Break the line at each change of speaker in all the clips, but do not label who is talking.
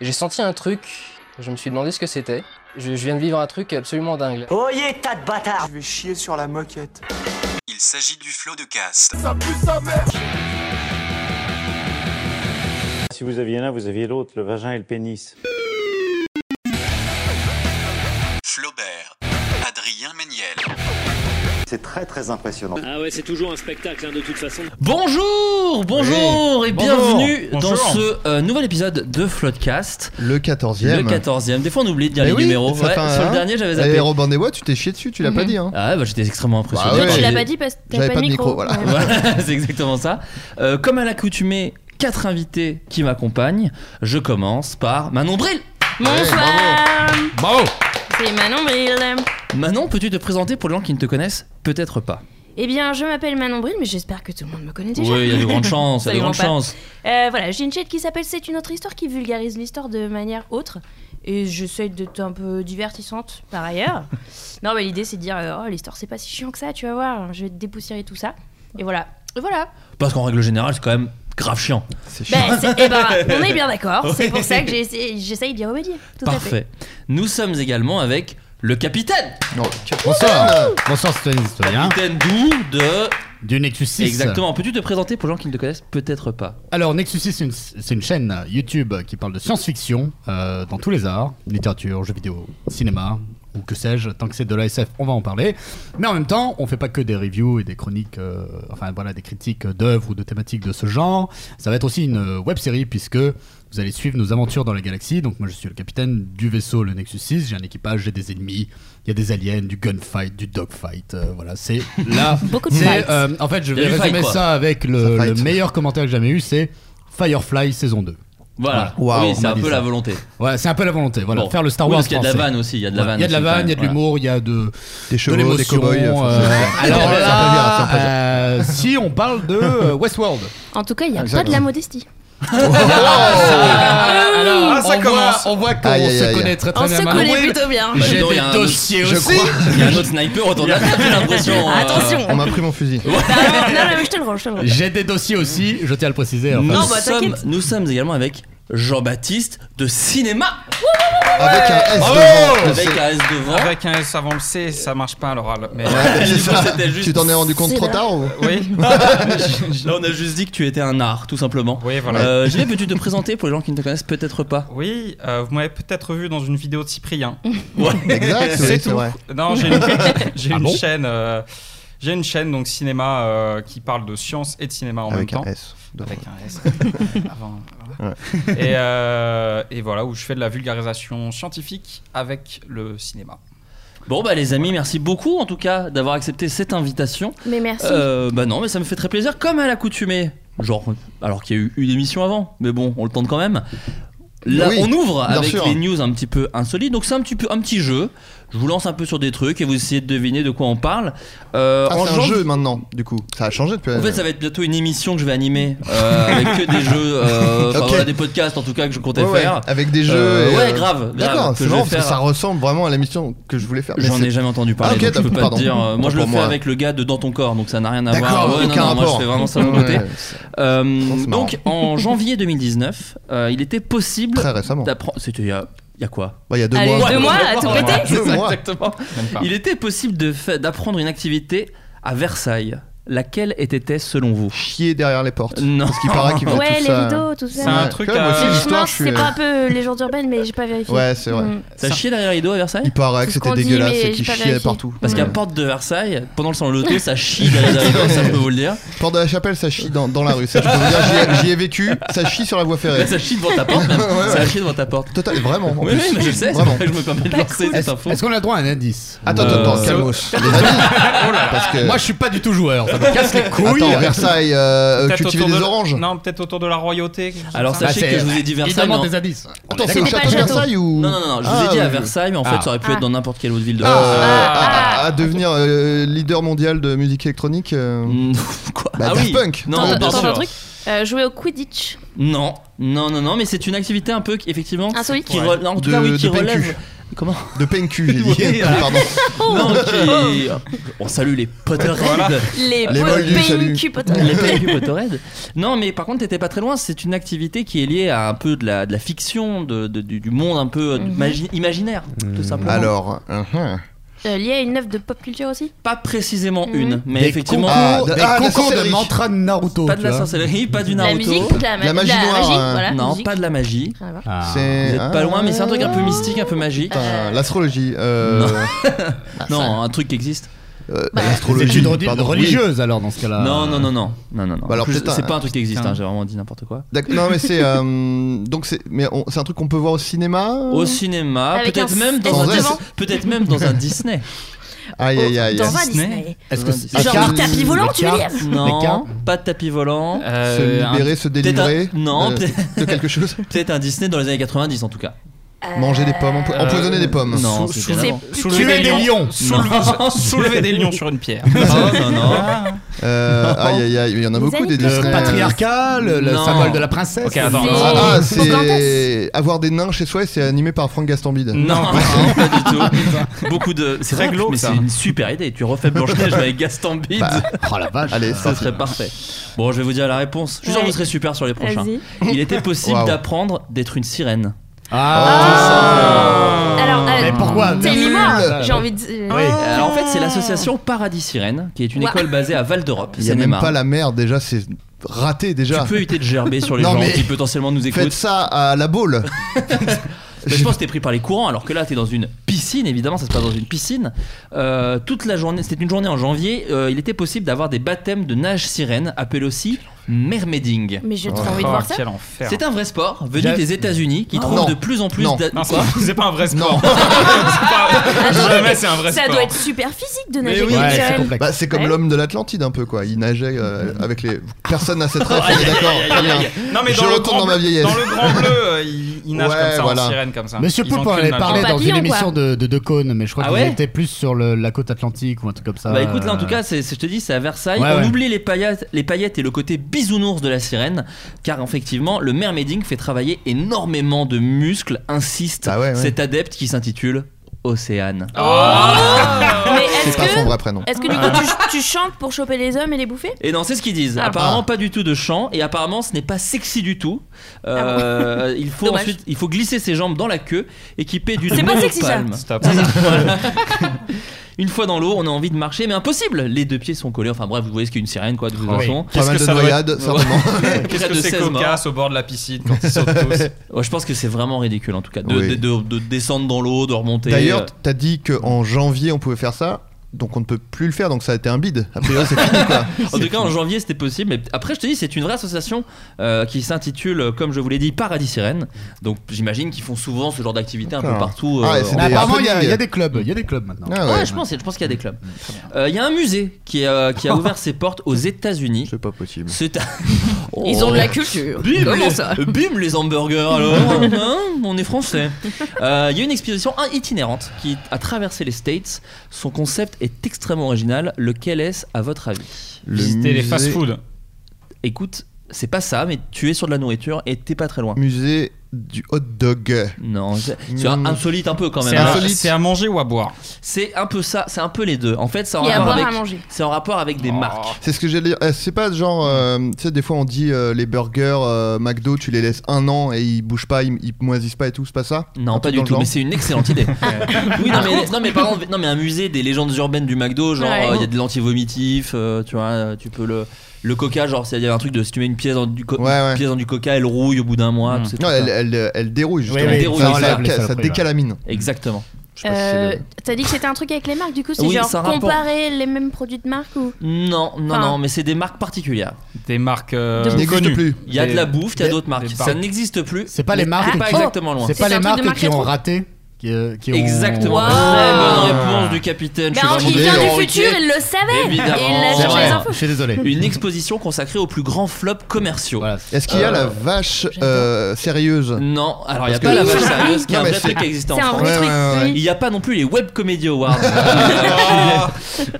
J'ai senti un truc, je me suis demandé ce que c'était. Je, je viens de vivre un truc absolument dingue.
Oyez, tas de bâtards
Je vais chier sur la moquette.
Il s'agit du flot de cast.
Si vous aviez l'un, vous aviez l'autre, le vagin et le pénis.
Flaubert. Adrien Méniel.
C'est très très impressionnant.
Ah ouais, c'est toujours un spectacle hein, de toute façon.
Bonjour, bonjour et
Bonjour.
bienvenue dans
Bonjour.
ce euh, nouvel épisode
Bah
de Floodcast,
Le 14ème.
le 14e. Des fois on oublie de dire
Eh
les
oui,
numéros.
ça
Ouais,
fait un-
sur le dernier j'avais zappé.
Et Robin des Bois, tu t'es chié dessus, tu l'as pas
Mhm.
dit. Hein.
Ah bah j'étais extrêmement impressionné.
Bah ouais.
tu l'as
j'ai-
pas dit parce que
j'avais
t'avais pas, de micro.
voilà.
Ouais.
Voilà, c'est exactement ça. Euh, comme à l'accoutumée, quatre invités qui m'accompagnent. Je commence par Manon Bril.
Bonsoir,
Bravo.
c'est Manon Bril.
Manon, peux-tu te présenter pour les gens qui ne te connaissent peut-être pas
Eh bien, je m'appelle Manon Bril, mais j'espère que tout le monde me connaît déjà.
Oui, il y a de grandes chances, il y a de
Absolument
grandes
pas.
chances.
Euh, voilà, j'ai une chaîne qui s'appelle C'est une autre histoire qui vulgarise l'histoire de manière autre. Et j'essaie d'être un peu divertissante par ailleurs. non, mais l'idée c'est de dire euh, Oh, l'histoire c'est pas si chiant que ça, tu vas voir, je vais te dépoussiérer tout ça. Et voilà. Et voilà.
Parce qu'en règle générale, c'est quand même grave chiant.
C'est chiant.
Ben, c'est- eh ben, on est bien d'accord, c'est pour
Oui.
ça que j'ai essayé- j'essaye d'y remédier. Tout à fait.
Parfait. Nous sommes également avec le capitaine.
Non.
Bonsoir, bonsoir citoyennes et citoyens
Capitaine Dou de
du Nexus 6.
Exactement. Peux-tu te présenter pour les gens qui ne te connaissent peut-être pas
Alors Nexus 6, c'est une, c'est une chaîne YouTube qui parle de science-fiction euh, dans tous les arts, littérature, jeux vidéo, cinéma, ou que sais-je, tant que c'est de la SF, on va en parler. Mais en même temps, on fait pas que des reviews et des chroniques, euh, enfin voilà, des critiques d'œuvres ou de thématiques de ce genre. Ça va être aussi une euh, web-série puisque vous allez suivre nos aventures dans la galaxie. Donc moi je suis le capitaine du vaisseau, le Nexus 6, j'ai un équipage, j'ai des ennemis, il y a des aliens, du gunfight, du dogfight, euh, voilà, c'est là...
Beaucoup de
C'est,
fights.
euh, en fait, je
Il
vais
y a du
résumer
fight, quoi.
ça avec le,
Ça fight.
le meilleur commentaire que j'ai jamais eu, c'est Firefly saison 2.
Voilà.
Waouh,
oui,
on
c'est un
m'a dit
peu
ça.
la volonté.
Ouais, c'est un peu la volonté, voilà.
Bon.
Faire le Star
Oui,
Wars
Parce qu'il y a de la
français.
vanne aussi. Il y a de la
Ouais,
vanne.
Il y a de la
aussi, quand
vanne, il y a de
même, voilà.
l'humour, il y a de,
Des
de
chevaux, des
l'émotion,
cow-boys. enfin,
euh, alors
c'est un peu bien, c'est un peu bien.
là, euh, si on parle de euh, Westworld.
Oh,
En tout cas, il n'y a pas de
Exactement.
la modestie.
Alors,
Ah, ça
on
commence.
Voit, on voit qu'on
Aïe, aïe,
se
aïe.
connaît très très
On
bien.
se
Manon
connaît
Bril.
plutôt bien.
Bah, dis
J'ai
donc, il y
des
a un-
dossiers
je
aussi.
crois.
Il y a un autre sniper autour de la table, j'ai l'impression. euh,
Attention
On m'a pris mon fusil.
Ah, non, non, mais je te le range, je te le range.
J'ai des dossiers aussi, je tiens à le préciser. en
Nous,
fait.
Non, bah,
sommes,
t'inquiète.
nous sommes également avec Jean-Baptiste de cinéma
Avec un S
Bravo
devant. le
avec
C.
un S devant.
Avec un S avant le C, ça marche pas à l'oral. Mais
Ouais, c'est ça.
C'était juste-
Tu t'en es rendu compte
C'est
trop
là.
tard ou
oui,
Là, on a juste dit que tu étais un art, tout simplement.
oui, voilà.
Euh, Gilet, peux-tu te présenter pour les gens qui ne te connaissent peut-être pas
Oui, euh, vous m'avez peut-être vu dans une vidéo de Cyprien.
Exact, oui,
C'est
c'est
tout.
vrai.
Non, j'ai une, j'ai
Ah
une
bon
chaîne. euh, j'ai une chaîne donc cinéma euh, qui parle de science et de cinéma en
Avec
même
un
temps.
S. devant.
Avec un S. Avant, voilà. et, euh, et voilà où je fais de la vulgarisation scientifique avec le cinéma.
Bon, bah, les amis, merci beaucoup en tout cas d'avoir accepté cette invitation.
Mais merci.
Euh, bah, non, mais ça me fait très plaisir, comme à l'accoutumée. Genre, alors qu'il y a eu une émission avant, mais bon, on le tente quand même. Là,
Oui,
on ouvre
bien
avec
sûr.
les news un petit peu insolites. Donc, c'est un petit peu un petit jeu. Je vous lance un peu sur des trucs et vous essayez de deviner de quoi on parle. Euh,
Ah,
en
c'est un
janv-
jeu euh. maintenant, du coup. Ça a changé depuis.
En fait, ça va être bientôt une émission que je vais animer euh, avec que des jeux, euh, enfin,
Ok.
voilà, des podcasts en tout cas que je comptais
Ouais, ouais,
faire.
Avec des jeux.
Euh,
et,
ouais,
euh,
grave, grave,
D'accord,
que
c'est
je vais
marrant parce que
faire.
ça ressemble vraiment à la mission que je voulais faire. mais
J'en
c'est-
ai jamais entendu parler,
Ah, ok,
donc je peux
d'accord,
pas
pardon.
te dire. Euh, Moi, je le
Pour
fais
moi.
avec le gars de Dans ton corps, donc ça n'a rien à voir.
D'accord,
Ouais, non,
aucun
non, moi, je
rapport.
fais vraiment ça de mon côté.
Ouais,
Euh,
Oh, c'est marrant.
donc, en janvier 2019, euh, il était possible
Très récemment. Bah,
d'apprendre. C'était il y a, il y a quoi
Il y a deux
Allez,
mois.
deux mois, à tout
Voilà,
péter
c'est
Deux
ça,
mois.
Exactement.
Même pas.
Il était possible de fa- d'apprendre une activité à Versailles. Laquelle était-elle selon vous
Chier derrière les portes.
Non.
Parce qu'il paraît qu'ils font
ouais,
tout
les
ça.
rideaux, tout
C'est un
ça.
Ouais,
truc
quand même,
à-
aussi,
C'est-
l'histoire,
mince,
je suis- euh,
c'est pas un peu légende urbaine, mais j'ai pas vérifié.
Ouais, c'est vrai.
Mm.
T'as chié derrière les rideaux à Versailles
Il paraît que
C'est ce qu'on
c'était
dit,
dégueulasse
mais
et qu'ils
j'ai pas
chiaient
vérifié. Mm.
partout.
Parce qu'à
Ouais.
Porte de Versailles, pendant le salon de l'auto, ça chie derrière les rideaux, ça je peux vous le dire.
Porte de la Chapelle, ça chie dans, dans la rue. Ça, je peux vous dire, j'y ai- j'y ai, vécu, ça chie sur la voie
Là,
ferrée.
ça chie devant ta porte même.
Ouais,
Ça
ouais.
chie devant ta porte.
Total, vraiment. en
Oui,
plus.
oui, mais je le sais, c'est
Vraiment.
pour ça que je me permets de lancer cette
Est-ce
info.
est-ce qu'on a droit à un indice
Attends,
Ou,
attends, attends,
euh,
calmos. Les amis,
Oh
parce que.
Moi, je suis pas du tout joueur, ça me casse les couilles.
Attends, Versailles, euh,
Peut-être
cultiver
autour
des
de la-
oranges.
Non, peut-être autour de la royauté. quelque chose
Alors,
comme ça.
Bah,
sachez
c'est-
que je vous ai dit
Il
Versailles. mais en-
demande des indices.
Attends, c'est
C'était
au
pas
château de
le château.
Versailles ou.
Non, non, non, je vous ai
Ah,
dit à
oui.
Versailles, mais en fait,
Ah.
ça aurait pu
Ah.
être dans n'importe quelle autre ville de
Euh,
Ah.
à, à devenir euh, leader mondial de musique électronique. euh,
Mm, Quoi
Bah,
Ah
Daft
oui
Punk.
Non,
T'entends
bien
t'entends un
sûr.
truc Euh, Jouer au Quidditch.
Non, non, non, non, mais c'est une activité un peu qui- effectivement
Insolite.
qui, re- non, en tout
De-
cas, oui, qui
de PQ.
relève Comment
De PNQ, j'ai dit.
Oui,
Ah, Pardon.
Oh.
Non, qui- On salue les Potterheads.
oh, Les,
Les vols du salut.
PNQ potentiels.
Les PNJ Potterhead. Non, mais par contre, t'étais pas très loin. C'est une activité qui est liée à un peu de la, de la fiction, de, de- du, du monde un peu euh,
Mhm.
magi- imaginaire, tout simplement.
Hmm. Alors, hein, hein.
Euh, lié à une œuvre de pop culture aussi
Pas précisément
Mhm.
une, mais
Des
effectivement,
Ah,
concours,
de-
des
ah, de la
concours de
sorcellerie.
mantra de Naruto.
pas de
tu
la
vois.
sorcellerie, pas du Naruto.
La musique, la, ma-
La magie noire, hein.
voilà,
non,
musique.
pas de la magie.
Rien à voir.
Ah.
c'est.
Vous êtes pas
ah,
loin, mais c'est un truc un peu mystique, un peu magique.
putain, L'astrologie. euh, ah, ça,
Non, un truc qui existe.
euh,
Bah,
C'est
L'astrologie.
une redi-
pardon, oui.
religieuse alors dans ce cas-là.
Non, non, non, non, non, non, non.
Euh, Bah alors,
Plus,
peut-être
c'est
un-
pas un truc qui existe.
putain.
hein, J'ai vraiment dit n'importe quoi.
D'ac- Non, mais c'est. euh, Donc, c'est mais on- c'est un truc qu'on peut voir au cinéma
Au cinéma,
Avec
peut-être
un
même dans
sans
un,
S.
peut-être même dans un Disney.
Aïe, aïe, aïe.
Dans un
Disney.
Disney.
Est-ce que c'est-
Genre
Carte-
du tapis
volant,
la
tu veux
carte-
Non,
cartes.
pas de tapis volant. Euh,
Se libérer, se
Peut-être
délivrer.
un- non,
euh,
peut-être-
de quelque chose.
peut-être un Disney dans les années 90 en tout cas.
Manger des pommes, empo-
Euh,
empoisonner des pommes.
Non,
sous-
c'était
sous-
avant.
plus
Soulever
Tuer des lions.
Non.
Soulever, soulever des lions sur une pierre.
Oh, non, non.
Euh, aïe, aïe, aïe, il y en a
Les
beaucoup des
animaux.
Disney.
Ah, Le patriarcat, le, le
Non.
symbole de la princesse.
Ok, attends.
C'est-
Ah,
Et-
c'est. Avoir des nains chez soi, et c'est animé par Franck Gastambide.
Non, non, pas du tout. Beaucoup de. C'est
Très
vrai,
glauque,
mais
ça.
c'est une super idée. Tu refais Blanche-Neige avec Gaston Bide.
Bah,
Oh la vache.
Allez,
Ce serait parfait. Bon, je vais vous dire la réponse. Je suis sûr que vous
Ouais.
serez super sur les prochains.
Vas-y.
Il était possible
Waouh.
d'apprendre d'être une sirène.
Ah.
Alors, euh,
Mais pourquoi
t'as mis moi
Nul.
J'ai envie de. euh,
Oui.
Alors en fait, c'est l'association Paradis Sirène, qui est une
Ouah.
école basée à Val d'Europe,
Il y a même
Seine-et-Marne.
pas la mer déjà, c'est raté déjà.
Tu peux éviter de gerber sur les
Non,
gens
mais-
qui potentiellement nous
Faites
écoutent.
ça à la boule.
Mais je pense que t'es pris par les courants, alors que là t'es dans une piscine, évidemment, ça se passe dans une piscine. Euh, toute la journée, c'était une journée en janvier, euh, il était possible d'avoir des baptêmes de nage sirène, appelé aussi mermaiding.
Mais j'ai trop
Oh.
envie de
Oh,
voir ça.
quel enfer.
C'est un vrai sport venu
J'ai-
des États-Unis qui
Non.
trouve
Non.
de plus en plus
Non.
d'a-
Non, c'est
Quoi
pas- c'est pas un vrai
Non.
sport. C'est pas- Jamais c'est un vrai
Ah, Ça
sport.
doit être super physique de nager
oui,
comme
Ouais,
ça.
c'est complexe.
Bah, c'est comme
Ouais.
l'homme de l'Atlantide un peu quoi. Il nageait euh,
Mm-hmm.
avec les. Personne à cette rêve, on est d'accord. Très bien.
Non, mais
Je
dans le
retourne
grand
dans ma
bleu-
vieillesse.
Dans le grand bleu, euh, il, il nage
Ouais,
comme ça
voilà.
en sirène comme ça.
Monsieur
Ils ont
Poupon
qu'une
avait
nage.
parlé
En
dans une
papillon,
émission
quoi.
de, de Decaune, mais je crois
Ah
qu'il
ouais
était plus sur le- la côte atlantique ou un truc comme ça.
Bah écoute, là en tout
Euh,
cas, c'est, c'est- je te dis, c'est à Versailles.
Ouais,
on
ouais.
oublie les paillettes, les paillettes et le côté bisounours de la sirène, car effectivement, le mermaiding fait travailler énormément de muscles, insiste
Bah
Ah ouais, ouais.
cet adepte qui s'intitule Océane.
Ah Mais
C'est
est-ce
pas son
que.
vrai prénom.
Est-ce que du coup tu, tu chantes pour choper les hommes et les bouffer
Et non, c'est ce qu'ils disent.
Ah.
apparemment, pas du tout de chant, et apparemment, ce n'est pas sexy du tout. Euh, Il faut
Ah Dommage.
ensuite, il faut glisser ses jambes dans la queue, équipé d'une
C'est pas sexy, ça.
monopalme.
Stop.
Voilà. Une fois dans l'eau, on a envie de marcher, mais impossible. Les deux pieds sont collés. Enfin bref, vous voyez ce qu'est une sirène, quoi, de toute
Ah oui.
façon.
Pas
Qu'est-ce
mal
que
de
ça doit
noyades, certainement.
Qu'est-ce
Près
que
de
c'est
16 morts.
cocasse au bord de la piscine quand ils sautent tous
Ouais, je pense que c'est vraiment ridicule en tout cas de,
Oui.
de- de- de descendre dans l'eau, de remonter.
euh,
euh,
D'ailleurs, t'as dit qu'en janvier on pouvait faire ça, donc on ne peut plus le faire, donc ça a été un bide. A priori, c'est fini quoi.
en tout cas, en janvier, c'était possible. Mais après, je te dis, c'est une vraie association euh, qui s'intitule, euh, comme je vous l'ai dit, Paradis Sirène. Donc, j'imagine qu'ils font souvent ce genre d'activité un peu
D'accord.
partout.
Ah,
euh,
c'est
en-
mais
des
apparemment, il y, a- il y a
happenings.
des clubs. Il y a des clubs maintenant.
Ah
Ouais,
ouais.
je pense, je pense qu'il y a des clubs. Euh, Il y a un musée qui, euh, qui a ouvert ses portes aux États-Unis.
C'est pas possible.
C'est un-
Ils ont de la culture.
Bim,
Comment
les,
ça
bim, les hamburgers alors hein, On est français. Euh, Il y a une exposition un- itinérante qui a traversé les States. Son concept est extrêmement original. Lequel est-ce à votre avis
Le
Visiter les
musée-
fast-foods.
Écoute, c'est pas ça, mais tu es sur de la nourriture et t'es pas très loin.
Musée du hot dog.
Non, c'est c'est
Mm.
insolite un peu quand
Hmm. C'est
même.
à-
hein.
Insolite.
C'est à manger ou à boire
C'est un peu ça, c'est un peu les deux. En fait, ça a
Et à
rapport
boire, à
avec-
manger.
c'est en rapport avec des
Oh.
marques.
C'est ce que j'allais dire. Euh, C'est pas genre, euh, tu sais, des fois on dit euh, les burgers euh, McDo, tu les laisses un an et ils bougent pas, ils, ils moisissent pas et tout, c'est pas ça
Non,
Un
pas
truc
du
dans
tout,
le
mais
genre Ah,
c'est une excellente idée. oui, non, mais, non, mais par exemple, non, mais un musée des légendes urbaines du McDo, genre, euh,
Ouais.
il y a des lentilles vomitifs, euh, tu vois, euh, tu peux le. Le coca, genre, c'est- il y a un truc de si tu mets une pièce dans du, co-
Ouais, ouais.
une pièce dans du coca, elle rouille au bout d'un mois.
Mm.
tout ces
Non,
trucs-là.
elle, elle, elle dérouille justement.
Oui, oui,
dérouille,
ça,
ça
ça-
enlève les
ça
saloperies,
décalamine.
Exactement.
Je sais pas si c'est
Euh,
le-
T'as dit que c'était un truc avec les marques, du coup c'est
Oui,
genre
ça rapporte.
comparer les mêmes produits de marque ou
Non, non,
Enfin.
non, mais c'est des marques particulières.
Des marques. euh,
De
Il n'existe
connues.
plus.
Il y a de
Des-
la bouffe, il y a
des-
d'autres marques.
des
Ça n'existe plus.
C'est pas les
mais
marques
t'es pas
qui-
exactement loin.
C'est pas
C'est
les
un truc de
marques
marque
qui ont
rétro.
raté. Qui, euh, qui ont-
Exactement.
Wow.
Très bonne réponse du capitaine. je suis
Bah
vraiment
il vient
désolé.
du futur, il le savait
Évidemment.
Et il a
C'est
Sur
cherché
vrai,
les infos
je suis désolé.
Une exposition consacrée aux plus grands flops commerciaux.
Voilà.
Est-ce qu'il y a
Euh,
la vache euh, sérieuse
Non, alors il n'y a
Parce
pas
que-
la vache sérieuse qui est
Non,
un
mais
vrai truc
c'est-
qui existait en
C'est un
France.
vrai
Ouais,
truc
ouais, ouais.
Il
oui.
n'y a pas non plus les Web Comedy Awards.
Ah.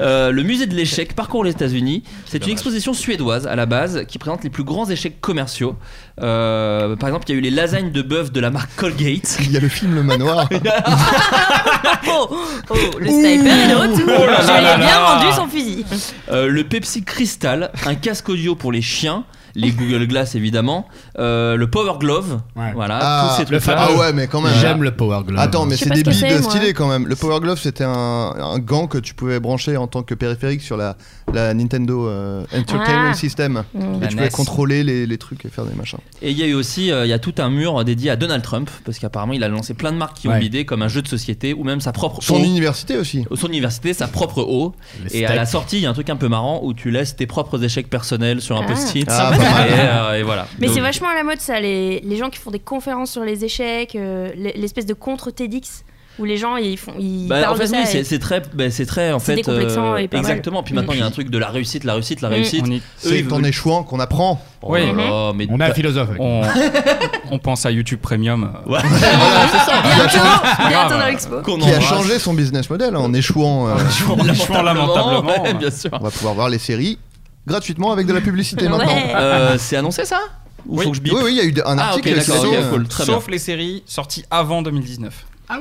Euh, le musée de l'échec parcourt les États-Unis. C'est une exposition suédoise à la base qui présente les plus grands échecs commerciaux. Euh, par exemple, il y a eu les lasagnes de bœuf de la marque Colgate.
Il y a le film Le Manoir.
Il y
Oh, oh, le sniper est de retour.
Oh là
Je
là
lui
là
ai bien
là.
vendu son fusil.
Euh, le Pepsi Crystal, un casque audio pour les chiens, les Google Glass évidemment, euh, le Power Glove,
Ouais.
voilà,
Ah,
tous ces
le
trucs-là.
Ah ouais, mais quand même.
J'aime le Power Glove.
Attends, mais
Je sais
c'est
pas
des
ce que c'est,
billes
moi.
stylées quand même. Le Power Glove, c'était un, un gant que tu pouvais brancher en tant que périphérique sur la, la Nintendo euh, Entertainment
Ah.
System. Et
La
tu pouvais
E
NES.
contrôler les, les trucs et faire des machins.
Et il y a eu aussi, euh, il y a tout un mur dédié à Donald Trump parce qu'apparemment il a lancé plein de marques qui ont
Ouais.
l'idée comme un jeu de société ou même sa propre
Son
eau.
université aussi.
son université, sa propre eau.
Les
Et à la
steaks.
sortie, il y a un truc un peu marrant où tu laisses tes propres échecs personnels sur un
Ah.
post-it.
Ah, pas mal.
et, euh, et voilà.
Mais
Donc,
c'est vachement à la mode ça, les, les gens qui font des conférences sur les échecs, euh, l- l'espèce de contre TEDx où les gens ils font ils
bah, en
parlent
fait,
de ça
oui,
et-
c'est c'est très, bah, c'est très en
C'est
fait. euh,
décomplexant et pas mal.
exactement. Puis maintenant, il y a un truc de la réussite, la réussite, la
Mm.
réussite.
On, y-
C'est
ils
en
veulent-
échouant qu'on apprend.
Oh là
Oui.
là, mais
On a un philosophe. avec.
on, on pense à YouTube Premium.
Ouais.
bientôt, bientôt dans
Grave.
l'expo.
Qu'on
Qui a
embrasse.
changé son business model en échouant. euh,
Franchement, lamentablement.
Ouais, bien sûr.
on va pouvoir voir les séries gratuitement avec de la publicité maintenant.
Ouais.
Euh, c'est annoncé ça Ou
Oui.
faut que je
Oui,
bip
oui, il y a eu un
Ah, ok,
article qui
d'accord,
dit,
ok,
euh,
cool, très bien.
Sauf les séries sorties avant 2019.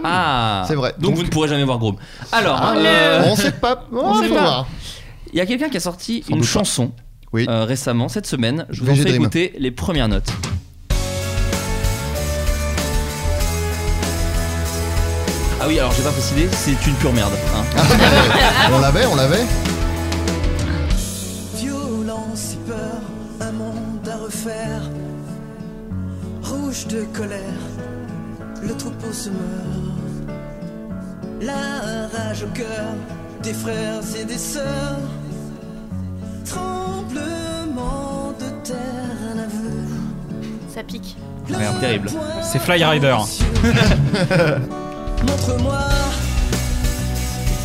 Ah,
C'est vrai.
Donc,
Donc-
vous ne pourrez jamais voir Groom. Alors,
Ah,
euh,
On sait pas.
On
on
sait
va
pas.
voir.
il y a quelqu'un qui a sorti
Sans
une
doute pas.
chanson
Oui.
euh, récemment, cette semaine. Je vous en
VG
fais
Dream.
écouter les premières notes. Ah oui, alors j'ai pas précisé, c'est une pure merde. hein.
On l'avait, on l'avait.
Violence et peur, un monde à refaire. Rouge de colère, le troupeau se meurt. La rage au cœur des frères et des sœurs. Tremblement de terre, un aveu.
Ça pique.
Ah,
Merde.
Terrible.
C'est Fly Rider.
Montre-moi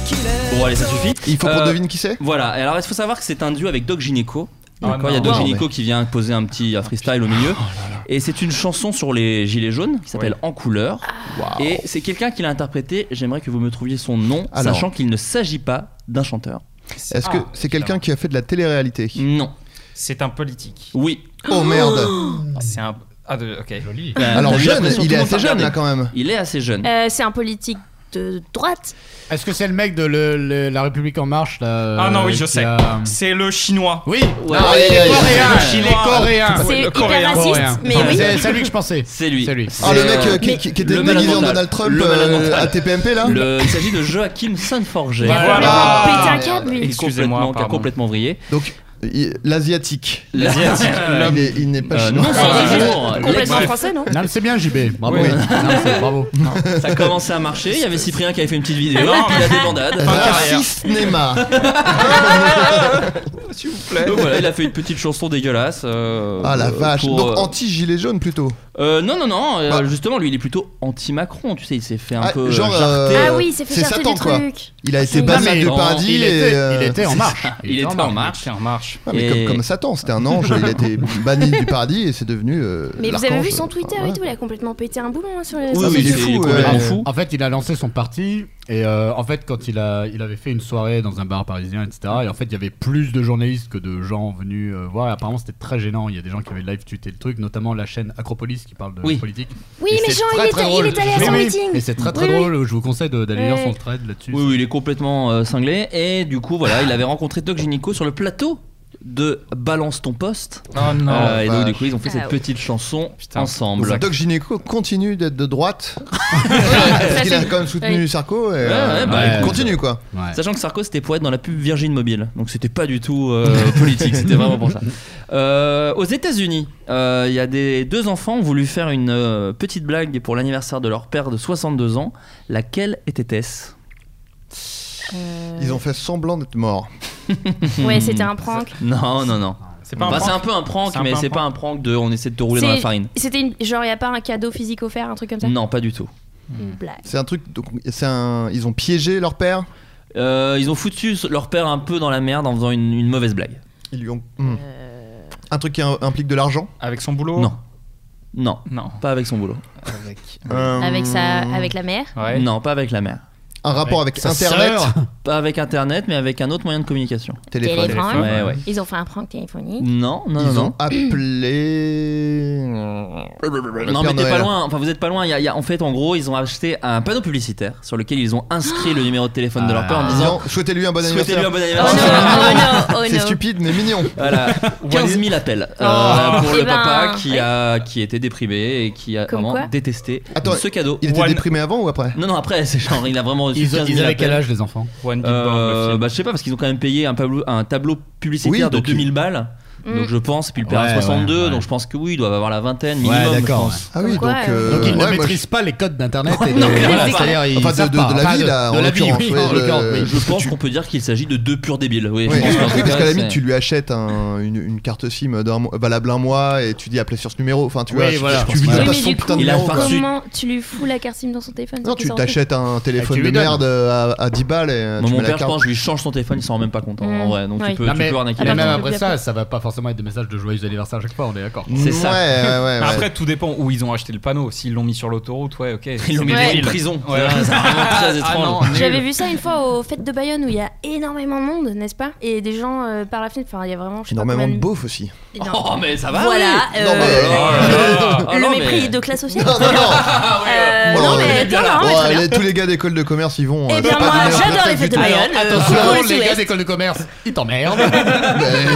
qu'il est.
Bon, allez, ça suffit.
Il faut qu'on
Euh,
devine qui c'est.
Voilà, et alors il faut savoir que c'est un duo avec Doc Gineco.
Ah,
D'accord, il y a
non.
Doc
Non, Oh
Gineco qui vient poser un petit euh, freestyle au milieu. Et c'est une chanson sur les gilets jaunes qui s'appelle En couleur.
Ah.
Et c'est quelqu'un qui l'a interprété. J'aimerais que vous me trouviez son nom,
Alors.
sachant qu'il ne s'agit pas d'un chanteur.
Est-ce que
Ah,
c'est quelqu'un qui a fait de la télé-réalité
Non.
C'est un politique.
Oui.
Oh merde.
C'est un. Ah, de- ok.
Euh,
Alors
j'ai
jeune,
l'impression que
il est
tout le monde
assez
t'a
jeune
regardé.
là quand même.
Il est assez jeune.
Euh, c'est un politique de droite.
Est-ce que c'est le mec de le- le- La République En Marche là,
Ah non, oui,
euh,
je
qui
sais.
a-
C'est le chinois.
Oui,
Ouais.
Ah, il est
coréen,
il est
il est coréen.
Ouais,
c'est
le
hyper
coréen.
raciste,
Coréen.
mais
Ouais,
oui.
c'est- C'est lui que je pensais.
C'est lui.
C'est lui.
Ah le
C'est,
mec
euh,
euh, qui,
mais-
qui- qui était
le malade
déguisé en
mental.
Donald Trump
Le malade
euh,
mental.
à TPMP là
Le- il s'agit de Joachim Sanforger.
Voilà. Oh,
Péter un
Ah.
câble, lui.
Excusez-moi,
Complètement, qui a
pardon.
complètement vrillé.
Donc il- l'asiatique.
L'asiatique.
Il est- il n'est pas
Euh,
chinois.
non,
Ah, il est juste
Bonjour.
complètement
Bref.
français, non
Non, mais c'est bien JB. Bravo.
Oui.
Non, c'est- bravo.
Ça commençait à marcher. Il y avait Cyprien qui avait fait une petite vidéo.
Non.
puis il a des
Euh,
bandades.
Racisnema.
S'il vous plaît.
Donc voilà, il a fait une petite chanson dégueulasse. euh,
Ah la
euh,
vache.
pour,
Donc
euh,
anti-gilet jaune plutôt.
euh, non, non, non. euh,
Bah.
justement, lui, il est plutôt anti-Macron. Tu sais, il s'est fait un
Ah,
peu. euh, Ah,
genre
jar-
euh,
Ah oui, c'est fait
c'est
chercher
Satan
des
quoi.
trucs.
Il a été
Non,
Bassac
mais
de
non,
paradis
il,
et
était,
euh,
il était en marche.
il était en marche.
C'est en marche.
Ah, mais
Et-
comme, comme Satan, c'était un ange, il a été banni du paradis et c'est devenu. euh,
Mais vous avez vu
l'archange.
son Twitter
Ouais.
et tout, il a complètement pété un boulon hein, sur les.
Oui,
Ah,
sur
oui,
mais
les-
il est
c'est
fou,
complètement
ouais.
fou.
En fait, il a lancé son parti et euh, en fait, quand il a, il avait fait une soirée dans un bar parisien, etc. Et en fait, il y avait plus de journalistes que de gens venus euh, voir. Et apparemment, c'était très gênant. Il y a des gens qui avaient live tweeté le truc, notamment la chaîne Acropolis qui parle de
Oui.
politique.
Oui,
Et
mais
c'est
Jean, il
très, très
est il
drôle.
est allé à
Oui,
son
oui. Et
meeting.
c'est très très
Oui, oui.
drôle. Je vous conseille de- d'aller lire
Ouais.
son thread là-dessus.
Oui, oui, il est complètement euh, cinglé. Et du coup, voilà, il avait rencontré Doc Gynéco sur le plateau de Balance ton poste.
Oh non.
Euh, et donc, du
vache.
coup, ils ont fait
Ah,
cette
ouais.
petite chanson
Putain.
ensemble.
Donc Doc Gynéco continue d'être de droite.
Ça,
parce qu'il a
c'est-
quand même soutenu
oui.
Sarko. Et,
Ouais,
euh,
ouais, bah,
il
écoute.
continue quoi.
Ouais.
Sachant que Sarko c'était pour être dans la pub Virgin Mobile, donc c'était pas du tout euh, politique, c'était vraiment pour ça. Euh, aux États-Unis, euh, il y a des deux enfants ont voulu faire une euh, petite blague pour l'anniversaire de leur père de 62 ans. Laquelle était-ce
Ils ont Hmm. fait semblant d'être morts.
Ouais, c'était un prank.
Non, non, non.
C'est pas un
Bah, C'est
prank.
un peu un prank,
C'est un
mais
peu un
c'est pas un prank de on essaie de te rouler dans
C'est-
la farine.
C'était une... genre, y a pas un cadeau physique offert, un truc comme ça
Non, pas du tout.
Une blague.
C'est un truc. Donc, c'est un, ils ont piégé leur père.
Euh, ils ont foutu leur père un peu dans la merde en faisant une, une mauvaise blague.
Ils lui ont. hmm. Un truc qui im- implique de l'argent.
Avec son boulot
Non. Non,
Non.
pas avec son boulot.
Avec.
Euh, hmm.
Avec, sa... avec la mère
Ouais.
Non, pas avec la mère.
Un rapport avec
Sa
Internet.
sœur
Pas avec internet, mais avec un autre moyen de communication.
Téléphone.
Ah
Téléphone.
Ouais, ouais.
Ils ont fait un prank téléphonique.
Non, non,
Ils
non,
ont
non.
appelé.
Non,
Père
mais t'es
Noël.
pas loin. Enfin, vous êtes pas loin. Il y a- il y a- en fait, en gros, ils ont acheté un panneau publicitaire sur lequel ils ont inscrit le numéro de téléphone de leur père en disant
Non, Souhaitez-lui un Ah. bon
Souhaitez-lui
anniversaire.
un bon
Ah,
anniversaire.
Oh non, oh
C'est
no.
stupide mais mignon.
Voilà, 15 000 appels euh,
Oh.
pour
Eh
le
ben,
papa qui, a, qui était déprimé et qui a
Comme
vraiment
quoi
détesté
Attends,
ce cadeau.
Il était déprimé avant ou après
Non, non, après, c'est genre, il a vraiment reçu
Ils,
15 000
ils avaient
appels.
quel âge les enfants
One Big Bang, le
Euh,
film.
bah, je sais pas, parce qu'ils ont quand même payé un tableau, un tableau
Oui,
publicitaire de
donc il-
2000 balles.
Mm.
Donc je pense, et puis le père a
Ouais,
62,
ouais, ouais.
donc je pense que oui, ils doivent avoir la vingtaine
Ouais,
minimum, je
d'accord,
pense.
Ah oui,
Comme quoi,
donc.
euh,
euh,
Donc ils ne
ouais, moi,
maîtrisent pas les codes d'internet. et
Non,
des-
mais c'est-
c'est-à-dire, ils
Enfin, de-
savent
de-
pas.
de la
Enfin,
vie, là, en
De la vie,
l'occurrence,
oui,
ouais,
en
le-
l'occurrence, oui.
Je pense qu'on peut dire qu'il s'agit de deux purs débiles. Oui,
je-
je
ouais.
pense qu'en
Oui,
tout
parce
cas,
qu'à la
c'est-
limite, tu lui achètes un- une, une carte SIM d'un mois- valable un mois et tu dis appelez sur ce numéro. Enfin, tu
Oui,
vois, je-
voilà.
tu lui
Oui,
donnes
mais
pas
du
son
coup,
putain de
il a
numéro.
pas
quoi.
reçu-
Comment tu lui fous la carte SIM dans son téléphone
Non,
sans qu'il
tu
s'en rende
t'achètes un téléphone
Ah, lui
de
donnes.
merde euh, à, à 10 balles et euh,
Moi,
tu
mon
mets la
père, je
carte.
pense, je lui change son téléphone, il s'en rend même pas compte en- en
Mm.
vrai. Donc
Oui.
tu peux,
Non,
tu
mais
peux arnaquer
mais
la
même
personne.
après ça, ça va pas forcément être des messages de joyeux anniversaire à chaque fois, on est d'accord.
C'est ça.
Ouais, ouais, ouais. ouais.
Après, tout dépend où ils ont acheté le panneau. S'ils l'ont mis sur l'autoroute, ouais, ok.
Ils l'ont mis
Ouais. Ah
dans une prison. C'est vraiment très étrange.
non,
J'avais vu ça une fois aux fêtes de Bayonne où il y a énormément de monde, n'est-ce pas Et des gens euh, par la fenêtre, enfin il y a vraiment je sais pas
Énormément de
combien
beaufs aussi.
de- Non.
Oh, mais ça va. Oh
Voilà,
Non,
euh,
mais-
Ah
le mépris de classe sociale.
Non, non, non.
Euh,
Oh,
non
là, là,
mais
là,
attends,
là.
non, mais
Bon,
très bien.
allez, tous les gars d'école de commerce ils vont.
Eh
euh,
bien,
pas
moi,
dîner en
j'adore
classe
les
du
fêtes de
tout.
Alors,
Bayonne. euh,
attention,
Football
les gars
Sud-Est.
d'école de commerce, ils t'emmerdent.
Ben,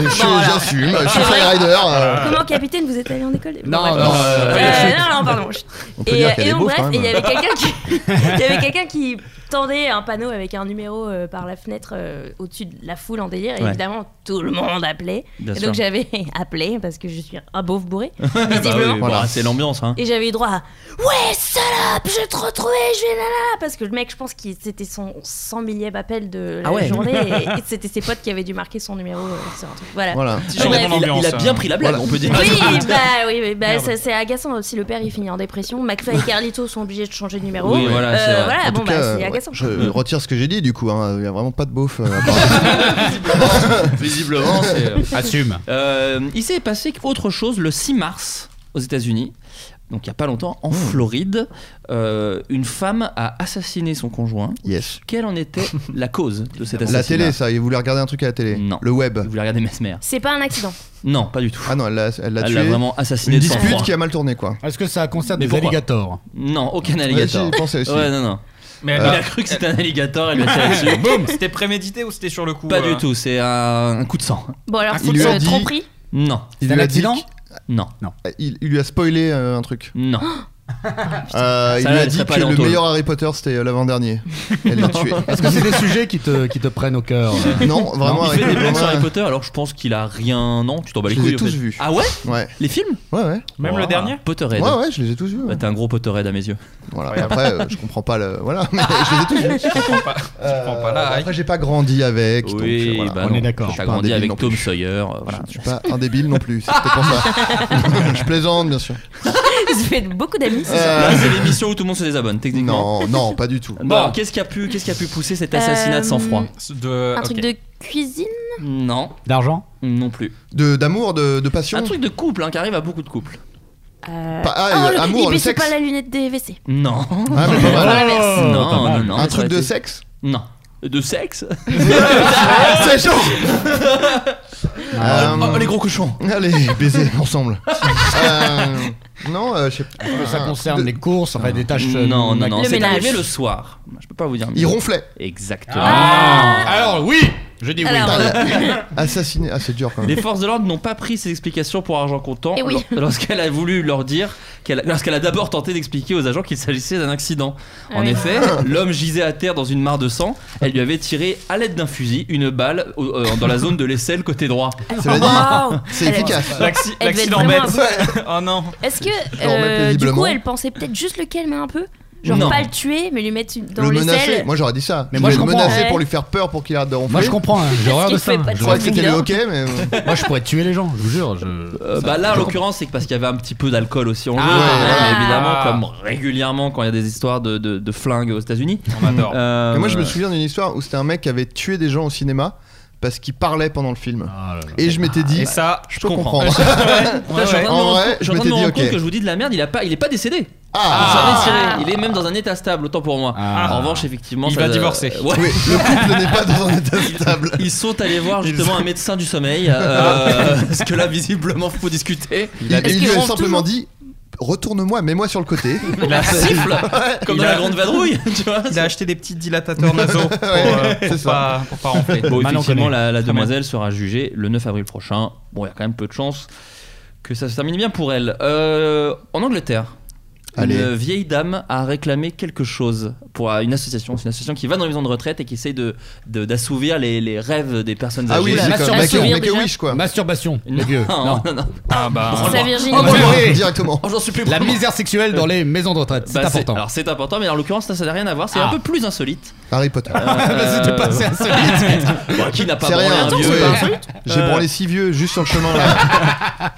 je-
Bon, alors.
J'assume, je suis
C'est vrai.
freerider. euh,
Comment capitaine, vous êtes allé en école Bon,
Non,
bref.
non,
Euh,
euh,
non, non, pardon.
On peut
Et, euh,
dire qu'elle
et
est
donc,
beau
bref,
quand
et il y
même.
avait quelqu'un qui, il y avait quelqu'un qui tendait un panneau avec un numéro euh, par la fenêtre euh, au-dessus de la foule en délire. Et
Ouais.
évidemment, tout le monde appelait.
Bien
et
sûr.
donc j'avais appelé parce que je suis un beauf bourré.
Bah oui,
visiblement.
voilà, c'est l'ambiance. hein.
Et j'avais eu droit à Ouais, salope, je vais te retrouver, je vais nanana. Parce que le mec, je pense que c'était son 100 millième appel de la
Ah ouais.
journée. Et, et c'était ses potes qui avaient dû marquer son numéro euh, sur un truc. Voilà.
Voilà.
Ah, il, a, il a- il a bien pris la blague, on peut dire.
Oui, bah oui, mais bah, ça, c'est agaçant. Si le père il finit en dépression, McFly et Carlito sont obligés de changer de numéro.
Oui, voilà, c'est vrai.
voilà,
En
bon
tout cas,
bah
euh,
c'est
ouais,
agaçant.
je retire ce que j'ai dit du coup. hein. Il y a vraiment pas de beauf. euh, à part-
Visiblement, c'est.
Assume.
Euh, il s'est passé autre chose le 6 mars aux États-Unis. Donc il n'y a pas longtemps,
Mmh.
en Floride, euh, une femme a assassiné son conjoint.
yes.
Quelle en était la cause de cet assassinat
La télé, ça. Vous voulez regarder un truc à la télé
Non.
Le web.
Vous voulez regarder Mesmer
C'est pas un accident.
Non, pas du tout.
Ah non, elle l'a elle l'a
Elle l'a
tué.
vraiment assassiné
Une
de sang-froid.
dispute qui a mal tourné quoi.
Est-ce que ça concerne
Mais
des
pourquoi
alligators
Non, aucun
Ouais, j'y
alligator.
ai pensé aussi.
Ouais, non, non.
Mais
Il
alors,
a cru que c'était un alligator, elle lui a tiré dessus.
boum, c'était prémédité ou c'était sur le coup
Pas
euh,
du tout, c'est un, un coup de sang.
Bon alors,
Il lui a
euh,
dit-
tromperie.
Non,
Il
C'est un
lui a dit
accident
qu'-
non,
il, il lui a spoilé euh, un truc.
non.
Euh, il
Ah, Ça,
lui
là,
a
elle
dit
serait pas
que
allée en
le
tôle.
meilleur Harry Potter c'était euh, l'avant-dernier. Elle l'a tué.
Est-ce que c'est des sujets qui te, qui te prennent au cœur euh
Non, vraiment.
Il fait des
Harry
blagues sur Harry
Potter,
Potter, alors je pense qu'il a rien. Non, tu t'en bats les
Je les
couilles.
ai
en
tous
fait.
vus.
Ah ouais
Ouais,
Les films
ouais, ouais.
Même le
Wow.
dernier
Potterhead.
Ouais, ouais, je les ai tous vus. ouais.
Bah, t'es un gros Potterhead à mes yeux.
Voilà. Après, euh, je comprends pas le. Voilà, mais je les ai tous vus. Euh,
comprends pas, là,
après, j'ai pas grandi avec. donc, euh, voilà.
bah
on
non.
est d'accord.
T'as
Je suis pas un
grandi
débile
avec
non
Tom
plus.
Sawyer. euh, voilà.
Je suis pas un débile non plus, c'est peut-être pour ça. je plaisante, bien sûr.
Vous faites beaucoup d'amis. c'est ça
Là, c'est l'émission où tout le monde se désabonne, techniquement.
Non, non, pas du tout.
Bon, qu'est-ce qui a pu, qu'est-ce qui a pu pousser cet assassinat de sang-froid
Euh,
De...
Un
ok.
truc de cuisine.
Non,
D'argent
non plus.
De d'amour, de, de passion.
Un truc de couple, hein, qui arrive à beaucoup de couples.
Euh,
Pas- ah,
oh,
euh,
le-
amour,
il
le
baisse
sexe.
pas la lunette des WC.
Non.
Ah, mais pas mal.
Oh,
non,
pas
non,
mal.
non,
un
ça
truc
aurait
de
été-
sexe.
Non. De sexe
C'est chaud. Euh,
Oh, les gros cochons
Allez, baiser ensemble. Euh, non, euh, je sais pas.
Que ça concerne
De-
les courses, enfin des tâches. euh,
Non, non, non,
Le
c'est
ménage.
arrivé le soir. Je peux pas vous dire. mais-
Il ronflait.
Exactement.
Ah Alors oui Je dis oui.
Alors, euh,
Assassiné. Ah, c'est dur quand même.
Les forces de l'ordre n'ont pas pris ces explications pour argent comptant
Eh oui.
lor- lorsqu'elle a voulu leur dire, qu'elle- lorsqu'elle a d'abord tenté d'expliquer aux agents qu'il s'agissait d'un accident.
Ah
en
oui.
effet, l'homme gisait à terre dans une mare de sang. Elle lui avait tiré à l'aide d'un fusil une balle au- euh, dans la zone de l'aisselle côté droit.
Ça veut dire,
waouh.
c'est
Elle-
efficace.
L'acci-
Elle devait être
L'accident
vraiment
bête. oh non.
Est-ce que
Je l'en remets
euh, du coup
paisiblement.
elle pensait peut-être juste le calmer un peu, genre
Non.
pas le tuer mais lui mettre une- dans
le
les
menacer.
selles.
Moi, j'aurais dit ça.
Mais moi,
vais
je
le
comprends.
menacer
Ouais.
pour lui faire peur pour qu'il arrête de ronfler.
Moi je comprends, hein, j'ai horreur de
qu'il
ça.
fait pas de
Je croyais que
Finger.
c'était ok, mais. euh,
Moi je pourrais te tuer les gens, je vous jure. Je...
Euh, bah là, en l'occurrence, c'est parce qu'il y avait un petit peu d'alcool aussi en jeu,
Ah.
euh, évidemment,
Ah.
comme régulièrement quand il y a des histoires de, de- de flingues aux États-Unis.
On adore.
Euh,
Mais moi, je me souviens d'une histoire où c'était un mec qui avait tué des gens au cinéma. parce qu'il parlait pendant le film.
ah
Et je m'étais
bah,
dit,
Et ça,
je
je
peux
comprends.
comprendre.
Ouais, ouais.
Putain, je suis en train de me
En
rendre
vrai,
compte- je suis
je
en train
m'étais
de me
dit,
rendre compte
ok.
que je vous dis de la merde, il, a pas, il est pas décédé.
Ah.
Il s'en est tiré. Il est même dans un état stable, autant pour moi.
Ah.
En revanche, effectivement,
Il
ça-
va divorcer.
Ouais.
Oui, le couple n'est pas dans un état stable.
Ils sont allés voir
Ils
justement
ont-
un médecin du sommeil, euh, parce que là, visiblement, faut discuter.
Il,
Est-ce
il
qu'il
lui a
ronfle toujours
simplement dit, retourne-moi, mets-moi sur le côté.
Il a siffle, comme
Il
dans
a-
la grande vadrouille, tu vois.
Il a acheté des petits dilatateurs nasaux pour, euh,
c'est
pour
ça.
pas, pour pas ronfler.
Bon,
Maintenant
effectivement,
qu'on est.
la, la
Très
demoiselle sera jugée le 9 avril prochain. Bon, il y a quand même peu de chances que ça se termine bien pour elle. Euh, en Angleterre,
Allez.
une vieille dame a réclamé quelque chose pour euh, une association. C'est une association qui va dans les maisons de retraite et qui essaye de, de- d'assouvir les, les rêves des personnes
Ah oui,
âgées.
c'est
la
comme
sœur
Make a-
Sourire,
Make a
déjà.
Wish quoi.
Masturbation, le
Non,
vieux. Non.
non, non.
Ah bah.
C'est
Oh,
Virginie.
moi,
Ouais.
moi, directement.
Oh, j'en supplie
La
pour moi.
misère sexuelle dans les maisons de retraite, c'est
Bah,
important.
Alors c'est important, mais en l'occurrence ça ça n'a rien à voir. C'est
Ah.
un peu plus insolite.
Harry Potter.
Bah, c'était pas assez insolite.
Bon, Euh, qui n'a pas
C'est
branlé
rien.
un vieux
ouais.
euh,
J'ai
Euh,
branlé six vieux juste sur le chemin là.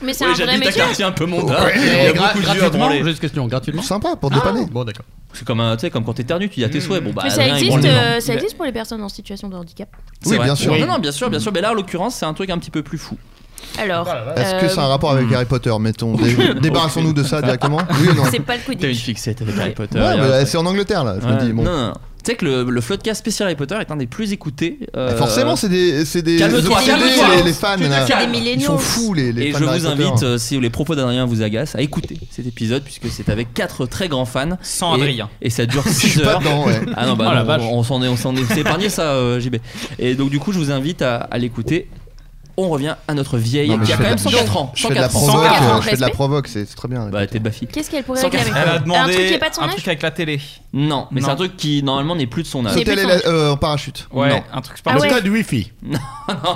Mais c'est
oui,
un vrai
j'habite un
métier.
quartier un peu mondain.
Ouais.
Il y a beaucoup de vieux à branler.
gratuitement Juste question, gratuitement
Sympa pour
Ah.
dépanner.
Bon, d'accord.
C'est comme un, tu sais, comme quand t'éternues, tu dis à
Mm.
tes souhaits. Bon bah.
Mais ça
rien, ils branlent
existe,
les gens.
euh, ça existe pour les personnes en situation de handicap.
C'est
Oui,
vrai.
bien sûr.
Non, non, bien sûr, bien sûr. Mais là, en l'occurrence, c'est un truc un petit peu plus fou.
Alors,
Est-ce que
euh,
c'est un rapport avec Harry Potter Mettons, Dé- débarrassons-nous de ça directement. Oui ou non
c'est pas le
T'as une
Quidditch.
fixette avec Harry Potter.
Ouais,
euh, il y a
mais
un
là,
truc.
c'est en Angleterre là. Je me
Ouais.
dis bon.
Non, non, non. Tu sais que le, le floodcast spécial Harry Potter est un des plus écoutés. euh,
Ah, Forcément, c'est des, c'est des
Calme-toi,
obsédés,
calme-toi.
les, les fans.
Tu te
là.
calmes.
Ils sont fous les, les
Et
fans
je
d'Harry
vous
Potter. hein.
invite, euh, si les propos d'Adrien vous agacent, à écouter cet épisode puisque c'est avec quatre très grands fans.
Sans
Et-
Adrien.
Et ça dure
Je suis
6
pas
euh, heures.
dedans. Ouais.
Ah non, bah
Oh la
non,
vache.
on s'en est, on s'en est, c'est épargné ça, euh, JB. Et donc du coup, je vous invite à, à l'écouter. On revient à notre vieille,
Non, mais
qui a
je
quand
fais
même
de-
104 ans.
Je fais de la
104 ans.
provoque.
104
euh,
ans,
Je fais de la
respect.
provoque. C'est c'est très bien.
Bah t'es Bafi.
Qu'est-ce qu'elle pourrait
104.
réclamer
Elle a demandé
Un truc qui est pas de son
un
âge
truc avec la télé.
Non, mais
Non.
c'est un truc qui normalement n'est plus de son âge.
C'est-
Sauter
plus
les-
son âge.
euh, en parachute.
Ouais,
Non.
un truc
Ah
Le
ouais.
code Wi-Fi.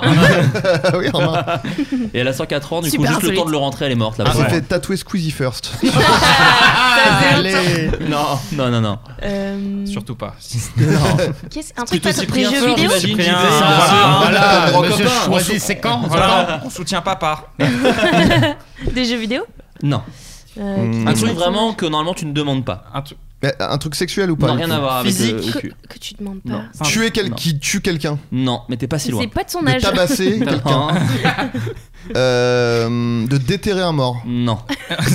Ah oui, remarque.
Et elle a 104 ans, du coup
Super
juste le
insolite.
temps de le rentrer, elle est morte là.
Elle
bas
s'est Ah, fait tatouer Squeezie first.
Ah,
Allez.
Non, non, non, non.
Euh,
Surtout pas.
qu'est-ce- Un truc
Plutôt
pas sur les
Cyprien
jeux
Fort,
vidéo
j'imagine.
Cyprien,
qu'il faisait ça.
voilà,
Ah,
Voilà,
gros
monsieur
copain.
choisit c'est quand
Voilà, on soutient papa.
Des jeux vidéo
Non,
Euh,
Hmm.
qui-
un truc vraiment que normalement tu ne demandes pas.
Un truc-
Mais Un truc sexuel ou pas
Non,
du
rien
coup
à voir avec le-
Que,
le cul.
que tu demandes
Non.
pas.
Tuer quelqu'un
Non.
qui tue quelqu'un,
Non, mais t'es pas si loin.
C'est pas de son
de
âge.
tabasser quelqu'un,
Non,
euh, de déterrer un mort,
non,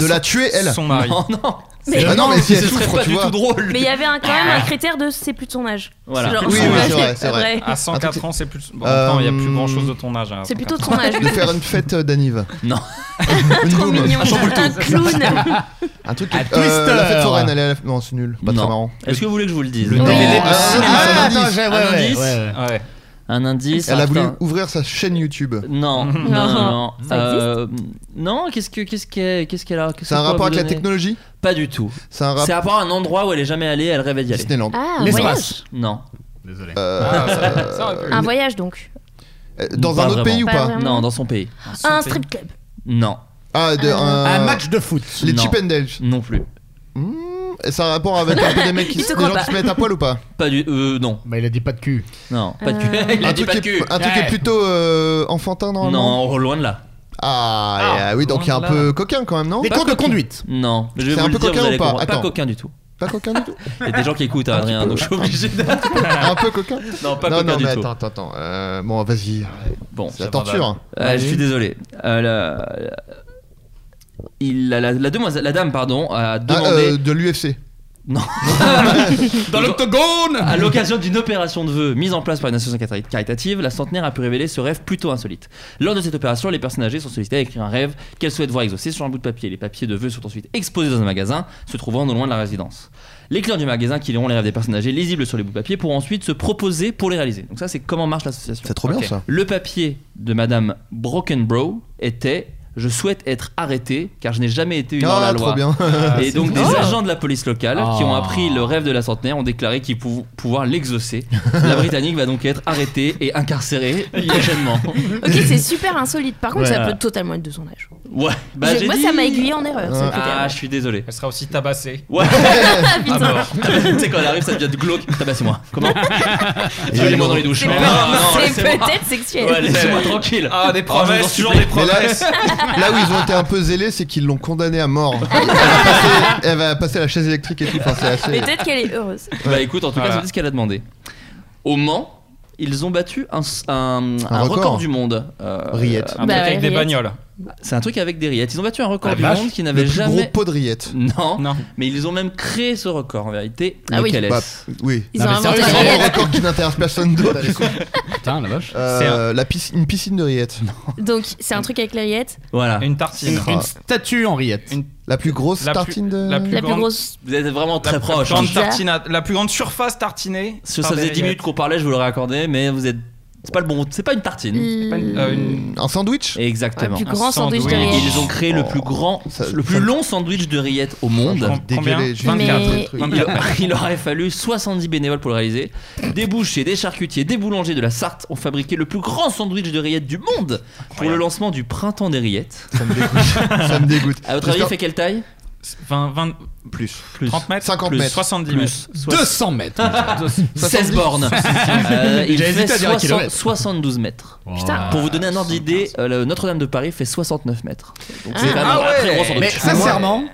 de la tuer elle.
Son mari.
non, non.
Mais-
Bah non, mais si
ce
elle
serait
souffre,
pas
tu
du
vois.
tout drôle.
Mais il y avait un- quand même un critère de c'est plus de son âge.
Voilà.
Genre,
Oui,
son
oui,
âge,
c'est vrai, c'est vrai.
À 104 ans, c'est plus. Bon,
Euh,
attends, il n'y a plus grand chose de ton âge. hein, à
C'est
104
plutôt de
ans.
son âge.
De faire une fête euh, d'anniv.
Non.
Une
Trop
boum.
Ah,
mignon. Un clown.
Un truc.
Un
euh,
twister.
la fête foraine, elle est à la- Non, c'est nul. Pas
Non.
très marrant.
Est-ce que vous voulez que je vous le dise
Le
Non.
DVD
Ah,
de cinéma.
c'est un
Ah,
indice.
attends, j'ai- ouais,
Un
ouais,
indice.
ouais, ouais.
Ouais.
Un indice.
Elle
un
a voulu
putain.
ouvrir sa chaîne YouTube.
Non, non,
Non.
non.
Ça
Euh, non, qu'est-ce que qu'est-ce qu'elle qu'est-ce qu'elle a
C'est un rapport avec la technologie
Pas du tout.
C'est un
C'est
rapport.
à part un endroit où elle est jamais allée, elle rêvait d'y aller.
Disneyland.
Ah, un voyage.
L'espace.
Non.
Désolé.
Euh,
Un voyage donc.
euh, Dans
Pas
un autre pays ou
vraiment. Pas
pas
Ah, vraiment.
Non, dans son pays.
Un strip club.
Non,
Ah, de- un.
Un match de foot.
Les
Non.
Chip and Dale.
non plus.
Et ça a un rapport avec un peu des mecs qui,
Il te
se- des
croit
gens
pas.
qui se mettent à poil ou pas
Pas du. Euh, non,
Bah, il a dit pas de cul.
non, pas de cul.
Euh.
Il a
Un
dit
truc
pas de
qui
cul.
est, un truc
Ouais.
est plutôt euh, enfantin normalement
Non, loin de là.
Ah, et,
Ah,
euh, oui, donc il y a un
là.
peu coquin quand même, non
Des cours de conduite.
Non, je vais
C'est
vous
un
le
peu
dire,
coquin
vous allez
ou pas
comprendre. Pas
Attends.
coquin du tout.
Pas coquin du tout
Il y a des gens qui écoutent, Adrien, donc je suis obligé de.
Un peu coquin
Non, pas
Non,
coquin
non,
du
mais
tout.
attends, attends, attends. Euh, bon, vas-y,
Bon,
c'est la torture.
Euh, je suis désolé. Euh, la... Il, la, la, la demoiselle- la dame pardon, a
Ah,
demandé
euh, de l'UFC.
Non.
Dans l'octogone
à l'occasion d'une opération de vœux mise en place par une association cari- caritative, la centenaire a pu révéler ce rêve plutôt insolite. Lors de cette opération, les personnes âgées sont sollicitées à écrire un rêve qu'elles souhaitent voir exaucé sur un bout de papier. Les papiers de vœux sont ensuite exposés dans un magasin se trouvant non loin de la résidence. Les clients du magasin qui liront les rêves des personnes âgées lisibles sur les bouts de papier pourront ensuite se proposer pour les réaliser. Donc ça, c'est comment marche l'association.
C'est trop
Ok.
bien ça.
Le papier de Madame Brokenbrow était Je souhaite être arrêtée car je n'ai jamais été une hors
Ah,
la
trop
loi.
bien.
Et
Ah,
donc des agents de la police locale qui ont
Ah.
appris le rêve de la centenaire ont déclaré qu'ils pouvaient pouvoir l'exaucer. la Britannique va donc être arrêtée et incarcérée prochainement.
Ok, c'est super insolite. Par contre,
Ouais.
ça peut totalement être de son âge.
Ouais, bah
Je-
j'ai
moi,
dit-
ça m'a aiguillé en erreur. ce
Ah,
critère.
je suis désolé.
Elle sera aussi tabassée.
Ouais,
Ah, putain.
À mort.
tu sais quand elle arrive, ça devient de glauque. Ah, Tabassez-moi. Comment Tabassez-moi dans les douches.
C'est
Non,
peut-
non,
c'est
laissez-moi.
peut-être sexuel.
Ouais, laissez-moi tranquille.
Ah, des
promesses,
promesses,
toujours
toujours des
Mais là,
promesses.
Ah,
là où ils ont été un peu zélés, c'est qu'ils l'ont condamnée à mort. Elle va, passer, elle va passer à la chaise électrique et tout. Enfin, c'est assez.
Peut-être qu'elle est heureuse.
Ah.
Bah écoute, en tout cas,
Voilà.
c'est ce qu'elle a demandé. Au Mans, ils ont battu un, un-
Un
un record.
record
du monde. Euh,
Rillettes.
un
Bah
truc
ouais,
avec des
rillettes.
bagnoles. C'est un truc avec des rillettes. Ils ont battu un record
Ah,
du
vache,
monde qui n'avait
le plus
jamais.
gros pot de rillettes.
Non, mais ils ont même créé ce record en vérité.
Ah oui.
Lequel est-ce
Bah, oui.
Ils ont inventé
C'est
la
un
rillette.
record qui n'intéresse personne d'autre. Euh,
Putain, la vache.
la piscine- une piscine de rillettes.
Donc, c'est un truc avec la rillette.
Voilà.
Une tartine.
Une statue en rillette.
La plus grosse
La plus-
tartine de.
la plus
La plus
grande-
grosse.
Vous êtes vraiment très
la plus
proche.
grande
hein.
tartine à- la plus grande surface tartinée.
Si ça
par des
faisait 10 minutes
rillettes.
qu'on parlait, je vous l'aurais accordé, mais vous êtes. C'est pas le bon. C'est pas une tartine.
C'est pas une- euh, une-
Un sandwich
Exactement.
Mm. Ouais, le plus grand sandwich de rillettes.
Ils ont créé
Oh.
le plus grand, le plus long sandwich de rillettes au monde.
Combien
Dégueulé,
Combien
j'ai-
Mais-
Il, il aurait fallu 70 bénévoles pour le réaliser. Des bouchers, des charcutiers, des boulangers de la Sarthe ont fabriqué le plus grand sandwich de rillettes du monde pour le lancement du printemps des rillettes.
Ça me dégoûte. ça me dégoûte.
À votre avis, il
J'espère-
fait quelle taille
20, 20,
plus.
Plus.
30 mètres
50
Plus.
mètres.
70
Plus.
mètres.
Soit-
200 mètres.
16 bornes. Euh, il
J'ai
fait
hésité à dire un
60
kilomètre. Ah,
72 mètres.
Putain. Oh.
Pour vous donner un ordre d'idée, euh, le Notre-Dame de Paris fait 69 mètres. Donc c'est
Ah.
quand même
Ah
un très
ouais.
gros sandwich.
Mais
Ah, moi-
sincèrement,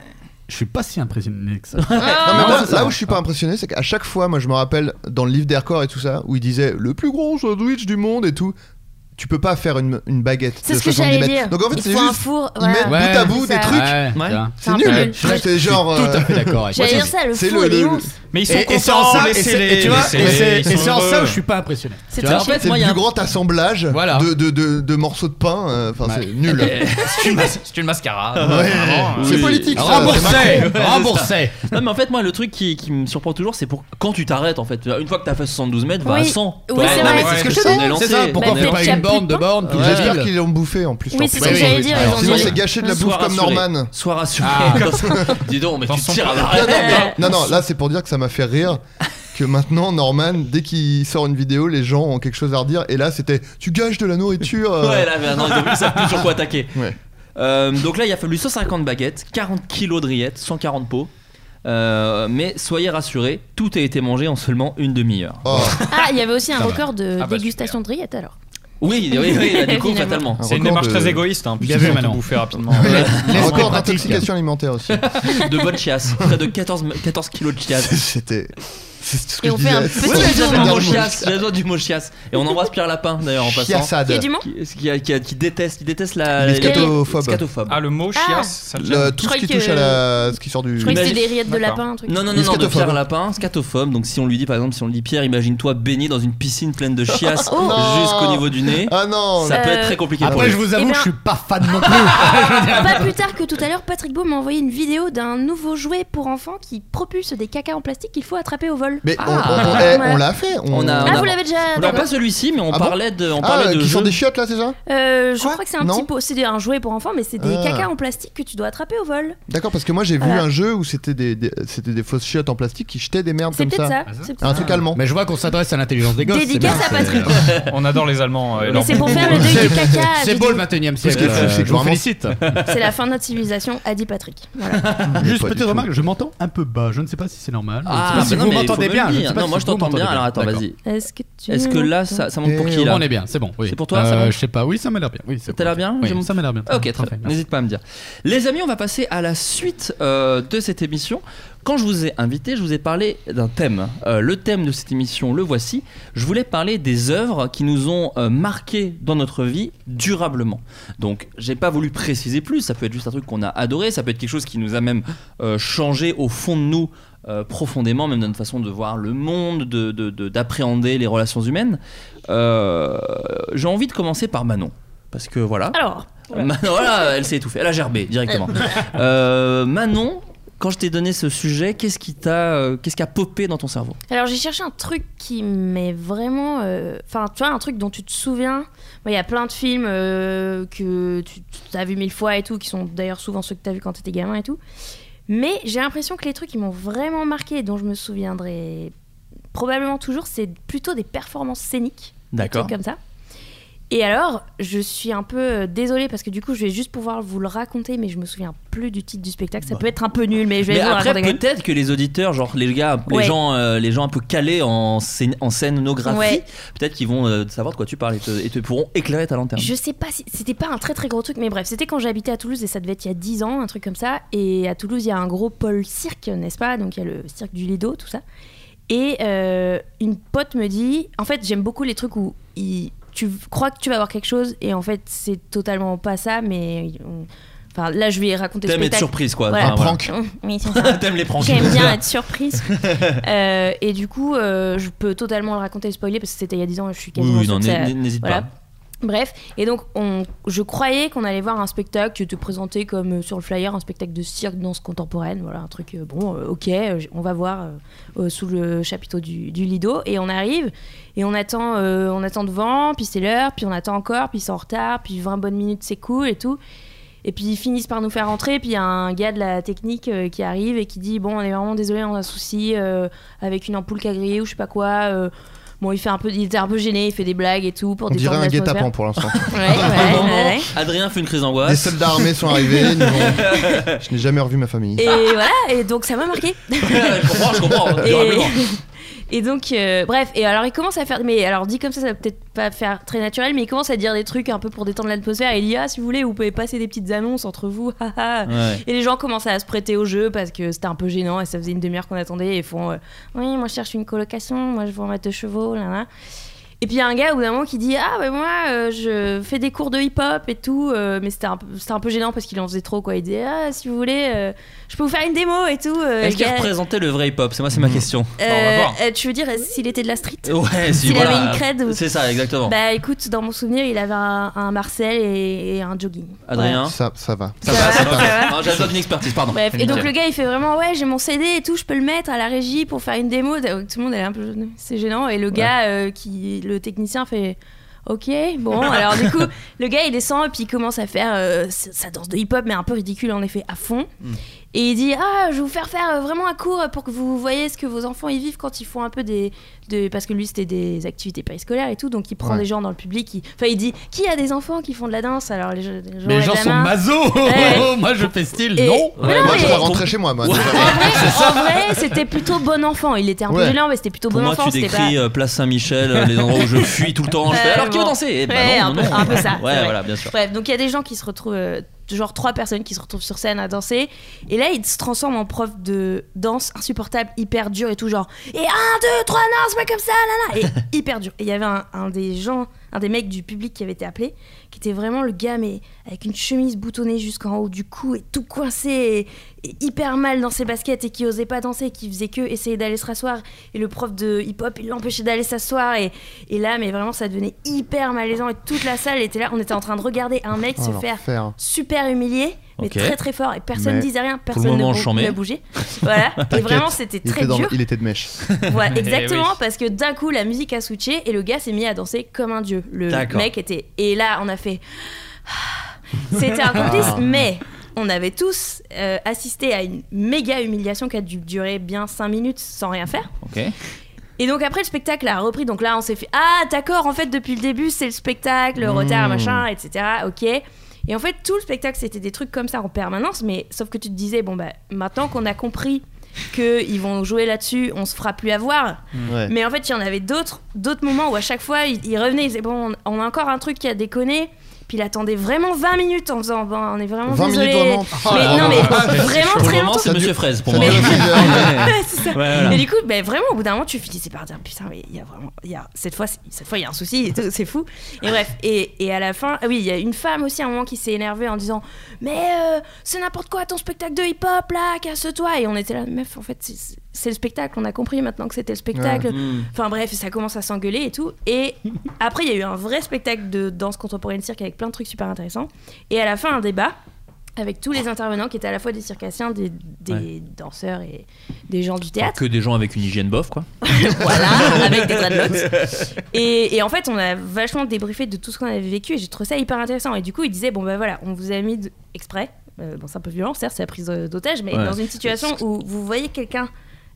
je suis pas si impressionné que ça.
Non, mais
Non,
moi,
c'est ça.
là où je suis pas impressionné, c'est qu'à chaque fois, moi je me rappelle dans le livre d'Aircore et tout ça, où il disait le plus gros sandwich du monde et tout. Tu peux pas faire une, une baguette.
C'est
de
ce que
70
j'allais
mètres.
dire.
Donc en fait,
Il
c'est
faut un
juste.
four.
Ils
voilà.
mettent bout à bout des
C'est ça.
trucs.
Ouais,
Ouais.
C'est un
C'est
peu
nul.
le truc.
C'est genre.
Tout
euh,
à fait d'accord avec toi.
J'allais dire ça, le
c'est
four
le-
et les
le-
onces.
Mais ils sont
Et, et c'est en
contents,
ça, et
laissez-les,
c'est- et tu vois, et
laissez-les,
c'est
ils
et
sont
c'est en ça où
heureux.
je suis pas impressionné.
C'est
Tu
trop
vois
En fait,
C'est
moi, il y
le
a
plus
un-
grand assemblage
Voilà.
de, de, de, de morceaux de pain. euh, Enfin, c'est nul.
C'est une, mas- c'est une mascara.
Ouais.
Vraiment, euh,
C'est
Oui.
politique. ça, c'est
Remboursé,
Macron.
Ah, remboursé.
Non mais en fait moi le truc qui, qui me surprend toujours c'est pour quand tu t'arrêtes en fait une fois que t'as fait 72 mètres va à
Oui.
100
Oui,
Ouais,
c'est
non,
vrai.
mais
C'est ce que je
on
te
est
dis.
lancé,
C'est ça. Pourquoi
on
on
est
fait
lancé.
pas
Peut-être
une borne de
qu'il y a
borne toute la
J'espère
ville
qu'ils l'ont bouffé en plus.
Oui,
tant
c'est
pis.
ce que
oui,
j'allais
oui,
dire.
oui.
Ils
Alors,
ont
Sinon,
dit-
c'est gâché de la
Sois
bouffe comme
rassuré.
Norman.
Sois rassuré. Dis donc mais
Dans
tu
son
tires à
propre-
l'arrêt.
Non, non, là c'est pour dire que ça m'a fait rire que maintenant Norman, dès qu'il sort une vidéo, les gens ont quelque chose à redire. Et là c'était tu gâches de la nourriture. euh.
Ouais, là, mais non, ils ne savent plus sur quoi attaquer.
Ouais.
Euh, donc là, il a fallu 150 baguettes, 40 kilos de rillettes, 140 pots. Euh, mais soyez rassurés, tout a été mangé en seulement une demi-heure.
Oh,
Ah, il y avait aussi un record de
Ah bah,
dégustation de rillettes alors.
Oui, oui, oui, bah, du coup,
Finalement.
fatalement.
Un
C'est une
record
démarche
de-
très égoïste, hein,
Bien
puisqu'ils
vu,
vont tout
Manon.
bouffer rapidement.
Les
un record
sports pratiques.
d'intoxication alimentaire aussi.
Euh, De bonnes chiasses, près de 14, m- 14 kilos de chiasses.
c'était. C'est ce que
Et
je
on fait un
disais.
petit
Oui,
C'est
j'ai besoin
un dernier
du mot
mot.
chiasse, j'ai besoin du mot chiasse. Et on embrasse Pierre Lapin d'ailleurs en passant.
Chiassade.
Il y a du monde
Qui, qui a- qui a- qui déteste, il déteste la.
Il est scatophobe.
les- scatophobe.
Ah, le mot
Ah.
chiasse, ça
Le-
vient.
Euh, tout ce
Je
qui
croyais
touche à la... ce qui sort du.
Je crois que c'était
Imagine-
des rillettes de
D'accord.
lapin, un truc.
Non, non,
Il
non,
est
non, de
scatophobe.
Pierre Lapin, scatophobe. Donc si on lui dit par exemple, si on lui dit Pierre, imagine-toi baigné dans une piscine pleine de chiasses
Oh non.
jusqu'au niveau du nez.
Ah non.
Ça peut
Euh,
être très compliqué pour
Après,
lui.
je vous
Eh
avoue
ben-
que je suis pas fan non plus.
Pas plus tard que tout à l'heure, Patrick Beau m'a envoyé une vidéo d'un nouveau jouet pour enfants qui propulse des cacas en plastique qu'il faut attraper au vol.
Mais on-
Ah.
on, eh,
Ouais.
on l'a fait. On,
On a-
Ah,
a-
vous l'avez déjà
On n'a
d'accord.
pas celui-ci, mais on
Ah bon
parlait de. On
Ah,
parlait de
qui
jeux.
sont des chiottes là, c'est ça
Euh, Je
Quoi
crois que c'est un
Non.
petit pot. C'est un jouet pour enfants, mais c'est des
Ah.
cacas en plastique que tu dois attraper au vol.
D'accord, parce que moi j'ai vu
Voilà.
un jeu où c'était des, des- c'était des fausses chiottes en plastique qui jetaient des merdes
C'est
comme
peut-être
ça.
ça. Ah, c'est peut-être
Un
ça.
truc allemand.
Mais je vois qu'on s'adresse à l'intelligence des gosses. c'est
Dédicace
bien,
à Patrick.
c'est-
On adore les Allemands. euh, et
Mais
leur-
c'est pour faire le deuil du caca.
C'est
j'ai
beau
dit.
le 21 e
Ce
siècle.
qui est fou, c'est que
je vous
vraiment-
félicite.
C'est la fin de notre civilisation, a dit Patrick. Voilà.
Mais
Juste
pas du
petite
tout.
remarque, je m'entends un peu bas. Je ne sais pas si c'est normal.
Ah,
je ne sais pas
mais
si
non,
vous
mais
m'entendez
faut
bien.
me le
je ne
dire.
sais pas
Non,
si
moi je
vous
t'entends
m'entendez
bien. Alors attends,
D'accord.
vas-y.
Est-ce que tu.
Est-ce que là, ça, ça
Eh
monte pour qui là
On est bien, c'est bon. Oui.
C'est pour toi, ça
Euh,
va
Je sais pas. Oui, ça m'a l'air bien. Oui, c'est
T'as l'air bien
Oui,
J'ai mon-
Ça m'a l'air bien.
Ok, très
Parfait,
bien.
merci.
N'hésite pas à me dire. Les amis, on va passer à la suite euh, de cette émission. Quand je vous ai invité, je vous ai parlé d'un thème. Euh, le thème de cette émission, le voici. Je voulais parler des œuvres qui nous ont euh, marqué dans notre vie durablement. Donc, j'ai pas voulu préciser plus. Ça peut être juste un truc qu'on a adoré. Ça peut être quelque chose qui nous a même euh, changé au fond de nous euh, profondément, même dans notre façon de voir le monde, de- de- de- d'appréhender les relations humaines. Euh, j'ai envie de commencer par Manon. Parce que voilà.
Alors,
Manon, voilà, elle s'est étouffée, elle a gerbé directement. Euh, Manon, quand je t'ai donné ce sujet, qu'est-ce qui t'a, euh, qu'est-ce qui a popé dans ton cerveau
Alors j'ai cherché un truc qui m'est vraiment... euh, Enfin, tu vois, un truc dont tu te souviens. Moi, Il y a plein de films euh, que tu tu as vu mille fois et tout, qui sont d'ailleurs souvent ceux que tu as vu quand tu étais gamin et tout. Mais j'ai l'impression que les trucs qui m'ont vraiment marqué et dont je me souviendrai probablement toujours, c'est plutôt des performances scéniques, des
D'accord.
trucs comme ça. Et alors, je suis un peu euh, désolée parce que du coup, je vais juste pouvoir vous le raconter, mais je me souviens plus du titre du spectacle. Ça peut être un peu nul, mais je
Bah.
vais
Mais
vous le
après,
raconter quand même.
peut-être que les auditeurs, genre les gars, les
Ouais.
gens, euh, les gens un peu calés en, scén- en scénographie,
Ouais.
peut-être qu'ils vont euh, savoir de quoi tu parles et te, et te pourront éclairer ta lanterne.
Je sais pas si c'était pas un très très gros truc, mais bref, c'était quand j'habitais à Toulouse et ça devait être il y a 10 ans, un truc comme ça. Et à Toulouse, il y a un gros pôle cirque, n'est-ce pas Donc il y a le cirque du Lido, tout ça. Et euh, une pote me dit, en fait, j'aime beaucoup les trucs où il- tu crois que tu vas voir quelque chose et en fait, c'est totalement pas ça, mais. on- Enfin, là, je vais raconter
T'aimes
le
être
spectacle.
surprise, quoi. Un prank.
Mmh, oui, c'est ça.
T'aimes les pranks.
J'aime
Voilà.
bien être surprise. Euh, et du coup, euh, je peux totalement le raconter et le spoiler parce que c'était il y a 10 ans, je suis quasiment euh,
Oui, oui,
sûre
non,
que ça-
n'hé- n'hésite pas.
Bref, et donc on, je croyais qu'on allait voir un spectacle qui était présenté comme euh, sur le flyer, un spectacle de cirque, danse contemporaine, voilà, un truc, euh, bon, euh, ok, euh, j- on va voir euh, euh, sous le chapiteau du, du Lido, et on arrive, et on attend, euh, on attend devant, puis c'est l'heure, puis on attend encore, puis c'est en retard, puis 20 bonnes minutes c'est cool et tout. Et puis ils finissent par nous faire rentrer. Puis il y a un gars de la technique euh, qui arrive et qui dit Bon, on est vraiment désolé, on a un souci euh, avec une ampoule qui a grillé ou je sais pas quoi. euh. bon, il, fait un peu, il était un peu gêné, il fait des blagues et tout. Pour
On dirait
détendre
un
l'atmosphère.
guet-apens pour l'instant.
ouais, ouais, ouais, ouais.
Adrien fait une crise d'angoisse.
Les soldats armés sont arrivés. ils nous ont- Je n'ai jamais revu ma famille.
Et voilà, et donc ça m'a marqué.
je comprends, je comprends. durablement.
Et, et donc, euh, bref, et alors il commence à faire. Mais alors dit comme ça, ça va peut-être pas faire très naturel, mais il commence à dire des trucs un peu pour détendre l'atmosphère. Et il dit Ah, si vous voulez, vous pouvez passer des petites annonces entre vous. haha.
Ouais.
Et les gens commencent à se prêter au jeu parce que c'était un peu gênant et ça faisait une demi-heure qu'on attendait. Et ils font euh, Oui, moi je cherche une colocation, moi je veux en mettre deux chevaux, là là. Et puis il y a un gars au bout d'un moment qui dit Ah, bah moi euh, je fais des cours de hip-hop et tout, euh, mais c'était un, peu- c'était un peu gênant parce qu'il en faisait trop quoi. Il dit Ah, si vous voulez, euh, je peux vous faire une démo et tout. euh,
Est-ce qu'il
le gars-
représentait le vrai hip-hop C'est moi, c'est ma question.
euh,
Mhm. Bon, on va voir.
euh, tu veux dire euh, s'il était de la street
Ouais, si,
S'il
voilà.
avait une crête ou-
C'est ça, exactement.
Bah écoute, dans mon souvenir, il avait un, un Marcel et, et un jogging.
Adrien
Ça, ça va.
Ça, va, ça va. Ah, J'ai besoin d'une expertise, pardon.
Bref, et donc le
Nickel.
gars il fait vraiment ouais j'ai mon CD et tout je peux le mettre à la régie pour faire une démo Donc, tout le monde est un peu c'est gênant et le gars euh, qui le technicien fait ok bon alors du coup le gars il descend et puis il commence à faire euh, sa sa danse de hip hop mais un peu ridicule en effet à fond
Hmm.
et il dit ah je vais vous faire faire euh, vraiment un cours pour que vous voyez ce que vos enfants y vivent quand ils font un peu des, des- parce que lui c'était des activités périscolaires et tout donc il prend
Ouais.
des gens dans le public qui- enfin il dit qui a des enfants qui font de la danse alors les, gens- les gens,
Les
lèvent
gens
la
sont
main.
maso
Ouais.
Moi je fais style,
Et-
non
Mais non,
Ah,
moi, je
mais-
vais rentrer chez moi. moi, déjà.
En vrai, c'était plutôt bon enfant. Il était un peu
Ouais.
violent, mais c'était plutôt
Pour
bon
moi,
enfant.
tu
c'était
décris
pas-
euh, Place Saint-Michel, euh, les endroits où je fuis tout le temps. Je fais,
Ouais,
alors, qui veut
bon.
danser Eh, bah
Ouais,
non,
un,
non,
peu,
non.
un peu ça. c'est
Ouais,
vrai.
voilà, bien sûr.
Bref, donc il y a des gens qui se retrouvent, euh, genre trois personnes qui se retrouvent sur scène à danser. Et là, il se transforme en prof de danse insupportable, hyper dur et tout, genre. Et un, deux, trois, non, c'est pas comme ça, là, là. Et hyper dur. Et il y avait un, un des gens, un des mecs du public qui avait été appelé, qui était vraiment le gars, mais avec une chemise boutonnée jusqu'en haut du cou et tout coincé et, et hyper mal dans ses baskets et qui osait pas danser, et qui faisait que essayer d'aller se rasseoir. Et le prof de hip-hop, il l'empêchait d'aller s'asseoir. Et, et là, mais vraiment, ça devenait hyper malaisant. Et toute la salle était là. On était en train de regarder un mec
Oh,
se
l'enfer.
faire super humilié, mais
Ok.
très très fort. Et personne ne
Mais
disait rien,
tout le
personne
moment
ne, bou-
chambé.
ne bougeait. Voilà. et
T'inquiète,
vraiment, c'était
il
très
était dans- Eh
dur.
Il était de mèche.
Voilà, exactement, parce que d'un coup la musique a switché et le gars s'est mis à danser comme un dieu. Le
D'accord.
mec était. Et là, on a fait. C'était un complice,
Ah.
mais on avait tous euh, assisté à une méga humiliation qui a dû durer bien 5 minutes sans rien faire.
Ok.
Et donc après le spectacle a repris, donc là on s'est fait ah d'accord en fait depuis le début c'est le spectacle, le
Mmh.
retard machin etc. Ok. Et en fait tout le spectacle c'était des trucs comme ça en permanence, mais sauf que tu te disais bon bah maintenant qu'on a compris que ils vont jouer là-dessus, on se fera plus avoir.
Ouais.
Mais en fait il y en avait d'autres, d'autres moments où à chaque fois ils, ils revenaient, ils disaient bon on on a encore un truc qui a déconné. Puis il attendait vraiment 20 minutes en faisant bon on est vraiment
20
Oh, désolé.
minutes Oh, vraiment
Mais non mais vraiment
Pour
très
le moment,
longtemps.
c'est Monsieur Fraise pour
ça
moi.
dure six heures,
Ouais, c'est ça.
Ouais, voilà.
Mais du coup, ben, vraiment, au bout d'un moment, tu finissais par dire putain, mais il y a vraiment, il y a- cette fois, c'est- cette fois, il y a un souci, et tout, c'est fou. Et bref, et, et à la fin, ah oui, il y a une femme aussi à un moment qui s'est énervée en disant mais euh, c'est n'importe quoi ton spectacle de hip-hop là, casse-toi. Et on était là, meuf, en fait, c'est- c'est- c'est le spectacle, on a compris maintenant que c'était le spectacle.
Ouais. Mm.
Enfin bref, ça commence à s'engueuler et tout. Et après, il y a eu un vrai spectacle de danse contemporaine cirque avec plein de trucs super intéressants. Et à la fin, un débat avec tous les intervenants qui étaient à la fois des circassiens, des, des
Ouais.
danseurs et des gens du théâtre.
Que des gens avec une hygiène bof, quoi.
voilà, avec des dreadlocks. Et, et en fait, on a vachement débriefé de tout ce qu'on avait vécu et j'ai trouvé ça hyper intéressant. Et du coup, il disait bon, bah voilà, on vous a mis de- exprès. Euh, bon, c'est un peu violent, certes, c'est la prise euh, d'otage, mais
Ouais.
dans une situation où vous voyez quelqu'un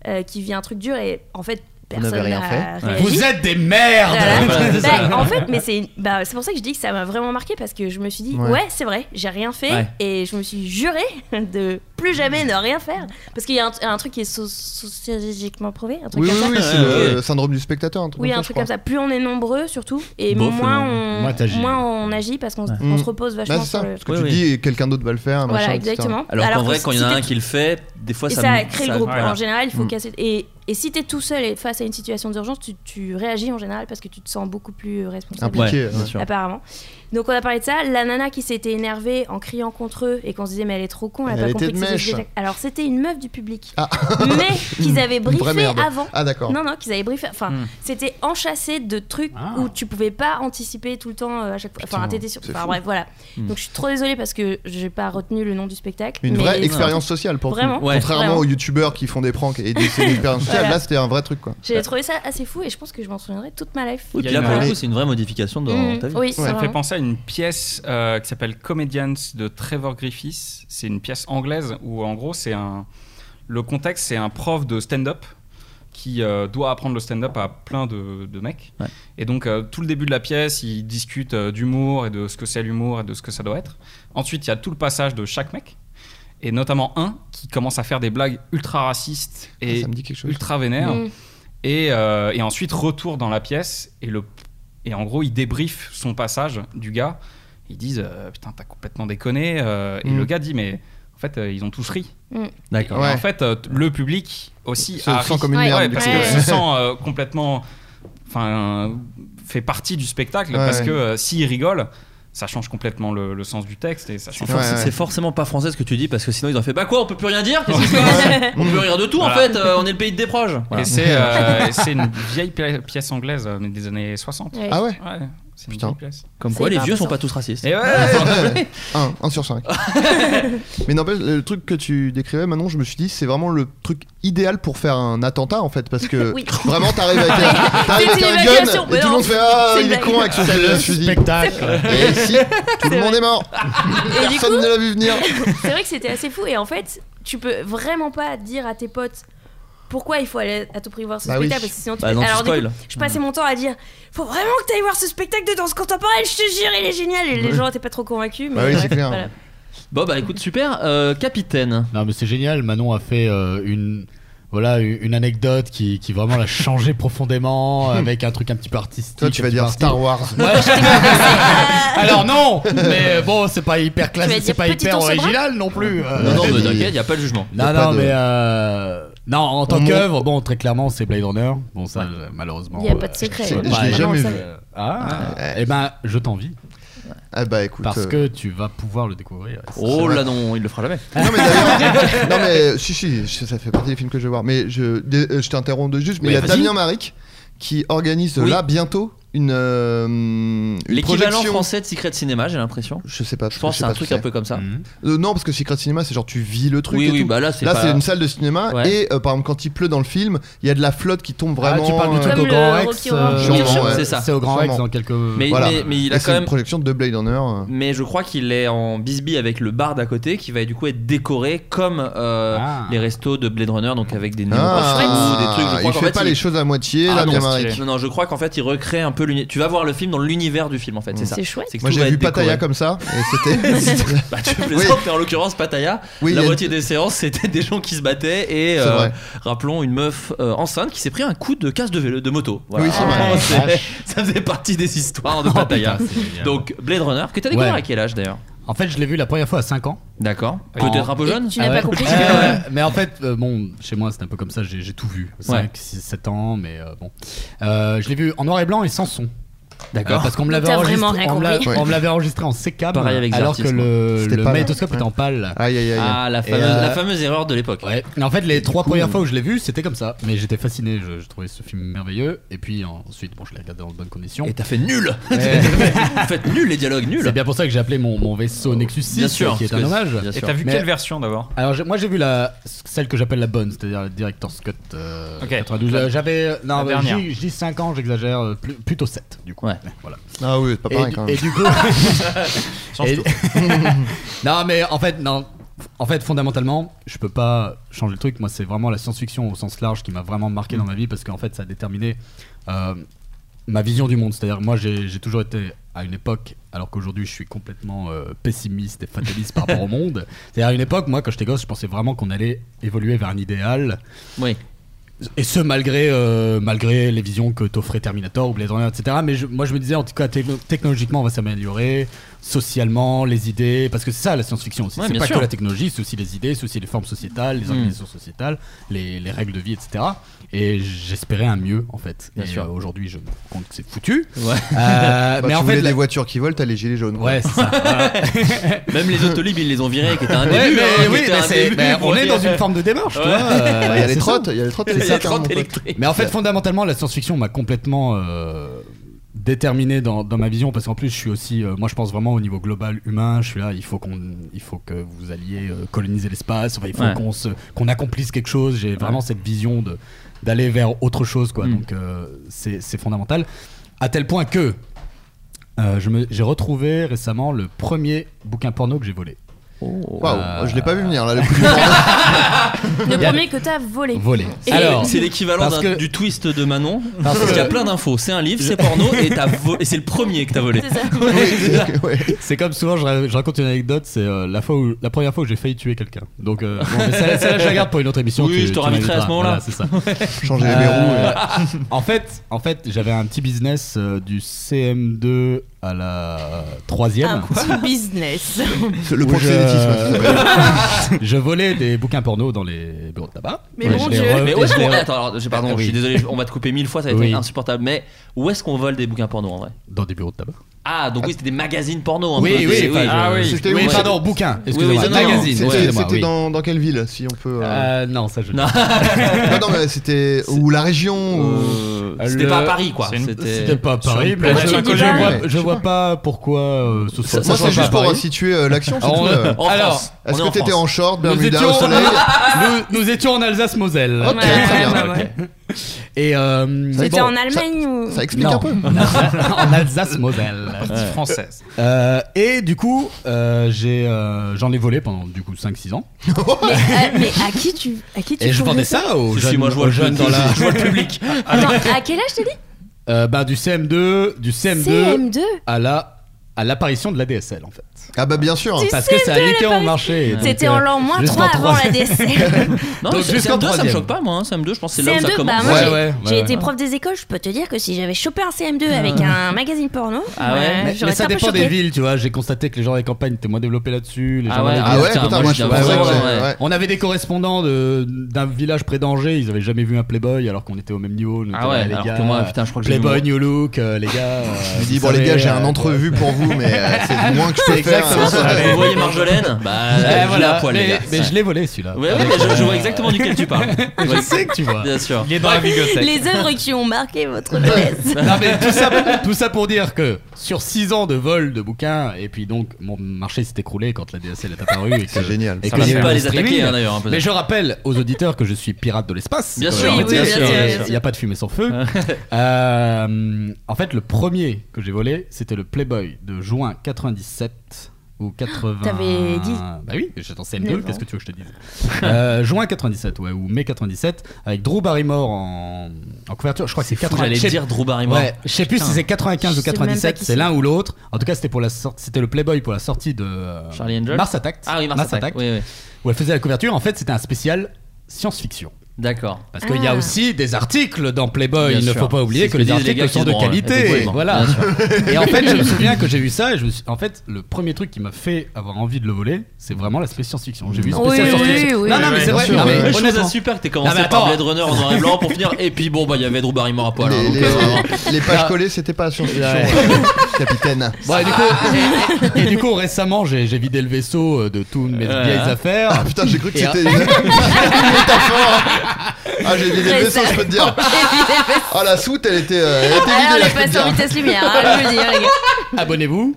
euh, qui vit un truc dur et en fait,
Vous n'avez
personne
rien
n'a
fait.
réagi.
Vous êtes des
Ah,
merdes
Voilà.
Voilà, c'est ça.
Bah, En fait, mais c'est une- bah, c'est pour ça que je dis que ça m'a vraiment marqué parce que je me suis dit ouais,
Ouais.
c'est vrai, j'ai rien fait
Ouais.
et je me suis juré de plus jamais ne rien faire parce qu'il y a un, un truc qui est so- sociologiquement prouvé, un truc
Oui, oui,
comme ça.
oui, c'est
Que-
le syndrome du spectateur. Un truc
oui,
comme
un
ça,
truc
je
comme ça. Plus on est nombreux, surtout, et
Bof,
moins,
non.
on,
Moins t'agis.
moins on agit parce qu'on se-
crois.
on
Mm.
se repose vachement
Bah, c'est ça,
sur le.
Ce que tu dis, et quelqu'un d'autre va le faire.
Voilà,
machin, etc.
exactement.
Alors,
Alors
qu'en vrai,
que
quand il y en a
si
un
t'es-
qui le fait, des fois
et
ça.
ça, crée le groupe. En général, il faut
Mm.
casser. Et Et si t'es tout seul et face à une situation d'urgence, tu, tu réagis en général parce que tu te sens beaucoup plus responsable.
Impliqué, Ouais, bien sûr.
Apparemment. Donc on a parlé de ça. La nana qui s'était énervée en criant contre eux et qu'on se disait mais elle est trop con, elle, a
Elle
pas
était
compris
de
que c'était
mèche. Ah.
des échecs. Alors c'était une meuf du public. Mais qu'ils avaient
Une vraie
briefé
merde.
avant.
Ah, d'accord.
Non non, qu'ils avaient briefé. Enfin,
Hmm.
c'était enchâssé de trucs
Ah.
où tu pouvais pas anticiper tout le temps euh, à chaque fois. Enfin,
Putain,
t'étais sur.
c'est
Enfin
fou.
bref, voilà.
Hmm.
Donc je suis trop désolée parce que j'ai pas retenu le nom du spectacle.
Une
mais-
vraie expérience sociale pour le coup.
Vraiment.
Contrairement
vraiment.
aux youtubeurs qui font des pranks et des c'est une expérience sociale,
Voilà.
là c'était un vrai truc quoi.
J'ai trouvé ça assez fou et je pense que je m'en souviendrai toute ma life.
Oui, puis là, pour le coup, c'est une vraie modification dans
Mmh,
ta vie.
oui, c'est
ça me fait
vraiment.
penser à une pièce euh, qui s'appelle Comedians de Trevor Griffiths. C'est une pièce anglaise où, en gros, c'est un. Le contexte, c'est un prof de stand-up qui euh, doit apprendre le stand-up à plein de, de mecs.
Ouais.
Et donc, euh, tout le début de la pièce, ils discutent euh, d'humour et de ce que c'est l'humour et de ce que ça doit être. Ensuite, il y a tout le passage de chaque mec. Et notamment un qui commence à faire des blagues ultra racistes et
Ah, ça me dit quelque chose.
ultra vénères.
Hmm.
Mm.
Et, euh, et ensuite, retour dans la pièce. Et, le, et en gros, ils débriefent son passage du gars. Ils disent euh, Putain, t'as complètement déconné. euh, Et
Mm.
le gars dit Mais en fait, euh, ils ont tous ri.
Mm.
D'accord.
Et
Ouais.
En fait, euh, t- le public aussi
Se
a
sent
ri.
comme une merde,
Ouais,
du
parce
coup.
que
Ouais.
se sent euh, complètement. Enfin, fait partie du spectacle.
Ouais,
parce
ouais.
que euh, s'il rigole, ça change complètement le, le sens du texte. Et ça
C'est
change
forc- c'est forcément pas français ce que tu dis parce que sinon ils auraient fait Bah quoi, on peut plus rien dire Qu'est-ce qui se passe On
Mm.
peut rire de tout
Voilà.
en fait, euh, on est le pays des proches. Voilà.
Et c'est euh, et c'est une vieille pi- pièce anglaise euh, mais des années 60.
Ouais.
Ah ouais
c'est une
Putain.
vieille pièce.
Comme quoi, les vieux sont pas tous racistes.
Et ouais,
un, un sur cinq. Mais n'empêche, le truc que tu décrivais, Manon, je me suis dit, c'est vraiment le truc idéal pour faire un attentat en fait, parce que
Oui.
vraiment t'arrives avec un, t'arrives avec
C'est une
un
évacuation,
gun
mais
et tout le
non,
monde fait ah
c'est une
il est
blague.
con avec son
C'est le
fusil.
spectacle.
Et si tout le monde est mort,
Et du
personne
coup-
ne l'a vu venir.
c'est vrai que c'était assez fou et en fait tu peux vraiment pas dire à tes potes pourquoi il faut aller à tout prix voir ce
Bah oui.
spectacle parce que sinon tu
Bah
fais-
non, tu
alors du
spoil.
coup, je passais mon temps à dire faut vraiment que t'ailles voir ce spectacle de danse contemporaine je te jure il est génial et les
Oui.
gens étaient pas trop convaincus mais
Bah oui,
bref,
c'est clair.
voilà.
Bon bah écoute, super. Euh, capitaine.
Non, mais c'est génial. Manon a fait euh, une. Voilà u- une anecdote qui, qui vraiment l'a changé profondément avec un truc un petit peu artistique.
Toi, tu
un
vas
petit
dire
peu
Star Wars.
artistique. Ouais, Alors non, mais euh, bon, c'est pas hyper classique, c'est pas hyper original non plus. Euh,
Non, non, mais t'inquiète, y a pas de jugement.
Non, non, mais euh, non, en tant
On
qu'œuvre, bon, très clairement, c'est Blade Runner. Bon, ça, euh, malheureusement.
Y a pas de secret.
je peux
Je
pas
l'ai
y-
jamais vu.
euh, Ah, eh ben, je t'envie.
Ah bah écoute.
Parce
euh,
que tu vas pouvoir le découvrir.
Oh
C'est
là
vrai.
non, il le fera jamais.
Non mais d'ailleurs, non mais si si, je- ça fait partie des films que je vais voir. Mais je, dé- euh, je t'interromps de juste, mais
Oui,
il y a
vas-y.
Damien Maric qui organise euh,
Oui.
là bientôt une, euh, une
L'équivalent
projection.
français de Secret Cinéma, j'ai l'impression.
Je sais pas.
Je pense que
je sais
c'est un
pas
truc
ce que
un peu comme ça.
Hmm.
Euh, non parce que Secret Cinéma c'est genre tu vis le truc.
Oui,
et
oui,
tout.
bah là, c'est pas-
une salle de cinéma
Ouais. Ah,
et euh, par exemple quand il pleut dans le film il y a de la flotte qui tombe vraiment.
Ah, tu parles du truc
euh,
au Grand Rex. euh,
Sûrement, ouais.
c'est ça.
C'est au Grand Rex
Sûrement.
dans quelques.
Mais-
Voilà.
mais- mais il a
Et
quand
c'est
même- Mmh,
une projection de Blade Runner. euh.
Mais je crois qu'il est en bisbee avec le bar d'à côté qui va du coup être décoré comme euh,
Ah.
les restos de Blade Runner, donc avec des néons
Ah,
partout, des trucs. Je crois
il
qu'en
fait
fait,
pas les choses à moitié,
Ah
là,
non,
bien
c'est
Maric.
stylé. Non, non, je crois qu'en fait, il recrée un peu l'univers. Tu vas voir le film dans l'univers du film, en fait, c'est ça.
C'est chouette.
que
Moi
tout
j'ai
va
vu
être décoré.
Pataya comme ça et c'était.
Bah, tu plaisantes, mais en l'occurrence, Pataya,
Oui, il
la
y a-
moitié des séances, c'était des gens qui se battaient et
C'est
euh,
vrai.
rappelons une meuf euh, enceinte qui s'est pris un coup de casse de vélo, de moto. Voilà.
Oui, c'est vrai. Ah, Oh,
Vraiment,
Ouais.
c'est-
Vache.
Ça faisait partie des histoires de Pataya.
Oh, putain, c'est génial.
Donc, Blade Runner, que t'as découvert
Ouais.
à quel âge d'ailleurs
En fait, je l'ai vu la première fois à 5 ans.
D'accord. Peut-être un peu jeune
tu n'as
Ah
pas
ouais.
compris
Ouais, ouais. Mais en fait, euh, bon, chez moi, c'est un peu comme ça, j'ai j'ai tout vu. 5,
Ouais.
6, 7 ans, mais euh, bon. Euh, je l'ai vu en noir et blanc et sans son.
D'accord.
Euh, parce qu'on me l'avait
T'as vraiment
enregistré,
rien
on me l'a-
compris.
on me l'avait enregistré en CCAM,
Pareil avec
alors
Zartis,
que le,
C'était
le
pas là.
magnétoscope était en pâle.
Aïe aïe aïe.
Ah, la
Et,
fameuse,
euh,
la fameuse erreur de l'époque.
Ouais. Mais en fait, les trois
coup,
premières
euh,
fois où je l'ai vu, c'était comme ça. Mais j'étais fasciné, je, je trouvais ce film merveilleux. Et puis ensuite, bon, je l'ai regardé dans de bonnes conditions.
Et t'as fait nul
Ouais.
En fait, nul les dialogues,
C'est
nul
bien pour ça que j'ai appelé mon, mon vaisseau Nexus 6,
Bien sûr,
qui est
parce
un
que-
hommage.
bien
Et
sûr.
t'as vu
Mais-
quelle version d'abord
Alors j'ai- moi j'ai vu la celle que j'appelle la bonne, c'est-à-dire la Director's Scott euh,
Ok.
92. Euh, J'avais euh,
La
non, bah,
dernière.
je dis- je dis 5 ans, j'exagère, euh, plus- plutôt 7 du coup.
Ouais.
Voilà.
Ah oui, c'est pas
Et,
pareil
du-
quand
et
même.
du coup
Change
Et-
tout.
Non mais en fait non en fait, fondamentalement, je peux pas changer le truc. Moi, c'est vraiment la science-fiction au sens large qui m'a vraiment marqué dans ma
Mm.
vie parce qu'en fait, ça a déterminé euh, ma vision du monde. C'est-à-dire, moi, j'ai j'ai toujours été à une époque, alors qu'aujourd'hui, je suis complètement euh, pessimiste et fataliste par rapport au monde. C'est-à-dire, à une époque, moi, quand j'étais gosse, je pensais vraiment qu'on allait évoluer vers un idéal
Oui.
Et ce, malgré, euh, malgré les visions que t'offrait Terminator ou Blade Runner, etc. Mais je- moi, je me disais, en tout cas, techno- technologiquement, on va s'améliorer, socialement, les idées, parce que c'est ça la science-fiction aussi.
Ouais,
c'est
bien
pas
sûr. Mm.
que la technologie, c'est aussi les idées, c'est aussi les formes sociétales, les organisations sociétales, les, les règles de vie, etc. Et j'espérais un mieux, en fait.
Bien
Et,
sûr.
euh, Aujourd'hui, je me rends compte que c'est foutu.
Ouais.
Euh,
Bah,
mais
tu
en
voulais
fait,
des
la-
voitures qui volent, t'as les gilets jaunes. quoi.
Ouais, c'est ça.
Même les autolibes, ils les ont virés, qui était un
Ouais,
début.
mais
hein, qui
oui,
était
mais
un
c'est-
début
mais on
pour
est
dire-
dans une forme de démarche, tu
Ouais.
vois, euh,
Il y a les
c'est ça.
trottes, il y a les trottes,
Il y a
c'est
les
ça.
trottes
mon pote.
électriques.
Mais en fait, fondamentalement, la science-fiction m'a complètement euh, déterminé dans, dans ma vision parce qu'en plus, je suis aussi, euh, moi, je pense vraiment au niveau global humain. Je suis là, il faut qu'on, il faut que vous alliez euh, coloniser l'espace. Enfin, il faut
Ouais.
qu'on se- qu'on accomplisse quelque chose. J'ai vraiment cette vision de d'aller vers autre chose, quoi.
Mm.
Donc, euh, c'est c'est fondamental. À tel point que euh, je me- j'ai retrouvé récemment le premier bouquin porno que j'ai volé.
Waouh, je l'ai pas vu venir là. le coup du-
Le
y a-
premier que t'as volé.
Volé.
Et-
Alors, c'est l'équivalent
Parce
d'un-
que-
du twist de Manon.
Parce
Parce qu'il y a
que-
plein d'infos. C'est un livre, c'est porno, et, t'as vo- et c'est le premier que t'as volé.
C'est ça.
Ouais.
C'est comme souvent, je, ra- je raconte une anecdote, c'est euh, la, fois où- la première fois où j'ai failli tuer quelqu'un. Donc, euh, bon, mais celle- celle-là, je la garde pour une autre émission.
Oui,
tu-
je te
tu
réinviterai à ce
m'inviteras.
moment-là.
Voilà, c'est ça.
Changer les verrous.
Euh,
euh.
en fait, en fait j'avais un petit business euh, du CM2 à la 3
Un petit business.
C'est Le
Où
proxénétisme. hein,
je-
ça s'appelle.
Je volais des bouquins porno dans les bureaux de tabac.
Mais
Et
mon
je les
Dieu.
re-
Mais
et
où est-ce
je les
qu'on.
re-
Attends, alors, je- pardon,
Oui.
je suis désolé, je- on va te couper mille fois, ça va être
Oui.
insupportable. Mais où est-ce qu'on vole des bouquins porno en vrai
Dans des bureaux de tabac.
Ah, donc oui, c'était des magazines porno. un peu,
Oui,
c'est-
oui, enfin, je-
Ah oui.
C'était
oui,
où,
pardon, bouquin.
oui,
Excusez-moi,
non, non,
magazine.
C'était-
excusez-moi,
C'était
oui.
dans dans quelle ville, si on peut. euh,
Euh, non, ça je.
Non.
Non, non, mais c'était. Ou la région. ou-
Euh, C'était
Le-
pas à Paris, quoi.
c'est une-
C'était pas
Sur
pareil,
une
mais
planète
je,
inconnue.
je vois,
Ouais.
je vois pas pourquoi euh, ce soit.
Moi,
soit
c'est
pas
juste pour
pareil.
euh, situer euh, l'action. c'est
Alors,
tout,
on-
euh.
En
Alors,
France.
Est-ce
on
que
en
t'étais
France.
en short,
Nous
Bermuda,
étions,
au soleil
nous, nous étions en Alsace-Moselle.
Ok, très bien.
Ouais, ouais, ouais.
Et euh,
C'était
bon,
en Allemagne ou.
Ça explique
Non.
un peu.
en Alsace-Moselle.
Partie française.
Euh, et du coup, euh, j'ai, euh, j'en ai volé pendant du coup 5-6 ans.
Mais, euh, mais à qui tu. À qui tu
Et je
vendais
vendais ça aux
Si, si,
jeunes,
moi, je vois
aux
le
jeunes
public.
dans la,
Je vois le public.
Attends, à quel âge t'as dit
Euh, bah, du CM2, du CM2
CM2
à la à l'apparition de la DSL en fait.
Ah bah bien sûr.
Tu
Parce que ça a
CM2,
été en
l'apparition.
marché. donc,
C'était
euh,
en l'an moins
juste
3
en
avant la DSL.
Non,
Donc,
mais
jusqu'en
CM2, ça me
troisième.
choque pas, moi. hein, CM2, je pense que c'est là où ça
CM2, bah
commence.
moi
Ouais,
j'ai
ouais,
j'ai
ouais,
été
ouais.
prof des écoles, je peux te dire que si j'avais chopé un CM2 avec un magazine porno,
Ah ouais,
euh,
Mais, mais
j'aurais été
ça
un peu
dépend des
choquée.
villes, tu vois. J'ai constaté que les gens des campagnes étaient moins développés là-dessus. Les gens
Ah
dans
ouais,
les
Ah
villes,
ouais,
tiens,
putain,
moi,
moi
je
je
viens
c'est
de
vrai
Bordeaux,
que
ouais.
c'est- ouais.
On avait des correspondants de- d'un village près d'Angers, ils avaient jamais vu un Playboy alors qu'on était au même niveau. nous,
Ah
on était là,
ouais,
les
alors
gars, euh,
que moi, putain, je crois que j'ai.
Playboy, New Look, euh, les gars. euh,
Je dis
vous
bon les gars,
savez,
j'ai
euh,
un entrevue pour vous, mais euh, c'est le moins que je peux faire.
exactement
hein,
ça.
ça.
Ah, Vous voyez Marjolaine Bah,
Ouais,
je l'ai
Eh, voilà,
à poil,
mais,
les gars.
mais je l'ai volé celui-là.
Ouais, ouais, mais je, je vois exactement duquel tu parles.
Je sais que tu vois.
Bien sûr.
Il est dans la bibliothèque.
Les œuvres qui ont marqué votre jeunesse.
Non, mais tout ça, tout ça pour dire que sur 6 ans de vol de bouquins, et puis donc mon marché s'est écroulé quand la DSL est apparue. et que-
C'est génial.
Et
Ça
que
va
j'ai
bah, pas
eu
les
le
attaquer,
streaming.
hein, d'ailleurs. un peu.
Mais je rappelle aux auditeurs que je suis pirate de l'espace.
Bien
Euh,
sûr,
il y a-
bien sûr,
il y a-
bien sûr.
Il n'y a pas de fumée sans feu. Euh, en fait, le premier que j'ai volé, c'était le Playboy de juin 97
Ah,
ou 80.
T'avais dit.
Bah oui, j'étais en
Neuf
CM2,
ans.
qu'est-ce que tu veux que je te dise Euh, Juin 97, ouais, ou mai 97, avec Drew Barrymore en, en couverture. Je crois que c'est
Fou,
80.
J'allais
je sais-
dire Drew Barrymore.
Ouais, je sais plus si c'est 95
Je
ou
sais même pas
97,
qui
c'est
c'est.
l'un ou l'autre. En tout cas, c'était pour la sortie, c'était le Playboy pour la sortie de euh,
Charlie Angel
Mars Attack.
Ah oui, Mars, Attack. Oui, oui.
Où elle faisait la couverture. En fait, c'était un spécial science-fiction.
D'accord.
Parce qu'il y a
Ah.
aussi des articles dans Playboy.
Bien
Oh, il ne
sûr.
faut pas oublier
C'est ce
que les
disent
articles
gars qui
sont
se
de
branlent,
qualité.
effectivement.
Voilà.
Bien sûr.
Et en fait, je me souviens que j'ai vu ça. Et je me suis... En fait, le premier truc qui m'a fait avoir envie de le voler, c'est vraiment l'aspect science-fiction. J'ai vu
Oui,
spécial
oui,
science-fiction.
oui,
non,
oui,
non, mais
oui,
c'est
bien
vrai.
sûr,
non, mais
ouais.
je trouve ça
honnêtement,
super que t'aies
Non,
commencé
mais
par
attends.
Blade Runner en noir et blanc pour finir. Et puis bon, bah il y avait Drew Barrymore à poil. hein,
Les,
donc,
les-
euh, vraiment.
les pages collées, c'était pas science-fiction, euh, capitaine.
Ouais, du coup, et, et du coup, récemment, j'ai j'ai vidé le vaisseau euh, de toutes mes
Ouais.
vieilles affaires.
Ah putain, j'ai cru que
Et
c'était une une métaphore. Ah, j'ai dit
Mais
des vaisseaux,
ça-
je peux te dire. Ah, la soute, elle était. euh, elle était
Alors, on
vidée,
est
je peux te
passé en
dire.
vitesse lumière, hein, je veux dire, les gars.
abonnez-vous.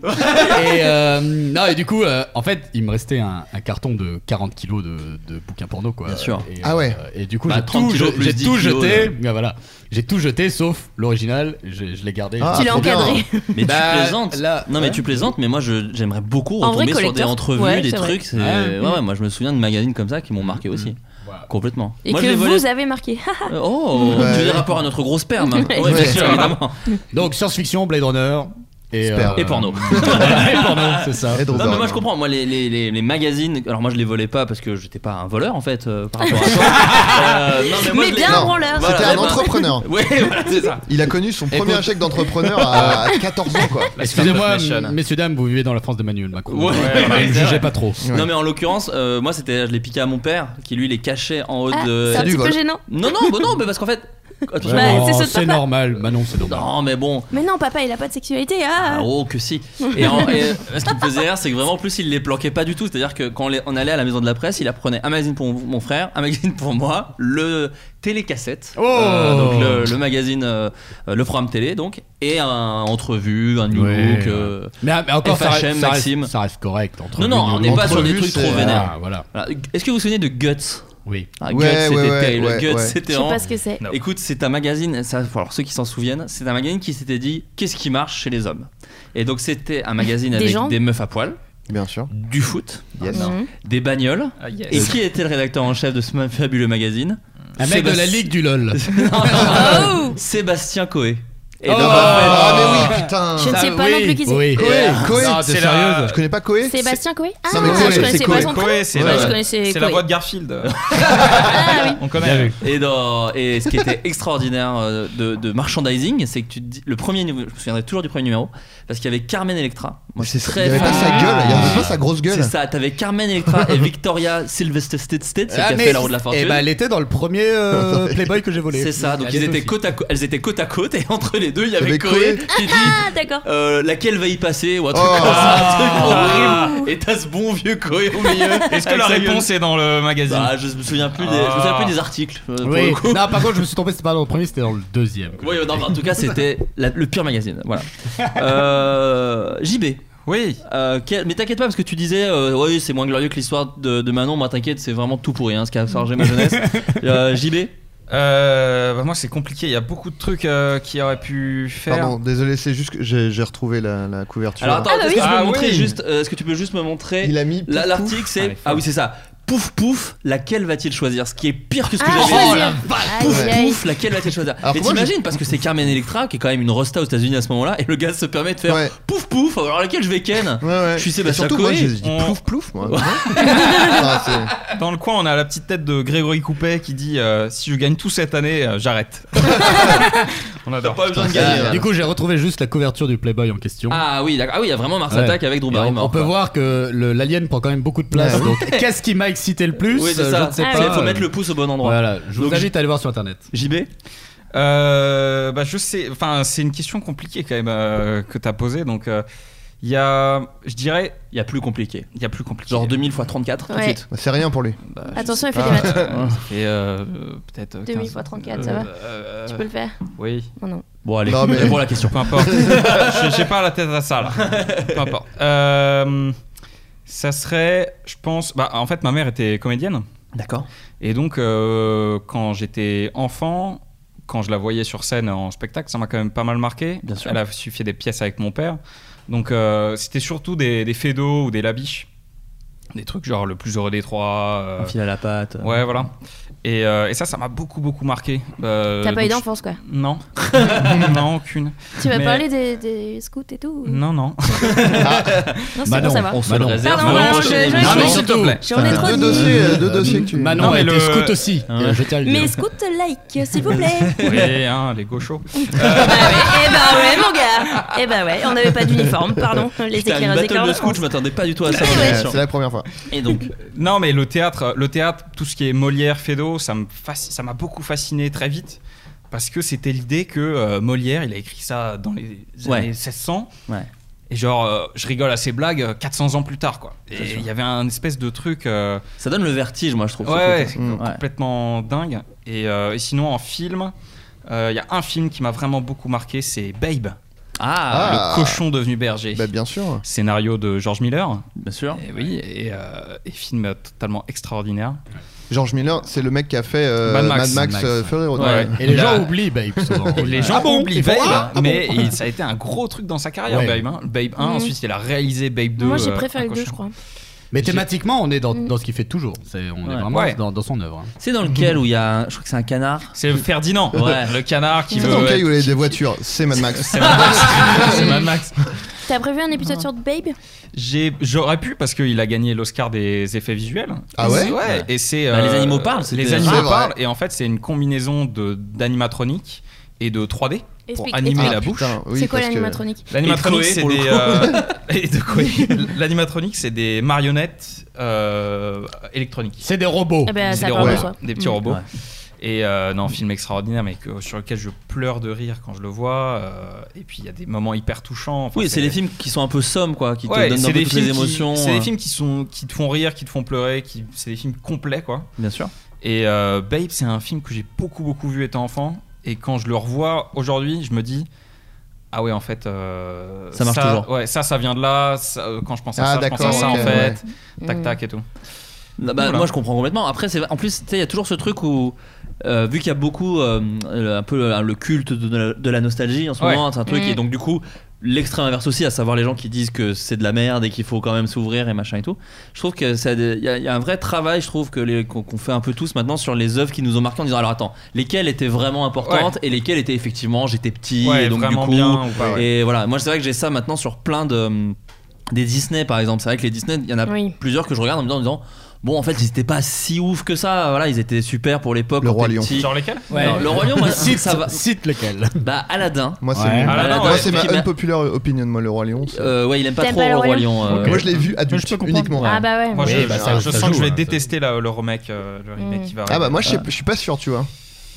et, euh, non, et du coup, euh, en fait, il me restait un, un carton de 40 kilos de, de bouquins porno, quoi.
Bien sûr.
Et, euh,
Ah ouais.
Et du coup,
Bah,
j'ai
30
tout,
kilos plus
j'ai
10
tout
kilos, euh.
jeté.
là.
bah, voilà, j'ai tout jeté sauf l'original. Je, je l'ai gardé.
Ah,
tu l'as
trop bien.
encadré.
Mais
Bah,
tu plaisantes.
là-
non, mais
ouais.
tu plaisantes, mais moi je- j'aimerais beaucoup
En
retomber
vrai,
sur des
collector.
entrevues,
Ouais,
des
c'est vrai.
trucs. c'est-
Ouais.
Ouais. ouais, moi je me souviens de magazines comme ça qui m'ont marqué aussi.
Voilà.
Complètement.
Et
moi, je
que
les
vous
volais-
avez marqué.
Euh, Oh, tu
Ouais.
fais des rapports à notre grosse perme. hein.
Ouais.
Ouais, bien sûr, évidemment.
Donc, science-fiction, Blade Runner. Et,
Sperme.
euh,
Et porno.
Voilà, et porno, c'est ça.
Non, mais moi je comprends. Moi, les, les, les, les magazines, alors moi je les volais pas parce que j'étais pas un voleur en fait euh, par rapport à toi. Euh, non,
Mais
je les-
bien un branleur.
Voilà,
C'était un
mais-
entrepreneur.
Ouais, voilà, c'est ça.
Il a connu son premier échec d'entrepreneur à, à 14 ans, quoi.
Excusez-moi, m- messieurs, dames, vous vivez dans la France d'Emmanuel Macron.
Ouais,
Ne
ouais, c'est
jugez
vrai.
pas trop.
Non mais en l'occurrence, euh, moi c'était, je l'ai piqué à mon père qui lui les cachait en haut
Ah,
de.
c'est un petit peu gênant.
Non non, bah non, mais parce qu'en fait, attention.
Bah, c'est ce de
C'est
papa.
normal, Manon, c'est normal.
Non mais bon.
Mais non, papa, il a pas de sexualité. Ah,
Ah, oh que si et, en- et, euh, ce qui me faisait rire c'est que vraiment en plus il les planquait pas du tout c'est à dire que quand on les- on allait à la maison de la presse il apprenait un magazine pour mon frère un magazine pour moi le télécassette
Oh.
euh, donc le, le magazine euh, euh, le programme télé donc et un entrevue un new
Ouais.
look euh,
Mais, ah, mais encore,
FHM
ça reste, ça, reste-
Maxime
ça reste correct. Entre
non non
nous,
on n'est pas sur des
entrevue,
trucs
c'est-
trop vénères
Ah, voilà.
Voilà. est-ce que vous vous souvenez de Guts
Oui.
ah,
Ouais,
Guts, c'était
ouais, ouais,
terrible.
ouais,
Guts,
ouais.
c'était
je sais
vraiment-
pas ce que c'est.
Non.
Écoute, c'est un magazine, ça, pour ceux qui s'en souviennent, c'est un magazine qui s'était dit qu'est-ce qui marche chez les hommes. Et donc c'était un magazine
Des
avec
gens
des meufs à poil,
Bien sûr.
du foot,
Yes.
Mhm.
des bagnoles.
Ah, yes.
Et qui était le rédacteur en chef de ce fabuleux magazine
Un mec de la
Mm. Sébastien-
Ligue du LOL.
Non, non, non.
Oh
Sébastien Coé. Et
Oh.
donc,
Ah,
Ah.
mais oui, putain. Eh,
Je ne sais pas
oui,
non plus qui c'est.
Oui.
Coé, Coé.
Non,
t'es
c'est
sérieuse
la-
Je connais pas Coé
Sébastien Coé Ah,
Non, mais Coé,
je connaissais
c'est
pas
Coé.
son prénom.
Coé, c'est
Ouais, je
la,
connaissais
c'est la
Coé.
voix de Garfield.
Ah oui.
On connaît.
Et, dans- et ce qui était extraordinaire euh, de, de merchandising, c'est que tu te dis, le premier numéro, je me souviendrai toujours du premier numéro, parce qu'il y avait Carmen Electra. Moi, je suis
Il
très
y avait pas
fan.
sa gueule, il y avait pas sa grosse
C'est
gueule.
ça, t'avais Carmen Electra et Victoria Silvestersted, celle
Ah,
qui a fait la roue de la fortune.
Et bah, elle était dans le premier euh, Playboy que j'ai volé.
c'est ça, donc
Elle
ils
est
étaient
aussi.
côte à côte, elles étaient côte à côte et entre les deux il y
avait
avait Coé qui dit
Ah, d'accord.
euh, laquelle va y passer ou un truc
Oh.
comme ça, un truc
Ah.
horrible. Et t'as ce bon vieux Coé au milieu.
Est-ce
Ah,
que la réponse est dans le magazine
Bah, je me souviens plus des, je me souviens plus des articles. euh, Pour
Oui.
le coup.
Non, par contre, je me suis tombé, c'était pas dans le premier, c'était dans le deuxième.
Oui, non, mais en tout cas, c'était la- le pire magazine. Voilà. Euh, JB.
Oui.
euh, quel- mais t'inquiète pas parce que tu disais euh, oui c'est moins glorieux que l'histoire de, de Manon moi t'inquiète c'est vraiment tout pourri hein, ce qui a forgé ma jeunesse Euh, JB
Euh, bah, moi, c'est compliqué. Il y a beaucoup de trucs euh, qui auraient pu faire.
Pardon, désolé, c'est juste que j'ai j'ai retrouvé la, la couverture.
alors attends
Ah, bah
est-ce
oui.
que, tu peux
Ah,
me montrer
oui.
juste, euh, est-ce que tu peux juste me montrer
il a mis.
La-
pouf, pouf.
L'article c'est
Allez, faut.
ah oui c'est ça pouf pouf laquelle va-t-il choisir ce qui est pire que ce que
Ah,
j'avais dit Oh,
choisir.
Pouf
Aïe, aïe.
pouf, laquelle va-t-il choisir
Alors,
Mais
moi,
t'imagines, parce que c'est Carmen Electra qui est quand même une rosta aux États-Unis à ce moment-là, et le gars se permet de faire
Ouais.
pouf pouf, alors laquelle je vais ken
Ouais, ouais.
Je suis
Et
Sébastien
Surtout, moi,
Coé,
j'ai dit
on-
plouf plouf, moi. Ah, c'est-
Dans le coin, on a la petite tête de Grégory Coupet qui dit euh, Si je gagne tout cette année, euh, j'arrête. on adore.
Pas besoin de
Putain,
gagner.
c'est-
ouais.
Ah, Du coup, j'ai retrouvé juste la couverture du Playboy en question.
Ah bah, oui, d'accord. Ah oui, il y a vraiment Mars
Ouais.
Attack avec Drew
Et on-
Barrymore.
on peut
quoi.
voir que le- l'alien prend quand même beaucoup de place.
Ouais.
Donc, qu'est-ce qui m'a excité le plus
Oui, c'est
Euh,
ça.
Je ne sais
Ah,
pas.
oui.
Il faut mettre le pouce au bon endroit.
Voilà, je vous
Donc,
invite à aller voir sur internet.
JB
Euh, bah, je sais. Enfin, c'est une question compliquée quand même euh, que t'as posée. Donc, euh, il y a. Je dirais.
Il y a plus compliqué.
Il y a plus compliqué.
Genre 2000 x 34 tout de
Ouais.
suite.
bah, c'est rien pour lui.
Attention, il fait
Ah,
des maths.
euh, ça fait, euh, euh, peut-être. euh,
2000
15,
fois 34,
euh,
ça va
euh,
Tu peux le faire
Oui.
Oh non.
Bon, allez,
Non, mais-
réponds à la question.
Peu importe. J'ai- J'ai pas la tête à ça là. Peu importe. Euh, ça serait, je pense. Bah, en fait, ma mère était comédienne.
D'accord.
Et donc, euh, quand j'étais enfant, quand je la voyais sur scène en spectacle, ça m'a quand même pas mal marqué.
Bien sûr.
Elle a suffi des pièces avec mon père. Donc, euh, c'était surtout des, des fédos ou des labiches. Des trucs genre le plus heureux des trois. euh,
Un fil à la patte.
ouais, voilà. Et, euh, et ça, ça m'a beaucoup, beaucoup marqué. Euh,
T'as pas eu
donc
d'enfance, quoi.
je- Non. non, aucune.
Tu vas
Mais-
parler des, des scouts et tout ou-
Non, non.
Non, c'est
Manon,
pour savoir.
On se
Bah
le
non.
réserve.
Pardon,
pour la
non,
prochaine
je-
émission.
je- je-
mais
je-
s'il te plaît.
J'en ai
T'as
trop
deux
dit.
dossiers, euh, deux dossiers que tu.
Manon
Non,
a
mais
été
le-
scout aussi. hein, je tiens à le
Mais
dire.
scout like, s'il vous plaît.
Oui, hein, les gauchos.
bah ouais, eh bah ouais, mon gars. Eh bah ouais, on n'avait pas d'uniforme, pardon.
Putain, une
Les éclaireurs
battle de
éclaireurs.
scout, je m'attendais pas du tout à ça. dans
Ouais,
l'émission.
c'est la première fois.
Et donc,
Non, mais le théâtre, le théâtre, tout ce qui est Molière, Feydeau, ça me fasci- ça m'a beaucoup fasciné très vite parce que c'était l'idée que euh, Molière, il a écrit ça dans les
Ouais.
années 1600.
Ouais.
Et genre, euh, je rigole à ces blagues euh, 400 ans plus tard, quoi. Et il y avait un espèce de truc euh,
ça donne le vertige, moi, je trouve. ce
ouais,
truc.
ouais,
Mm. Ouais.
complètement dingue. Et, euh, et sinon, en film, euh, il y a un film qui m'a vraiment beaucoup marqué, c'est Babe,
Ah,
Ah.
le cochon devenu berger.
Bah, bien sûr.
Scénario de George Miller.
bien sûr.
Et oui, et, euh, et film totalement extraordinaire.
George Miller, c'est le mec qui a fait euh,
Mad
Mad
Max.
Max,
Mad Max,
euh,
ouais.
Fury Road.
Ouais.
Et les
Il a-
gens oublient Babe souvent. Ah
Et Bah, les gens
Ah
oublient Babe, hein, mais il- ça a été un gros truc dans sa carrière,
Ouais.
Babe. hein. Babe 1,
Mm.
ensuite il a réalisé Babe 2.
Moi, j'ai
euh,
préféré
un
le 2, je
cochon.
crois.
Mais
J'ai-
thématiquement, on est
Mm.
dans, dans ce qu'il fait toujours. C'est, on
Ouais.
est vraiment
Ouais.
dans, dans son œuvre. hein.
C'est dans lequel où il y a. un- Je crois que c'est un canard.
C'est Ferdinand,
Ouais.
le canard qui
C'est
veut.
dans le cas
être-
où il y a des voitures, c'est Mad Max.
C'est Mad Max. C'est Mad Max.
T'as prévu un épisode sur The Babe
J'ai- J'aurais pu parce qu'il a gagné l'Oscar des effets visuels.
Ah ouais
Ouais. Et c'est euh,
Bah, les animaux parlent, c'était-
Les
C'est
animaux
vrai.
parlent et en fait c'est une combinaison de d'animatronique et de 3D pour
Explique,
animer
explique.
la
Ah,
bouche.
putain, oui,
C'est quoi
parce que-
l'animatronique
L'animatronique,
Et de
c'est
Koé,
des.
pour le
euh, et de Koé. L'animatronique, c'est des marionnettes euh, électroniques.
C'est des robots.
Eh ben,
C'est
ça
des
parle de
robots,
soi.
des petits
Mm.
robots.
Ouais.
Et euh, non, film extraordinaire, mais que- sur lequel je pleure de rire quand je le vois. euh, et puis il y a des moments hyper touchants. Enfin,
Oui, c'est les films qui sont un peu sommes, quoi, qui
Ouais,
te donnent
c'est
un peu
des
toutes
films
les
qui-
émotions.
C'est
euh,
des films qui, sont, qui te font rire, qui te font pleurer, qui, c'est des films complets quoi.
Bien sûr.
Et euh, Babe, c'est un film que j'ai beaucoup beaucoup vu étant enfant. Et quand je le revois aujourd'hui, je me dis ah ouais en fait euh,
Ça marche toujours.
Ouais, ça ça vient de là. ça, euh, quand je pense à
Ah,
ça, je pense à
d'accord,
ça en
ok,
fait. Tac
Mm.
tac et tout.
Non, bah,
Voilà.
Moi, je comprends complètement. Après, c'est en plus, tu sais, il y a toujours ce truc où. euh, vu qu'il y a beaucoup euh, euh, un peu euh, le culte de la, de la nostalgie en ce
Ouais.
moment, c'est un truc
Mm.
et donc du coup l'extrême inverse aussi, à savoir les gens qui disent que c'est de la merde et qu'il faut quand même s'ouvrir et machin et tout. Je trouve que ça, il y, a- il y a un vrai travail, je trouve que les- qu'on qu'on fait un peu tous maintenant sur les œuvres qui nous ont marqué en disant alors attends, lesquelles étaient vraiment importantes et lesquelles étaient effectivement j'étais petit
Ouais,
et donc du
vraiment
coup
bien ou pas, ouais.
et voilà, moi c'est vrai que j'ai ça maintenant sur plein de hum, des Disney par exemple. C'est vrai que les Disney, il y en a
Oui.
plusieurs que je regarde en me disant, en me disant, bon en fait ils étaient pas si ouf que ça. Voilà, ils étaient super pour l'époque.
Le
quand
Roi
t'es
Lion.
petit.
Genre lesquels
Ouais.
Non, le Roi Lion, moi,
cite,
ça va.
cite lequel
Bah Aladdin.
Moi, c'est
Ouais.
mon-
Ah, là, non,
Moi,
ouais,
c'est
qui
ma
m'a-
unpopular opinion, moi, le Roi Lion. c'est-
Euh, ouais, il aime pas
T'aimes
trop
pas
le
le
Roi
Roi
Lion. euh,
Moi, je l'ai vu
Je
adulte
peux comprendre.
uniquement.
Ah bah ouais.
Moi
Oui,
je,
bah,
je-
ça-
je
ça
sens que
joue,
je vais
hein,
détester la- le remake, euh, le remake
Mm.
qui va
Ah bah
arriver.
moi je sais- je suis pas sûr tu vois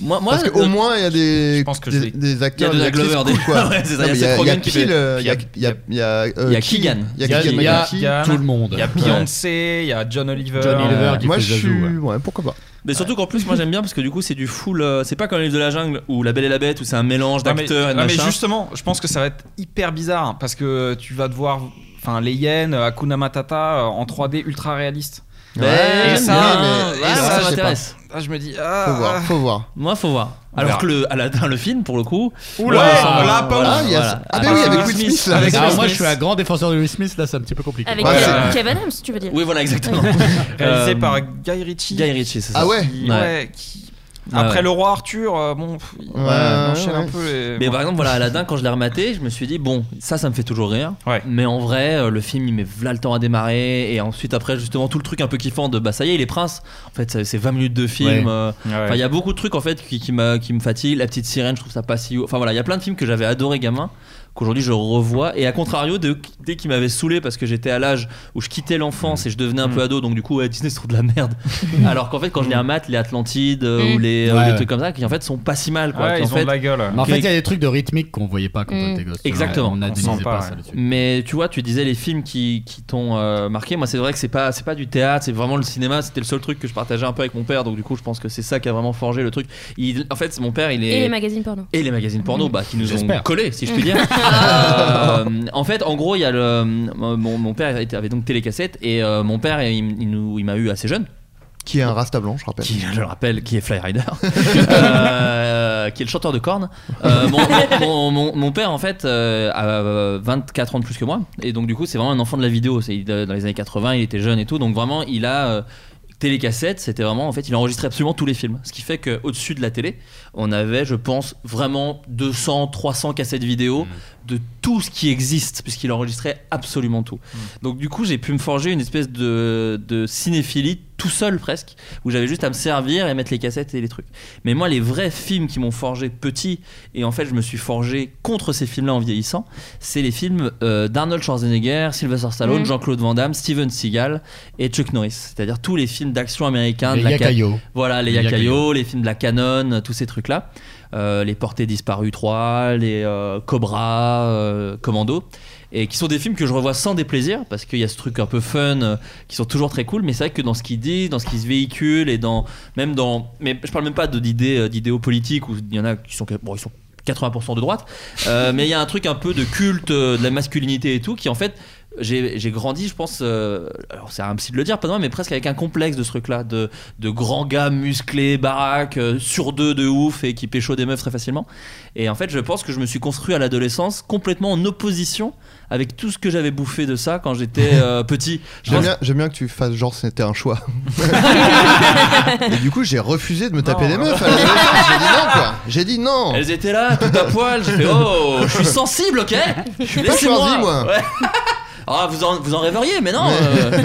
Moi, moi,
parce
le-
qu'au moins il y a des
pense que je
des,
vais-
des
il y a
acteurs
de
des
la
actrices
Glover.
cool,
des-
quoi.
Ouais, c'est ça,
Non,
il
mais Il
y a Seth Rogen
Keane,
qui fait.
euh, il y a
Puis
il y a il y a euh,
Il y a
Keane,
Keegan.
il y a
Il y a-
Keegan
il y a-
McKee.
il y a-
Tout le monde.
Il y a Beyoncé, il y a John Oliver.
John
euh,
Oliver qui
Moi
fait
je
Zazou, ouais.
suis ouais pourquoi pas
Mais surtout qu'en plus, moi j'aime bien parce que du coup, c'est du full. euh, c'est pas comme les livre de la jungle ou La Belle et la Bête où c'est un mélange
Ah, mais-
d'acteurs et de
ah, mais,
machin.
justement, je pense que ça va être hyper bizarre parce que tu vas devoir. Enfin, les hyènes, Hakuna Matata euh, en 3D ultra réaliste.
Mais
Ouais,
j'aime
ça,
bien,
mais-
ouais,
et
moi,
ça,
ça,
je sais
m'intéresse.
Ah, je me dis.
faut
Ah,
voir faut voir
Moi, faut voir.
On
Alors
verra.
que le Aladdin, le film, pour le coup.
Oula,
ouais, ça-
là, pas
voilà,
ouf. Ah, il y a
voilà.
ça. Ah, mais oui,
partir
avec
de
Will Smith, là,
Avec
Ah,
Will
moi,
Smith.
je suis un grand défenseur de Will Smith. Là, c'est un petit peu compliqué.
Avec
Ouais,
euh,
c'est-
Kev Adams, tu veux dire
Oui, voilà, exactement.
réalisé
Euh,
par Guy Ritchie.
Guy Ritchie, c'est ça.
ah ouais
Qui-
Ouais.
ouais, qui-
Ah
Après
ouais.
le roi Arthur, euh, bon, pff, il-
Ouais,
il enchaîne
ouais,
un
ouais.
peu. et-
Mais bah, par exemple, voilà, Aladdin, quand je l'ai rematé, je me suis dit, bon, ça, ça me fait toujours rire.
Ouais.
Mais en vrai, euh, le film, il met v'là le temps à démarrer. Et ensuite, après, justement, tout le truc un peu kiffant de bah, ça y est, il est prince. En fait, ça- c'est 20 minutes de film.
Ouais.
euh,
Ouais.
Enfin, il y a beaucoup de trucs en fait qui, qui m'a- qui me fatiguent. La petite sirène, je trouve ça pas si. Enfin voilà, il y a plein de films que j'avais adoré gamin qu'aujourd'hui je revois. Et à contrario, de, dès qu'ils m'avaient saoulé parce que j'étais à l'âge où je quittais l'enfance et je
Mm.
devenais un peu ado, donc du coup, ouais, Disney c'est trop de la merde. Alors qu'en fait, quand je les remate, les Atlantides euh, ou
Mm.
les, euh,
Ouais,
les
ouais.
trucs comme ça, qui en fait sont pas si mal quoi.
Ouais,
qui,
ils
en
ont
fait-
de la gueule.
Mais en
qui-
fait, il y a des trucs de rythmique qu'on voyait pas quand on
Mm.
était gosse.
Exactement.
On
On sent
n'analysait
pas,
pas ça
ouais.
là-dessus.
Mais tu vois, tu disais les films qui, qui t'ont euh, marqué. Moi, c'est vrai que c'est pas c'est pas du théâtre, c'est vraiment le cinéma. C'était le seul truc que je partageais un peu avec mon père. Donc du coup, je pense que c'est ça qui a vraiment forgé le truc. Il, en fait, mon père, il est
Et les magazines porno.
et les magazines porno bah, qui nous ont
J'espère.
collés, si je puis dire. Euh, en fait, en gros, il y a le, euh, mon, mon père était- avait donc télécassette et euh, mon père, il, il nous- il m'a eu assez jeune,
qui est un rasta blanc je rappelle
qui, je le rappelle, qui est Fly Rider, euh, qui est le chanteur de cornes. Euh, mon, mon- mon- mon père, en fait, euh, a 24 ans de plus que moi et donc, du coup, c'est vraiment un enfant de la vidéo. C'est- il- euh, Dans les années 80, il était jeune et tout, donc vraiment, il a. euh, télécassette, c'était vraiment en fait, il enregistrait absolument tous les films. Ce qui fait qu'au-dessus de la télé, on avait, je pense, vraiment 200, 300 cassettes vidéo de tout ce qui existe, puisqu'il enregistrait absolument tout. Donc, du coup, j'ai pu me forger une espèce de, de cinéphilie tout seul presque, où j'avais juste à me servir et mettre les cassettes et les trucs. Mais moi, les vrais films qui m'ont forgé petit, et en fait, je me suis forgé contre ces films-là en vieillissant, c'est les films euh, d'Arnold Schwarzenegger, Sylvester Stallone,
Mm.
Jean-Claude Van Damme, Steven Seagal et Chuck Norris. C'est-à-dire tous les films d'action américains.
Les
de la ca-
Yakayo.
Voilà, les
Les
Yakayo,
Yakayo.
les films de la Canon, euh, tous ces trucs-là. Euh, les Portées Disparues 3, les euh, Cobra, euh, Commando. Et qui sont des films que je revois sans déplaisir, parce qu'il y a ce truc un peu fun, euh, qui sont toujours très cool, mais c'est vrai que dans ce qu'ils disent, dans ce qu'ils se véhiculent, et dans. Même dans. Mais je parle même pas de- d'idées euh, d'idéaux politiques, où il y en a qui sont. Bon, ils sont 80% de droite, euh, mais il y a un truc un peu de culte euh, de la masculinité et tout qui en fait j'ai j'ai grandi, je pense, euh, alors c'est un petit de le dire, pas de moi, mais presque avec un complexe de ce truc-là, de, de grands gars musclés, baraques, euh, sur deux de ouf et qui pécho des meufs très facilement. Et en fait, je pense que je me suis construit à l'adolescence complètement en opposition avec tout ce que j'avais bouffé de ça quand j'étais euh, petit. Je
J'aime
pense-
bien, j'aime bien que tu fasses genre c'était un choix. Et du coup, j'ai refusé de me taper des meufs. à l'adolescence. J'ai dit non, quoi. J'ai dit non.
Elles étaient là, tout à poil. J'ai fait oh, je suis sensible, ok
Je suis pas choisi, moi.
Ouais. Ah, vous en, vous en rêveriez, mais non! euh.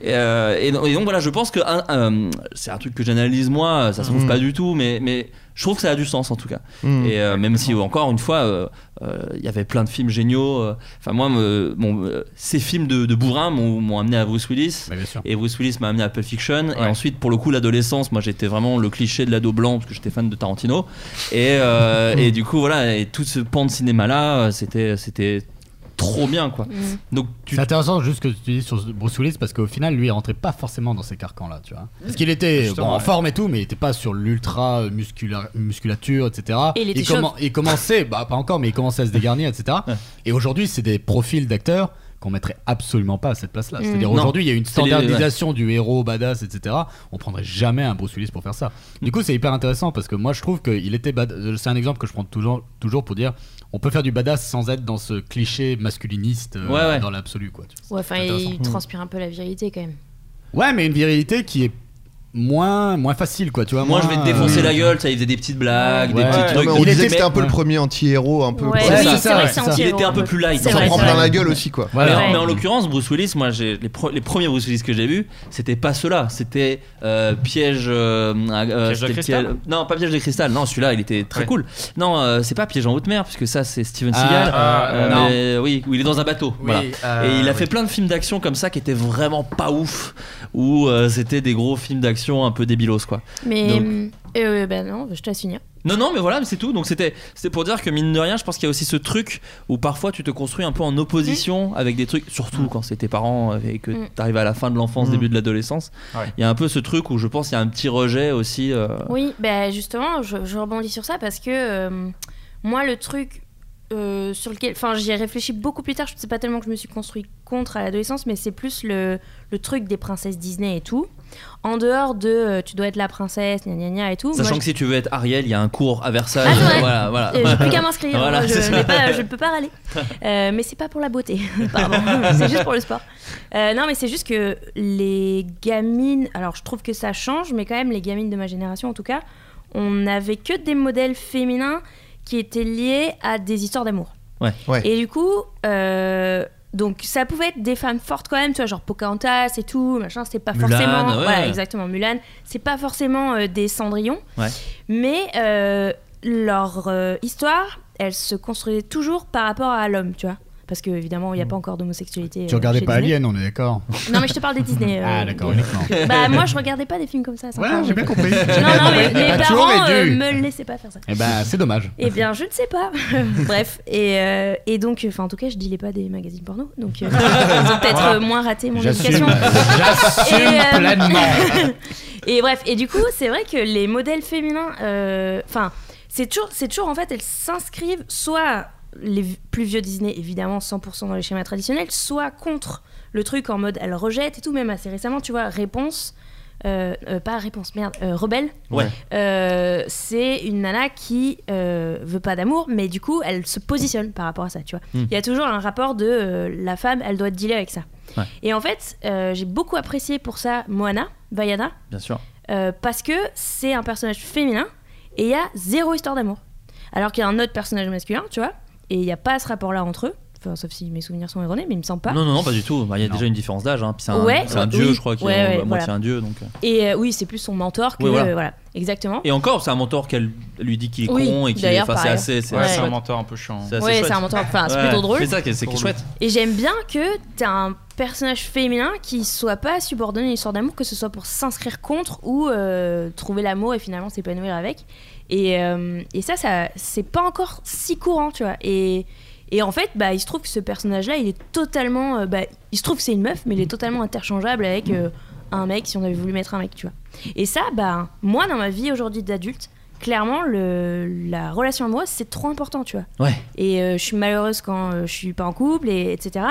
et, euh, et donc, et donc, voilà, je pense que un- un- c'est un truc que j'analyse moi, ça se trouve
Mm.
pas du tout, mais, mais je trouve que ça a du sens en tout cas.
Mm.
Et euh, même si, encore une fois, euh, euh, il y avait plein de films géniaux. euh, Enfin, moi, me- bon, euh, ces films de, de bourrin m'ont m'ont amené à Bruce Willis. Et Bruce Willis m'a amené à Pulp Fiction. Et ensuite, pour le coup, l'adolescence, moi, j'étais vraiment le cliché de l'ado blanc parce que j'étais fan de Tarantino. Et, euh,
Mm.
et du coup, voilà, et tout ce pan de cinéma-là, euh, c'était c'était trop bien, quoi. Donc,
C'est intéressant juste ce que tu dis sur Bruce Willis parce qu'au final, lui, il rentrait pas forcément dans ces carcans-là, tu vois. Parce qu'il était
Justement,
bon, en
ouais.
forme et tout, mais il était pas sur l'ultra euh, muscula- musculature, etc.
Et il était chauve.
il commençait, bah pas encore, mais il commençait à se dégarnir, etc. Et aujourd'hui, c'est des profils d'acteurs qu'on mettrait absolument pas à cette place-là.
Mm.
C'est-à-dire
Non.
aujourd'hui, il y a une
C'est les- ouais.
standardisation du héros badass, etc. On prendrait jamais un Bruce Willis pour faire ça. Du coup, c'est hyper intéressant parce que moi, je trouve qu'il était bad. C'est un exemple que je prends toujours, toujours pour dire. On peut faire du badass sans être dans ce cliché masculiniste euh,
Ouais, ouais.
dans l'absolu, quoi. tu vois.
Ouais, enfin,
intéressant.
il transpire un peu la virilité quand même.
Ouais, mais une virilité qui est moins, moins facile, quoi. Tu vois,
moi, je vais te défoncer
euh,
la gueule, ça, il faisait des petites blagues,
Ouais.
des petits
Ouais,
trucs.
mais on
Il était-
disait que c'était
C'était un peu
Ouais.
le premier anti-héros, un peu.
Ouais,
quoi.
c'est ça, ouais, c'est ça. Il était un peu plus light.
On s'en prend plein la gueule aussi, quoi.
Mais en- Mais en l'occurrence, Bruce Willis, moi, j'ai- les, pro- les premiers Bruce Willis que j'ai vus, c'était pas ceux-là. C'était euh, Piège. euh, euh,
Piège de
c'était le
cristal
piège- Non, pas Piège de cristal. Non, celui-là, il était très
Ouais.
cool. Non, euh, c'est pas Piège en haute mer, puisque ça, c'est Steven
Ah,
Seagal.
ah,
Euh,
non.
mais oui, où il est dans un bateau.
Oui,
voilà.
euh,
Et il a fait
oui.
plein de films d'action comme ça qui étaient vraiment pas ouf, où euh, c'était des gros films d'action un peu débilos, quoi.
Mais.
Donc-
euh, euh, bah non, je te laisse finir.
non, non, mais voilà, mais c'est tout. Donc c'était, c'était pour dire que mine de rien, je pense qu'il y a aussi ce truc où parfois tu te construis un peu en opposition
Mmh.
avec des trucs, surtout quand c'est tes parents euh, et que
Mm.
t'arrives à la fin de l'enfance,
Mm.
début de l'adolescence. Il
Ouais.
y a un peu ce truc où je pense qu'il y a un petit rejet aussi. euh,
Oui, bah justement, je, je rebondis sur ça parce que euh, moi, le truc euh, sur lequel. Enfin, j'y ai réfléchi beaucoup plus tard. Je sais pas tellement que je me suis construit contre à l'adolescence, mais c'est plus le, le truc des princesses Disney et tout. En dehors de euh, tu dois être la princesse, gna gna gna et tout.
Sachant
moi,
que si tu veux être Ariel, il y a un cours à Versailles.
Ah, c'est vrai.
Voilà, voilà. Bah,
Euh, J'ai plus qu'à m'inscrire,
Voilà,
je,
c'est ça.
n'ai pas- je ne peux pas râler. Euh, mais c'est pas pour la beauté, pardon. c'est juste pour le sport. Euh, non, mais c'est juste que les gamines, alors je trouve que ça change, mais quand même, les gamines de ma génération en tout cas, on n'avait que des modèles féminins qui étaient liés à des histoires d'amour.
Ouais.
Et du coup, euh, donc ça pouvait être des femmes fortes quand même, tu vois, genre Pocahontas et tout, machin, c'était pas
Mulan,
forcément.
ouais.
Voilà, exactement, Mulan. C'est pas forcément euh, des Cendrillon.
Ouais.
Mais euh, leur euh, histoire, elle se construisait toujours par rapport à l'homme, tu vois. Parce que évidemment, il n'y a pas encore d'homosexualité.
Mm. Tu
euh,
regardais
chez
pas
Disney.
Alien, on est d'accord.
Non, mais je te parle des Disney. euh,
Ah, d'accord,
des-
uniquement.
Bah, moi, je regardais pas des films comme ça. c'est
Ouais,
encore-
j'ai bien compris.
Non,
J'ai bien
non, mais
compris.
mes
Bah, tu
parents
aurais
euh,
dû.
me laissaient pas faire ça.
Eh ben, c'est dommage.
Eh bien, je ne sais pas. Bref. Et, euh, et donc, enfin, en tout cas, je dis pas des magazines porno. Donc, euh, ils ont peut-être
Voilà.
euh, moins raté mon
J'assume.
éducation.
J'assume
Et, euh,
pleinement.
et bref. Et du coup, c'est vrai que les modèles féminins. euh, Enfin, c'est toujours, c'est toujours, en fait, elles s'inscrivent soit les v- plus vieux Disney, évidemment, 100% dans les schémas traditionnels, soit contre le truc en mode elles rejettent et tout. Même assez récemment, tu vois, réponse. euh, euh, pas réponse, merde, euh, rebelle.
Ouais.
Euh, c'est une nana qui euh, veut pas d'amour, mais du coup, elle se positionne par rapport à ça, tu vois. Il
Mm.
y a toujours un rapport de euh, la femme, elle doit dealer avec ça.
Ouais.
Et en fait, euh, j'ai beaucoup apprécié pour ça Moana, Vaiana,
Bien sûr.
euh, parce que c'est un personnage féminin et il y a zéro histoire d'amour. Alors qu'il y a un autre personnage masculin, tu vois, et il n'y a pas ce rapport-là entre eux. Enfin, sauf si mes souvenirs sont erronés, mais il me semble pas.
Non, non, non, pas du tout. Bah, Il y a déjà une différence d'âge. hein. Puis c'est un,
Ouais,
c'est un
oui.
dieu, je crois, qui
Ouais,
est à
ouais,
moitié
voilà.
un dieu. Donc. euh.
Et euh, oui, c'est plus son mentor que.
Oui, voilà.
euh, voilà, exactement.
Et encore, c'est un mentor qu'elle lui dit qu'il est
Oui,
con et qu'il est.
d'ailleurs,
Enfin, c'est
pareil.
assez. C'est
Ouais,
assez
c'est un
chouette.
mentor un peu chiant.
C'est assez
Ouais,
chouette.
c'est un mentor. Enfin, c'est
Ouais,
plutôt drôle.
C'est ça qui est c'est qui est chouette.
Et j'aime bien que t'as un personnage féminin qui soit pas subordonné à une histoire d'amour, que ce soit pour s'inscrire contre ou euh, trouver l'amour et finalement s'épanouir avec. Et, euh, et ça, ça c'est pas encore si courant, tu vois. Et, et en fait, bah, il se trouve que ce personnage-là, il est totalement. euh, bah, il se trouve que c'est une meuf, mais il est totalement interchangeable avec euh, un mec si on avait voulu mettre un mec, tu vois. Et ça, bah, moi, dans ma vie aujourd'hui d'adulte, clairement, le, la relation amoureuse, c'est trop important, tu vois.
Ouais.
Et euh, je suis malheureuse quand euh, je suis pas en couple, et, etc.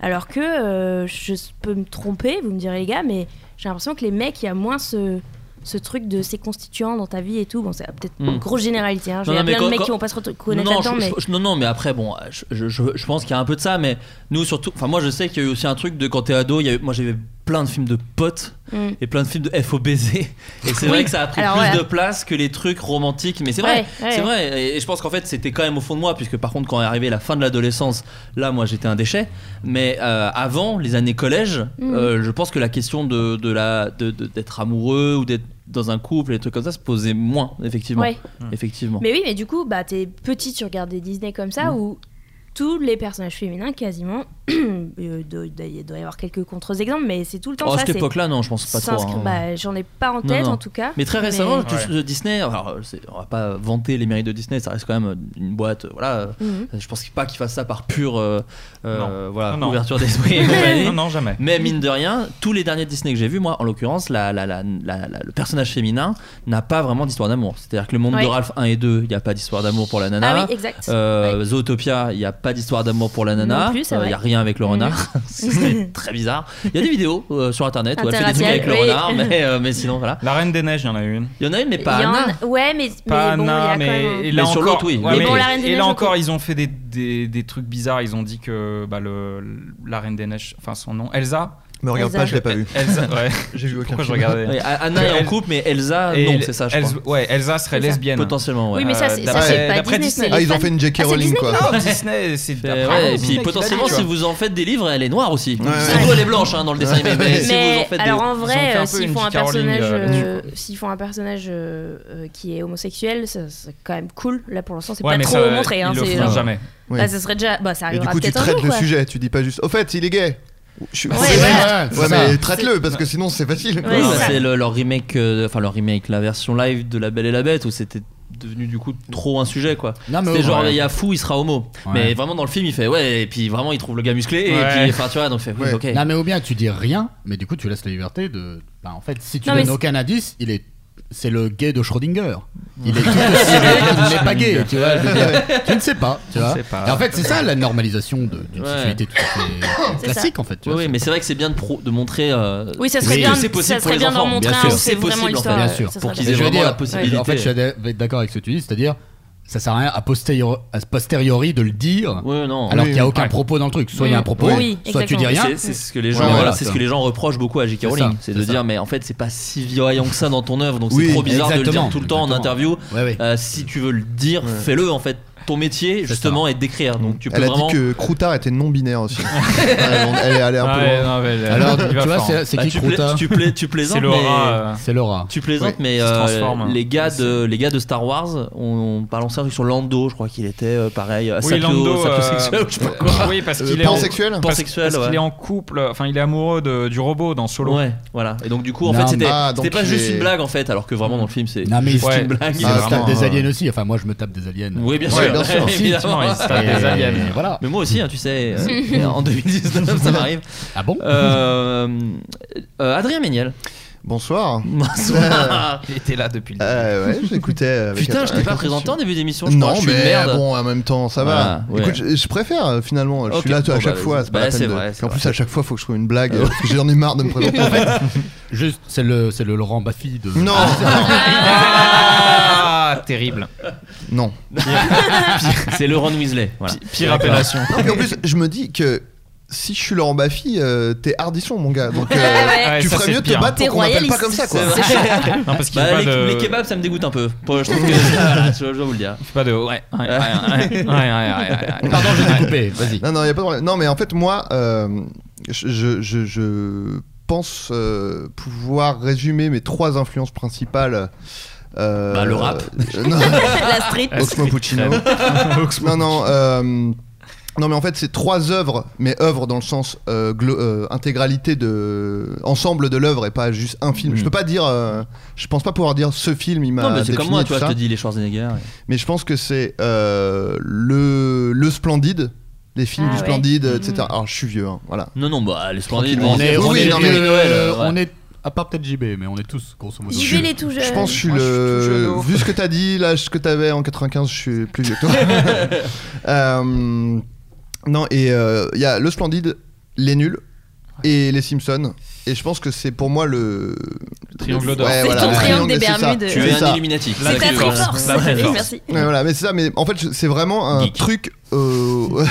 Alors que euh, je peux me tromper, vous me direz les gars, mais j'ai l'impression que les mecs, il y a moins ce, ce truc de ses constituants dans ta vie et tout. Bon, c'est peut-être
Hmm.
une grosse généralité.
Non,
Hein. J'ai
non, mais
plein de
quand-
mecs
quand-
qui vont pas se reconnaître
non, non, je-
là-dedans, mais.
je- non, non, mais après, bon, je, je- je- je pense qu'il y a un peu de ça, mais nous surtout. Enfin, moi, je sais qu'il y a eu aussi un truc de quand t'es ado, il y a eu- moi j'avais plein de films de potes
Mm.
et plein de films de FO baiser. Et c'est
Oui.
vrai que ça a pris
Alors,
plus
voilà.
de place que les trucs romantiques, mais c'est vrai,
Ouais, ouais.
c'est vrai. Et, et je pense qu'en fait, c'était quand même au fond de moi, puisque par contre, quand est arrivée la fin de l'adolescence, là, moi j'étais un déchet. Mais euh, avant, les années collège,
Mm.
euh, je pense que la question de, de la, de- de- d'être amoureux ou d'être dans un couple et des trucs comme ça se posait moins, effectivement.
Ouais.
Effectivement.
Mais oui, mais du coup, bah, t'es petit, tu regardes des Disney comme ça
Hmm.
où tous les personnages féminins, quasiment, euh, il doit il doit y avoir quelques contre-exemples, mais c'est tout le temps
Oh,
ça.
à cette
c'est-
époque-là, non, je pense pas trop,
s'inscri-
hein.
bah, J'en ai pas en
Non,
tête
non.
en tout cas.
Mais très récemment, tout
Ouais.
ce- Disney, alors, euh, c'est- on va pas vanter les mérites de Disney, ça reste quand même une boîte, euh, voilà. euh,
Mhm.
Je pense pas qu'ils fassent ça par pure euh, euh, voilà,
Non, non.
ouverture d'esprit. et compagnie.
Non, non, jamais.
Mais mine de rien, tous les derniers Disney que j'ai vus, moi, en l'occurrence, la- la- la- la- la- le personnage féminin n'a pas vraiment d'histoire d'amour. C'est-à-dire que le monde
Ouais.
de Ralph 1 et 2, il n'y a pas d'histoire d'amour pour la nana.
Ah oui, exact.
Euh, Zootopia, il n'y a pas d'histoire d'amour pour la
Non
nana.
plus, c'est
Euh, Il
vrai.
n'y a rien avec le
Mhm.
renard. C'est très bizarre. Il y a des vidéos euh, sur internet où elle fait des trucs
Interracial,
avec le
oui.
renard, mais, euh, mais sinon, voilà.
La Reine des Neiges, il y en a une.
Il y en a une, mais pas
Il y en
Anna.
a- Ouais, mais, mais
Pas
bon, il y
Anna,
a
mais,
quand même. un-
et là
Mais sur
encore,
l'autre, oui.
ouais,
Mais
mais-
bon,
la Reine des
et
Neiges,
là
ok.
encore, ils ont fait des, des, des trucs bizarres. Ils ont dit que bah, le, la Reine des Neiges, enfin son nom, Elsa.
Me regarde
Elsa.
pas, je l'ai pas vu.
Elsa, ouais.
J'ai vu aucun
Pourquoi je
film.
regardais
Ouais, Anna
Que
est en
El-
couple, mais Elsa, Ah, non, c'est ça, je
Elsa-
crois.
Ouais, Elsa serait
C'est ça.
lesbienne.
Potentiellement, ouais. Oui, mais ça, c'est- ça,
d'après-
c'est pas
d'après
Disney,
Disney.
c'est Ah, les ils ont fans.
fait une J.K. Ah, c'est Rowling, Disney quoi. qui l'a
Non,
dit.
oh, Disney, c'est
Et
d'après
ouais, et
Disney
puis
qui l'a dit,
potentiellement,
tu vois.
si vous en faites des livres, elle est noire aussi.
Ouais, ouais.
Surtout, elle est blanche hein, dans le dessin animé. Mais, si vous en
Mais
faites
alors
des-
en
Ils ont fait
vrai,
un
euh,
peu
s'ils
une
font un
J.K. Rowling,
personnage,
euh, là-dessus,
euh, s'ils font un personnage euh, euh, qui est homosexuel, ça, c'est quand même cool. Là pour l'instant, c'est
Ouais,
pas
mais
trop
ça,
montré. hein,
ils le
c'est
feront
genre-
jamais.
Oui.
Bah, ça serait déjà, bah ça
Et du
arrivera
coup, tu
peut-être un
traites
jour.
le
quoi.
sujet, tu dis pas juste. Au fait, il est gay. Je-
Ouais, voilà.
Ouais, mais traite-le parce que sinon c'est facile. quoi.
Ouais, bah, c'est le- leur remake, euh, enfin leur remake, la version live de La Belle et la Bête où c'était devenu du coup trop un sujet quoi.
Non, mais
C'était
ouais.
genre il y a fou, il sera homo.
Ouais.
Mais vraiment dans le film il fait ouais et puis vraiment il trouve le gars musclé et
Ouais.
puis enfin tu vois donc il fait oui, ok.
Non, mais ou bien tu dis rien, mais du coup tu laisses la liberté de. Bah, en fait, si tu
Non, mais
donnes
c'est-
aucun indice, il est. C'est le gay de Schrödinger.
Mm.
Il est tout aussi gay, il n'est pas gay, tu vois. je veux dire. Tu ne sais pas, tu
Je
vois.
sais pas.
Et en fait, c'est ça la normalisation de- d'une
Ouais.
sexualité tout à fait
C'est
classique,
ça.
en fait. tu
Oui,
vois.
oui, mais c'est vrai que c'est bien de, pro- de montrer. euh,
Oui, ça serait
que
bien-
c'est possible
ça
pour
serait
les
bien d'en
enfants,
montrer
bien
un,
sûr.
c'est
C'est
vraiment
possible, en
l'histoire,
fait,
euh, ça serait
pour qu'ils
Mais
aient
je veux
vraiment
dire,
la possibilité.
En fait, je suis d'ac- d'accord avec ce que tu dis, c'est-à-dire, ça sert à rien a posteriori, a posteriori de le dire,
non.
alors
Oui,
qu'il n'y a
oui.
aucun
Ouais.
propos dans le truc. Soit il y a un propos,
Oui,
soit tu dis rien.
C'est- C'est ce que les gens,
Ouais,
voilà,
voilà,
c'est ce
ça.
que les gens reprochent beaucoup à J.K.
C'est
Rowling,
ça,
c'est
c'est
de
ça.
dire mais en fait c'est pas si violent que ça dans ton œuvre, donc c'est
Oui,
trop bizarre de le
exactement,
dire tout le temps en interview. Euh, si tu veux le dire,
Ouais.
fais-le en fait. Ton métier justement est de d'écrire, Ah, donc tu peux
Elle a
vraiment.
dit que Croutard était non binaire aussi. Ouais, bon, elle est allée un peu
Ouais,
loin.
non, mais elle-
Alors,
il va
tu vois,
fort.
c'est- c'est
Bah,
qui
tu pla-
Croutard
tu, pla- tu plaisantes,
C'est
mais-
Laura, euh, C'est Laura.
Tu plaisantes,
Oui.
mais
Qui se
euh,
hein.
transforme.
les, gars de, les gars de Star Wars ont on balancé un truc sur Lando, je crois qu'il était euh, pareil, euh, sapio- sapiosexuel,
euh,
je sais pas quoi.
Oui, parce
Euh,
qu'il est
pansexuel
en- parce-
Pansexuel,
parce qu'il
ouais.
est en couple, enfin il est amoureux de- du robot dans Solo.
Ouais, voilà. Et donc du coup, en fait, c'était c'était pas juste une blague en fait, alors que vraiment dans le film, c'est
Non, mais
juste
ouais.
une blague.
Ah, se tape des
euh,
aliens aussi. Enfin, moi, je me tape des aliens.
Oui, bien sûr, évidemment.
Et Voilà.
Mais moi aussi, hein, tu sais, euh, en 2019, ça m'arrive.
Ah bon
euh, euh, Adrien Méniel.
Bonsoir.
Bonsoir.
Il était là depuis le
Euh, ouais, j'écoutais. avec-
Putain, je t'ai
avec
pas
attention.
présenté en début d'émission. je crois,
Non,
je suis une
mais
merde.
bon, en même temps, ça va.
Voilà, ouais.
Écoute, je, je préfère euh, finalement. Je
Ok.
suis là tu vois, à
Bon,
chaque
bah,
fois. C'est pas
bah,
la peine
c'est
de-
vrai,
Puis en plus, à chaque fois, faut que je trouve une blague. euh, parce que J'en ai marre de me présenter.
En fait, juste, c'est le, c'est le Laurent Baffy de. Ah,
Non.
Ah, terrible.
Non.
C'est Laurent Weasley. Voilà.
pire appellation.
Non, mais en plus, je me dis que. Si je suis Laurent Baffy, euh, t'es hardisson, mon gars. Donc, euh,
Ouais,
tu
ça,
ferais
c'est
mieux de te
pire.
battre pour qu'on m'appelle pas comme ça, quoi.
C'est vrai.
qu'il y a
Bah,
pas
les,
de-
les kebabs, ça me dégoûte un peu. Bon, je trouve que. voilà, je, je dois vous le dire.
Pas de. Ouais, ouais, ouais, ouais, ouais, ouais, ouais, ouais.
Pardon, je t'ai coupé, vas-y.
Non, non, y a pas de problème. Non, mais en fait, moi, euh, je, je- je- je pense euh, pouvoir résumer mes trois influences principales. euh,
Bah, le rap.
euh, non.
La street.
Oxmo Puccino. non, non. euh, non mais en fait c'est trois œuvres, mais œuvres dans le sens euh, glo- euh, intégralité de ensemble de l'œuvre et pas juste un film. Je peux pas dire, euh, je pense pas pouvoir dire ce film il m'a.
Mm. Non, mais c'est comme
défini
moi,
et
tu
tout
vois, je te
ça.
dis les Schwarzenegger. et-
Mais je pense que c'est euh, le, le Splendide, les films
Ah
du
ouais.
Splendide, etc. Alors je suis vieux, hein, voilà.
Non, non, bah, les Splendides.
Tranquillement.
bon,
On est-
bon,
on
c'est
est
les
dans
vieux
les-
Noël,
Euh,
ouais.
On est. À part peut-être JB, mais on est tous, grosso modo.
JB, il est tout jeune.
Je pense que je suis hein. le. Vu ce que t'as dit, l'âge que t'avais en 95, je suis plus vieux que toi. Euh, non, et euh, il y a Le Splendide, Les Nuls et Les Simpsons. Et je pense que c'est pour moi le.
triangle d'or.
Ouais,
C'est
voilà,
ton
le
triangle
des
c'est ça.
Bermudes. Tu
C'est
es un
ça.
Illuminati.
C'est ta Triforce.
La
Oui,
Triforce.
merci.
Ouais, voilà, mais c'est ça. Mais en fait, je- c'est vraiment un truc. euh,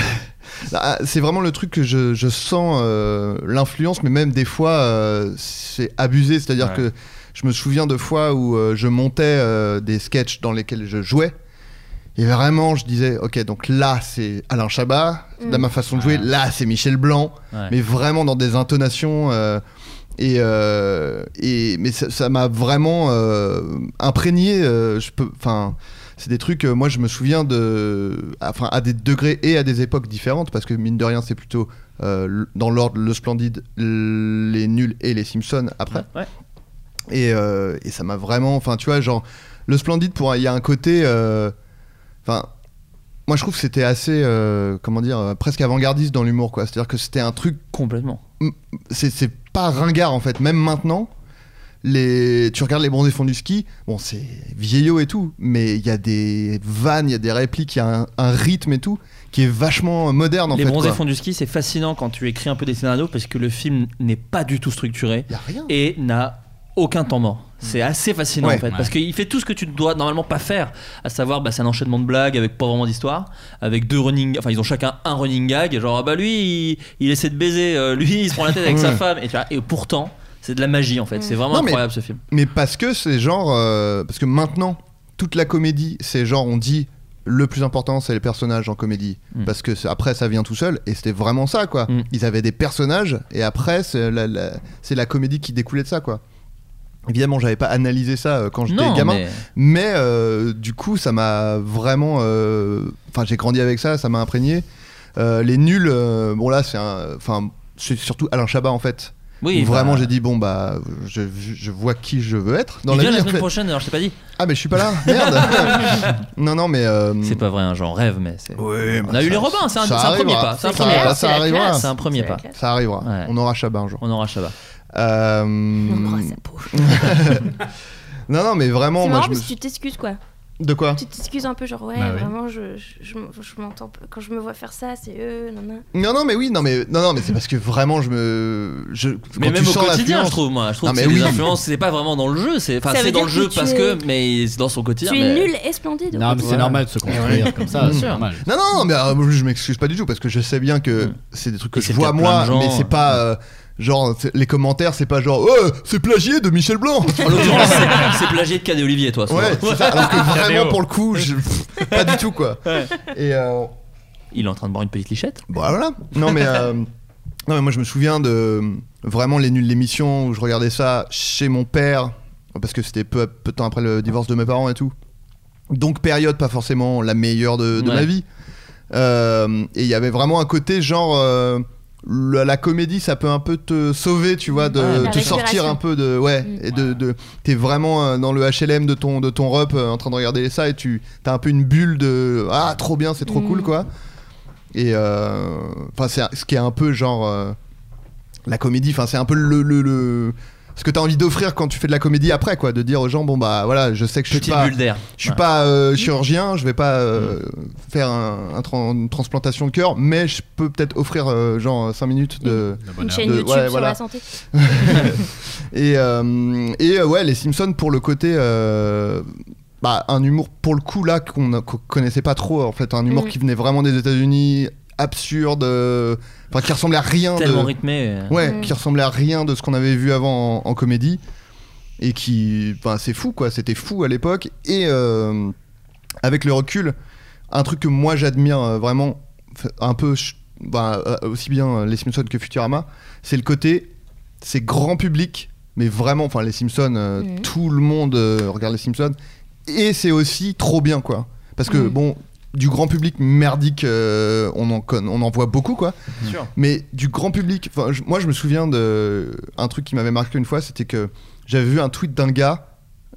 là, c'est vraiment le truc que je, je sens euh, l'influence, mais même des fois, euh, c'est abusé. C'est-à-dire
Ouais.
que je me souviens de fois où euh, je montais euh, des sketchs dans lesquels je jouais. Et vraiment, je disais, ok, donc là, c'est Alain Chabat, dans ma façon de jouer, là, c'est Michel Blanc,
Ouais.
mais vraiment dans des intonations. euh, et, euh, et- mais ça ça m'a vraiment euh, imprégné. euh, je peux, enfin, c'est des trucs. euh, moi, je me souviens de, enfin, à des degrés et à des époques différentes, parce que mine de rien, c'est plutôt euh, l- dans l'ordre le Splendide, l- les Nuls et les Simpsons après. Et, euh, et ça m'a vraiment. Enfin, tu vois, genre, le Splendide, pour- il y a un côté. euh, Enfin, moi je trouve que c'était assez, euh, comment dire, euh, presque avant-gardiste dans l'humour, quoi. C'est-à-dire que c'était un truc.
Complètement.
C'est c'est pas ringard en fait, même maintenant. Les, tu regardes les bronzés fonds du ski, bon c'est vieillot et tout, mais il y a des vannes, il y a des répliques, il y a un, un rythme et tout qui est vachement moderne en
les
fait.
bronzés
quoi.
font du ski, c'est fascinant quand tu écris un peu des scénarios parce que le film n'est pas du tout structuré et n'a aucun temps mort. C'est assez fascinant
Mm. Ouais.
en fait
Ouais.
parce qu'il fait tout ce que tu ne dois normalement pas faire, à savoir bah, c'est un enchaînement de blagues avec pas vraiment d'histoire, avec deux running, enfin ils ont chacun un running gag, et genre ah bah lui il, il essaie de baiser, euh, lui il se prend la tête avec
Ouais.
sa femme et, tu vois, et pourtant c'est de la magie en fait, c'est vraiment
Mm. Non, mais-
incroyable ce film.
Mais parce que c'est genre. euh, parce que maintenant, toute la comédie, c'est genre, on dit le plus important, c'est les personnages en comédie.
Mm.
Parce que c'est- après, ça vient tout seul. Et c'était vraiment ça, quoi. Ils avaient des personnages, et après, c'est la, la- c'est la comédie qui découlait de ça, quoi. Évidemment, j'avais pas analysé ça euh, quand j'étais
Non,
gamin,
mais-
mais, euh, du coup, ça m'a vraiment. euh, Enfin, j'ai grandi avec ça, ça m'a imprégné. Euh, les nuls, euh, bon là, c'est un. Enfin, c'est surtout Alain Chabat en fait.
Oui,
Où
bah-
vraiment, j'ai dit bon bah, je, je vois qui je veux être dans
il
la
vient
vie,
la
en
semaine
fait.
prochaine alors je t'ai pas dit.
Ah mais je suis pas là, merde. non non mais. euh,
C'est pas vrai, hein, j'en rêve mais c'est.
bah,
On a eu les Robins, c'est un, c'est un premier pas. C'est un premier
arrivera,
pas.
hein. ça arrivera.
C'est un premier pas.
Ça arrivera. On aura Chabat un jour.
On aura Chabat.
On aura sa peau. non non mais vraiment
C'est
moi
marrant
je me
parce que tu t'excuses quoi.
De quoi
Tu t'excuses un peu, genre ouais,
Bah oui.
vraiment, je, je, je m- je m'entends. p- Quand je me vois faire ça, c'est eux, nanana.
Non non mais oui non mais non non mais c'est parce que vraiment je me je
Mais
quand
même
tu
au
sens
quotidien,
l'influence-
je trouve, moi. Je trouve
Non,
que
mais
c'est des
oui.
influences, c'est pas vraiment dans le jeu. C'est enfin,
Ça
c'est
veut
dans le
dire
jeu
que tu
parce
es-
que, mais c'est dans son quotidien.
tu es
mais-
nul et splendide.
Non, mais c'est
Voilà.
normal de
Eh
se construire comme ça,
Mmh.
c'est normal.
Non, non, non, mais euh, je m'excuse pas du tout parce que je sais bien que
Mm.
c'est des trucs que je
le cas de
vois
plein
moi,
de gens,
mais
ouais.
c'est pas euh, genre c'est- les commentaires, c'est pas genre oh, c'est plagié de Michel Blanc.
En l'occurrence, c'est- c'est plagié de Cadet Olivier, toi. souvent.
ouais, c'est ça. Alors que
Caméo.
vraiment pour le coup, je- pff, pas du tout quoi. Et euh,
Il est en train de boire une petite lichette.
bah, voilà. Non mais euh, non mais moi je me souviens de euh, vraiment les nuls de l'émission où je regardais ça chez mon père parce que c'était peu, peu de temps après le divorce de mes parents et tout. Donc période pas forcément la meilleure de, de
Ouais.
ma vie. Euh, et il y avait vraiment un côté genre euh, le- la comédie ça peut un peu te sauver tu vois de
Ouais, la Mm.
te sortir
respiration.
un peu de ouais et de, de- t'es vraiment euh, dans le HLM de ton de ton rep euh, en train de regarder ça et tu t'as un peu une bulle de ah trop bien c'est trop cool quoi et euh, enfin c'est un- ce qui est un peu genre euh, la comédie enfin c'est un peu le, le, le- ce que t'as envie d'offrir quand tu fais de la comédie après quoi de dire aux gens bon bah voilà je sais que je suis
Petite
pas
bulle Mm. d'air.
je suis
Ouais.
pas euh, chirurgien je vais pas euh, faire un, un tran- une transplantation de cœur mais je peux peut-être offrir euh, genre 5 minutes de
Une
de-
chaîne YouTube
ouais,
sur
voilà.
la santé.
et euh, et euh, ouais les Simpsons pour le côté euh, bah, un humour pour le coup là qu'on qu'on connaissait pas trop en fait un humour
Mm.
qui venait vraiment des États-Unis absurde euh, enfin qui ressemblait à rien
Tellement
de-
rythmé. euh.
ouais qui ressemblait à rien de ce qu'on avait vu avant en, en comédie et qui enfin c'est fou quoi c'était fou à l'époque et euh, avec le recul un truc que moi j'admire euh, vraiment f- un peu ch- bah, euh, aussi bien euh, les Simpsons que Futurama c'est le côté c'est grand public mais vraiment enfin les Simpsons euh,
Mhm.
tout le monde euh, regarde les Simpsons et c'est aussi trop bien quoi parce que
Mhm.
bon du grand public merdique euh, on en con- on en voit beaucoup quoi
Bien sûr.
mais du grand public, enfin, je- moi je me souviens de un truc qui m'avait marqué une fois, c'était que j'avais vu un tweet d'un gars,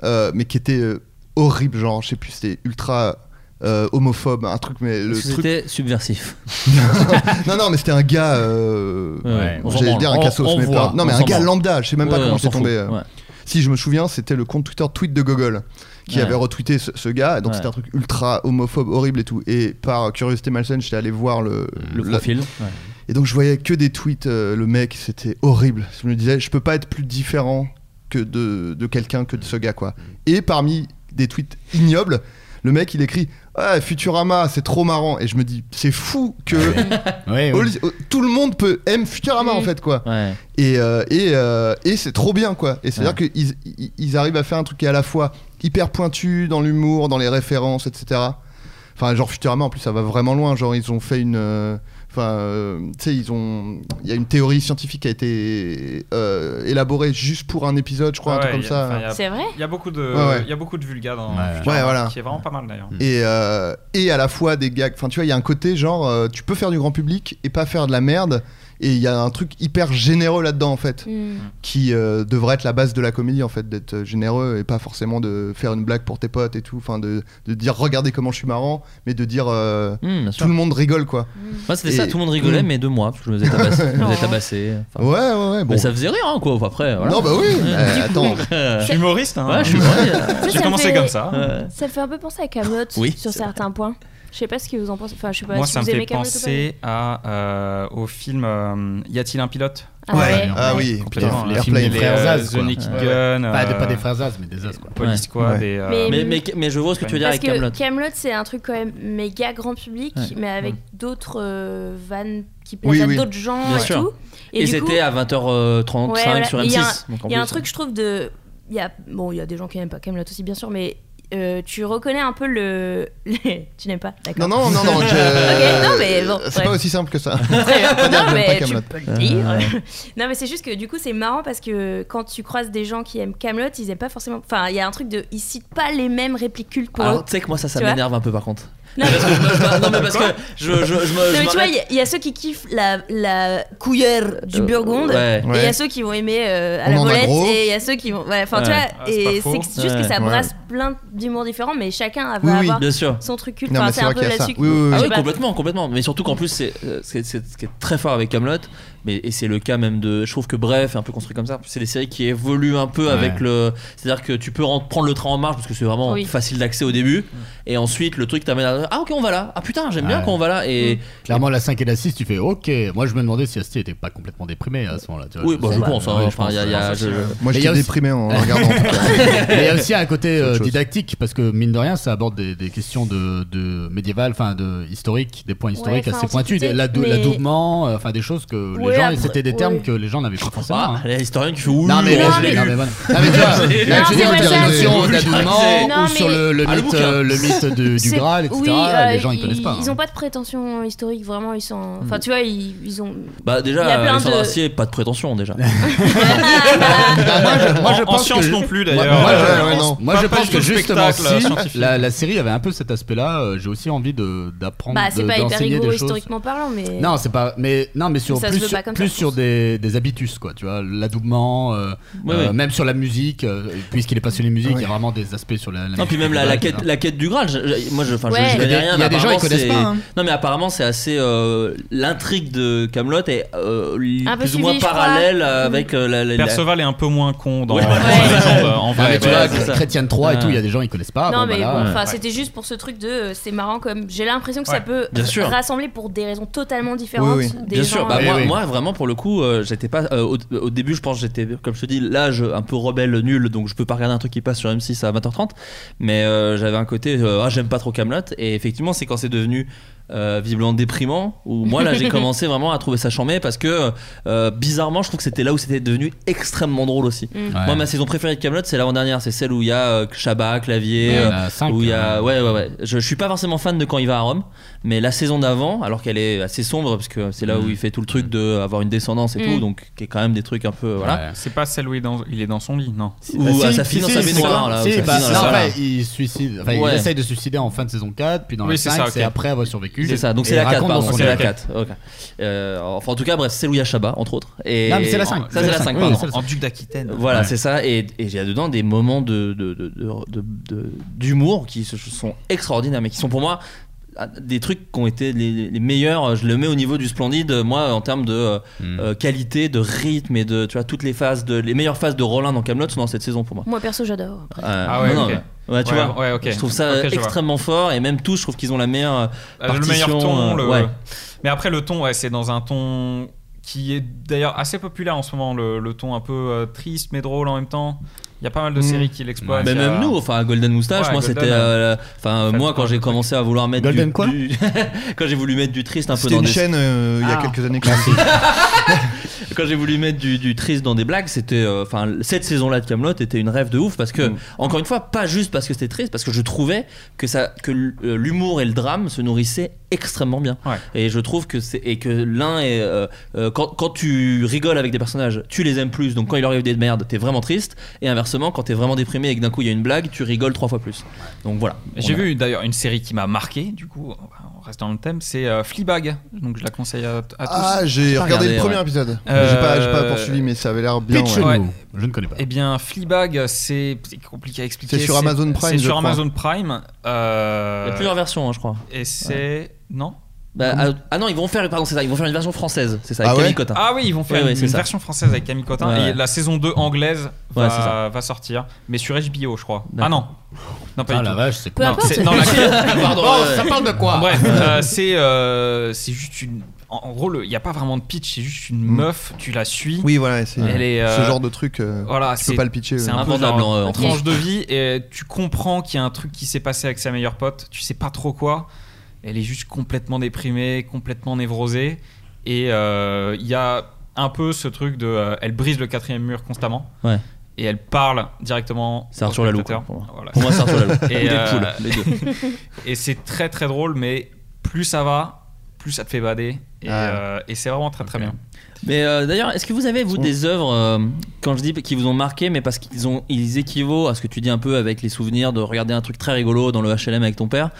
euh, mais qui était euh, horrible, genre je sais plus, c'était ultra euh, homophobe, un truc, mais le
Parce que
truc.
C'était subversif.
non, non, mais c'était un gars. euh,
Ouais, on s'en
J'allais
branle.
dire un
On-
cassos,
on
mais
voit,
pas. Non, mais
on
un
s'en
gars
branle.
lambda, je sais même pas
Ouais,
comment
on
c'est
s'en
tombé.
fout,
euh.
ouais.
Si je me souviens, c'était le compte Twitter Tweet de Gogol qui
Ouais.
avait retweeté ce, ce gars. Donc
Ouais.
c'était un truc ultra homophobe, horrible et tout. Et par curiosité malsaine, j'étais allé voir le,
Le
la-
profil. ouais.
Et donc je voyais que des tweets, euh, le mec, c'était horrible. Je me disais, je peux pas être plus différent que de, de quelqu'un que de ce gars, quoi. Et parmi des tweets ignobles, le mec, il écrit ah, Futurama, c'est trop marrant. Et je me dis, c'est fou que
Ouais, ouais.
Oli- euh, tout le monde peut aime Futurama en fait, quoi. Et, euh, et, euh, et c'est trop bien, quoi. Et c'est-à-dire qu'ils ils- ils arrivent à faire un truc qui est à la fois hyper pointu dans l'humour, dans les références, etc. Enfin, genre Futurama, en plus, ça va vraiment loin. Genre, ils ont fait une. euh, Enfin, euh, tu sais, ils ont. Il y a une théorie scientifique qui a été euh, élaborée juste pour un épisode, je crois, un truc comme ça.
C'est vrai
Il y a beaucoup de,
Ouais, ouais.
il y a beaucoup de vulga dans
Ouais.
Futurama,
Ouais, voilà.
qui est vraiment pas mal d'ailleurs.
Et, euh, et à la fois des gags. Enfin, tu vois, il y a un côté genre, euh, tu peux faire du grand public et pas faire de la merde. Et il y a un truc hyper généreux là-dedans, en fait,
Mm.
qui euh, devrait être la base de la comédie, en fait, d'être généreux et pas forcément de faire une blague pour tes potes et tout. Enfin, de, de dire, regardez comment je suis marrant, mais de dire, euh,
Mm, bien sûr.
tout le monde rigole, quoi.
Mm.
Moi, c'était ça,
Et-
tout le monde rigolait,
Mm.
mais de moi, parce que je me faisais tabasser. je me faisais tabasser. Enfin,
Ouais, ouais, ouais. Bon.
Ah. Mais ça faisait rire, hein, quoi. Enfin, Après, voilà.
Non, bah oui,
Ouais.
mais attends.
Euh,
Je suis humoriste. Hein.
Ouais, je suis humoriste.
Ça,
J'ai
ça
commencé
fait-
comme ça.
Ouais.
Ça fait un peu penser à Camelot
Oui,
sur certains points. Je sais pas ce que vous en pensez. Enfin, je sais pas
Moi,
Bah, si
ça me
vous aimez
fait
Camelot
penser à, euh, au film euh, Y a-t-il un pilote
Ah Ouais. ouais.
Ah oui,
complètement.
putain, les films des
Les,
frères
euh,
Zaz,
The
quoi.
Naked
Ouais, ouais.
Gun.
Pas de-
euh,
pas des frères Zaz, mais des Zaz, quoi.
Police
Ouais.
Squad.
Ouais.
et, euh,
Mais-
Mais, mais, mais je vois ce que tu veux dire
Parce
avec Camelot.
que Camelot, c'est un truc quand même méga grand public,
Ouais.
mais avec
Mm.
d'autres euh, vannes qui plaisent
Oui,
à
oui.
d'autres gens
Bien
et
sûr.
tout.
Et,
du coup-
c'était à 20h35
Ouais, voilà.
sur
Et Il y a un,
M6. donc en
il y a un
plus, hein.
truc, je trouve, de. Il y a, bon, il y a des gens qui n'aiment pas Camelot aussi, bien sûr, mais euh, tu reconnais un peu le. tu n'aimes pas
Non,
D'accord.
non, non, non. je-
Ok, non, mais bon.
C'est
bref.
pas aussi simple que ça.
Très bien.
Faut pas dire que j'aime pas
Non, mais tu
Kaamelott.
peux
euh,
le dire. euh, non, mais c'est juste que du coup, c'est marrant parce que quand tu croises des gens qui aiment Camelot, ils aiment pas forcément. Enfin, il y a un truc de. Ils citent pas les mêmes répliques cultes pour eux.
Alors, tu sais que moi, ça, ça
Tu vois
m'énerve un peu par contre.
Non.
Parce que je me- je me- non, mais parce que je, je, je, me- je
Non, mais tu vois,
m'arrête-
il y a- il y, a ceux qui kiffent la, la couillère du
Euh,
Burgonde,
ouais.
et il y
Ouais.
a ceux qui vont aimer euh, à
On
la
en a
volette,
gros.
et il y a ceux qui vont. voilà, Enfin,
Ouais. Ah,
tu
c'est
vois,
pas
et
faux.
c'est juste que
Ouais.
ça brasse
Ouais.
plein d'humours différents, mais chacun
Oui,
va Bah,
oui,
avoir
bien sûr.
son truc culte.
Non,
Enfin,
mais
c'est
c'est
un
vrai
peu
qu'il y a
là-dessus
ça.
que-
Oui, oui, Ah oui.
je
Ah
sais
oui,
pas.
complètement, complètement. Mais surtout qu'en plus, c'est euh, ce qui est- c'est- ce qui est très fort avec Camelot, mais et c'est le cas même de. Je trouve que Bref est un peu construit comme ça. C'est des séries qui évoluent un peu
Ouais.
avec le. C'est-à-dire que tu peux rentrer- prendre le train en marche parce que c'est vraiment
Oui.
facile d'accès au début, et ensuite le truc t'amène à ah ok on va là, ah putain j'aime bien
Ouais.
quand on va là et
Clairement, la 5 et la 6, tu fais OK. Moi, je me demandais si Asti était pas complètement déprimé à ce moment-là. tu vois.
Oui, bah, je
sais
pense,
pas.
hein.
Ouais,
Enfin, il y a- il y a-
je pense.
je- je-
Moi,
Mais il y
j'étais
a aussi-
déprimé en regardant.
Mais il y a aussi un côté euh,
autre chose.
didactique parce que mine de rien, ça aborde des, des questions de, de médiéval, enfin de historique, des points historiques
enfin,
assez pointus,
antiquité,
des- l'ado-
mais-
l'adoubement, euh, enfin des choses que
Ouais,
les gens,
après-
c'était des termes
ouais.
que les gens n'avaient pas forcément. hein.
Bah, les historiens qui font ouh,
Non, mais-
oh,
non,
je l'ai
mais- non,
lu.
mais voilà. Non, mais tu vois,
Je l'ai lu.
là, je veux dire,
Non,
des
c'est vrai,
réflexions
c'est-
d'adoubement
Non,
ou
mais-
sur le, le
Ah,
mythe,
bouquin.
euh, le mythe de- du
C'est-
Graal, etc.
oui,
les
euh,
gens, ils connaissent pas.
Ils
hein.
ont pas de prétention historique, vraiment. Ils sont. Enfin,
Mm.
tu vois, ils, ils ont.
Bah déjà,
Il y a plein
Alexandre
de-
Astier, pas de prétention déjà.
Euh, Bah, moi, je
En- en
pense
science
que-
non plus,
Moi-
d'ailleurs.
Moi, je-
Euh,
ouais, non.
pas-
Moi,
pas
je
du
pense
tout
que justement,
spectacle, euh, scientifique.
si la, la série avait un peu cet aspect-là, euh, j'ai aussi envie de- d'apprendre.
Bah, c'est
de-
pas hyper
d'enseigner des
rigoureux
choses.
historiquement parlant, mais.
Non, c'est pas. Mais non, mais sur
Ça se
plus
veut
sur,
pas comme
plus
ça, je
sur des, des habitus quoi. Tu vois, l'adoubement, euh,
Ouais,
euh,
ouais.
même sur la musique, euh, puisqu'il est passionné de musique,
Ouais.
il y a vraiment des aspects sur la. la
Non, puis même la, la quête,
hein.
la quête du Graal, je- je- moi je, enfin, je-
Ouais.
je
Il y a
connais
des-
rien.
il y a
mais
des gens, ils
apparemment,
connaissent
c'est-
pas, hein.
Non, mais apparemment, c'est assez. euh, L'intrigue de Camelot est euh, li-
Un peu
plus ou moins
suivi, je crois.
parallèle avec euh, la, la- la-
Perceval est un peu moins con dans
Ouais.
dans
Ouais.
la légende, en
Non,
vrai.
mais tu vois, Ah.
c'est ça.
Chrétienne 3 et tout, il y a des gens, ils connaissent pas.
non
bon,
mais
bah là,
bon,
euh,
enfin
ouais.
c'était juste pour ce truc de euh, c'est marrant comme j'ai l'impression que ça
Ouais,
peut
bien sûr.
rassembler pour des raisons totalement différentes des
Bien
gens,
sûr, bah,
euh,
moi,
oui.
moi, vraiment pour le coup, euh, j'étais pas euh, au, au début, je pense, j'étais comme je te dis, l'âge un peu rebelle nul, donc je peux pas regarder un truc qui passe sur M6 à 20h30, mais euh, j'avais un côté, euh, ah j'aime pas trop Camelot, et effectivement c'est quand c'est devenu euh, visiblement déprimant où moi là j'ai commencé vraiment à trouver ça chambé parce que euh, bizarrement je trouve que c'était là où c'était devenu extrêmement drôle aussi.
Mm.
Moi
Ouais.
ma saison préférée de Camelot c'est l'avant dernière, c'est celle où il y a euh, Chabat, Clavier,
Ouais,
euh,
il y en a cinq, hein.
où il y a ouais ouais ouais. Je, je suis pas forcément fan de quand il va à Rome, mais la saison d'avant, alors qu'elle est assez sombre parce que c'est là où
Mm.
il fait tout le truc de avoir une descendance et
Mm.
tout, donc qui est quand même des trucs un peu voilà.
Voilà. C'est pas celle où il est dans, il est dans son lit, non
Ou à sa fille dans sa baignoire là.
bah, Si,
ou sa
bah,
fille dans
non,
la-
après, il se suicide. Enfin,
Ouais.
il essaye de se suicider en fin de saison 4, puis dans la
Oui, c'est
5,
ça,
c'est
ok.
après avoir survécu.
C'est ça, donc
Et
c'est
il
la 4,
raconte dans
pardon,
son
c'est la
livre.
4. ok. Euh, enfin, en tout cas, bref, c'est Louis Chabat, entre autres. Et
Non, mais c'est la cinq.
Ça, c'est la 5,
Oui,
pardon.
c'est la cinq. En
duc d'Aquitaine.
Voilà,
Ouais.
c'est ça. Et et il y a dedans des moments d'humour de, de, de, de- de- d'humour qui se- sont extraordinaires, mais qui sont pour moi ah, des trucs qui ont été les, les meilleurs. Je le mets au niveau du splendide, moi, en termes de euh,
Hmm.
Mm.
euh, qualité, de rythme et de, tu vois, toutes les phases, de, les meilleures phases de Roland dans Camelot sont dans cette saison pour moi.
Moi perso j'adore. après.
Euh,
Ah ouais,
non, non,
ok.
ouais. Ouais, tu
Ouais,
vois,
ouais, ok.
je trouve ça
Ok, je vois.
extrêmement fort et même tous, je trouve qu'ils ont la meilleure euh,
Ah, le meilleur
partition,
ton.
euh,
le-
ouais.
Mais après, le ton, ouais, c'est dans un ton qui est d'ailleurs assez populaire en ce moment, le, le ton un peu euh, triste mais drôle en même temps. Il y a pas mal de
Mm.
séries qui l'exploitent.
Mais
Il y a-
même nous, enfin Golden Moustache,
Ouais,
moi
Golden,
c'était, euh, la- enfin euh,
Faites
moi
pas
quand j'ai commencé à vouloir mettre
Golden
du,
quoi
du- quand j'ai voulu mettre du triste un peu
C'était
dans
une
des-
chaîne euh, il y a
Ah.
quelques années. que-
quand j'ai voulu mettre du, du triste dans des blagues, c'était, euh, enfin cette saison-là de Camelot était une rêve de ouf parce que encore une fois, pas juste parce que c'était triste, parce que je trouvais que ça, que l- euh, l'humour et le drame se nourrissaient extrêmement bien. Et je trouve que c'est et que l'un est euh, euh, quand, quand tu rigoles avec des personnages, tu les aimes plus. Donc quand il leur arrive des merdes, t'es vraiment triste. Et inversement, quand t'es vraiment déprimé et que d'un coup il y a une blague, tu rigoles trois fois plus. Donc voilà.
J'ai
On a-
vu d'ailleurs une série qui m'a marqué, du coup, on reste dans le thème, c'est euh, Fleabag. Donc je la conseille à, à tous.
Ah, j'ai regardé, le premier épisode.
Euh,
J'ai pas, j'ai pas poursuivi, mais ça avait l'air bien. ouais.
Ouais.
Je ne connais pas.
Eh bien, Fleabag, c'est c'est compliqué à expliquer.
C'est sur Amazon Prime,
C'est
je
sur
crois.
Amazon Prime. euh,
Il y a plusieurs versions, hein, je crois.
Et c'est.
Ouais.
Non
Bah, ah, ah non, ils vont faire, pardon, c'est ça, ils vont faire une version française, c'est ça,
Ah
avec
ouais
Camille Cotin.
Ah oui, ils vont faire
Ouais, ouais,
une,
c'est
une
ça.
version française avec Camille Cotin.
Ouais,
et
ouais.
la saison 2 anglaise va,
Ouais, c'est ça.
va sortir, mais sur HBO, je crois.
D'accord.
Ah non non, pas
Ah,
du
la
tout.
vache, c'est Peu
Non,
importe.
non, la-
Pardon, Bon, ouais, ouais. ça parle de quoi
Bref, euh, c'est euh, c'est juste une. En en gros, le- il n'y a pas vraiment de pitch, c'est juste une
Mm.
meuf, tu la suis.
Oui, voilà, c'est
Elle est, euh,
ce genre de truc. euh,
Voilà,
tu peux
c'est-
pas le pitcher.
C'est
ouais. Ah,
un peu genre,
euh,
en
Ah,
tranche de vie et tu comprends qu'il y a un truc qui s'est passé avec sa meilleure pote. Tu sais pas trop quoi. Elle est juste complètement déprimée, complètement névrosée. Et euh, il y a un peu ce truc de, euh, elle brise le quatrième mur constamment.
Ouais.
Et elle parle directement.
C'est
au
Arthur Laloux,
spectateur.
quoi, pour moi.
Voilà.
Pour moi, c'est Arthur Laloux. Ou
Et,
Deadpool, les deux.
et c'est très très drôle, mais plus ça va, plus ça te fait bader. Et,
Ah.
euh, et c'est vraiment très très bien.
Mais euh, d'ailleurs, est-ce que vous avez, vous, des œuvres, euh, quand je dis qui vous ont marqué, mais parce qu'ils ont, ils équivaut à ce que tu dis un peu avec les souvenirs de regarder un truc très rigolo dans le HLM avec ton père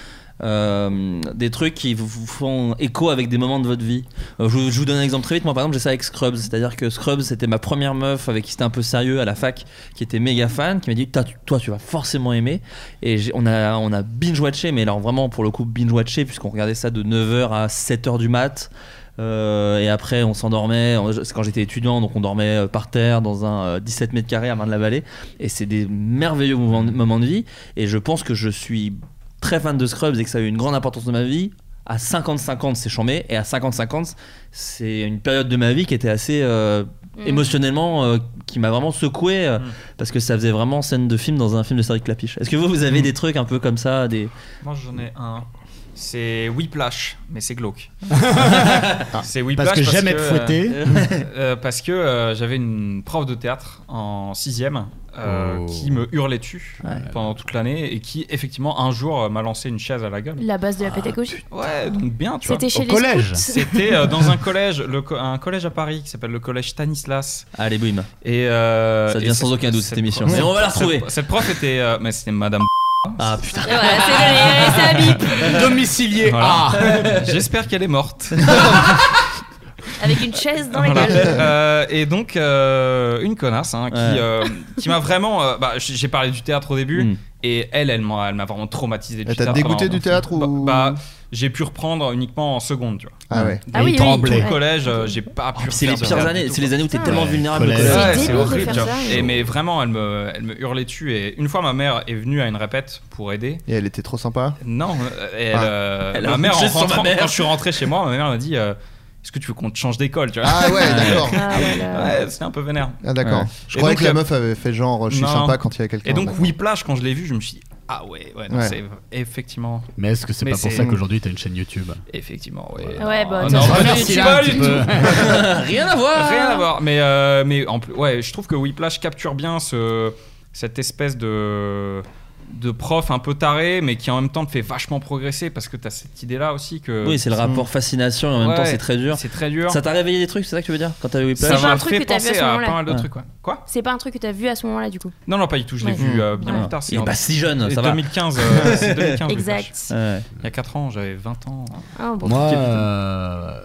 euh, des trucs qui vous- vous font écho avec des moments de votre vie. Euh, je, vous- je vous donne un exemple très vite. Moi, par exemple, j'ai ça avec Scrubs. C'est-à-dire que Scrubs, c'était ma première meuf avec qui c'était un peu sérieux à la fac, qui était méga fan, qui m'a dit T'as- tu- Toi, tu vas forcément aimer. Et j'ai- on a, on a binge-watché, mais alors vraiment, pour le coup, binge-watché, puisqu'on regardait ça de 9h à 7h du mat. Euh, et après, on s'endormait. On- C'est quand j'étais étudiant, donc on dormait euh, par terre dans un euh, 17 mètres carrés à Marne-la-Vallée. Et c'est des merveilleux moments, moments de vie. Et je pense que je suis très fan de Scrubs et que ça a eu une grande importance dans ma vie. À 50-50, c'est chambé. Et à 50-50, c'est une période de ma vie qui était assez euh,
Mm.
émotionnellement, euh, qui m'a vraiment secoué. euh, Parce que ça faisait vraiment scène de film dans un film de Cédric Clapiche. Est-ce que vous, vous avez des trucs un peu comme ça des...
Moi j'en ai un. C'est Whiplash, mais c'est glauque. c'est Whiplash
Ah, Parce que j'aime être fouetté.
euh, euh, parce que euh, j'avais une prof de théâtre en 6
Oh.
qui me hurlait dessus pendant toute l'année et qui effectivement un jour euh, m'a lancé une chaise à la gueule.
La base de la pédagogie.
Ouais, donc bien, tu
C'était
vois.
chez les collège.
C'était euh, dans un collège, le co- un collège à Paris qui s'appelle le collège Stanislas.
Allez, boum.
Et euh,
Ça devient
et
sans
cette-
aucun doute, cette émission.
prof-
Mais on va la retrouver.
Cette, cette prof était, euh, mais c'était Madame.
Ah putain.
Domicilié.
Ah.
Voilà. J'espère qu'elle est morte.
Avec une chaise dans la
Voilà.
gueule.
Euh, et donc euh, une connasse hein, qui,
Ouais.
euh, qui m'a vraiment. euh, bah, j- j'ai parlé du théâtre au début
Mm.
et elle, elle m'a, elle m'a vraiment traumatisé. du
Elle t'a
théâtre
dégoûté
pendant-
du théâtre
Bah,
ou-
bah, euh, j'ai pu reprendre uniquement en seconde, tu vois.
Ah ouais.
Ah oui, oui,
Au
oui.
collège, euh, j'ai pas pu.
puis Oh, c'est les
refaire de
pires
théâtre
années,
du tout,
c'est les années où t'es
Ah,
tellement
ouais.
vulnérable. au
Collège.
collège.
Ouais,
C'est
c'est
débile de
horrible.
faire
tu vois.
ça.
Et mais vraiment, elle me, elle me hurlait dessus. Et une fois, ma mère est venue à une répète pour aider.
Et elle était trop sympa.
Non, euh, elle,
Ah.
euh,
Elle a
ma mère, en
juste sur ma
rentrant-
mère.
quand je suis rentré chez moi, ma mère m'a dit euh, Est-ce que tu veux qu'on te change d'école tu vois
Ah ouais, d'accord.
Ah là là.
Ouais, c'était un peu vénère.
Ah d'accord.
Ouais.
Je
Et
croyais
donc,
que la
euh,
meuf avait fait genre je suis
non.
sympa quand il y a
Ah,
quelqu'un.
Et donc,
d'accord.
Whiplash, quand je l'ai vu, je me suis dit Ah ouais, ouais, non,
Ouais.
c'est effectivement.
Mais est-ce que c'est
Mais
pas pour
c'est-
ça qu'aujourd'hui t'as une chaîne YouTube
Effectivement, ouais.
Ouais,
non,
bah,
non, non,
Ah,
ça, ça,
non,
ça,
c'est
ça,
pas
un
du
petit
tout.
peu.
Rien à voir.
Rien à voir. Mais, euh, mais en plus, ouais, je trouve que Whiplash capture bien ce, cette espèce de de prof un peu taré mais qui en même temps te fait vachement progresser parce que t'as cette idée là aussi que
Oui, c'est le rapport fascination et en même
Euh, Ouais,
temps c'est très dur.
c'est très dur
Ça t'a réveillé des trucs, c'est ça que tu veux dire Quand t'as vu
ça
Whiplash
pas un
m'a
truc
fait
que t'as vu à
penser
ce
à,
moment-là.
pas mal de
Ouais.
trucs ouais. quoi
C'est pas un truc que t'as vu à ce moment-là du coup.
non non pas du tout je l'ai
Ouais.
vu euh,
Ah.
bien
Ouais.
plus tard c'est
Il est
en-
pas si jeune, ça va.
2015 euh, c'est 2015 Whiplash.
Exact.
Ouais.
hein. il y a 4 ans j'avais 20 ans
Ah, bon.
Moi, euh,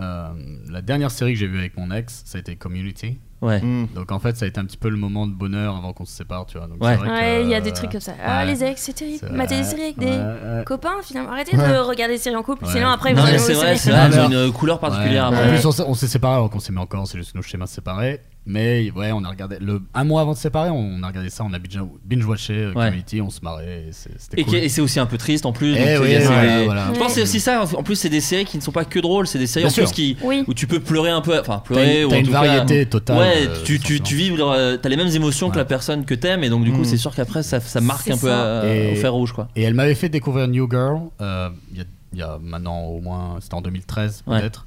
Euh, la dernière série que j'ai vue avec mon ex, ça a été Community.
Ouais.
Hmm.
Donc en fait, ça a été un petit peu le moment de bonheur avant qu'on se sépare, tu vois. Donc,
Ouais.
c'est vrai que,
Ouais, il y a des
euh,
trucs comme ça. Ah,
ouais.
les ex, c'est terrible.
C'est
Mater des
vrai.
séries avec
Ouais,
des
ouais.
copains, finalement. Arrêtez
Ouais.
de regarder des séries en couple,
Ouais.
sinon après,
Non,
vous
mais
allez
c'est
vous
vrai,
séries.
c'est vrai, elles ont une couleur particulière.
Ouais. En
Ouais.
plus, on s'est- on s'est séparés alors qu'on s'est mis encore, c'est juste nos schémas séparés. Mais ouais, on a regardé. Le, un mois avant de se séparer, on a regardé ça, on a binge- binge-watché euh,
Ouais.
Community, on se marrait. et c'est- C'était
Et,
cool.
qui- et c'est aussi un peu triste en plus.
Eh
donc,
oui,
il y a- c'est
voilà,
des-
voilà.
Je pense que c'est aussi ça. En plus, c'est des séries qui ne sont pas que drôles, c'est des séries
Bien
en
sûr.
plus qui,
Oui.
où tu peux pleurer un peu. Enfin, pleurer.
T'as-
ou
t'as
en
une
tout cas-
variété totale,
Ouais,
euh,
tu, tu, tu vis, euh, t'as les mêmes émotions que la personne que t'aimes, et donc du coup,
Mm.
c'est sûr qu'après, ça, ça marque
C'est
un peu
ça.
à-
Et-
au fer rouge, quoi.
Et elle m'avait fait découvrir New Girl euh, il y, a- il y a maintenant au moins, c'était en 2013
Ouais.
peut-être.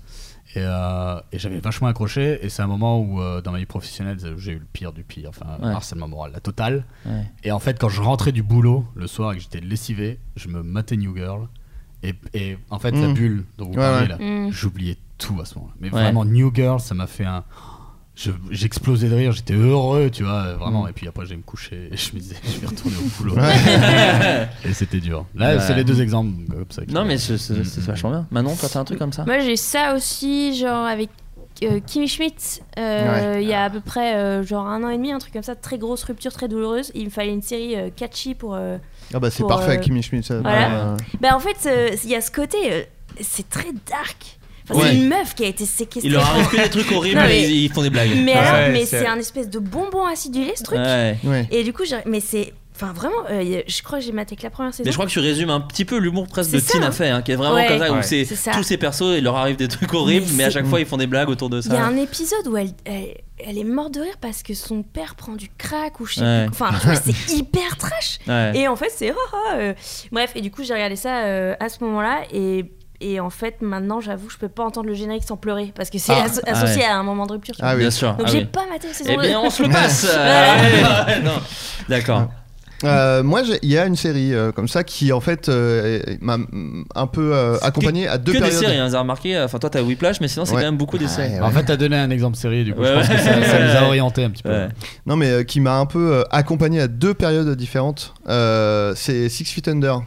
Et, euh, et j'avais vachement accroché. Et c'est un moment où, euh, dans ma vie professionnelle, j'ai eu le pire du pire. Enfin,
Ouais.
harcèlement moral, la totale.
Ouais.
Et en fait, quand je rentrais du boulot le soir et que j'étais lessivé, je me matais New Girl. Et, et en fait, la
Mm.
bulle dont vous
Ouais,
parlez
ouais.
là,
Mm.
j'oubliais tout à ce moment-là. Mais
Ouais.
vraiment, New Girl, ça m'a fait un. je- J'explosais de rire, j'étais heureux, tu vois, euh, vraiment.
Mm.
Et puis après, j'allais me coucher et je me disais, je vais retourner au boulot.
Ouais.
et c'était dur. Là,
Ouais.
c'est les deux exemples comme ça. qui-
Non, mais c'est c'est-
Mm.
c'est vachement bien. Manon, toi, t'as un truc comme ça
Moi, j'ai ça aussi, genre avec euh, Kimi Schmidt, euh, il y a à peu près euh, genre un an et demi, un truc comme ça, très grosse rupture, très douloureuse. Il me fallait une série euh, catchy pour. euh,
Ah bah c'est
pour,
parfait,
euh,
Kimi Schmidt. ça.
Voilà.
Euh,
Ouais.
Bah, en fait, euh, il y a ce côté, euh, c'est très dark. Enfin,
Ouais.
C'est une meuf qui a été séquestrée.
Il leur arrive que des trucs horribles,
Non,
mais
mais-
ils ils font des blagues.
Mais alors,
Ouais,
mais
c'est-
c'est un espèce de bonbon acidulé ce truc.
Ouais.
Ouais.
Et du coup, j'ai- mais c'est. Enfin, vraiment, euh, je crois que j'ai maté que la première saison.
Mais je crois que tu résumes un petit peu l'humour presque de
C'est ça.
Tina Fey, hein, qui est vraiment
Ouais.
comme ça, où
Ouais.
c'est
C'est ça.
tous ces persos, il leur arrive des trucs horribles, mais,
Mais
à
c'est-
chaque fois, ils font des blagues autour de
Il y a
ça.
un épisode où elle, elle, elle est morte de rire parce que son père prend du crack ou je sais
Ouais.
plus. Enfin, un truc, c'est hyper trash.
Ouais.
Et en fait, c'est. oh, oh, euh. Bref, et du coup, j'ai regardé ça euh, à ce moment-là. Et, et en fait, maintenant, j'avoue, je peux pas entendre le générique sans pleurer parce que c'est
Ah.
asso-
Ah
associé
ouais.
à un moment de rupture. tu
Ah
vois.
oui.
Bien sûr.
Donc,
ah
j'ai
oui.
pas maté la saison
Eh
deux.
bien, on se le passe.
Voilà.
euh, non. D'accord.
Euh, moi, j'ai- il y a une série euh, comme ça qui, en fait, euh, m'a mm, un peu euh, accompagné à deux
que des
périodes.
séries, hein, vous avez remarqué. Enfin, toi, t'as Whiplash, mais sinon, c'est
Ouais.
quand même beaucoup des
Ouais,
séries.
ouais.
En fait, t'as donné un exemple série, du coup,
Ouais,
je pense
ouais.
que ça, ça les a
Ouais.
orientés un petit peu.
Ouais.
Non, mais euh, qui m'a un peu euh, accompagné à deux périodes différentes. Euh, c'est Six Feet Under,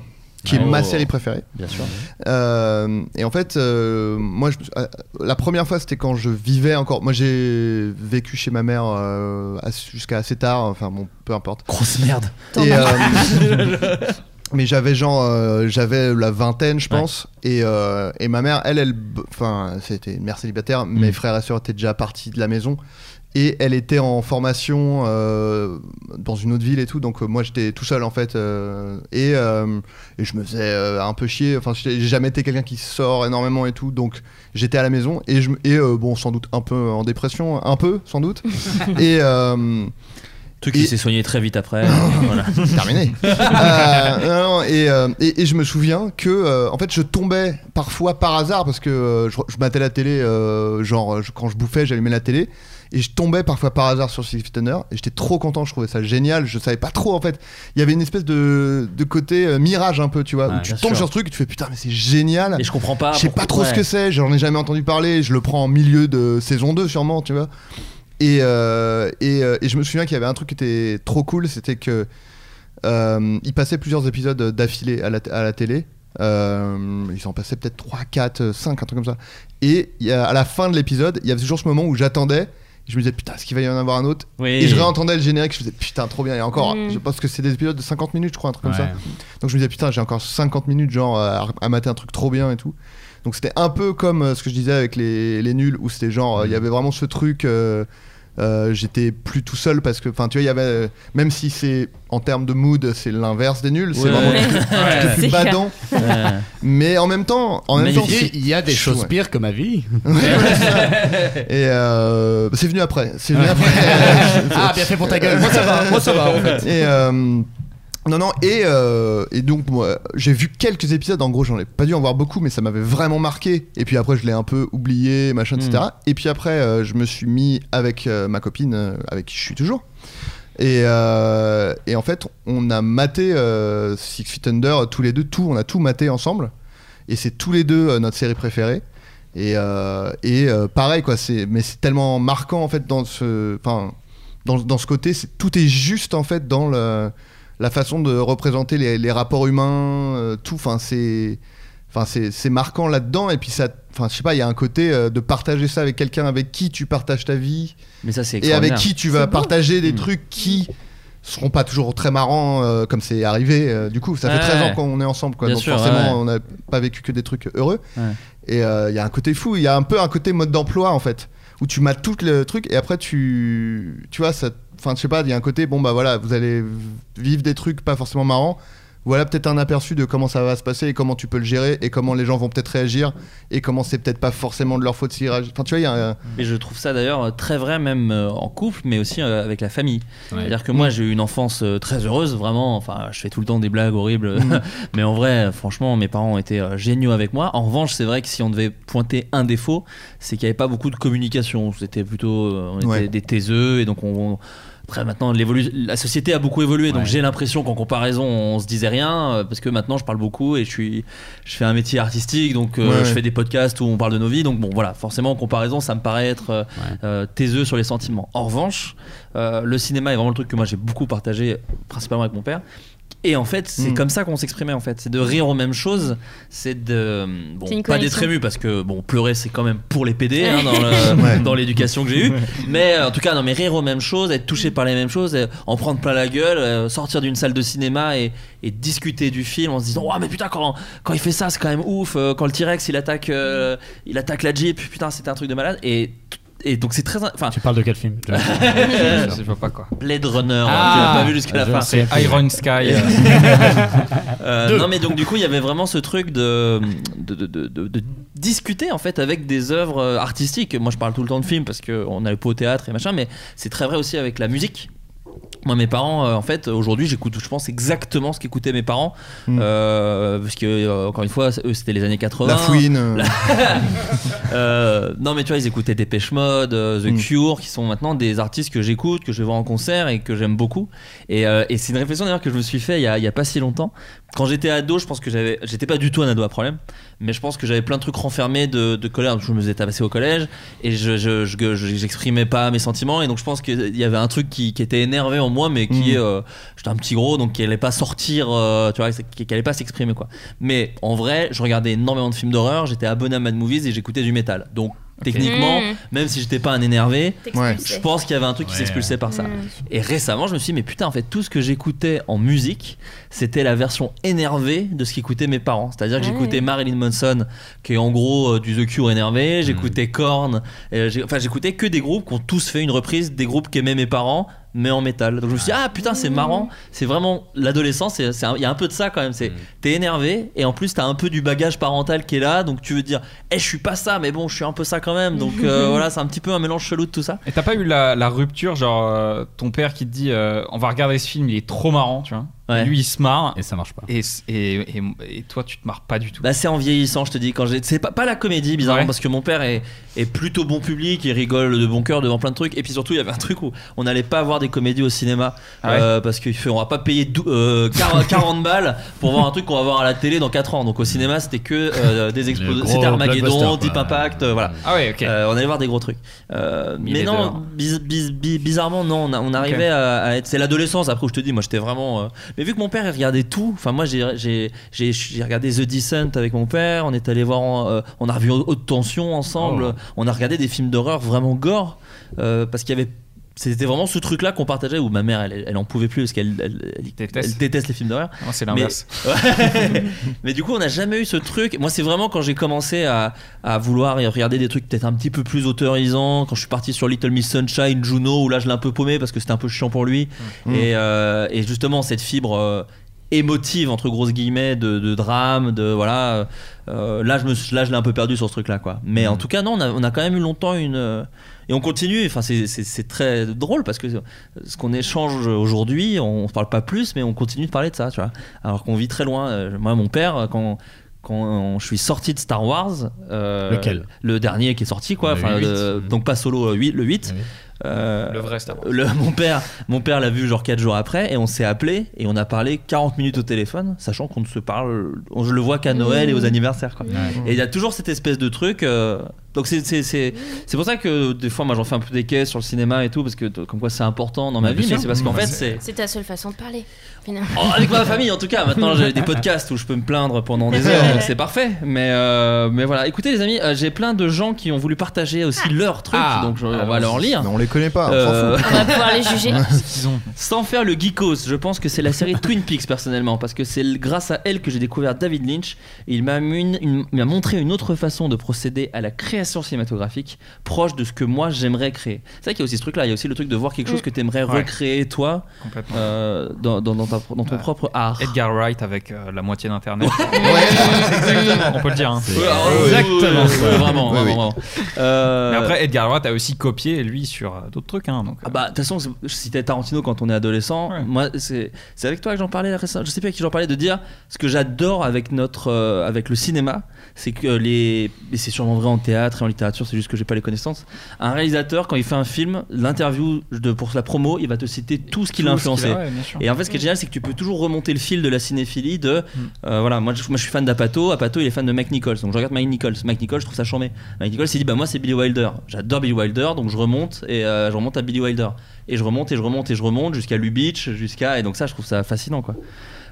qui est
Oh.
ma série préférée.
Bien sûr.
Euh, et en fait, euh, moi, je- euh, la première fois, c'était quand je vivais encore. Moi, j'ai vécu chez ma mère euh, assez- jusqu'à assez tard. Enfin, bon, peu importe.
Grosse merde.
Et, euh, mais j'avais genre, euh, j'avais la vingtaine, je pense. Et, euh, et ma mère, elle, elle, b- enfin, c'était une mère célibataire. Mes frères et sœurs étaient déjà partis de la maison. Et elle était en formation euh, dans une autre ville et tout, donc euh, moi j'étais tout seul en fait. euh, et, euh, et je me faisais euh, un peu chier. Enfin, j'étais- j'ai jamais été quelqu'un qui sort énormément et tout, donc j'étais à la maison et, je, m- et euh, bon, sans doute un peu en dépression, un peu sans doute. et, euh,
Truc
Et-
qui s'est soigné très vite après. voilà.
terminé. Euh, non, non, et, euh, et- et je me souviens que euh, en fait je tombais parfois par hasard parce que euh, je, je matais la télé, euh, genre je- quand je bouffais, j'allumais la télé. Et je tombais parfois par hasard sur Six Feet Under et j'étais trop content, je trouvais ça génial, je savais pas trop en fait. Il y avait une espèce de, de côté euh, mirage un peu, tu vois,
Ouais,
où tu
bien
tombes
sûr.
sur ce truc et tu fais putain mais c'est génial.
Mais je comprends pas.
Je sais pas trop
pourquoi-
ce que c'est, j'en ai jamais entendu parler, je le prends en milieu de saison 2 sûrement, tu vois. Et, euh, et, euh, et je me souviens qu'il y avait un truc qui était trop cool, c'était que euh, il passait plusieurs épisodes d'affilée à la, à la télé. Euh, ils en passaient peut-être 3, 4, 5, un truc comme ça. Et il y a- à la fin de l'épisode, il y avait toujours ce moment où j'attendais. Je me disais putain, est-ce qu'il va y en avoir un autre
Oui.
Et je réentendais le générique, je me disais putain, trop bien. Et encore,
Mm.
je pense que c'est des épisodes de 50 minutes, je crois, un truc comme ça.
Ouais.
Donc je me disais putain j'ai encore 50 minutes genre à, à mater un truc trop bien et tout. Donc c'était un peu comme euh, ce que je disais avec les, les nuls où c'était genre euh, il y avait vraiment ce truc euh, euh, j'étais plus tout seul parce que enfin tu vois il y avait euh, même si c'est en termes de mood c'est l'inverse des nuls c'est
Ouais.
vraiment le truc le
Ouais.
plus
C'est clair.
badant
Ouais.
mais en même temps en même
Mais
temps c'est-
il y a des choses
Ouais.
pires que ma vie.
et euh, c'est venu après c'est venu après
ah, bien fait pour ta gueule. Moi, ça va. Moi, ça va. En fait.
Et euh, non, non, et, euh, et donc moi, j'ai vu quelques épisodes, en gros j'en ai pas dû en voir beaucoup, mais ça m'avait vraiment marqué, et puis après je l'ai un peu oublié, machin, etc. Et puis après euh, je me suis mis avec euh, ma copine, euh, avec qui je suis toujours, et, euh, et en fait on a maté euh, Six Feet Under euh, tous les deux, tout, on a tout maté ensemble, et c'est tous les deux euh, notre série préférée. Et, euh, et euh, pareil quoi, c'est mais c'est tellement marquant en fait dans ce, enfin dans, dans ce côté, c'est tout est juste en fait dans le, la façon de représenter les, les rapports humains, euh, tout. Enfin, c'est Enfin, c'est c'est marquant là-dedans, et puis ça. Enfin, je sais pas, il y a un côté euh, de partager ça avec quelqu'un avec qui tu partages ta vie.
Mais ça, c'est
Et avec
extraordinaire.
qui tu
C'est
vas
beau.
partager des
Mm.
trucs qui seront pas toujours très marrants, euh, comme c'est arrivé. euh, du coup, ça fait
Ouais.
13 ans qu'on est ensemble, quoi.
Bien
donc
sûr,
forcément,
ouais.
on n'a pas vécu que des trucs heureux.
Ouais.
Et euh, il y a un côté fou, il y a un peu un côté mode d'emploi en fait, où tu mates tout le truc et après tu. Tu vois, ça. Enfin, je sais pas, il y a un côté, bon bah voilà, vous allez vivre des trucs pas forcément marrants. Voilà peut-être un aperçu de comment ça va se passer et comment tu peux le gérer et comment les gens vont peut-être réagir et comment c'est peut-être pas forcément de leur faute s'ils réagissent. Enfin, tu vois, il y a un-
Mais je trouve ça d'ailleurs euh, très vrai, même euh, en couple, mais aussi euh, avec la famille.
Ouais.
C'est-à-dire que moi, j'ai eu une enfance euh, très heureuse, vraiment. Enfin, je fais tout le temps des blagues horribles.
Mm.
mais en vrai, franchement, mes parents étaient euh, géniaux avec moi. En revanche, c'est vrai que si on devait pointer un défaut, c'est qu'il n'y avait pas beaucoup de communication. C'était plutôt. euh, on était
Ouais.
des taiseux et donc on. on- après maintenant, l'évolu- la société a beaucoup évolué, donc
Ouais.
j'ai l'impression qu'en comparaison, on se disait rien, euh, parce que maintenant je parle beaucoup et je suis, je fais un métier artistique, donc euh,
Ouais.
je fais des podcasts où on parle de nos vies. Donc bon, voilà, forcément en comparaison, ça me paraît être euh, euh, taiseux sur les sentiments. En revanche, euh, le cinéma est vraiment le truc que moi j'ai beaucoup partagé, principalement avec mon père. Et en fait, c'est
Mm.
comme ça qu'on s'exprimait en fait. C'est de rire aux mêmes choses, c'est de euh, bon,
C'est une
pas
connexion.
d'être ému parce que bon, pleurer c'est quand même pour les PD hein, dans, le-
Ouais.
dans l'éducation que j'ai eue. Mais euh, en tout cas, non, mais rire aux mêmes choses, être touché par les mêmes choses, euh, en prendre plein la gueule, euh, sortir d'une salle de cinéma et, et discuter du film en se disant, ouais, mais putain, quand, quand il fait ça, c'est quand même ouf. euh, Quand le T-Rex il attaque, euh, il attaque la Jeep, putain, c'était un truc de malade. Et, et donc c'est très, in- enfin,
Tu parles de quel film John
Je vois pas quoi.
Blade Runner, hein,
Ah,
tu l'as pas vu jusqu'à la
je
fin.
sais.
C'est Iron Sky. euh,
Euh,
Deux.
non mais donc du coup il y avait vraiment ce truc de de, de- de- de- de discuter en fait avec des œuvres euh, artistiques. Moi je parle tout le temps de films parce qu'on n'allait pas au théâtre et machin, mais c'est très vrai aussi avec la musique. Moi, mes parents, euh, en fait, aujourd'hui, j'écoute, je pense, exactement ce qu'écoutaient mes parents.
Mm.
Euh, parce que, euh, encore une fois, eux, c'était les années 80.
la fouine. euh,
Euh, non, mais tu vois, ils écoutaient Dépêche Mode, euh, The
Mm.
Cure, qui sont maintenant des artistes que j'écoute, que je vais voir en concert et que j'aime beaucoup. Et, euh, et c'est une réflexion d'ailleurs que je me suis fait il y a, il y a pas si longtemps. Quand j'étais ado, je pense que j'avais. J'étais pas du tout un ado à problème, mais je pense que j'avais plein de trucs renfermés de, de colère. Je me faisais tabasser au collège et je, je, je- je- j'exprimais pas mes sentiments. Et donc, je pense qu'il y avait un truc qui, qui était énervé en moi, mais qui.
Mm.
euh, j'étais un petit gros, donc qui allait pas sortir, euh, tu vois, qui, qui allait pas s'exprimer, quoi. Mais en vrai, je regardais énormément de films d'horreur, j'étais abonné à Mad Movies et j'écoutais du métal. Donc techniquement,
Mm.
même si j'étais pas un énervé,
Ouais.
je
T'expulsais.
pense qu'il y avait un truc qui
Ouais.
s'expulsait par ça.
Mm.
Et récemment, je me suis dit, mais putain, en fait, tout ce que j'écoutais en musique, c'était la version énervée de ce qu'écoutaient mes parents. C'est-à-dire que
Ouais.
j'écoutais Marilyn Manson, qui est en gros euh, du The Cure énervé, j'écoutais Korn, euh, j'ai- enfin, j'écoutais que des groupes qui ont tous fait une reprise des groupes qu'aimaient mes parents, mais en métal. Donc je me suis dit, ah putain, c'est marrant, c'est vraiment l'adolescence, c'est- c'est un- il y a un peu de ça quand même. C'est T'es énervé, et en plus, t'as un peu du bagage parental qui est là, donc tu veux dire, eh, je suis pas ça, mais bon, je suis un peu ça quand même. Donc euh, voilà, c'est un petit peu un mélange chelou de tout ça.
Et t'as pas eu la, la rupture, genre euh, ton père qui te dit euh, on va regarder ce film, il est trop marrant, tu vois.
Ouais.
Et lui il se marre
Et ça marche pas.
et, et, et, et toi tu te marres pas du tout.
Bah c'est en vieillissant, je te dis. Quand j'ai, c'est pas, pas la comédie bizarrement
Ouais.
parce que mon père est, est plutôt bon public, il rigole de bon cœur devant plein de trucs. Et puis surtout, il y avait un truc où on n'allait pas voir des comédies au cinéma
Ah ouais
euh, parce qu'il fait, on va pas payer dou- euh, 40, 40 balles pour voir un truc qu'on va voir à la télé dans 4 ans. Donc au cinéma, c'était que euh, des
Le
explosions,
gros
c'était Armageddon,
blockbuster,
Deep
quoi.
Impact, euh, voilà.
ah ouais, ok.
Euh, on allait voir des gros trucs. Euh,
Il
mais
est
non,
dehors.
biz- biz- bi- bizarrement, non, on, a- on arrivait à, à être. C'est l'adolescence, après où je te dis, moi j'étais vraiment. euh, Mais vu que mon père, il regardait tout, enfin moi j'ai- j'ai j'ai- j'ai regardé The Descent avec mon père, on est allé voir. en, euh, on a revu Haute Tension ensemble,
Oh.
on a regardé des films d'horreur vraiment gore, euh, parce qu'il y avait. C'était vraiment ce truc-là qu'on partageait où ma mère, elle, elle en pouvait plus parce qu'elle elle- elle-
Déteste.
elle déteste les films d'horreur.
Moi, c'est l'inverse.
Ouais. mais du coup, on n'a jamais eu ce truc. Moi, c'est vraiment quand j'ai commencé à, à vouloir et regarder des trucs peut-être un petit peu plus autorisants, quand je suis parti sur Little Miss Sunshine, Juno, où là, je l'ai un peu paumé parce que c'était un peu chiant pour lui. Et, euh, et justement, cette fibre. euh, émotive entre grosses guillemets de, de drame de voilà euh, là je me suis- là je l'ai un peu perdu sur ce truc là quoi mais en tout cas non on a, on a quand même eu longtemps une euh, et on continue enfin c'est- c'est c'est très drôle parce que ce qu'on échange aujourd'hui on, on se parle pas plus mais on continue de parler de ça tu vois alors qu'on vit très loin Euh, moi mon père quand quand je suis sorti de Star Wars euh,
Lequel
le dernier qui est sorti quoi
Le
enfin,
huit.
de- donc pas solo euh, huit- le 8
Oui.
Euh,
Le vrai Star Wars.
le- mon père, mon père l'a vu genre 4 jours après et on s'est appelé et on a parlé 40 minutes au téléphone, sachant qu'on ne se parle, on, je le vois qu'à Noël et
Mmh.
aux anniversaires. quoi. Et il y a toujours cette espèce de truc. euh, donc c'est c'est- c'est c'est pour ça que des fois moi j'en fais un peu des caisses sur le cinéma et tout parce que t- comme quoi c'est important dans ma
Mais
vie,
bien
mais
sûr.
c'est parce qu'en fait
Mmh.
c'est
C'est ta seule façon de parler, finalement.
Oh, avec ma famille en tout cas. Maintenant j'ai des podcasts où je peux me plaindre pendant des heures, donc c'est parfait. Mais euh, mais voilà, écoutez les amis, euh, j'ai plein de gens qui ont voulu partager aussi leur truc, donc je- on va leur lire.
on les connaît pas, on s'en
Euh,
fout.
On va pouvoir les juger.
Sans faire le geekos, je pense que c'est la série Twin Peaks personnellement, parce que c'est l- grâce à elle que j'ai découvert David Lynch. Et il m'a mu- une- il m'a montré une autre façon de procéder à la création cinématographique proche de ce que moi j'aimerais créer. C'est vrai qu'il y a aussi ce truc-là, il y a aussi le truc de voir quelque chose que tu aimerais
Mm. Ouais.
recréer toi
Complètement.
euh, dans, dans- dans ta- dans ton propre art.
Edgar Wright avec euh, la moitié d'Internet. On peut le dire. hein.
C'est- Ouais, Ah ouais, exactement ouais, ça. ouais, vraiment, Oui, vraiment, oui. vraiment. Euh,
Mais après, Edgar Wright a aussi copié, lui, sur euh, d'autres trucs. Hein, donc,
Ah bah, de toute façon, c'est- je citais Tarantino quand on est adolescent. Moi, c'est c'est avec toi que j'en parlais récemment. Je sais plus à qui j'en parlais de dire ce que j'adore avec notre euh, avec le cinéma, c'est que les et c'est sûrement vrai en théâtre et en littérature, c'est juste que j'ai pas les connaissances. Un réalisateur quand il fait un film, l'interview de pour la promo, il va te citer tout ce qu'il a
Tout ce qu'il a,
influencé.
ouais, bien sûr.
et en fait, ce qui est génial, c'est que tu peux toujours remonter le fil de la cinéphilie de euh, voilà, moi je, moi, je suis fan d'Apato, Apato il est fan de Mike Nichols. Donc je regarde Mike Nichols, Mike Nichols je trouve ça charmé. Mike Nichols il dit bah moi c'est Billy Wilder. J'adore Billy Wilder donc je remonte et euh, je remonte à Billy Wilder et je remonte et je remonte et je remonte jusqu'à Lubitsch, jusqu'à et donc ça je trouve ça fascinant quoi.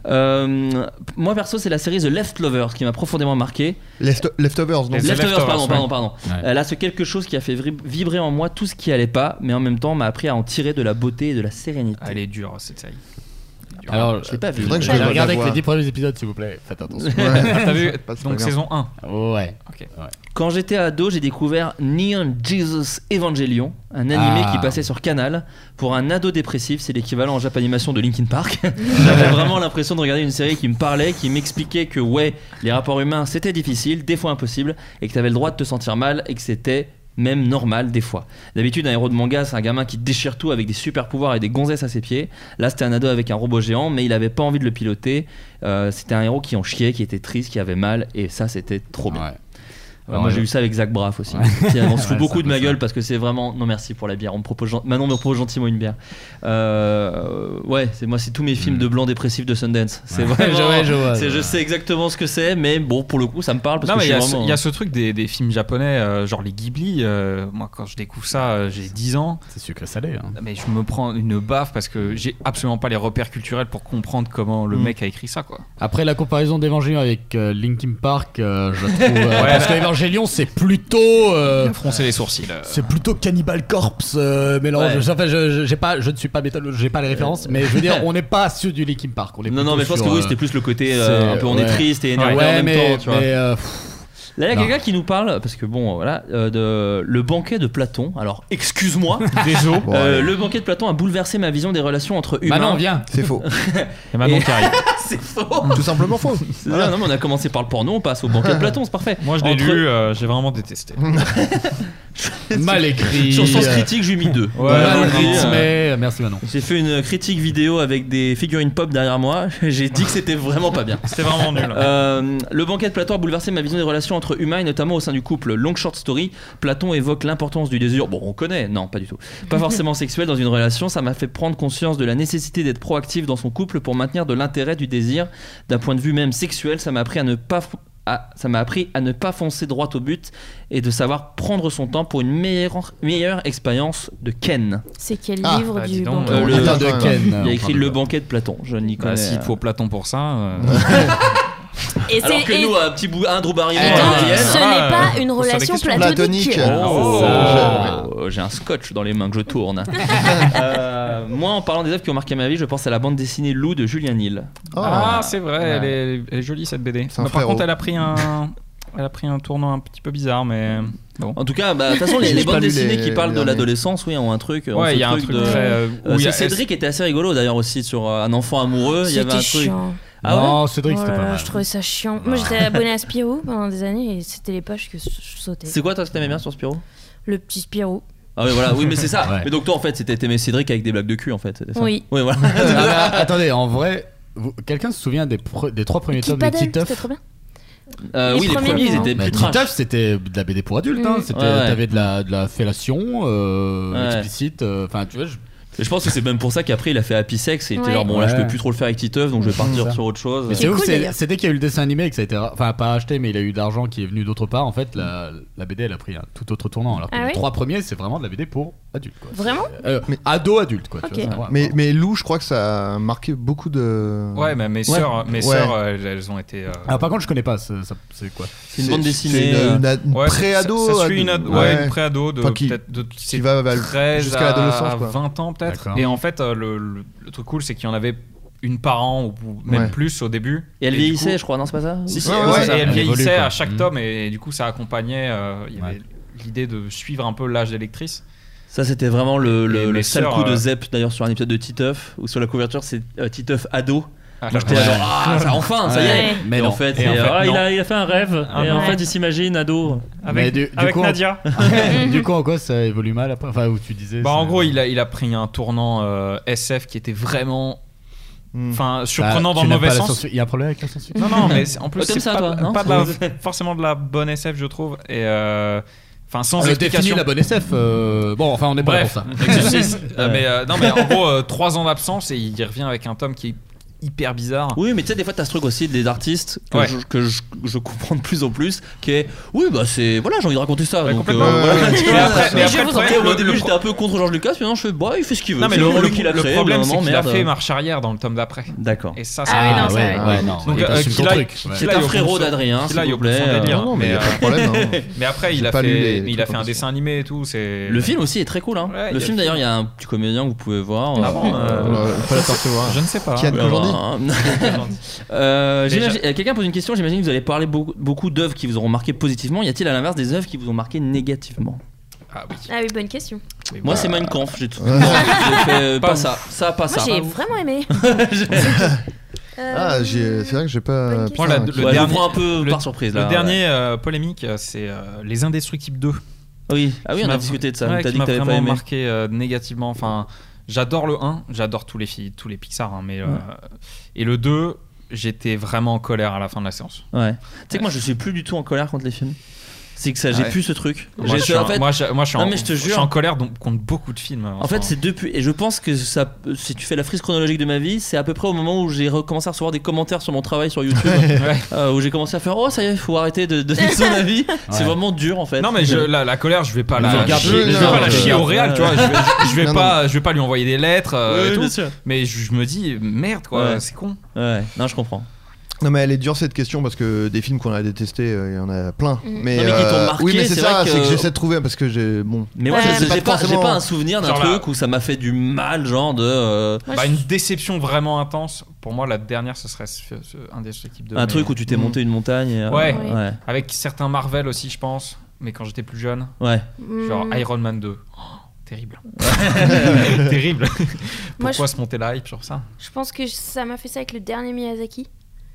Euh, moi perso c'est la série The Leftovers qui m'a profondément marqué.
Left- Leftovers, non
Les Leftovers, pardon, pardon,
ouais.
pardon. Euh, là, c'est quelque chose qui a fait vri- vibrer en moi tout ce qui allait pas, mais en même temps m'a appris à en tirer de la beauté et de la sérénité.
Ah, Elle est dure cette série.
Alors,
je l'ai pas vu.
Faudrait que je
J'ai
le regarde
regardé
avec
que
les
les
10 premiers épisodes, s'il vous plaît. Faites attention.
Ouais. T'as vu
C'est pas- c'est
Donc,
pas grave.
saison un.
Ouais.
Ok.
Quand j'étais ado, j'ai découvert Neon Jesus Evangelion, un animé
Ah.
qui passait sur Canal. Pour un ado dépressif, c'est l'équivalent en japanimation de Linkin Park. J'avais vraiment l'impression de regarder une série qui me parlait, qui m'expliquait que ouais, les rapports humains c'était difficile, des fois impossible, et que t'avais le droit de te sentir mal, et que c'était même normal des fois. D'habitude, un héros de manga, c'est un gamin qui déchire tout avec des super pouvoirs et des gonzesses à ses pieds. Là, c'était un ado avec un robot géant, mais il avait pas envie de le piloter. Euh, c'était un héros qui en chiait, qui était triste, qui avait mal, et ça, c'était trop bien. Ouais,
Ouais,
moi
ouais.
j'ai eu ça avec Zach Braff aussi. Finalement, on se fout
Ouais,
beaucoup
ça
de ma gueule parce que c'est vraiment. Non merci pour la bière. On me propose gen- Manon me propose gentiment une bière. Euh, Ouais, c'est moi c'est tous mes films de blanc dépressif de Sundance. C'est
Mm. Ouais.
vraiment.
Ouais, je vois, je
c'est- je
vois.
sais exactement ce que c'est, mais bon pour le coup ça me parle parce
Non,
que
mais il y,
je
a
suis
ce-
vraiment- hein.
il y a ce truc des, des films japonais, euh, genre les Ghibli. euh, moi, quand je découvre ça, euh, j'ai 10 ans.
C'est sucré salé. hein.
Mais je me prends une baffe parce que j'ai absolument pas les repères culturels pour comprendre comment le
Mm.
mec a écrit ça, quoi.
Après la comparaison d'Evangelion avec euh, Linkin Park, euh, je trouve. euh,
Ouais.
Parce que Evangelion, c'est plutôt. euh,
Froncer les sourcils. euh.
C'est plutôt Cannibal Corpse euh, mélange.
Ouais.
Enfin, je, je- j'ai pas, je ne suis pas métal, j'ai pas les références, mais je veux dire, on n'est pas sur du Linkin Park. On est
Non, non,
plutôt
mais je pense
sur,
que oui,
euh,
c'était plus le côté, euh,
c'est-
un peu, on est
ouais.
triste et énervé
Ouais,
en même
mais-
temps, tu vois.
mais, euh,
Là, il y a
Non.
quelqu'un qui nous parle, parce que bon, voilà, euh, de le banquet de Platon. Alors, excuse-moi,
Désolé. Bon,
Euh,
allez.
le banquet de Platon a bouleversé ma vision des relations entre humains.
Manon, Bah viens.
C'est faux.
Et
Manon qui arrive.
c'est faux.
Tout simplement faux.
C'est- Non, mais on a commencé par le porno, on passe au banquet de Platon, c'est parfait.
Moi, je l'ai
Entre-
lu, euh, j'ai vraiment détesté.
Mal écrit. euh,
Sur Sens Critique, j'ai mis deux. euh,
Ouais, mal rythmé. Merci Manon.
J'ai fait une critique vidéo avec des figurines pop derrière moi. J'ai dit que c'était vraiment pas bien.
C'était vraiment nul.
Euh, le banquet de Platon a bouleversé ma vision des relations entre humains et notamment au sein du couple. Long short story, Platon évoque l'importance du désir. Bon, on connaît, non, pas du tout. Pas forcément sexuel dans une relation, ça m'a fait prendre conscience de la nécessité d'être proactif dans son couple pour maintenir de l'intérêt du désir. D'un point de vue même sexuel, ça m'a appris à ne pas. fr- à- ça m'a appris à ne pas foncer droit au but et de savoir prendre son temps pour une meilleure, meilleure expérience de Ken.
C'est quel
Ah,
livre
bah, dis
du
donc,
banquet
euh,
Le-
Attends, de Ah, Ken,
Il y a
on
écrit
parle
le banquet de Platon. Je n'y connais. Oh,
Bah, s'il te faut Platon pour ça. euh,
Et c'est-
Alors que
et-
nous, un petit bout, un Drew Barrymore,
et
un
donc,
Alien.
euh, ce n'est pas une relation platonique.
Oh,
Ah,
euh, J'ai un scotch dans les mains que je tourne. Euh, moi, en parlant des œuvres qui ont marqué ma vie, je pense à la bande dessinée Lou de Julien Hill.
Ah,
Ah.
c'est vrai, elle, est, elle est jolie cette BD.
un
Mais par
frérot.
contre, elle a pris un, elle a pris un tournant un petit peu bizarre, mais bon.
En tout cas, bah, de toute façon, les,
J'ai
les
pas
bandes
lu
dessinées
les-
qui parlent
les
de
derniers.
l'adolescence, oui, ont un truc. ont
Ouais,
ce
il y a un truc très, euh, où
Euh,
il y a-
c'est Cédric qui était assez rigolo d'ailleurs aussi sur euh, un enfant amoureux. Il y avait un
C'était
truc.
chiant.
Ah ouais
Non, Cédric,
Oh
c'était
là
pas
là,
mal.
je trouvais ça chiant.
Ah.
Moi, j'étais abonné à Spirou pendant des années et c'était les pages que je je sautais.
C'est quoi toi ce que t'aimais bien sur Spirou
Le petit Spirou.
Ah oui, voilà, oui, mais c'est ça.
Ouais.
Mais donc toi, en fait, c'était t'aimais Cédric avec des blagues de cul, en fait. c'était ça
Oui.
Oui, voilà.
Ah, mais attendez, en vrai, vous- quelqu'un se souvient des, pre- des trois premiers
Kid
tomes de
Paddle,
Titeuf
c'était trop bien.
Euh, oui, les premiers, ils étaient
Bah,
Mais
plus trash.
Titeuf, c'était de la BD pour adultes. Hein.
Mm.
C'était-
Ouais, ouais.
T'avais de la, de la fellation euh,
Ouais.
explicite. euh, Enfin, tu vois, je-
Et Je pense que c'est même pour ça qu'après il a fait Happy Sex et il était
Ouais.
genre bon là je
Ouais.
peux plus trop le faire avec Titeuf donc je vais partir sur autre chose.
Mais c'est ouf, c'est- c'est dès qu'il y a eu le dessin animé, que ça a été. Enfin, pas acheté, mais il a eu de l'argent qui est venu d'autre part. En fait, la, la BD, elle a pris un tout autre tournant. Alors que
Ah
les
ouais
trois premiers, c'est vraiment de la BD pour adultes. Quoi.
Vraiment
Euh, Ado-adulte, quoi. tu
Ok.
vois,
Ah,
c'est vrai.
Mais, mais Lou, je crois que ça a marqué beaucoup de.
Ouais, mais mes sœurs, mes
Ouais.
sœurs, elles, elles ont été. euh,
Alors, par contre, je connais pas. ce- ça- C'est quoi
C'est une bande dessinée. euh.
C'est une- une, ad- une
Ouais,
pré-ado. euh,
ça- ça suit une ad-
ado-
ouais, une pré-ado de
Enfin, qui,
peut-être de-
qui
c'est
va à-
13
jusqu'à
à-
l'adolescence.
à
quoi.
20 ans peut-être.
D'accord.
Et en fait, euh, le, le- le truc cool, c'est qu'il y en avait une par an ou ou même
Ouais.
plus au début.
Et elle
du
vieillissait
coup-
je crois non c'est pas ça
Si, si,
Ouais,
ouais,
ouais,
et
ça.
elle
Elle évolue,
vieillissait
quoi.
à chaque
Mhm.
tome et, et du coup ça accompagnait. euh, il y avait
Ouais.
l'idée de suivre un peu l'âge des lectrices.
Ça c'était vraiment le, le,
Et mes
le sale
sœurs,
coup de
euh,
Zep d'ailleurs sur un épisode de Titeuf ou sur la couverture c'est euh, Titeuf ado.
Ah,
Moi,
la
j'étais là,
vache.
genre, ah, ça, enfin, ça y
Ouais.
est!
Mais
Et en
non.
fait,
Et
c'est,
en fait,
ah, il,
non.
a, il a fait un rêve.
Ah
et en
ouais.
fait, il s'imagine ado.
Mais
Avec,
du- du
avec
coup, on-
Nadia.
du coup, en quoi ça évolue mal après Enfin, où tu disais.
Bah,
c'est-
en gros, il a, il a pris un tournant euh, SF qui était vraiment.
Mm.
Enfin,
Bah,
surprenant dans
tu
le
n'as
mauvais
pas la
sens.
science- Il y a un problème avec la science
Non, non, mais c'est- en plus,
T'aimes
c'est
ça,
pas,
toi, non
pas de la- forcément de la bonne SF, je trouve. Et euh, enfin, sans
On définit
explication.
la bonne SF. euh, Bon, enfin, on est pas là pour
Bref,
ça.
exercice. Euh,
Ouais.
mais euh, non, mais en gros, euh, trois ans d'absence et il revient avec un tome qui est hyper bizarre.
Oui, mais tu sais, des fois, t'as ce truc aussi des artistes que,
Ouais.
je, que je, je comprends de plus en plus qui est oui, bah c'est voilà, j'ai envie de raconter ça.
Ouais,
donc, euh,
complètement.
voilà.
Ouais, ouais, ouais.
Tu
Mais
vois,
après-
ça-
mais
je
après,
vous
le
entends.
problème-
au début,
le-
j'étais un peu contre Georges Lucas, maintenant je fais bah il fait ce qu'il veut.
Non, mais
C'est
le,
lui
le-
qui l'a
le
créé,
problème,
mais à un
c'est
moment,
qu'il a
merde.
fait marche arrière dans le tome d'après.
D'accord.
Et ça,
Ah oui, non,
Ah,
ça,
ouais,
ouais.
ouais, non.
Donc,
il
euh,
assume
qu'il
ton
aille-
truc. ouais.
C'est
Là,
un
il y a
frérot
aucun-
d'Adrien, hein,
Là, il y
s'il
a
vous plaît.
aucun délire.
Non, non, mais il
mais,
n'y a
euh,
pas de problème. hein.
Mais après, il
J'ai
a
pas lu les
fait, il a
trucs
fait un
en
dessin animé et tout. C'est
Le film aussi est très cool. Hein.
Ouais, il y
le
a
film
le
d'ailleurs, il y a un petit comédien que vous pouvez voir.
Ah bon, euh,
Euh, faut l'apercevoir.
Je ne sais pas.
Qui a-
Euh,
Aujourd'hui.
hein.
Euh,
Déjà.
j'imagine- euh, Quelqu'un pose une question, j'imagine que vous allez parler beaucoup, beaucoup d'œuvres qui vous auront marqué positivement. Y a-t-il à l'inverse des œuvres qui vous ont marqué négativement
Ah oui.
Ah oui, bonne question.
Mais
Moi,
bah,
c'est Mein Kampf, j'ai tout. non, j'ai fait, euh, pas,
Pas
ça, ça, pas
Moi,
ça.
j'ai vraiment aimé. Euh,
Ah, j'ai- c'est vrai que j'ai pas.
Bonne
Moi,
putain,
la- le
qui-
Ouais, je vous
dernier-
prends un peu
le-
par surprise là.
Le dernier euh, polémique, euh, c'est euh, Les Indestructibles 2.
Oui, ah oui,
Qui
on a
m'a-
discuté de ça.
ouais, qui
T'as dit que
m'a
t'avais
vraiment
pas aimé.
marqué euh, négativement. Enfin, j'adore le 1, j'adore tous les filles, tous les Pixar, hein, mais euh,
Ouais.
et le 2, j'étais vraiment en colère à la fin de la séance.
Ouais. Tu sais que moi, je suis plus du tout en colère contre les films. C'est que ça, j'ai
Ah ouais.
plus ce truc.
Moi,
J'ai-
je suis
en
en-
fait,
moi, je- moi, je suis
Non,
en-
mais je te
suis
jure.
en colère donc, contre beaucoup de films. hein,
En fait, c'est depuis, et je pense que ça, si tu fais la frise chronologique de ma vie, c'est à peu près au moment où j'ai recommencé à recevoir des commentaires sur mon travail sur YouTube, euh, où j'ai commencé à faire oh ça y est, faut arrêter de donner son avis. C'est
Ouais.
vraiment dur en fait.
Non mais je, la, la colère, je vais pas
Mais
la,
regarde,
chier,
les
je vais
gens,
pas la
euh,
chier au réel, tu vois. Je vais, je vais
Non, non.
pas, je vais pas lui envoyer des lettres euh,
Ouais,
et
bien
tout.
sûr.
Mais je, je me dis merde quoi,
Ouais.
c'est con.
Ouais, non, je comprends.
Non mais elle est dure cette question parce que des films qu'on a détestés, euh, il y en a plein.
Mm.
Mais, euh,
Non, mais qui t'ont marqué,
oui, mais c'est
c'est vrai
ça,
que-
c'est que j'essaie de trouver parce que j'ai bon.
Mais moi,
Ouais,
je-
c'est
j'ai pas,
pas
j'ai
forcément-
pas un souvenir d'un
Genre la-
truc où ça m'a fait du mal, genre de. euh,
Moi,
Bah,
je-
une déception vraiment intense. Pour moi, la dernière, ce serait ce, ce Indestructible 2.
un
mais-
truc où tu t'es
Mm.
monté une montagne. et, euh,
Ouais.
Oui.
ouais.
Avec certains Marvel aussi, je pense. Mais quand j'étais plus jeune,
Ouais.
Hmm.
genre Iron Man 2. Oh, terrible. terrible.
Moi,
Pourquoi se monter la hype sur ça
Je pense que ça m'a fait ça avec le dernier Miyazaki.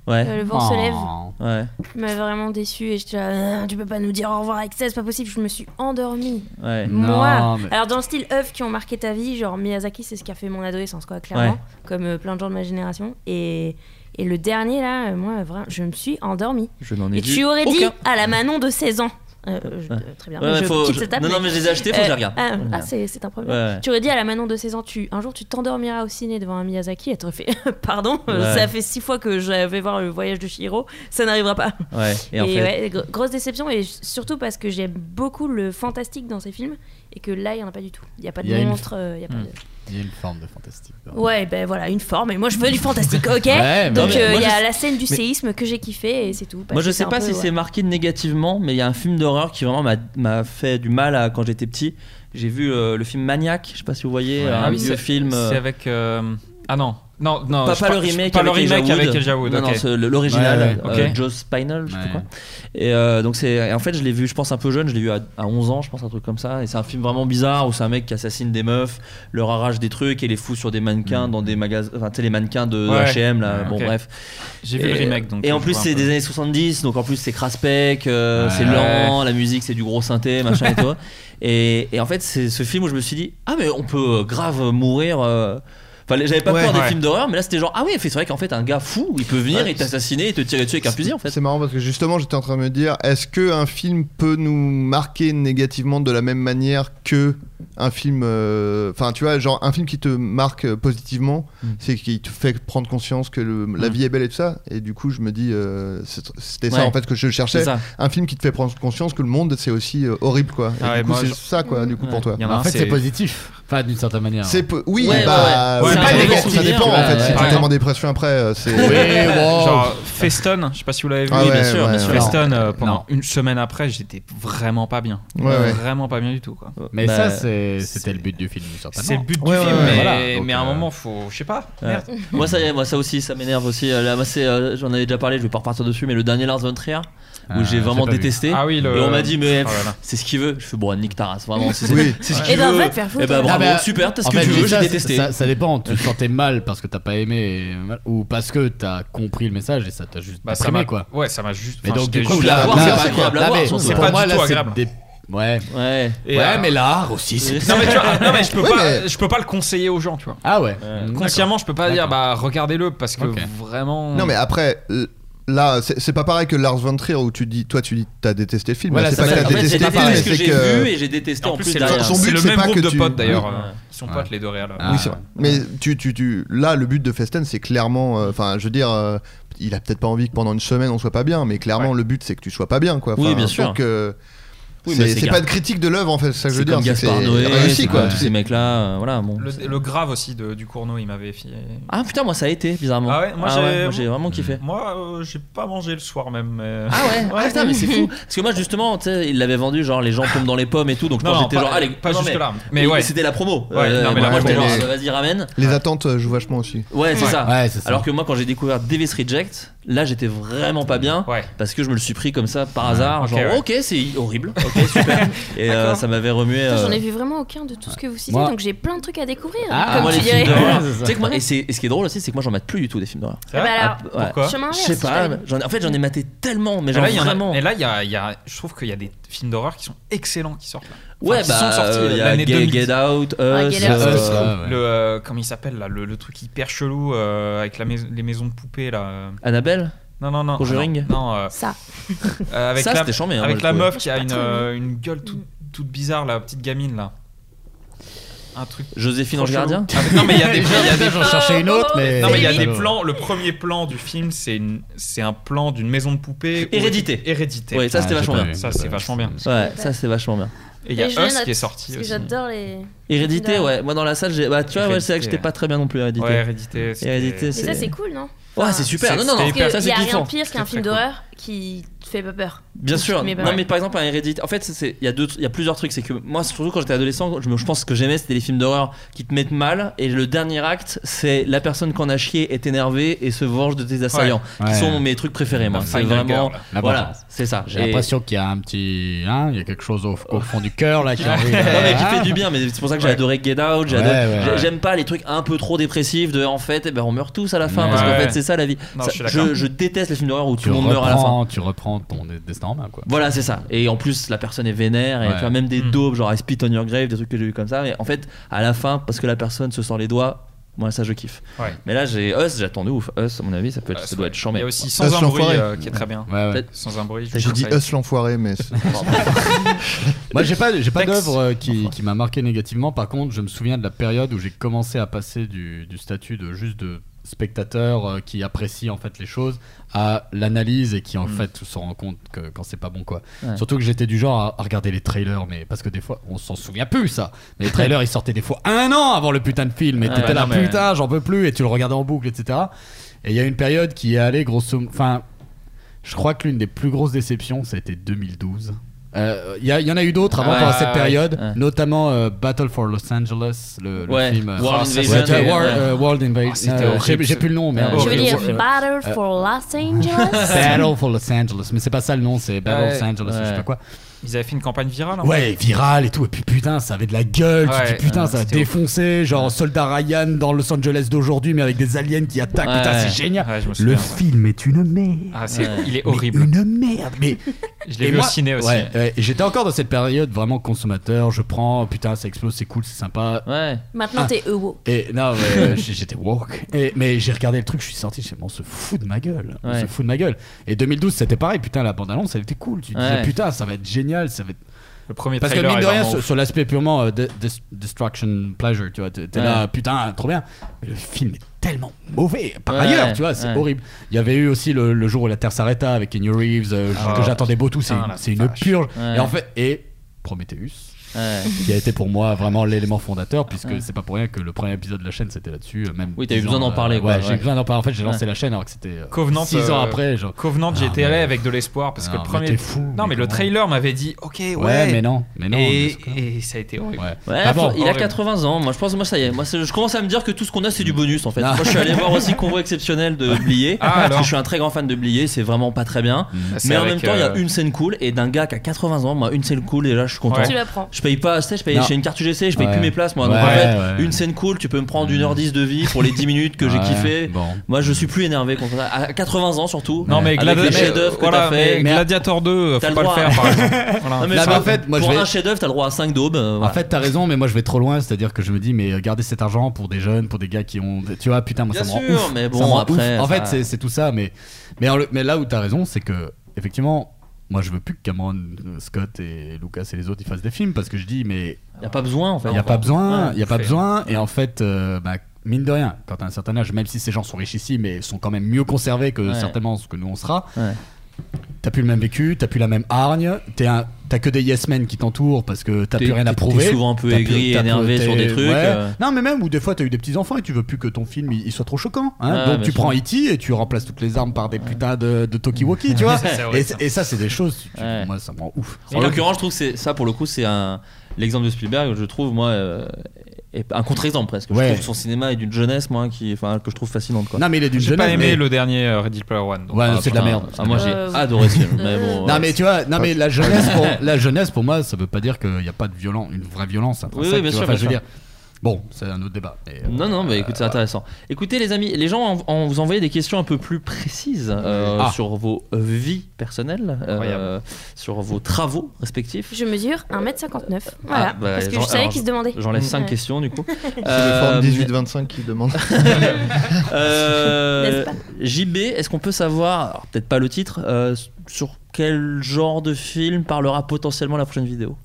Ouais.
Euh, le vent se lève.
Oh.
Ouais.
Il m'a vraiment déçu et j'étais là, Ah, tu peux pas nous dire au revoir avec ça, c'est pas possible. Je me suis endormie.
Ouais.
Non,
Moi.
mais-
Alors, dans le style œuvres qui ont marqué ta vie, genre Miyazaki, c'est ce qui a fait mon adolescence, quoi, clairement.
Ouais.
Comme euh, plein de gens de ma génération. Et, et le dernier, là, euh, moi, vraiment, je me suis endormie.
Je n'en ai
Et
vu
tu aurais dit
aucun.
à la Manon de 16 ans. Euh, je-
Ouais.
euh, très bien.
Ouais,
je
faut-
quitte
je-
cette table,
Non, non, mais je les ai achetés, faut que je les regarde.
euh,
Faut que je les
ah,
regarde.
c'est c'est un problème.
Ouais, ouais.
Tu aurais dit à la Manon de 16 ans, tu, un jour tu t'endormiras au ciné devant un Miyazaki, elle t'aurait fait Pardon, euh,
Ouais.
ça fait six fois que j'avais voir le voyage de Chihiro, ça n'arrivera pas.
Ouais. Et en fait.
ouais, gro- grosse déception, et s- surtout parce que j'aime beaucoup le fantastique dans ces films, et que là il n'y en a pas du tout. Il n'y a pas de
Il y a une-
monstre, euh, il y a pas
Hmm.
de.
Il y a une forme de fantastique.
Ouais, ben voilà, une forme, et moi je veux du fantastique,
Ouais,
ok
mais-
Donc
mais
euh, il
moi,
y
je
a
sais-
la scène du
mais-
séisme que j'ai kiffé, et c'est tout. parce
Moi, je
que
sais
un
pas
peu,
si
ouais.
c'est marqué négativement, mais il y a un film d'horreur qui vraiment m'a- m'a fait du mal à- quand j'étais petit. J'ai vu euh, le film Maniac, je sais pas si vous voyez,
Ouais.
un
Ah oui,
vieux
c'est-
film. euh,
C'est avec. euh, Ah non. Non, non.
pas,
je
pas
par-
le
je-
remake,
Pas le
avec
remake
Elijah
avec
Wood.
Elijah Wood.
Non, non,
ok.
ce- le- l'original,
Ouais,
ouais,
euh,
ok.
Joe Spinal, je sais plus
Ouais.
quoi. Et euh, donc c'est, et en fait, je l'ai vu, je pense un peu jeune, je l'ai vu à, à 11 ans, je pense un truc comme ça. Et c'est un film vraiment bizarre où c'est un mec qui assassine des meufs, leur arrache des trucs et les fout sur des mannequins dans des magasins, enfin tu sais les mannequins de
Mm. Ouais.
H&M là.
Ouais,
bon
ok.
bref.
J'ai vu
Et-
le remake donc.
Et en
je
plus,
vois un
c'est
peu.
des années 70, donc en plus, c'est Kraspek, euh,
Ouais.
c'est lent, la musique, c'est du gros synthé, machin et tout. Et, et en fait, c'est ce film où je me suis dit, ah, mais on peut euh, grave mourir. euh, Enfin, j'avais pas
Ouais.
peur des
Ouais.
films d'horreur, mais là c'était genre ah oui, c'est vrai qu'en fait un gars fou, il peut venir
Ouais,
et t'assassiner et te tirer dessus avec un fusil en fait.
C'est marrant parce que justement, j'étais en train de me dire, est-ce que un film peut nous marquer négativement de la même manière que un film, euh, enfin tu vois, genre un film qui te marque euh, positivement, c'est qui te fait prendre conscience que le- la
Mm.
vie est belle et tout ça. Et du coup, je me dis, euh, c'est- c'était
Ouais.
ça en fait que je cherchais,
C'est ça.
un film qui te fait prendre conscience que le monde c'est aussi euh, horrible quoi. Et
Ah ouais,
du coup,
moi,
c'est
je-
ça quoi, du coup
Ouais.
pour toi.
Il y en a un,
En fait, c'est
c'est-
positif. Enfin, d'une certaine manière.
C'est peu- oui,
Ouais,
bah,
ouais, ouais.
c'est
Ouais,
pas
mais
négatif,
bon
ça
souvenir,
dépend
ouais,
en fait.
ouais.
Si
Ouais.
t'es tellement dépressif après, euh, c'est.
Genre Feston, je sais pas si vous l'avez vu.
Ah Oui, bien ouais, sûr, bien ouais. sûr.
Feston, euh,
Non.
pendant une semaine après, j'étais vraiment pas bien.
Ouais, ouais.
Vraiment pas bien du tout. Quoi.
Mais
Bah,
ça, c'est- c'était le but du film.
C'est le but du
Ouais, ouais,
film,
ouais.
mais,
Voilà. Donc,
mais à un
euh,
moment, faut. Je sais pas.
Ouais.
Merde.
moi ça y est, moi ça aussi ça m'énerve aussi Euh, là moi, c'est, euh, j'en avais déjà parlé je vais pas repartir dessus mais le dernier Lars von Trier où
Ah,
j'ai
j'ai
vraiment
pas vu.
détesté
Ah oui, le-
et on m'a dit mais
Oh là
pff,
là.
c'est ce qu'il veut je fais bon Nick Taras vraiment c'est
Oui.
c'est ce
Ouais.
qu'il
Eh ben, en
veut
fait, faire foutre.
Eh ben,
Ah,
bravo
bah,
super t'as ce
En
que
fait,
tu
mais
veux j'ai
ça,
détesté
Ça, ça dépend, tu te sentais mal parce que t'as pas aimé euh, voilà, ou parce que t'as compris le message et ça t'a juste
Bah, ça
déprimé
m'a-
quoi.
ouais, ça m'a juste-
Mais
enfin,
donc, du
j'étais
coup,
juste-
là,
L'avoir,
là,
c'est
là,
pas agréable à
là,
voir,
mais
surtout. C'est
pour
pas
moi,
du
là,
tout
c'est
agréable.
des- Ouais.
Ouais.
Et,
ouais,
euh,
mais l'art aussi, c'est
Non mais, tu vois, non, mais je peux
Ouais,
pas,
mais-
je peux pas le conseiller aux gens, tu vois.
Ah ouais.
Consciemment, je peux pas dire bah regardez-le parce que
Ok.
vraiment.
Mm.
Non mais après l- là c'est c'est pas pareil que Lars von Trier où tu dis toi tu dis t'as détesté le film
Voilà,
Là, c'est
ça,
pas
c'est-
que
en fait,
t'as
c'est
détesté le
pas
film
pareil.
mais
Ce que
c'est
j'ai
que
vu et j'ai détesté en plus
c'est
derrière.
le,
Son
c'est
but,
le
c'est
même
pas
groupe
que
de
tu-
potes d'ailleurs.
Oui.
euh, Ils sont potes les deux réels.
oui, c'est vrai. mais tu, tu, tu là le but de Festen c'est clairement euh, enfin je veux dire euh, il a peut-être pas envie que pendant une semaine on soit pas bien mais clairement le but c'est que tu sois pas bien quoi
Oui,
Enfin,
bien sûr.
donc, euh,
Oui, mais
c'est
c'est
c'est
gar-
pas de critique de l'œuvre en fait c'est ça que
c'est
je veux dire
comme
c'est que
Gaspard
c'est
Noé
réussi
c'est
quoi
comme tous
Tu-
ces mecs là voilà bon
Le, le grave aussi de, du Cournot, il m'avait fait.
ah putain moi ça a été bizarrement
Ah ouais, moi j'ai,
ouais, moi, j'ai vraiment kiffé
Moi, euh, j'ai pas mangé le soir même. mais-
ah ouais, Ah, putain mais c'est fou parce que moi justement tu sais il l'avait vendu genre les gens tombent dans les pommes et tout donc je
Non,
pense que
non,
j'étais
pas-
genre allez
pas
non,
jusque-là. Mais ouais.
c'était la promo
Ouais,
Euh,
non, mais la
moi j'étais genre
promo,
ah,
mais-
bah, vas-y ramène
les attentes euh, jouent vachement aussi
Ouais, c'est
Ouais.
ça.
Ouais, c'est ça.
Alors que moi, quand j'ai découvert Davis Reject, là, j'étais vraiment pas bien
Ouais.
parce que je me le suis pris comme ça par hasard.
Ok,
Genre,
ouais.
ok, c'est horrible, ok, super. Et euh, ça m'avait remué.
Putain, J'en
euh,
ai vu vraiment aucun de tout ce que vous citez,
Moi-
donc j'ai plein de trucs à découvrir.
ah,
comme
moi,
tu
les
dirais.
films d'horreur.
Ouais, c'est ça.
Tu sais que moi, et, c'est- et ce qui est drôle aussi, c'est que moi, j'en mate plus du tout des films d'horreur.
C'est vrai
Ah bah alors,
Ouais.
Pourquoi
chemin
Je
inverse,
sais
si
pas,
j'avais vu.
j'en ai- en fait, j'en ai maté tellement, mais
Et
genre
là, il y en a-
vraiment.
et là, il y a, il y a- je trouve qu'il y a des films d'horreur qui sont excellents qui sortent là. Enfin,
Ouais,
qui sont
bah,
sortis
euh, il y a
l'année
Get,
2010.
Get Out, Us,
Ouais, Get Out.
euh,
Us,
ouais, ouais.
Le, euh, comment il s'appelle là, le, le truc hyper chelou euh, avec la mais- les maisons de poupées là. euh.
Annabelle.
Non, non, non.
Conjuring
Non, non, euh,
Ça.
euh, avec
Ça,
la,
c'était chambé, hein,
avec
moi, je
la
trouvais.
meuf qui a
J'ai pas
une,
trop aimé.
euh, une gueule toute, toute bizarre, la petite gamine là. Un truc.
Joséphine
trop
Ange
chelou.
Gardien.
Ah, mais- non, mais il y a des, il y a des-
J'en cherchais une autre, mais.
non, mais il y a des
Chelou.
plans. Le premier plan du film, c'est une- c'est un plan d'une maison de poupées. où-
Hérédité.
Hérédité.
Ouais, ça, c'était
Ah,
vachement
j'ai pas
bien.
vu.
Ça, c'est vachement bien.
Ouais, ça, c'est vachement bien.
Et il y a
Et je
Us
note,
qui est sorti
Parce que
aussi.
j'adore les.
Hérédité,
J'adore.
ouais. Moi, dans la salle, j'ai. Bah, tu vois, ouais, c'est vrai que
Hérédité.
j'étais pas très bien non plus, Hérédité.
Ouais, Hérédité. c'était-
Hérédité,
Mais ça, c'est cool, non
Ouais,
Enfin,
c'est super. Non, non,
c'est
non.
Parce
hyper-
ça,
qu'il
c'est
y a
kiffant.
rien de pire
C'est
qu'un film
très cool.
d'horreur qui te fait pas peur.
Bien sûr.
Mais
non,
ouais.
mais par exemple, un Heredity. En fait, c'est- c'est- il y, a deux- il y a plusieurs trucs. C'est que moi, surtout quand j'étais adolescent, je, me- je pense que j'aimais, c'était les films d'horreur qui te mettent mal. Et le dernier acte, c'est la personne qu'on a chié est énervée et se venge de tes assaillants.
Ouais.
Qui sont mes trucs préférés, moi.
La
C'est
Final
vraiment.
Girl.
La
Voilà,
vengeance.
c'est ça.
J'ai
Et-
l'impression qu'il y a un petit. hein, il y a quelque chose au, au fond du cœur là qui arrive.
Non, mais qui fait
Ah.
du bien, mais c'est pour ça que j'ai
Ouais.
adoré Get Out. j'ai
Ouais,
adoré-
ouais,
j'ai-
ouais.
J'aime pas les trucs un peu trop dépressifs de en fait, eh ben, on meurt tous à la fin
Ouais.
parce qu'en
Ouais.
fait, c'est ça la vie.
Non,
Ça-
je suis d'accord.
je, je déteste les films d'horreur où tout
Tu
le monde meurt à la fin.
reprends, tu reprends ton destin en main quoi.
Voilà, c'est ça. Et en plus, la personne est vénère. Et
Ouais.
tu vois, même des
Mm.
daubes, genre I spit on your grave, des trucs que j'ai vu comme ça. Mais en fait, à la fin, parce que la personne se sent les doigts, moi, ça, je kiffe.
Ouais.
Mais là, j'ai Us, j'attends de ouf. Us, à mon avis, ça, peut être,
Euh,
ça doit être chambé.
Il y a aussi
Us,
Sans un bruit
l'enfoiré.
euh, qui est très bien.
Ouais, ouais.
Peut-être-
Sans un bruit. je
j'ai dit
conseille.
us l'enfoiré mais c'est-
Moi, j'ai pas, j'ai pas
Texte.
d'œuvre euh, qui, qui m'a marqué négativement. Par contre, je me souviens de la période où j'ai commencé à passer du, du statut de juste de spectateur euh, qui apprécie en fait les choses à l'analyse et qui en fait se rend compte que quand c'est pas bon quoi.
Ouais.
Surtout que j'étais du genre à, à regarder les trailers, mais parce que des fois on s'en souvient plus ça. Mais les trailers ils sortaient des fois un an avant le putain de film et
Ah,
t'étais
ouais,
là
non, mais-
putain j'en peux plus et tu le regardais en boucle etc. Et il y a une période qui est allée grosso enfin je crois que l'une des plus grosses déceptions, ça a été 2012. Euh, Il y, a- il y en a eu d'autres avant
Ouais,
pendant
ouais,
cette
ouais.
période,
Ouais.
notamment euh, Battle for Los Angeles, le, le
Ouais.
film. euh,
World
ah, ça,
Invasion.
c'était-
Ouais.
War- euh, World Invasion.
Ah, c'était
Euh,
horrible,
j'ai- J'ai plus le nom, mais
Oh,
Ouais.
Je veux
Horrible.
dire
Horrible.
Battle
Euh,
for Los Angeles
Battle for Los Angeles, mais c'est pas ça le nom, c'est Battle
Ouais.
Los Angeles, je sais
Ouais.
pas quoi.
Ils avaient fait une campagne virale. hein.
Ouais, viral et tout. Et puis putain, ça avait de la gueule. tu
Ouais,
te dis putain,
euh,
ça va
c'était ouf.
défoncer. Genre soldat Ryan dans Los Angeles d'aujourd'hui, mais avec des aliens qui attaquent.
Ouais.
Putain, c'est génial.
Ouais, Ah, je me souviens,
le
ouais.
film est une merde.
Ah, c'est-
Ouais.
il est
Mais
horrible.
une merde. Mais
je l'ai
Et
vu
moi-
au ciné aussi.
ouais, ouais, et J'étais encore dans cette période vraiment consommateur. Je prends, putain, ça explose, c'est cool, c'est sympa.
Ouais.
Maintenant,
Ah.
t'es E Ewo.
Et non, mais euh, j- j'étais woke. Et- mais j'ai regardé le truc, je suis sorti, je me on se fout de ma gueule. On
Ouais.
se fout de ma gueule. Et 2012, c'était pareil, putain, la bande-annonce, elle était cool. Tu te disais,
Ouais.
putain, ça va être génial, ça va être.
Le premier
Parce que
trailer
mine de
est
rien,
vraiment
sur,
ouf.
sur l'aspect purement euh, de- des- destruction pleasure, tu vois, t'es t'es
Ouais.
là, putain, trop bien. Mais le film est tellement mauvais. Par
Ouais,
ailleurs, tu vois, c'est
ouais.
horrible. Il y avait eu aussi le, le jour où la Terre s'arrêta avec Kenny Reeves, euh,
Ah,
que j'attendais beau tout, c'est
putain,
une-
la
c'est une purge.
Ouais.
Et en fait, et Prometheus
Ouais.
qui a été pour moi vraiment l'élément fondateur puisque
Ouais.
c'est pas pour rien que le premier épisode de la chaîne c'était là-dessus euh, même
Oui, t'as eu
dix
besoin
ans,
d'en parler,
euh,
quoi,
ouais, j'ai
ouais.
eu besoin d'en parler en fait j'ai lancé
Ouais.
la chaîne alors que c'était euh,
Covenant.
six ans
euh,
après genre
Covenant, j'y
Ah,
étais
mais-
allé avec de l'espoir parce que
Ah,
le
mais
premier.
t'es fou,
non,
mais
mais le
comment
trailer m'avait dit, ok, ouais.
Ouais, mais non, mais non, bien
Et,
sûr
et ça a été horrible.
Ouais,
Ah bon,
faut- il a
horrible.
80 ans. Moi, je pense, moi, ça y est. Moi, c'est- je commence à me dire que tout ce qu'on a, c'est du bonus, en fait. Moi, je suis allé voir aussi Convoi exceptionnel de Blié.
Ah,
parce que
alors.
je suis un très grand fan de Blié. C'est vraiment pas très bien.
Mm.
C'est
Mais en
avec,
même temps, il y a
euh,
une scène cool. Et d'un gars qui a 80 ans, moi, une scène cool. Et là, je suis content.
Ouais.
Tu la prends.
Je paye pas, tu sais, je paye,
Non.
j'ai une carte UGC, je paye
Ouais.
plus mes places, moi. Donc,
Ouais,
en fait,
ouais.
une scène cool, tu peux me prendre une heure 10 de vie pour les 10 minutes que j'ai
Ouais,
kiffé.
bon.
Moi, je suis plus énervé contre ça. À 80 ans, surtout.
Non, mais,
avec
Gladi-
les chefs-d'œuvre que
voilà,
t'as fait.
mais Gladiator 2, faut
T'as le
pas le
droit.
faire par exemple. Voilà.
Non, mais
Là,
ça-
mais en fait, moi, je
pour
vais-
un chef-d'œuvre, t'as le droit à 5 daubes. euh,
en
voilà.
fait t'as raison mais moi je vais trop loin c'est à dire que je me dis mais gardez cet argent pour des jeunes pour des gars qui ont tu vois putain moi
Bien
ça me rend
sûr,
ouf,
mais
ça
bon,
me rend
après,
ouf. en
ça-
fait c'est- c'est tout ça mais mais, en le- mais là où t'as raison c'est que effectivement moi je veux plus que Cameron euh, Scott et Lucas et les autres ils fassent des films parce que je dis mais
Y a pas besoin, en fait.
Il n'y a pas besoin,
Ouais,
il y a pas
fait.
besoin. Et en fait, euh, bah, mine de rien, quand t'as un certain âge, même si ces gens sont richissimes mais sont quand même mieux conservés que
Ouais.
certainement ce que nous on sera,
Ouais.
t'as plus le même vécu, t'as plus la même hargne, t'es un- t'as que des yes men qui t'entourent parce que t'as
T'es-
plus rien à
t'es- t'es
prouver.
souvent un peu
T'as plus-
aigri et
t'as plus-
énervé sur
t'es-
des trucs,
ouais.
euh.
Non, mais même où des fois t'as eu des petits enfants et tu veux plus que ton film il, il soit trop choquant. hein.
Ouais,
Donc
bien
tu
sûr.
prends E.T. et tu remplaces toutes les armes par des putains de, de Tokiwoki, tu vois.
Ça, c'est horrible,
Et,
ça.
et ça, c'est des choses, tu- tu-
Ouais.
moi ça me rend ouf.
En l'occurrence, je trouve que c'est- ça, pour le coup, c'est un. L'exemple de Spielberg, je trouve, moi, euh, est un contre-exemple presque.
Ouais.
Je trouve que son cinéma est d'une jeunesse, moi, qui, enfin, que je trouve fascinante. Quoi.
Non, mais il est d'une
J'ai
jeunesse.
pas aimé
mais-
le dernier euh, Ready Player One. donc.
Ouais,
Ah,
c'est de la
putain.
merde.
Ah, moi, j'ai
Euh,
adoré ce film. Mais bon,
Non
ouais.
mais tu vois, non mais la jeunesse, pour, la jeunesse pour moi, ça veut pas dire qu'il n'y a pas de violence, une vraie violence. intrinsèque,
oui, bien
tu vois.
sûr,
Enfin,
bien
je veux
sûr.
dire, bon, c'est un autre débat. mais, euh,
Non, non, mais écoute, c'est intéressant. Écoutez, les amis, les gens en- en- vous envoyaient des questions un peu plus précises euh,
Ah.
sur vos euh, vies personnelles, euh,
Incroyable.
sur vos travaux respectifs.
Je mesure 1m59. Voilà.
Ah, bah,
parce que
j'en-
je savais
alors,
qu'ils se demandaient.
J'en laisse 5
Ouais.
questions du coup.
C'est le
Euh,
forum 18-25 qui demande.
euh,
N'est-ce pas
JB, est-ce qu'on peut savoir, alors, peut-être pas le titre, euh, sur quel genre de film parlera potentiellement la prochaine vidéo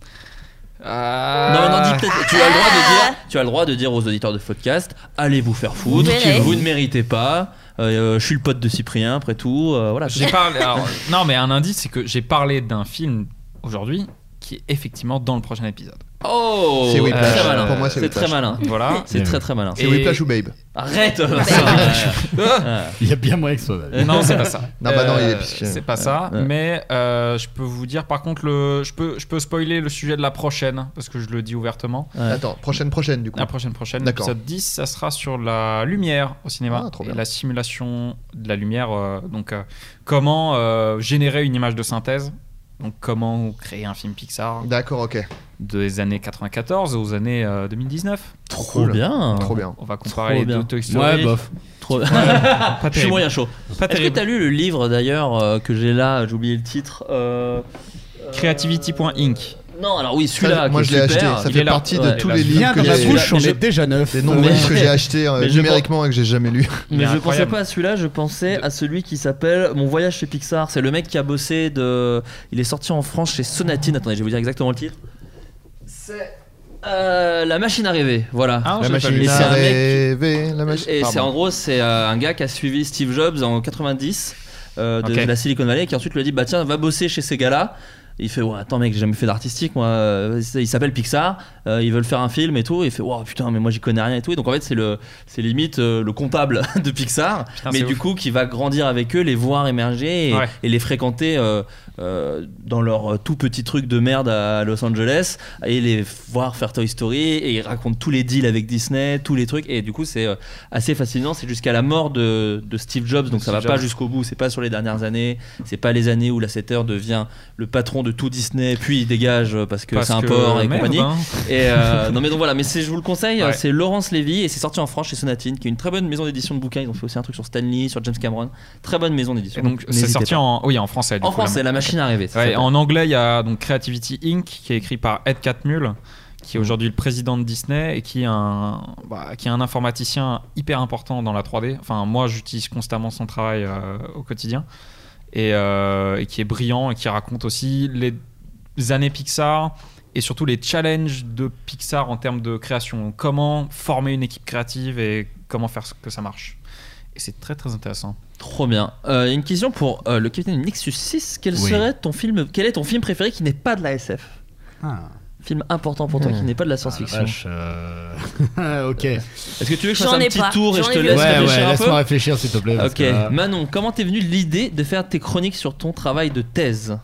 Euh,
Euh.
Non, non, dis peut-être. Tu as le droit de dire. Tu as le droit de dire aux auditeurs de podcast, allez vous faire foutre.
Vous verrez.
Vous ne méritez pas. euh, je suis le pote de Cyprien, après tout. euh, voilà.
J'ai parlé. alors, non, mais un indice, c'est que j'ai parlé d'un film aujourd'hui qui est effectivement dans le prochain épisode.
Oh,
C'est Whiplash.
très malin.
Pour moi, c'est
c'est très
Whiplash.
malin.
Voilà.
C'est
Ouais,
très
ouais.
très malin.
C'est
Et-
Whiplash ou Babe
Arrête.
Bah, Ah,
Il y a bien moyen que ce soit.
Euh,
non, c'est pas ça.
Non, bah non, il est
Euh,
piqué.
C'est pas ça.
Ouais.
Mais euh, je peux vous dire, par contre, le, je, peux, je peux spoiler le sujet de la prochaine, parce que je le dis ouvertement.
Ouais.
Attends, prochaine, prochaine du coup.
La prochaine, prochaine,
D'accord.
l'épisode 10, ça sera sur la lumière au cinéma
Ah, trop
et
bien.
la simulation de la lumière. euh, donc, euh, comment euh, générer une image de synthèse Donc, comment créer un film Pixar
D'accord, ok.
des années 94 aux années euh, 2019
Trop bien.
Trop bien.
On va
Trop
comparer les
bien.
deux Toy Story. Ah,
Ouais, bof.
Trop.
Pas
Je suis
terrible.
moyen chaud.
Pas
Est-ce que
terrible.
t'as lu le livre d'ailleurs euh, que j'ai là J'ai oublié le titre. euh, euh,
Creativity.inc.
Non, alors oui, celui-là.
Ça, moi
qui
je
est
l'ai acheté.
super.
Ça
il
fait
est là.
partie
Ouais,
de tous
là,
les
je-
livres
Bien
que
dans ma
j'ai.
bouche, on
Mais je-
est déjà neuf.
Des nombreux
Mais-
livres que j'ai achetés euh,
Mais je
numériquement et que j'ai jamais lu.
Mais je
incroyable.
pensais pas à celui-là, je pensais à celui qui s'appelle Mon voyage chez Pixar. C'est le mec qui a bossé de. Il est sorti en France chez Sonatine. Attendez, je vais vous dire exactement le titre. C'est. euh, la machine à rêver, voilà.
Ah,
La
j'ai pas lu.
machine
Et
à
c'est un mec qui-
rêver, la machine.
Et c'est en
Pardon.
gros, c'est euh, un gars qui a suivi Steve Jobs en 90 euh, de,
Ok.
de la Silicon Valley qui ensuite lui a dit Bah tiens, va bosser chez ces gars-là. Il fait ouais attends mec j'ai jamais fait d'artistique moi Euh, c'est- il s'appelle Pixar euh, ils veulent faire un film et tout il fait wow putain mais moi j'y connais rien et tout et donc en fait c'est le c'est limite euh, le comptable de Pixar
Putain,
mais
c'est
du
ouf.
coup qui va grandir avec eux les voir émerger et,
Ouais.
et les fréquenter euh, euh, dans leur euh, tout petit truc de merde à Los Angeles et les voir faire Toy Story et ils racontent tous les deals avec Disney, tous les trucs et du coup c'est euh, assez fascinant, c'est jusqu'à la mort de, de Steve Jobs donc ça va
Steve
pas
Jobs.
jusqu'au bout, c'est pas sur les dernières années, c'est pas les années où Lasseter devient le patron de tout Disney puis il dégage euh, parce que
Parce
c'est un
que,
port et
merde,
compagnie.
hein.
Et euh, non mais donc voilà, mais c'est- je vous le conseille,
Ouais.
c'est Laurence Lévy et c'est sorti en France chez Sonatine qui est une très bonne maison d'édition de bouquins, ils ont fait aussi un truc sur Stanley, sur James Cameron, très bonne maison d'édition.
Et donc c'est
n'hésitez
sorti
pas.
en, oui, en français. du
En
coup, la-
français, La Machine à rêver, ça
Ouais,
s'appelle.
en anglais, il y a donc Creativity Inc. qui est écrit par Ed Catmull, qui est aujourd'hui le président de Disney et qui est un, bah, qui est un informaticien hyper important dans la 3D. Enfin, moi, j'utilise constamment son travail euh, au quotidien et, euh, et qui est brillant et qui raconte aussi les années Pixar et surtout les challenges de Pixar en termes de création. Comment former une équipe créative et comment faire que ça marche. Et c'est très très intéressant.
Trop bien. Euh, une question pour euh, le capitaine Nexus 6. Quel
Oui.
serait ton film Quel est ton film préféré qui n'est pas de la SF
Ah,
Film important pour toi qui n'est pas de Hmm. Ah, la science-fiction.
euh, ok.
Est-ce que tu veux que je fasse
J'en
un
ai
petit
pas.
tour et
J'en
je te
ai
laisse
pas. Ouais,
réfléchir
ouais,
un peu
laisse-moi réfléchir, s'il te plaît, parce
Ok.
que euh, là-
Manon, comment t'es venue l'idée de faire tes chroniques sur ton travail de thèse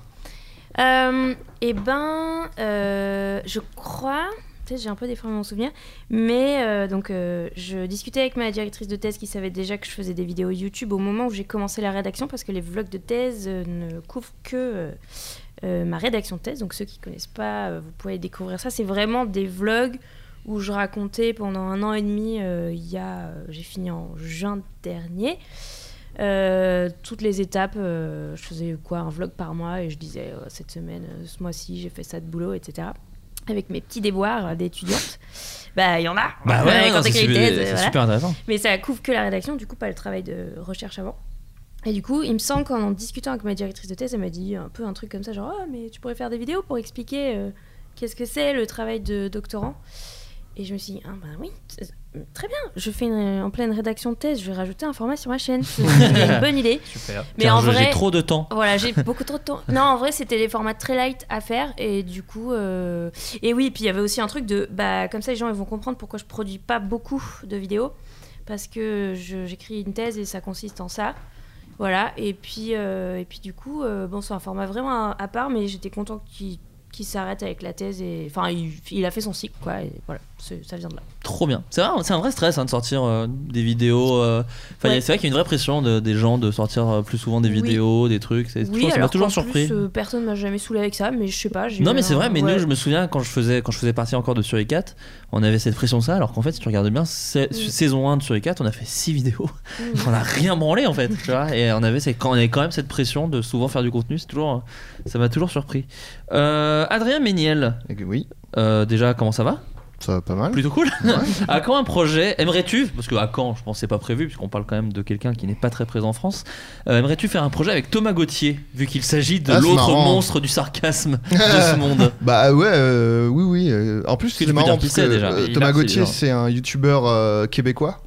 Euh, eh ben, euh, je crois, peut-être j'ai un peu déformé mon souvenir, mais euh, donc euh, je discutais avec ma directrice de thèse qui savait déjà que je faisais des vidéos YouTube au moment où j'ai commencé la rédaction parce que les vlogs de thèse euh, ne couvrent que euh, euh, ma rédaction de thèse. Donc ceux qui connaissent pas, euh, vous pouvez découvrir ça. C'est vraiment des vlogs où je racontais pendant un an et demi. euh, Il y a, euh, j'ai fini en juin dernier. Euh, toutes les étapes, euh, je faisais quoi un vlog par mois et je disais euh, cette semaine, euh, ce mois-ci, j'ai fait ça de boulot, etc. Avec mes petits déboires euh, d'étudiante, bah il y en a.
Bah ouais, non,
quand
c'est
t'écris une
super-
thèse,
c'est
euh, voilà.
super intéressant.
Mais ça couvre que la rédaction, du coup pas le travail de recherche avant. Et du coup, il me semble qu'en en discutant avec ma directrice de thèse, elle m'a dit un peu un truc comme ça, genre Ah, mais tu pourrais faire des vidéos pour expliquer euh, qu'est-ce que c'est le travail de doctorant. Et je me suis dit ah ben oui, t- très bien, je fais une- en pleine rédaction de thèse, je vais rajouter un format sur ma chaîne. C'est une bonne idée.
Super.
Mais
Tiens,
en
je-
vrai,
j'ai trop de temps.
Voilà, j'ai beaucoup trop de temps. Non, en vrai, c'était des formats très light à faire et du coup, euh, et oui, puis il y avait aussi un truc de bah comme ça, les gens ils vont comprendre pourquoi je produis pas beaucoup de vidéos parce que je- j'écris une thèse et ça consiste en ça. Voilà, et puis, euh, et puis du coup, euh, bon, c'est un format vraiment à, à part, mais j'étais content qu'il qu'il s'arrête avec la thèse. et Enfin, il, il a fait son cycle, quoi, et voilà, c'est- ça vient de là.
Trop bien. C'est vrai, c'est un vrai stress hein, de sortir euh, des vidéos. euh, enfin, il y a-
Ouais.
C'est vrai qu'il y a une vraie pression de- des gens de sortir euh, plus souvent des
Oui.
vidéos, des trucs. C'est- je trouve- ça m'a
alors
toujours
qu'en
surpris.
Plus, euh, personne m'a jamais saoulé avec ça, mais je sais pas. j'ai
Non
eu
mais c'est
un-
vrai, mais
ouais.
nous je me souviens quand je faisais quand je faisais partie encore de Sur 4, on avait cette pression ça alors qu'en fait si tu regardes bien sa-
Mm.
saison 1 de Sur 4, on a fait 6 vidéos.
Mmh.
on a rien branlé en fait, tu vois et on avait c'est quand on avait quand même cette pression de souvent faire du contenu, c'est toujours ça m'a toujours surpris. Euh, Adrien Méniel. euh,
Oui.
déjà comment ça va
Ça va pas mal.
Plutôt cool. à quand un projet Aimerais-tu parce que à quand je pense que c'est pas prévu puisqu'on parle quand même de quelqu'un qui n'est pas très présent en France. euh, Aimerais-tu faire un projet avec Thomas Gauthier vu qu'il s'agit de
Ah, c'est
l'autre
marrant.
monstre du sarcasme de ce monde
Bah ouais, euh, oui, oui. euh, en plus,
que
c'est
tu peux
marrant
dire qui
parce que
c'est, déjà.
euh,
Il a-
Thomas
c'est
Gauthier,
déjà.
c'est un youtubeur euh, québécois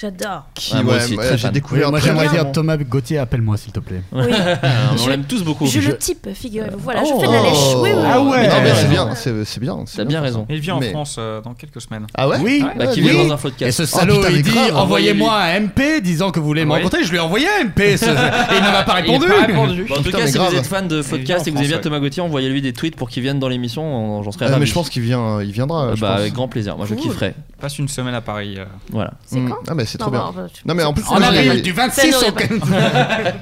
J'adore.
qui,
Ah,
ouais,
moi aussi,
moi,
très
j'ai
fan.
découvert.
Oui, moi
très
j'aimerais
récemment.
dire Thomas Gauthier, appelle-moi s'il te plaît.
Oui.
Ah, on l'aime tous beaucoup.
Je,
Je-
le type, figurez-vous. Voilà, je fais de la
Oh.
lèche. Oui, oui.
Ah ouais.
oui.
Non, mais c'est
raison.
bien, c'est c'est bien. c'est
T'as bien raison.
Il vient en
Mais-
France euh, dans quelques semaines.
Ah ouais
Oui,
Bah, qui
oui.
vient dans un podcast.
Et ce salaud,
Oh, putain, mais
il dit
grave,
envoyez-moi un MP disant que vous voulez me
Oui.
rencontrer. Je lui ai envoyé un MP ce- et il ne m'a pas répondu.
Il m'a pas répondu.
Bon, en tout
Putain,
cas,
mais
si
grave.
vous êtes fan de podcast et que vous
France,
aimez bien
ouais.
Thomas Gauthier, envoyez-lui des tweets pour qu'il vienne dans l'émission. on- J'en serais
Euh,
ravi.
mais je pense qu'il vient, il viendra.
Euh,
je
bah,
pense.
avec grand plaisir. Moi, je
Cool.
kifferais.
Il Passe une semaine à Paris. euh.
Voilà.
C'est
Mm.
quand
Ah mais c'est trop
Non,
bien.
bah, bah, tu-
Non mais en plus
En
moi,
avril
j'ai-
du 26
Ça
au
n'aurait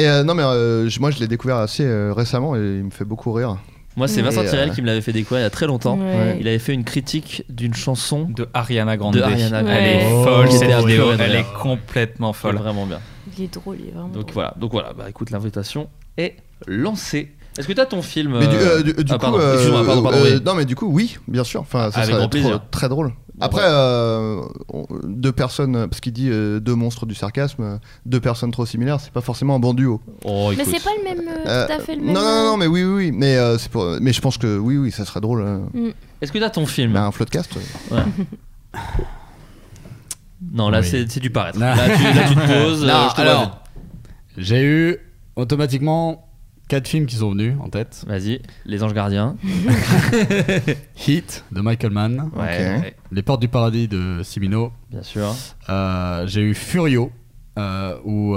et, euh, non mais euh, je- moi je l'ai découvert assez euh, récemment et il me fait beaucoup rire.
Moi, c'est
Mm.
Vincent
Et, euh,
Tirel qui me l'avait fait découvrir il y a très longtemps.
Ouais.
Il avait fait une critique d'une chanson
De Ariana Grande.
de Ariana Grande.
Ouais.
Elle est
Oh,
folle cette
hyper
vidéo,
folle,
elle
d'ailleurs.
est complètement
C'est
folle.
vraiment bien.
Il est drôle, il est vraiment.
Donc
drôle.
voilà. Donc voilà. Bah, écoute, l'invitation est lancée. Est-ce que t'as ton film
Mais du,
euh,
euh, du- du
ah,
coup,
pardon.
euh,
Excuse-moi, pardon, pardon,
euh,
oui.
non mais du coup oui, bien sûr. Enfin ça
Avec
serait
grand
trop-
plaisir.
très drôle. Après euh, on- deux personnes parce qu'il dit euh, deux monstres du sarcasme, euh, deux personnes trop similaires, c'est pas forcément un bon duo.
Oh,
Mais
écoute.
c'est pas le même. euh,
Euh,
tout à fait le
non,
même.
non non non, mais oui oui, oui. mais euh, c'est pour mais je pense que oui oui ça serait drôle.
Mm.
euh.
Est-ce que t'as ton film
Bah, un floodcast. euh.
Non, là,
Oui.
c'est c'est du paraître.
Non.
Là, tu, là, tu te poses.
Non,
euh, je te vois
alors,
venir.
J'ai eu automatiquement quatre films qui sont venus en tête.
Vas-y, Les Anges Gardiens.
Hit de Michael Mann,
Ouais,
Ok.
ouais,
Les Portes du Paradis de Simino.
bien sûr.
Euh, j'ai eu Furio euh, où.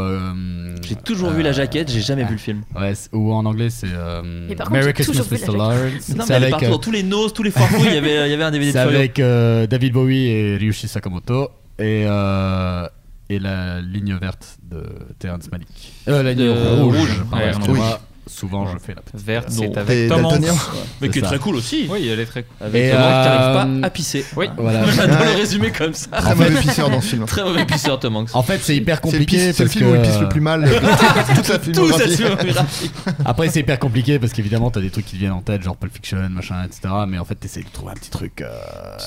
j'ai toujours vu la jaquette, j'ai jamais vu le film.
Ouais, c'est- ou en anglais c'est. euh,
Mais par contre,
Merry
j'ai toujours
Christmas,
vu la
Mr. Lawrence.
Non, mais
C'est
elle est
avec,
partout,
euh,
dans tous les noses, tous les foirefouilles, il y avait- il y avait un DVD de
C'est
Froyo.
avec euh, David Bowie et Ryushi Sakamoto et, euh, et la ligne verte de Terrence Malick. Euh, la ligne
De-
rouge.
rouge.
pardon,
Ouais,
excuse-moi.
rouge.
Souvent je fais la petite.
Verte,
euh,
c'est avec Tom Hanks.
Mais qui est
C'est
très
ça.
cool aussi.
Oui, elle est très cool.
Avec
Et,
Tom Hanks qui arrive
euh,
pas à pisser.
oui.
Voilà.
Voilà.
J'adore
Ouais.
le résumer comme ça.
Très mauvais pisseur dans ce film.
Très mauvais pisseur, Tom Hanks.
En fait, c'est hyper compliqué.
pisse- c'est le
parce
film où il
que-
pisse le plus mal de toute la
Tout
filmographie.
sa filmographie.
Après, c'est hyper compliqué parce qu'évidemment, t'as des trucs qui te viennent en tête, genre Pulp Fiction, machin, etc. Mais en fait, t'essayes de trouver un petit truc. euh,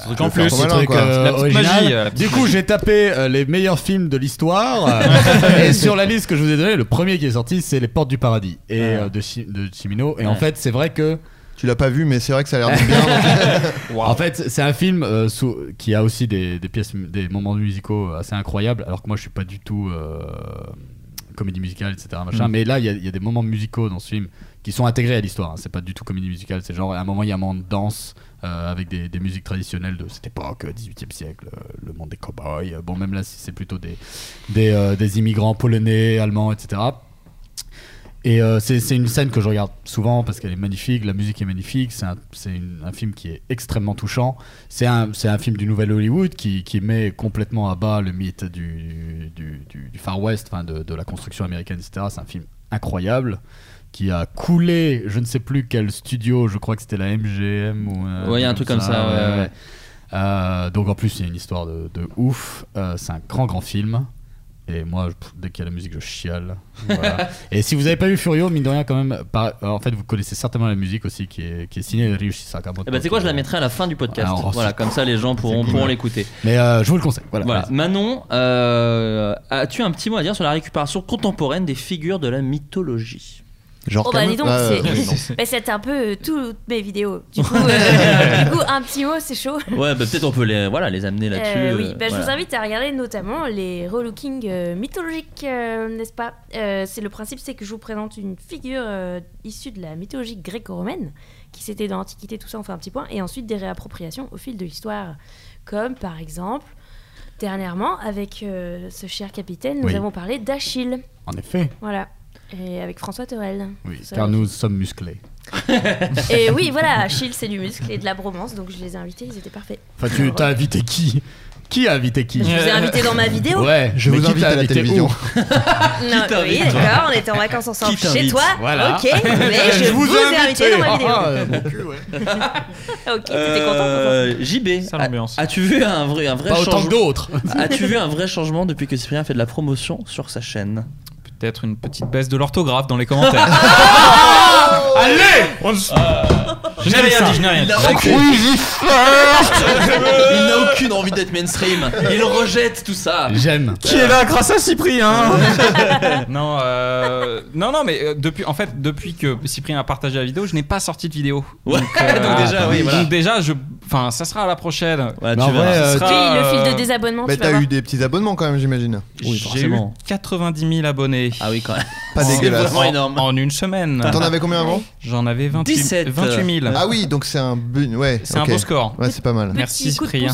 truc
de
en
faire
plus,
ton
petit
malin,
truc,
quoi.
euh, la petite
Original.
magie, euh, la petite
du coup,
magie.
j'ai tapé euh, les meilleurs films de l'histoire. euh, et sur la liste que je vous ai donnée, le premier qui est sorti, c'est Les Portes du Paradis et
Ah.
euh, de, Chi- de Chimino. Et en
Ouais.
fait, c'est vrai que.
Tu l'as pas vu, mais c'est vrai que ça a l'air de bien.
En fait, c'est un film euh, sous- qui a aussi des, des pièces, des moments musicaux euh, assez incroyables. Alors que moi, je suis pas du tout euh, comédie musicale, etc. Machin.
Mm.
Mais là, il y, a- il y a des moments musicaux dans ce film qui sont intégrés à l'histoire. hein. C'est pas du tout comédie musicale. C'est genre à un moment, il y a un moment de danse euh, avec des, des musiques traditionnelles de cette époque, euh, 18e siècle, euh, le monde des cowboys. Euh, Bon, même là, si c'est plutôt des des, euh, des immigrants polonais, allemands, etc. Et euh, c'est c'est une scène que je regarde souvent parce qu'elle est magnifique, la musique est magnifique, c'est un, c'est une- un film qui est extrêmement touchant. C'est un, c'est un film du nouvel Hollywood qui, qui met complètement à bas le mythe du, du, du- du Far West, enfin de, de la construction américaine, etc. C'est un film incroyable qui a coulé, je ne sais plus quel studio, je crois que c'était la MGM ou... euh,
Ouais, il y a un truc comme ça, ouais, ouais.
Euh, donc en plus, il y a une histoire de, de ouf. Euh, c'est un grand, grand film. Et moi, je- pff, dès qu'il y a la musique, je chiale. Voilà. et si vous n'avez pas vu Furio, mine de rien, quand même, par- euh, en fait, vous connaissez certainement la musique aussi qui est, qui est signée de Ryushi Sakamoto.
Eh ben, tu sais quoi, je la mettrai à la fin du podcast.
Alors, oh,
voilà,
c'est-
comme ça, les gens pourront,
c'est cool.
pourront l'écouter.
Mais euh, je vous le conseille. Voilà.
Voilà. Manon, euh, as-tu un petit mot à dire sur la récupération contemporaine des figures de la mythologie
Genre
Oh bah dis donc,
Euh, Ah,
c'est bah, c'est un peu euh, toutes mes vidéos. Du coup, euh, du coup, un petit mot, c'est chaud.
Ouais, bah, peut-être on peut les, voilà, les amener là-dessus.
Euh, oui,
euh,
Bah, je
voilà.
vous invite à regarder notamment les relookings euh, mythologiques, euh, n'est-ce pas Euh, C'est le principe, c'est que je vous présente une figure euh, issue de la mythologie gréco-romaine, qui s'était dans l'Antiquité, tout ça, on fait un petit point, et ensuite des réappropriations au fil de l'histoire, comme par exemple dernièrement avec euh, ce cher capitaine, nous
Oui.
avons parlé d'Achille,
En effet.
voilà, et avec François Torel.
Oui,
Ça-
car nous sommes musclés.
Et oui, voilà, Achille, c'est du muscle et de la bromance, donc je les ai invités, ils étaient parfaits.
Enfin, tu t'as invité qui Qui a invité qui
Je vous ai
Euh,
invité dans ma vidéo.
Ouais,
Je
mais
vous
qui
invite
t'a
à la
invité
télévision.
où
Non, oui,
t'invite
d'accord, on était en vacances ensemble
Qui
chez
t'invite
toi.
Voilà.
Ok, mais je,
Je
vous,
vous
ai invité dans ma vidéo. Ah,
Ah, euh,
mon
ok, t'étais content
Euh, JB, a- as-tu vu un vrai, un vrai
Pas autant
changement-
que d'autres.
As-tu vu un vrai changement depuis que Cyprien fait de la promotion sur sa chaîne
Peut-être une petite baisse de l'orthographe dans les commentaires.
Allez
On se- Je n'ai rien dit, je n'ai rien
Il
dit.
n'a
Avec-
aucune- Il n'a aucune envie d'être mainstream. Il rejette tout ça.
J'aime.
Qui est là grâce à Cyprien Non, euh, non, non, mais euh, depuis, en fait, depuis que Cyprien a partagé la vidéo, je n'ai pas sorti de vidéo.
Ouais, donc déjà, oui, voilà. Bah,
donc déjà, je, enfin, ça sera à la prochaine.
Mais en vrai, euh,
le fil de désabonnement,
Bah,
tu vas
t'as
voir.
eu des petits abonnements quand même, j'imagine.
J'ai eu 90 000 abonnés.
Ah oui, quand même.
Pas
C'est
dégueulasse.
vraiment énorme. En une semaine.
T'en avais combien avant
J'en avais 28, 28 000.
Ah oui, donc c'est un bu- ouais.
C'est un
ok.
beau score.
Ouais, c'est pas mal.
Merci Cyprien.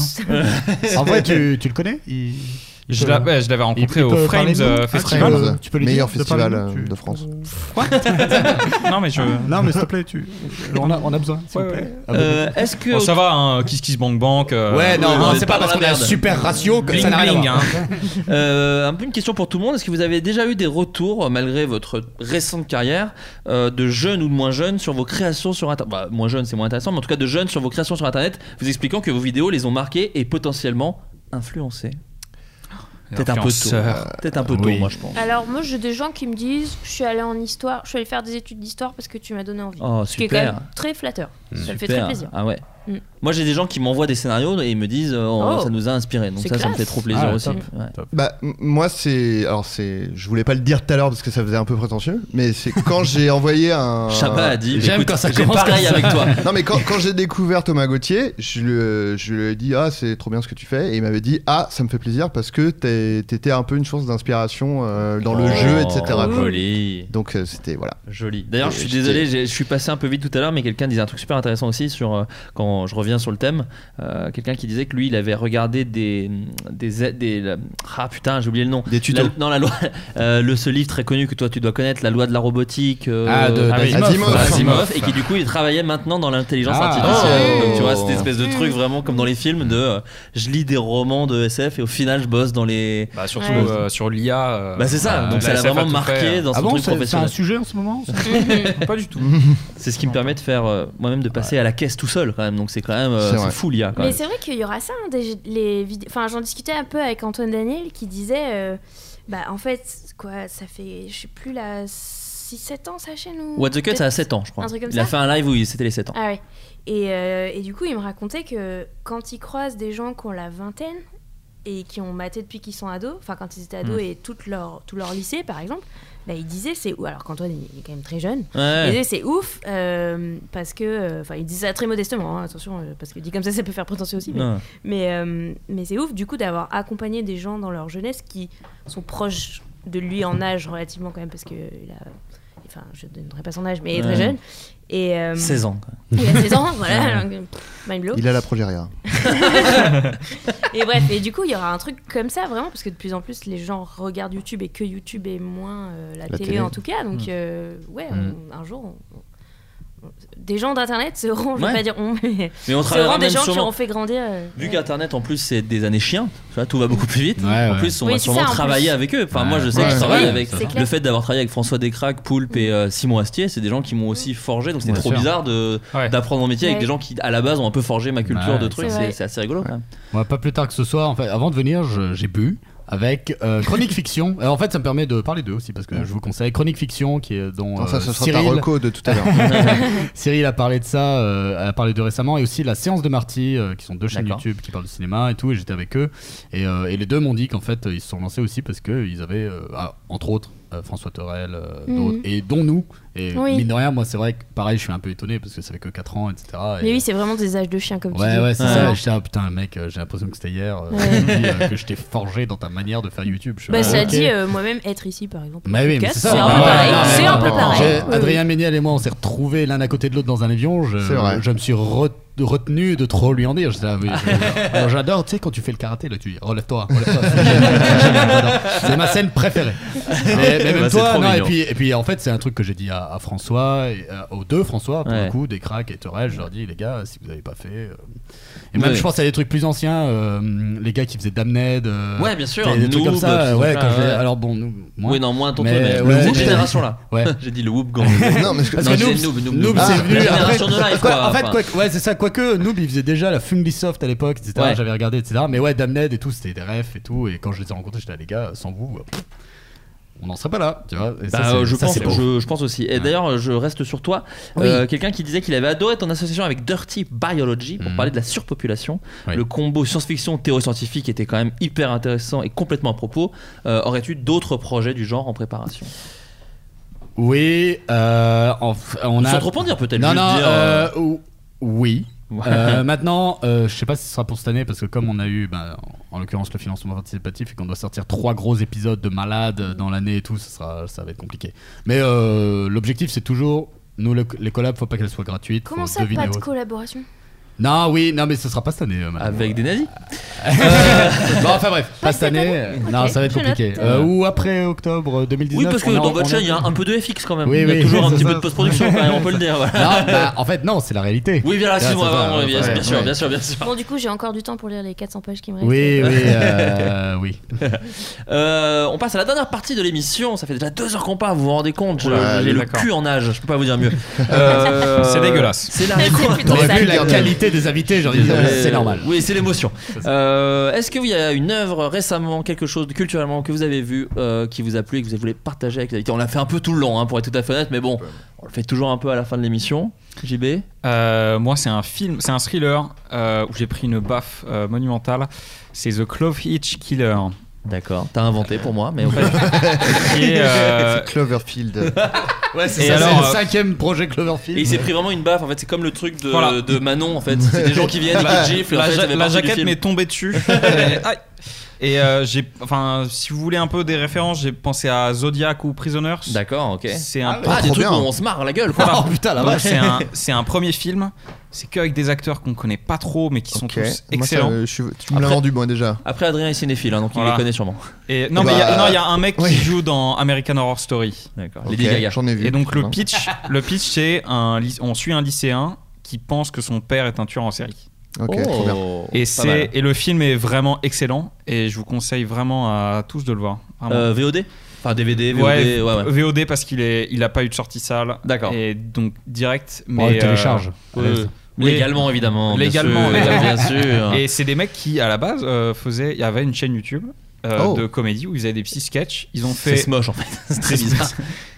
en vrai, tu, tu le connais Il- il
Je
peut-
l'avais- ouais, je l'avais rencontré
il- il
au
peut
Frames,
parler de nous
euh,
Ah, tu
Festival.
peux- Tu peux lui
Meilleur
dire de parler
festival
de nous
euh, de France.
non, mais je.
Euh, Non, mais s'il te plaît, tu... on, a, on a besoin, s'il vous plaît.
Euh,
Est-ce que.
Bon, ça va, hein, Kiss Kiss Bang Bang. euh,
Ouais, Eh, non,
euh,
non,
on
c'est
est
pas parce
dans
qu'on est
la
un
merde.
super ratio que
Bling,
ça n'a rien à
bling,
voir.
hein.
Euh, un peu une question pour tout le monde. Est-ce que vous avez déjà eu des retours, euh, malgré votre récente carrière, euh, de jeunes ou de moins jeunes sur vos créations sur Internet bah, Moins jeunes, c'est moins intéressant, mais en tout cas de jeunes sur vos créations sur Internet, vous expliquant que vos vidéos les ont marquées et potentiellement influencées Peut-être un peu tôt.
Influenceur.
Peut-être un peu tôt,
Oui.
moi, je pense.
Alors moi j'ai des gens qui me disent je suis allé en histoire, je suis allé faire des études d'histoire parce que tu m'as donné envie.
Oh,
Ce qui est quand
super.
même très flatteur. Ça me fait
Super.
très plaisir.
Ah ouais.
Mm.
Moi, j'ai des gens qui m'envoient des scénarios et ils me disent euh, oh,
Oh.
ça nous a inspiré. Donc ça,
C'est
ça me
classe.
fait trop plaisir
Ah,
aussi.
top,
Ouais.
Bah m- moi c'est alors c'est je voulais pas le dire tout à l'heure parce que ça faisait un peu prétentieux mais c'est quand j'ai envoyé un
Chabat a dit, Euh, J'aime écoute, quand ça j'ai commence pareil
pareil
comme ça. avec toi.
Non mais quand, quand j'ai découvert Thomas Gauthier, je lui, je lui ai dit ah c'est trop bien ce que tu fais et il m'avait dit ah ça me fait plaisir parce que t'es- t'étais un peu une source d'inspiration euh, dans le
Oh,
jeu etc. quoi.
joli.
Donc euh, c'était voilà.
Joli. D'ailleurs,
Et
je suis
j'étais-
désolé, j'ai- je suis passé un peu vite tout à l'heure, mais quelqu'un disait un truc super intéressant aussi sur euh, quand en- je reviens sur le thème, euh, quelqu'un qui disait que lui, il avait regardé des. des, des- la- ah putain, j'ai oublié le nom.
Des tutos.
La- non, la loi. euh, le, ce livre très connu que toi tu dois connaître, La loi de la robotique. euh,
Ah, de-
oui.
d'Asimov.
Asimov.
Asimov.
Et qui du coup, il travaillait maintenant dans l'intelligence
Ah.
artificielle.
Oh.
Donc tu vois, cette espèce de truc vraiment comme dans les films de euh, je lis des romans de SF et au final, je bosse dans les.
Bah, surtout, Ouais. euh, sur l'IA.
bah, c'est ça,
euh, la
donc ça l'a
SF a
vraiment
tout
marqué
fait. euh.
dans
Ah
son
bon,
truc
c'est c'est un
professionnel.
sujet en ce moment
Pas du tout.
C'est ce qui me permet de faire euh, moi-même de passer à la caisse tout seul quand même. Donc c'est quand même euh,
C'est
c'est
vrai.
fou l'IA quand
Mais
même.
c'est vrai qu'il y aura ça, hein, des- les vidéos. Enfin, j'en discutais un peu avec Antoine Daniel qui disait, euh, bah en fait, quoi, ça fait, je sais plus là, 6-7 ans sa chaîne ou.
What the Cut, ça a
peut-être
7 ans, je crois.
Un truc comme
il a
ça
fait un live où il- c'était les 7 ans.
Ah ouais. Et, euh, et du coup, il me racontait que quand il croise des gens qui ont la vingtaine et qui ont maté depuis qu'ils sont ados, enfin quand ils étaient ados
Mm.
et toute leur, tout leur lycée par exemple, bah, il disait c'est ouf. Alors qu'Antoine il est quand même très jeune,
Ouais.
il disait c'est ouf euh, parce que. euh, Enfin, il disait ça très modestement, hein, attention, euh, parce que dit comme ça, ça peut faire prétentieux aussi. Mais,
Ouais.
mais, euh, mais c'est ouf du coup d'avoir accompagné des gens dans leur jeunesse qui sont proches de lui en âge relativement quand même parce que il a. Enfin, je ne donnerai pas son âge, mais il est très
Ouais.
jeune. Et, euh,
16 ans, quoi.
Il a 16 ans, voilà. donc, pff, Mind blow.
Il a la progéria.
Et bref, et du coup, il y aura un truc comme ça vraiment, parce que de plus en plus, les gens regardent YouTube et que YouTube est moins euh, la,
La
télé,
télé.
en tout cas. Donc,
Mm.
euh, ouais,
Mm.
on- un jour, on- on- des gens d'internet seront, je
Ouais.
vais pas dire on, mais,
Mais on travaillera
seront des
même
gens qui
sûrement.
auront fait grandir. euh,
Vu
ouais.
qu'Internet en plus c'est des années chiens, tu vois, tout va beaucoup plus vite. En
hein. ouais.
plus, on
Oui,
va
c'est
sûrement
ça, en
travailler
plus.
avec eux. Enfin, moi je sais
Ouais,
que je
ouais,
travaille
ouais,
avec
c'est clair.
le fait d'avoir travaillé avec François Descraques, Poulpe et euh, Simon Astier, c'est des gens qui m'ont aussi forgé. Donc c'est
Bien
trop
sûr.
bizarre de- d'apprendre mon métier avec
Ouais.
des gens qui à la base ont un peu forgé ma culture
Ouais.
de trucs.
C'est
C'est
vrai.
c'est assez rigolo quand même.
Moi, pas plus tard que ce soir, en fait, avant de venir, je- j'ai bu avec euh, Chronique Fiction. Alors, en fait, ça me permet de parler d'eux aussi, parce que je vous conseille Chronique Fiction, qui est dont.
Attends, ça,
euh,
ça sera ta
Cyril...
reco de tout à l'heure.
Cyril a parlé de ça, euh, a parlé de récemment, et aussi La Séance de Marty, euh, qui sont deux chaînes
D'accord.
YouTube qui parlent de cinéma et tout, et j'étais avec eux. Et, euh, et les deux m'ont dit qu'en fait, ils se sont lancés aussi parce qu'ils avaient, euh, ah, entre autres, euh, François Torel, euh,
Mhm.
d'autres, et dont nous. Et
Oui.
mine de rien, moi, c'est vrai que pareil, je suis un peu étonné parce que ça fait que 4 ans, etc. Et-
Mais oui, c'est vraiment des âges de chien, comme tu
Ouais,
dis.
ouais, c'est
Vraiment.
ça. J'étais ah, putain, mec, euh, j'ai l'impression que c'était hier euh,
Ouais.
je me dis, euh, que je t'ai forgé dans ta manière de faire YouTube. Je suis
Bah,
là,
ça
ok.
dit, euh, moi-même, être ici, par exemple.
Bah oui, mais
podcast,
c'est ça.
C'est un
Ah
peu
ouais,
pareil.
non, mais
C'est un peu
non.
pareil.
J'ai-
Oui,
Adrien Méniel et moi, on s'est retrouvés l'un à côté de l'autre dans un avion. Je,
C'est vrai.
je me suis re- retenu de trop lui en dire. J'étais là, oui, je- Alors, J'adore, tu sais, quand tu fais le karaté, là, tu dis relève-toi, relève-toi. C'est génial, j'adore. C'est ma scène préférée. Mais, mais même
Bah, c'est
toi,
trop
non, et
mignon.
puis, et puis en fait, c'est un truc que j'ai dit à, à François, et, euh, aux deux François, pour
Ouais.
le coup, des cracks et Torel. Je leur dis, les gars, si vous n'avez pas fait. euh, Et
Ouais.
même, je pense à des trucs plus anciens, euh, les gars qui faisaient Damned. euh,
Ouais, bien sûr,
Des, des trucs
Noob, euh,
comme ça.
tout
ouais,
ça,
quand je
ouais.
les- Alors bon, nous, moins.
Oui, non, moins tonton,
Mais,
mais,
ouais,
cette
mais-
génération là.
Ouais.
J'ai dit le whoop gang.
Non, mais parce
Non,
que
c'est
Noob,
noob, noob, noob.
Noob, c'est
Ah,
venu
la
après.
génération de live,
Quoi,
quoi,
en fait,
enfin.
quoi, ouais, c'est ça. Quoique Noob, il faisait déjà la Fungisoft Soft à l'époque, etc.
Ouais.
J'avais regardé, etc. Mais ouais, Damned et tout, c'était des refs et tout. Et quand je les ai rencontrés, j'étais là, les gars, sans vous, euh, pff, on n'en serait pas là, tu vois. Et ça,
Bah,
c'est-
euh, je,
ça,
pense,
c'est beau.
je, je pense aussi. Et d'ailleurs, je reste sur toi.
Oui.
Euh, Quelqu'un qui disait qu'il avait adoré ton association avec Dirty Biology pour
Mhm.
parler de la surpopulation.
Oui.
Le combo science-fiction théorie scientifique était quand même hyper intéressant et complètement à propos. Euh, Aurais-tu d'autres projets du genre en préparation
Oui, euh, en f- on a.
Sans trop en dire, peut-être,
Non,
juste
non.
dire,
euh,
euh,
ou- oui.
Ouais.
Euh, maintenant, euh, je sais pas si ce sera pour cette année parce que comme on a eu, ben, en en l'occurrence, le financement participatif et qu'on doit sortir trois gros épisodes de malades dans l'année et tout, ça sera, ça va être compliqué. Mais euh, l'objectif, c'est toujours, nous le- les collabs, faut pas qu'elles soient gratuites.
Comment
faut
ça,
deviner
pas de
autre-
collaboration
non, oui, non, mais ce sera pas cette année. euh,
Avec des nazis Ah,
Bon, enfin bref, pas cette année. euh, Non, ça va être
je note.
compliqué. Euh, ou après octobre 2019.
Oui, parce que
on est en-
dans votre
on est-
chaîne, il y a un peu de FX quand même.
Oui,
il y a
oui,
toujours un
c'est
petit peu
ça.
de post-production, quand même, on peut le dire. voilà.
Non, bah, en fait, non, c'est la réalité.
Oui, bien, là,
Là,
excuse-moi,
Ah, c'est ça,
vraiment, bien,
ouais,
bien sûr,
ouais.
bien sûr, bien sûr.
Bon, du coup, j'ai encore du temps pour lire les 400 pages qui me restent.
Oui, oui, euh, oui.
Euh, on passe à la dernière partie de l'émission. Ça fait déjà deux heures qu'on part. Vous vous rendez compte Je-
Ouais,
J'ai le
d'accord. Euh,
cul en âge. Je peux pas vous dire mieux. Euh,
C'est dégueulasse.
C'est la.
T'aurais vu la qualité des invités, j'aurais dit,
Désolé.
c'est normal.
Oui, c'est l'émotion. Euh, Est-ce que qu'il y a une œuvre récemment, quelque chose de culturellement que vous avez vu, euh, qui vous a plu et que vous voulez partager avec les invités On l'a fait un peu tout le long, hein, pour être tout à fait honnête, mais bon, on le fait toujours un peu à la fin de l'émission. JB
Euh, moi, c'est un film, c'est un thriller euh, où j'ai pris une baffe euh, monumentale. C'est The Clove Hitch Killer.
D'accord, t'as inventé pour moi, mais en fait.
Qui est, euh,
Cloverfield.
Ouais,
c'est ça, c'est le cinquième projet Cloverfield.
Et il s'est pris vraiment une baffe, en fait, c'est comme le truc de,
Voilà. Bah,
de Manon, en fait. C'est des gens qui viennent, ils
La-
giflent, en
la
fait,
ja-
ça fait
la
partie du
jaquette
film.
m'est tombée dessus. Et- aïe. Et euh, j'ai, enfin, si vous voulez un peu des références, j'ai pensé à Zodiac ou Prisoners.
D'accord, ok.
C'est un
Ah, Ah, des trop trucs bien. où on se marre la gueule, quoi.
Voilà.
Oh, putain, la
Donc,
vache.
C'est un, c'est un premier film. C'est que avec des acteurs qu'on connaît pas trop, mais qui sont
Ok.
tous
Moi, ça,
excellents.
euh, je suis- tu me l'as vendu, moi, déjà.
Après, Adrien est cinéphile, hein, donc il
Voilà.
les connaît sûrement.
Et, non,
Bah,
mais il y a- non, il y, a
euh,
un mec
oui.
qui joue dans American Horror Story.
D'accord.
Lady Ok, Gaga. j'en ai vu. Hein.
Et donc le
Non.
pitch, le pitch, c'est un, ly- on suit un lycéen qui pense que son père est un tueur en série.
Ok, Oh, trop bien.
Et
pas mal.
c'est et le film est vraiment excellent et je vous conseille vraiment à tous de le voir. Vraiment.
Euh, VOD Enfin, DVD, VOD, ouais,
Ouais,
ouais.
VOD parce qu'il est, il a pas eu de sortie sale. D'accord. Et donc
Oh,
direct, mais euh,
le télécharge, à l'aise. Légalement, évidemment, bien
Légalement,
sûr,
légalement.
bien sûr.
Et c'est des mecs qui à la base euh, faisaient, il y avait une chaîne YouTube. euh,
Oh.
de comédie où ils faisaient des petits sketchs ils ont
C'est
fait
moche, en fait. C'est très bizarre.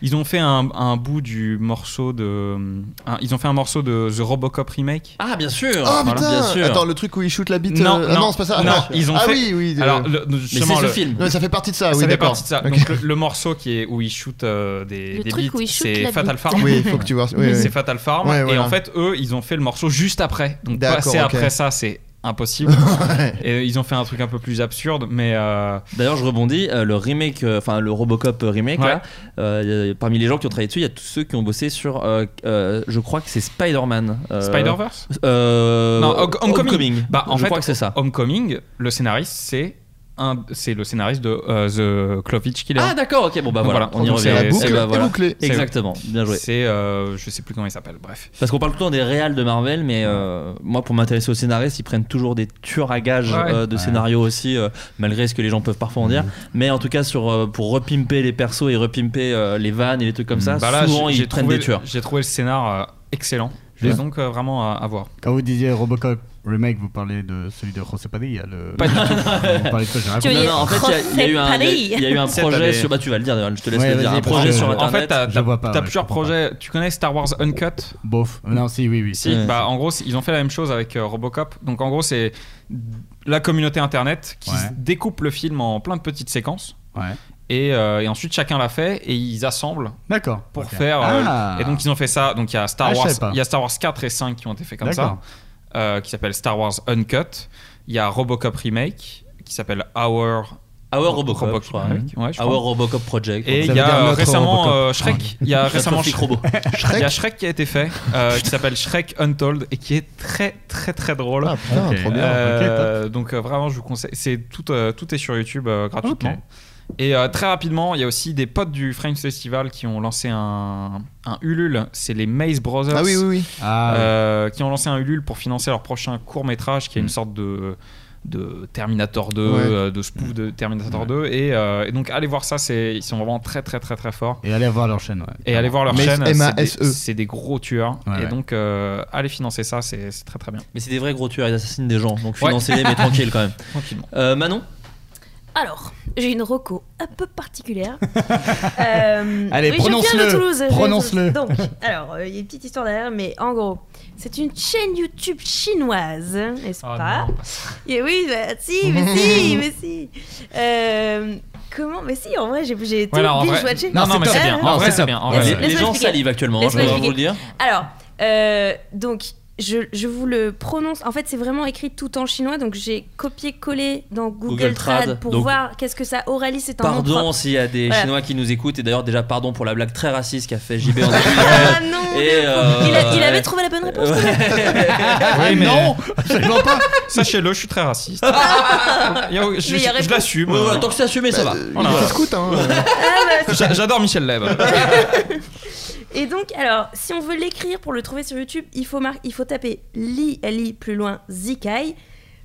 ils ont fait un, un bout du morceau de un- ils ont fait un morceau de The Robocop remake
Ah, bien sûr
Ah
Voilà.
putain
Bien sûr.
Attends, le truc où il shoot la bite.
Non,
euh, ah
non,
c'est pas ça.
non,
ah,
ils ont
ah,
fait-
oui, oui. de-
Alors, le- non, justement, le-
Non, mais ça fait partie de ça.
Ça
oui,
fait
d'accord.
partie de ça.
Ok.
Donc le, le morceau qui est où ils shootent euh, des,
Le
des
truc
beats,
où ils shootent
c'est
la
Fatal
bite.
Farm.
Oui, il faut que tu vois- oui, oui.
C'est Fatal Farm.
Ouais,
Et
voilà.
en fait, eux, ils ont fait le morceau juste après. Donc
D'accord,
passer
ok.
après ça, c'est impossible. Et ils ont fait un truc un peu plus absurde, mais euh,
D'ailleurs, je rebondis, euh, le remake, euh, enfin le Robocop remake,
Ouais.
là, euh, parmi les gens qui ont travaillé dessus, il y a tous ceux qui ont bossé sur, euh, euh, je crois que c'est Spider-Man. euh,
Spider-Verse
euh,
Non, Hom- Homecoming. Bah, en
je
fait,
crois que c'est ça.
Homecoming, le scénariste, c'est un, c'est le scénariste de euh, The Cloverfield Killer.
Ah, d'accord, ok, bon, bah
Donc
voilà, on y
Donc,
revient.
c'est-
La boucle
c'est-
est
bah, voilà.
bouclée.
C'est-
Exactement, bien joué.
C'est, euh, je sais plus comment il s'appelle, bref.
Parce qu'on parle tout le temps des réals de Marvel, mais euh, moi, pour m'intéresser aux scénaristes, ils prennent toujours des tueurs à gages
Ouais.
euh, de
Ouais.
scénarios aussi, euh, malgré ce que les gens peuvent parfois en dire. Mais en tout cas, sur, euh, pour repimper les persos et repimper euh, les vannes et les trucs comme ça,
Bah là,
souvent
j'ai-
ils
j'ai
prennent
trouvé-
des tueurs.
J'ai trouvé le scénar euh, excellent. Je
Ouais.
laisse donc euh, vraiment à, à voir.
Quand vous disiez Robocop remake, vous parlez de celui de José Padilla. Le...
Pas du tout.
On parlait de quoi, j'ai rien
Tu
compris.
veux dire Non, non, en fait, il y a- il y a eu un- il y a- il y a eu un
Tu sais,
projet
t'as des-
sur- bah, tu vas le dire, Johan, je te laisse le dire. Un projet sur
En fait,
Internet.
t'as
Je
t'as-
vois pas,
t'as
ouais, je
plusieurs
comprends
projets. Tu connais Star Wars Uncut
Bof. Non, si, oui, oui.
Si, bah, en gros, c'est- ils ont fait la même chose avec euh, Robocop. Donc, en gros, c'est la communauté internet qui
Ouais.
se découpe le film en plein de petites séquences.
Ouais.
Et, euh, et ensuite, chacun l'a fait et ils assemblent
D'accord.
pour
Ok.
faire. euh,
Ah.
Et donc, ils ont fait ça. Donc, il y a Star
Ah, je
Wars,
savais pas.
il y a Star Wars 4 et 5 qui ont été faits comme ça,
D'accord.
euh, qui s'appelle Star Wars Uncut. Il y a Robocop Remake qui s'appelle Our.
Our Robocop, je crois, hein.
Remake. Ouais, je
Our
crois.
Robocop Project.
Et
Ça
il
veut
y
dire
a euh,
notre
récemment
Robocop.
euh, Shrek. Il y a
Notre
récemment
flic
Shrek.
robot.
Il y a Shrek qui a été fait, euh, qui s'appelle Shrek Untold et qui est très très très drôle.
Ah, putain, Ok. trop bien.
Euh, donc euh, vraiment, je vous conseille. C'est tout, euh, tout est sur YouTube euh, gratuitement. Et euh, très rapidement, il y a aussi des potes du Frames Festival qui ont lancé un, un Ulule. C'est les Maze Brothers.
Ah oui, oui, oui. Ah,
Euh, Qui ont lancé un Ulule pour financer leur prochain court métrage, qui est une sorte de de Terminator 2,
Ouais.
euh, de spoof de Terminator 2 et, euh, et donc allez voir ça, c'est ils sont vraiment très très très très forts.
Et allez voir leur chaîne. ouais.
Et allez voir leur
Mais
chaîne, c'est des,
M.A.S.E..
c'est des gros tueurs.
Ouais,
et
ouais.
donc, euh, allez financer ça, c'est c'est très très bien.
Mais c'est des vrais gros tueurs, ils assassinent des gens. Donc
Ouais.
financez-les, mais tranquille quand même.
Tranquillement.
Euh, Manon
Alors, j'ai une roco un peu particulière. Euh,
Allez,
oui, je viens de
prononce-le.
Toulouse, je viens de
Prononce-le.
Toulouse. Donc, alors, euh, il y a une petite histoire derrière, mais en gros, c'est une chaîne YouTube chinoise, n'est-ce
Ah
pas Et oui, bah, si, mais si, mais si. Euh, comment Mais si, en vrai, j'ai j'ai tout
Ouais, non, en
binge
vrai-
watché.
non, non, mais c'est bien. En
Ah,
vrai,
ouais.
c'est bien. En vrai,
Laisse-
les
laisse-moi
gens
expliquer.
salivent actuellement, hein, je
Laisse-moi
peux vous le
expliquer.
dire.
Alors, euh, donc. Je, je vous le prononce. En fait, c'est vraiment écrit tout en chinois, donc j'ai copié-collé dans Google,
Google Trad,
Trad, pour
donc-
voir qu'est-ce que ça. Oralis, c'est un nom
Pardon
propre.
s'il y a des
Voilà.
Chinois qui nous écoutent et d'ailleurs déjà pardon pour la blague très raciste qu'a fait JB en début.
Ah non
Et,
il, a- il
euh,
avait trouvé la bonne réponse. quand même.
Ouais, mais-
Non,
absolument pas.
Sachez-le, je suis très raciste. Ah. Il y a- je
Mais il y a
je
réponse.
l'assume.
Ouais, voilà, tant que c'est assumé, ça va.
Voilà.
il est
Ah,
J'a- J'adore Michel Leb.
bah, Et donc, alors, si on veut l'écrire pour le trouver sur YouTube, il faut, mar- il faut taper Li, Li plus loin, Zikai.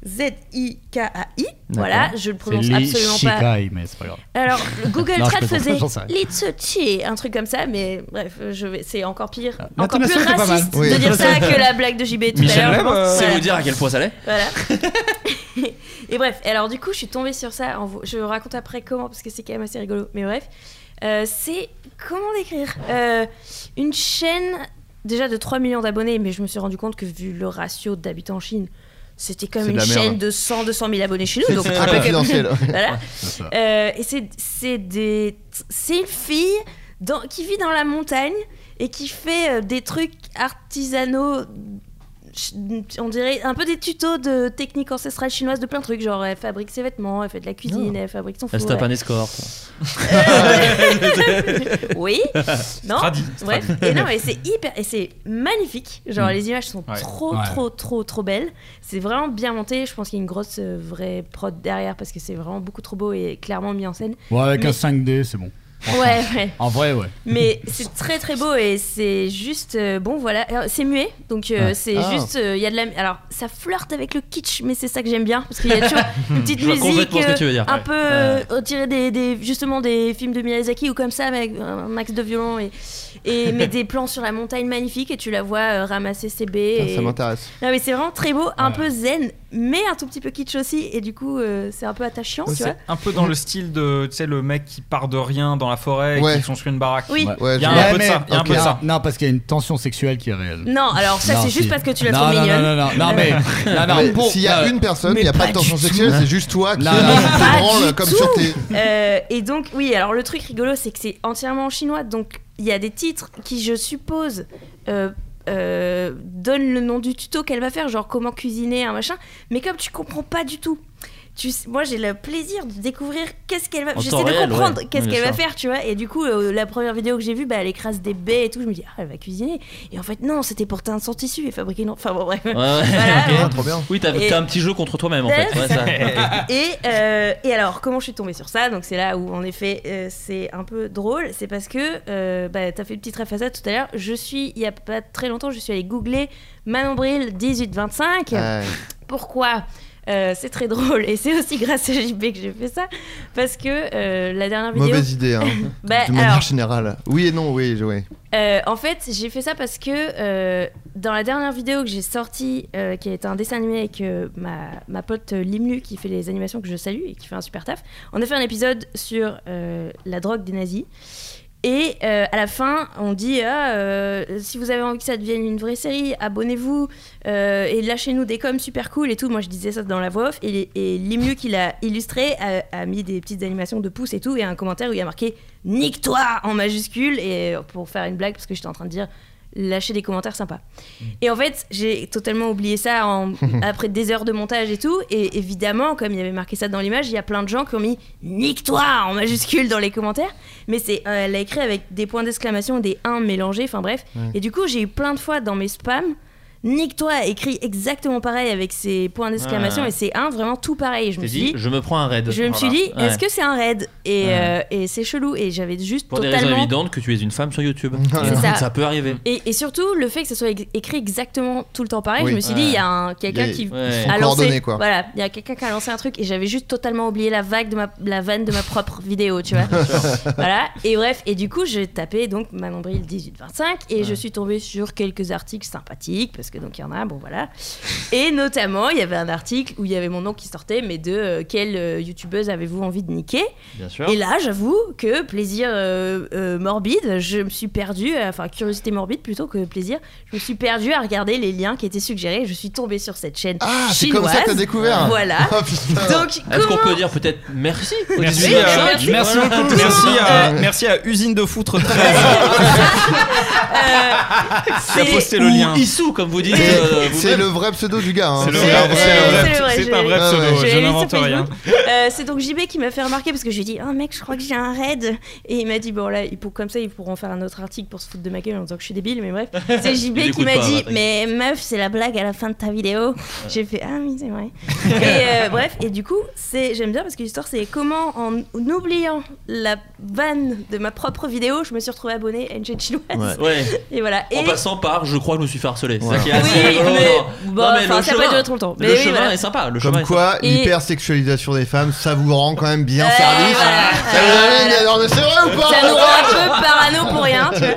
Z-I-K-A-I. Voilà, je le prononce
C'est Lee
absolument pas.
Shikai, mais c'est pas grave.
Alors, le Google
Non, je
Trad
plaisante,
faisait
j'en sais rien.
Litsuchi, un truc comme ça, mais bref, je vais... c'est encore pire, encore plus
Ah. L'intonation était pas mal.
raciste
Oui. euh,
de dire ça que la blague de JB tout à
Michel
l'heure.
Leb,
Voilà.
c'est vous dire à quel point ça l'est.
Voilà. et bref, alors du coup, je suis tombée sur ça. en vo- Je raconte après comment, parce que c'est quand même assez rigolo. Mais bref, Euh, c'est. Comment décrire Euh, Une chaîne déjà de 3 millions d'abonnés, mais je me suis rendu compte que vu le ratio d'habitants en Chine, c'était quand même
C'est de
une
la merde.
chaîne de 100, 200 000 abonnés chez nous.
C'est
donc
très
un peu comme-
confidentiel.
voilà.
Ouais, c'est ça.
Euh, et c'est- c'est des. C'est une fille dans- qui vit dans la montagne et qui fait euh, des trucs artisanaux ch- on dirait un peu des tutos de techniques ancestrales chinoises de plein de trucs, genre elle fabrique ses vêtements, elle fait de la cuisine, elle fabrique son four.
Elle se tape un
elle-
escorte.
oui, non,
Stradi,
bref.
Stradi.
Et non, mais c'est hyper, et c'est magnifique. Genre
Mm.
les images sont
Ouais.
trop,
Ouais.
trop, trop, trop belles. C'est vraiment bien monté. Je pense qu'il y a une grosse euh, vraie prod derrière parce que c'est vraiment beaucoup trop beau et clairement mis en scène.
Ouais, avec
Mais-
un 5D, c'est bon. Franchement.
Ouais, ouais.
En vrai, ouais.
Mais c'est très très beau et c'est juste euh, bon voilà Alors, c'est muet donc euh,
Ouais.
c'est
Ah.
juste euh, il y a de la alors ça flirte avec le kitsch mais c'est ça que j'aime bien parce qu'il y a toujours une petite
Je vois
musique
complètement ce que tu veux dire.
un
Ouais.
peu euh, retirée des, des- justement des films de Miyazaki ou comme ça mais avec un max de violon et, et mais des plans sur la montagne magnifiques et tu la vois euh, ramasser ses baies
Ah,
et-
Ça m'intéresse.
non mais c'est vraiment très beau un peu zen mais un tout petit peu kitsch aussi et du coup euh, c'est un peu attachant tu vois
C'est un peu dans le style de, tu sais, le mec qui part de rien dans la forêt et
Ouais.
qui construit une baraque.
Oui.
Il y a un peu de ça. Il y a un peu de ça.
Non, parce qu'il y a une tension sexuelle qui est réelle.
Non, alors ça,
Non,
c'est juste
si.
parce que tu l'as
Non,
trop
non,
mignonne.
Non, non, non, non, mais. non, non,
Mais
bon,
S'il y a
euh,
une personne, il
mais
n'y a pas de
du
tension
tout.
sexuelle, c'est juste toi qui
Non,
euh,
non,
te
non.
branle comme sur tes.
Euh, et donc, oui, alors le truc rigolo, c'est que c'est entièrement en chinois. Donc, il y a des titres qui, je suppose, euh, euh, donnent le nom du tuto qu'elle va faire, genre comment cuisiner, un machin. Mais comme tu comprends pas du tout. Tu, sais- moi j'ai le plaisir de découvrir qu'est-ce qu'elle va
En
j'essaie
temps
de
réel,
comprendre
ouais.
qu'est-ce
Oui,
qu'elle
bien
va
sûr.
faire tu vois et du coup euh, la première vidéo que j'ai vue bah, elle écrase des baies et tout je me dis ah elle va cuisiner et en fait non c'était pour teindre son tissu et fabriquer une- enfin bon bref
Ouais, ouais.
Voilà,
Ok.
Ah,
bon.
Oui, t'as
Et-
t'as un petit jeu contre toi-même en fait.
Ouais,
Ouais,
c'est
ça.
ça.
Ok.
et, euh, et alors, comment je suis tombée sur ça Donc, c'est là où, en effet, euh, c'est un peu drôle. C'est parce que euh, bah, t'as fait une petite référence à ça tout à l'heure. Je suis, il y a pas très longtemps, je suis allée googler Manon Bril 1825.
Ouais.
Pourquoi Euh, c'est très drôle et c'est aussi grâce à JB que j'ai fait ça parce que euh, la dernière vidéo
Mauvaise idée, hein.
Bah,
de manière
alors-
générale. Oui et non, oui, oui.
euh, en fait, j'ai fait ça parce que euh, dans la dernière vidéo que j'ai sortie, euh, qui est un dessin animé avec euh, ma, ma pote euh, Limlu, qui fait les animations que je salue et qui fait un super taf, on a fait un épisode sur euh, la drogue des nazis. Et euh, à la fin, on dit ah, euh, si vous avez envie que ça devienne une vraie série, abonnez-vous euh, et lâchez-nous des coms super cool et tout. Moi, je disais ça dans la voix off. Et, et Limlu, qui l'a illustré, a, a mis des petites animations de pouces et tout. Et un commentaire où il y a marqué Nique-toi en majuscule. Et euh, pour faire une blague, parce que j'étais en train de dire lâchez des commentaires sympas. Et en fait, j'ai totalement oublié ça en- après des heures de montage et tout. Et évidemment, comme il y avait marqué ça dans l'image, il y a plein de gens qui ont mis Nique-toi en majuscule dans les commentaires. Mais c'est, euh, elle a écrit avec des points d'exclamation, des 1 mélangés, enfin bref.
Ouais.
Et du coup, j'ai eu plein de fois dans mes spams Nique-toi écrit exactement pareil avec ses points d'exclamation
Ouais.
et ses 1 vraiment tout pareil. Je me
T'es
suis
dit,
dit.
je me prends un raid.
Je me suis dit,
Voilà.
est-ce
Ouais.
que c'est un raid
Ouais.
Et, euh, et c'est chelou. Et j'avais juste
Pour des
totalement.
raisons évidentes que tu es une femme sur YouTube.
C'est ça.
ça peut arriver.
Et, et surtout, le fait que ce soit ex- écrit exactement tout le temps pareil,
Oui.
je me suis
Ouais.
dit, il y a un- quelqu'un
Les-
qui
Ouais. Ils sont
a lancé.
coordonnés, quoi.
Voilà, il y a quelqu'un qui a lancé un truc et j'avais juste totalement oublié la vague de ma, la vanne de ma propre vidéo, tu vois. voilà, et bref, et du coup, j'ai tapé donc Manon Bril 1825 et je suis tombée sur quelques articles sympathiques parce que donc il y en a, bon voilà. Et notamment, il y avait un article où il y avait mon nom qui sortait, mais de euh, quelle euh, youtubeuse avez-vous envie de niquer
Bien sûr.
et là, j'avoue que plaisir euh, euh, morbide, je me suis perdue, euh, enfin curiosité morbide plutôt que plaisir, je me suis perdue à regarder les liens qui étaient suggérés. Je suis tombée sur cette chaîne
Ah, c'est
chinoise.
comme ça que t'as découvert.
Voilà.
Ah, putain.
Donc,
Est-ce qu'on peut dire peut-être merci au
Merci,
18
euh,
cinq
merci
Voilà.
beaucoup. Merci
euh,
euh,
à, merci à Usine de Foutre 13
Euh,
qui a
C'est-
posté le
ou
lien.
Issou, comme vous dites.
Et
euh, vous
c'est
même.
le vrai pseudo du gars. hein.
C'est le
C'est
vrai-
un
c'est
vrai-
un vrai-
c'est vrai,
c'est un
je-
vrai
Ah,
pseudo,
je
je
l'ai
n'invente
sur
rien.
Euh, c'est donc JB qui m'a fait remarquer parce que je lui ai dit, oh mec, je crois que j'ai un raid. Et il m'a dit, bon là, ils pour, comme ça, ils pourront faire un autre article pour se foutre de ma gueule en disant que je suis débile, mais bref. C'est
Il
JB qui
écoute
m'a
pas,
dit,
Patrick.
mais meuf, c'est la blague à la fin de ta vidéo. J'ai fait, ah oui, c'est vrai. et euh, bref, et du coup, c'est, j'aime bien parce que l'histoire, c'est comment, en oubliant la vanne de ma propre vidéo, je me suis retrouvée abonnée à une chaîne chinoise.
Ouais. Ouais.
Et voilà. Et
En passant par, je crois que je me suis fait harceler. C'est ça qui est
Oui,
assez rigolo.
mais-
non.
bon,
Non, mais
enfin,
le
ça peut
chemin-
durer trop longtemps. Mais
Le
oui,
chemin
voilà.
est sympa. Le chemin
Comme
est
quoi,
sympa.
l'hypersexualisation des femmes, ça vous rend quand même bien
Eh,
service.
voilà.
Ça vous
Euh,
amène-
voilà.
non, mais c'est vrai ou pas
Ça nous rend un peu parano pour rien, tu vois.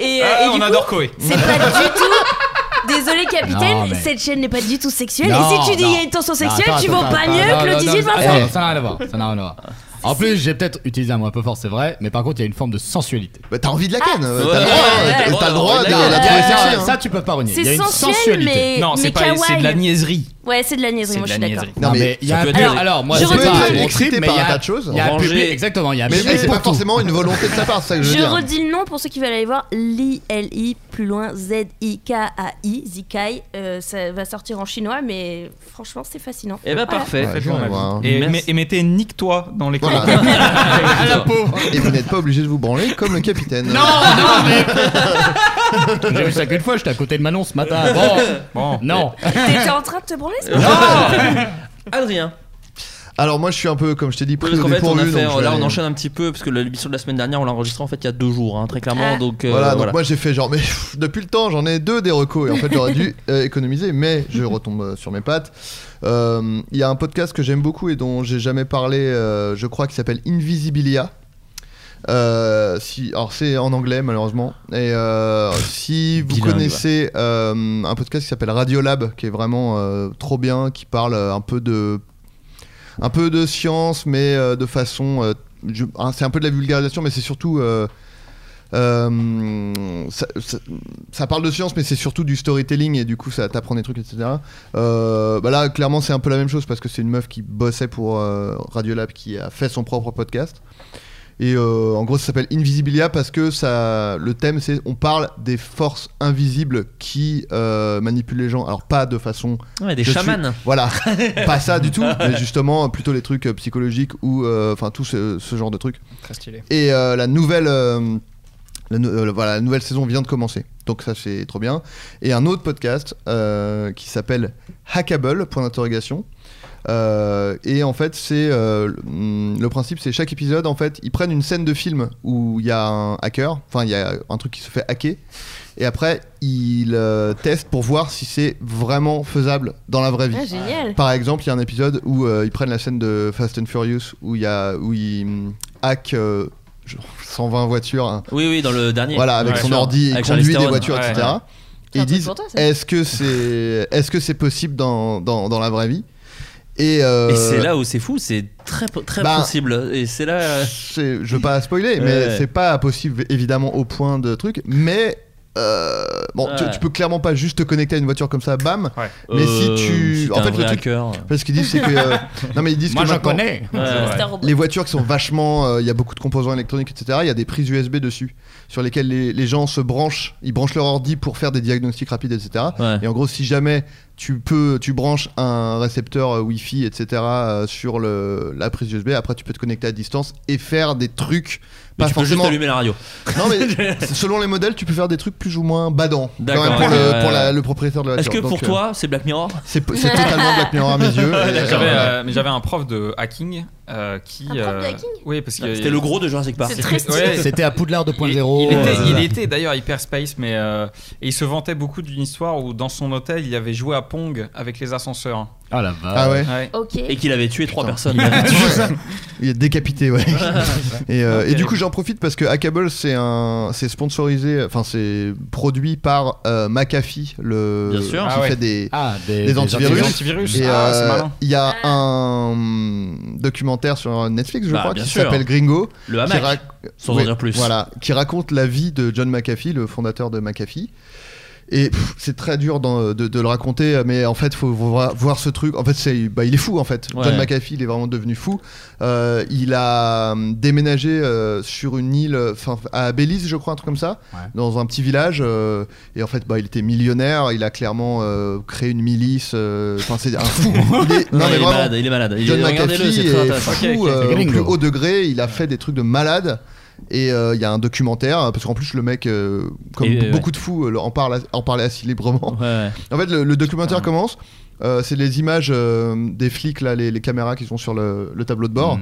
Et, euh,
Ah,
et
on
du
adore
coup,
Koé.
c'est pas du tout. Désolé, capitaine,
Non, mais-
cette chaîne n'est pas du tout sexuelle.
Non,
et si tu dis
non.
il y a une tension
Non,
sexuelle,
attends,
tu
attends,
vaux pas
attends,
mieux
attends,
que le
attends,
18
attends,
25
Ça n'a rien à voir, ça n'a rien à voir. En plus, j'ai peut-être utilisé un mot un peu fort, c'est vrai, mais par contre, il y a une forme de sensualité.
Bah, t'as envie de la canne,
Ouais,
euh, t'as
ouais,
le droit, euh,
ouais,
t'as le
Oh,
ouais,
droit
ouais,
de
ouais,
la
ouais,
trouver
ouais,
sexy,
ouais,
hein.
Ça, tu peux pas renier. Il y a une
sensuel,
sensualité.
mais- Non, c'est mais pas- c'est de la kawaii.
niaiserie.
Ouais, c'est de la niaiserie,
C'est
moi
de
je
la
suis d'accord.
niaiserie. Non, mais il y a
Ça
un
peut
public-
être-
alors, moi,
je
c'est
redis-
pas-
Il est excité
mais
par
il y a-
un tas de choses.
il y a un Ranger. public- exactement, il y a un
Mais
public
c'est pas
pour tout.
forcément une volonté de sa part, c'est ça que je veux
Je
dire.
redis le nom pour ceux qui veulent aller voir l'ILI plus loin Z-I-K-A-I Zikai Euh, ça va sortir en chinois mais franchement c'est fascinant
Eh ben,
Voilà.
parfait.
Ouais, je vais en avoir.
Et,
Merci.
mais- et mettez nique-toi dans les
Voilà.
commentaires.
Ah,
Et vous n'êtes pas obligé de vous branler comme le capitaine.
Non, non, mais. J'ai vu ça qu'une fois, j'étais à côté de Manon ce matin. Bon, non.
T'étais en train de te branler ça
Adrien.
Alors moi je suis un peu comme je t'ai dit
Oui,
pris
parce
au
qu'en fait, on
dépourvu,
a
donc
fait,
je vais
là, on
aller-
enchaîne un petit peu parce que l'émission de la semaine dernière, on l'a enregistrée en fait il y a deux jours, hein, très clairement. Donc euh,
voilà, donc moi j'ai fait genre, mais pff, depuis le temps j'en ai deux des recos et en fait j'aurais dû euh, économiser, mais je retombe euh, sur mes pattes. Euh, Il y a un podcast que j'aime beaucoup et dont j'ai jamais parlé, euh, je crois, qui s'appelle Invisibilia. Euh, si, alors c'est en anglais malheureusement. Et euh, si vous
Bilingue,
connaissez euh, un podcast qui s'appelle Radiolab, qui est vraiment euh, trop bien, qui parle euh, un peu de un peu de science, mais euh, de façon. euh, je- hein, c'est un peu de la vulgarisation, mais c'est surtout. euh, euh, ça, ça- ça parle de science, mais c'est surtout du storytelling et du coup ça t'apprend des trucs, etc. Euh, bah là, clairement, c'est un peu la même chose parce que c'est une meuf qui bossait pour euh, Radiolab qui a fait son propre podcast. Et euh, en gros, ça s'appelle Invisibilia parce que ça, le thème, c'est on parle des forces invisibles qui euh, manipulent les gens. Alors pas de façon
Ouais, des
je suis-
chamans.
Voilà, pas ça du tout, mais justement plutôt les trucs euh, psychologiques ou euh, enfin tout ce, ce genre de trucs.
Très stylé.
Et euh, la nouvelle. euh, la, nou- euh, voilà, la nouvelle saison vient de commencer, donc ça c'est trop bien. Et un autre podcast euh, qui s'appelle Hackable, point d'interrogation. Euh, et en fait, c'est euh, le- mm, le principe, c'est chaque épisode, en fait, ils prennent une scène de film où il y a un hacker, enfin il y a un truc qui se fait hacker, et après ils euh, testent pour voir si c'est vraiment faisable dans la vraie vie.
Ah, génial.
Par exemple, il y a un épisode où euh, ils prennent la scène de Fast and Furious où il y a où ils mm, hackent euh, genre 120 voitures. hein.
Oui, oui, dans le dernier.
Voilà, avec
Ouais,
son
sûr.
ordi, il
Avec Charlize
conduit des
Theron.
voitures,
Ouais.
etc. Et ils disent est-ce que c'est est-ce que c'est possible dans, dans, dans la vraie vie Et, euh,
Et c'est là où c'est fou, c'est très, très
bah,
possible. Et c'est là. euh,
c'est- je veux pas spoiler, mais
Ouais.
c'est pas possible évidemment au point de truc, mais euh, bon, tu,
Ouais.
tu peux clairement pas juste te connecter à une voiture comme ça, bam. Mais
Euh,
si tu,
si t'es un vrai hacker.
parce qu'ils disent c'est que euh, non mais ils disent
Moi,
que
j'en
maintenant,
connais. Ouais. C'est un robot.
les voitures qui sont vachement, euh, il y a beaucoup de composants électroniques, etc. Il y a des prises USB dessus sur lesquelles les, les gens se branchent, ils branchent leur ordi pour faire des diagnostics rapides, etc. Et en gros, si jamais tu peux, tu branches un récepteur euh, Wi-Fi, etc. euh, sur le, la prise USB, après tu peux te connecter à distance et faire des trucs.
Mais
pas
tu peux juste
forcément
allumer la radio.
non mais selon les modèles, tu peux faire des trucs plus ou moins badants. quand
D'accord,
même, pour,
ok,
le,
ouais,
pour la-
ouais.
le propriétaire de la
Est-ce
voiture.
que pour
Donc, euh,
toi, c'est Black Mirror
c'est p- c'est totalement Black Mirror à mes yeux. Et, euh,
J'avais,
voilà.
euh, mais j'avais un prof de hacking euh, qui. euh, Oui, parce que
C'était le gros de Jurassic Park.
C'est très stylé. Ouais.
C'était à Poudlard 2.0.
Il était, il
euh,
était d'ailleurs hyperspace, mais euh, et il se vantait beaucoup d'une histoire où dans son hôtel il avait joué à Pong avec les ascenseurs. hein.
Ah la vache.
Ah ouais.
Ok.
Et qu'il avait tué trois personnes.
Il a- Il est décapité, ouais. et, euh, et du coup, j'en profite parce que Hackable, c'est un, c'est sponsorisé, enfin c'est produit par euh, McAfee, le
Bien sûr.
qui
Ah ouais.
fait des,
Ah, des- des
antivirus.
antivirus.
Et,
Ah,
euh,
c'est malin.
Il y a un documentaire sur Netflix, je
Bah,
crois,
bien
qui
sûr.
s'appelle Gringo,
Le
qui
hamac,
rac-
sans en dire plus.
Voilà, qui raconte la vie de John McAfee, le fondateur de McAfee. Et pff, c'est très dur d'en- de, de le raconter, mais en fait, faut voir, voir ce truc. En fait, c'est, bah, il est fou, en fait.
Ouais.
John McAfee, il est vraiment devenu fou. Euh, il a hum, déménagé euh, sur une île, enfin, à Belize, je crois, un truc comme ça, dans un petit village. euh, et en fait, bah, il était millionnaire. Il a clairement euh, créé une milice. euh, Enfin, c'est un fou. Il est-
Non, il est
non, mais vraiment,
malade, il est malade. Il-
John
regardez-le,
McAfee
c'est
est,
très intéressant.
fou
Ok, ok,
euh,
c'est
au
gringo.
plus haut degré. Il a fait des trucs de malade. Et euh, il y a un documentaire, parce qu'en plus, le mec, euh, comme
Et, euh,
beaucoup de fous, euh, en, parle, en parlait assez librement.
Ouais, ouais.
En fait, le, le documentaire commence. euh, c'est les images euh, des flics, là, les, les caméras qui sont sur le, le tableau de bord.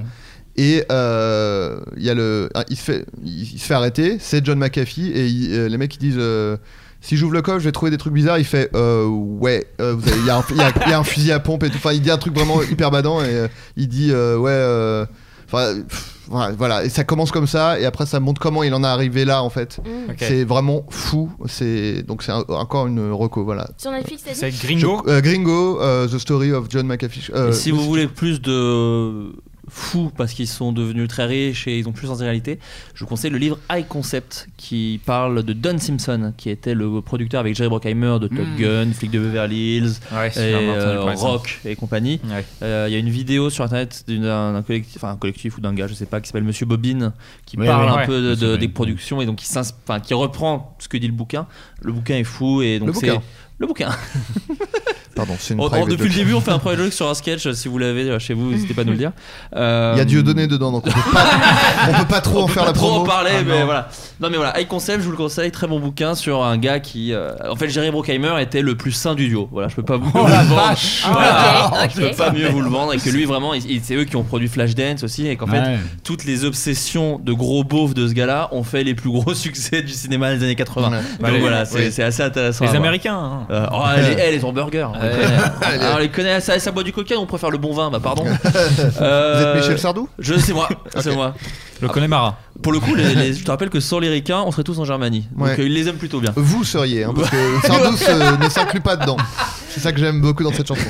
Et euh, il y a le, ah, il, se fait, il, il se fait arrêter. C'est John McAfee. Et il- euh, les mecs, ils disent. euh, si j'ouvre le coffre, je vais trouver des trucs bizarres. Il fait euh, ouais, euh, vous avez- il y, a un- il y a- il y a un fusil à pompe et tout. Enfin, il dit un truc vraiment hyper badant et euh, il dit euh, ouais. euh, Enfin, pff, voilà, voilà. Et ça commence comme ça, et après ça montre comment il en est arrivé là, en fait.
Mm.
Ok.
C'est vraiment fou. C'est donc c'est un- encore une reco, voilà.
sur Netflix t'as dit
C'est Gringo.
Je- euh, Gringo, euh, The Story of John McAfee. euh,
Et si vous voulez plus de fous parce qu'ils sont devenus très riches et ils ont plus sens des réalités, je vous conseille le livre High Concept qui parle de Don Simpson, qui était le producteur avec Jerry Bruckheimer de Top
Mm.
Gun, Flic de Beverly Hills,
Ouais,
et,
j'ai entendu
euh,
parler de ça.
Rock et compagnie. Euh, Il y a une vidéo sur internet d'une- d'un d'un collectif, enfin, un collectif ou d'un gars, je sais pas, qui s'appelle Monsieur Bobine, qui
Oui,
parle
oui,
un
ouais.
peu de-
Monsieur
de-
Bobine.
des productions et donc qui, s'ins- enfin, qui reprend ce que dit le bouquin. Le bouquin est fou et donc
Le
c'est
bouquin.
le bouquin.
Pardon, c'est une
Oh, oh,
private
depuis le
joke.
début, on fait un private joke sur un sketch. euh, Si vous l'avez euh, chez vous, n'hésitez pas à nous le dire. Euh,
Il y a Dieu donné dedans, donc on peut pas, on peut pas trop en
peut
faire
pas
la
trop
promo.
en parler,
Ah,
mais
non.
voilà. Non, mais voilà, High Concept, je vous le conseille, très bon bouquin sur un gars qui. euh, en fait, Jerry Bruckheimer était le plus sain du duo. Voilà, je peux pas
Oh
vous le vendre. Voilà,
Ah, ok,
Je peux
ok.
pas mieux vous le vendre. Et que lui, vraiment, il- il- c'est eux qui ont produit Flashdance aussi. Et qu'en
Ouais.
Ah, fait, toutes les obsessions de gros beaufs de ce gars-là ont fait les plus gros succès du cinéma des années 80. Donc
Ouais.
voilà, c'est
Ouais.
c'est assez intéressant.
Les
à voir.
Américains, hein.
Euh, oh, les, eh, les hamburgers. on les
Ouais.
connaît. Alors, on les connaît, ça, ça boit du coca, on préfère le bon vin, bah pardon. Euh,
Vous êtes Michel Sardou
Je sais moi, c'est moi.
Ah,
Le Connemara.
Pour le coup, les- les- je te rappelle que sans les ricains, on serait tous en Germanie. Donc
Ouais.
euh, ils les aiment plutôt bien.
Vous seriez, hein, parce que Sardou se- ne s'inclut pas dedans. C'est ça que j'aime beaucoup dans cette chanson.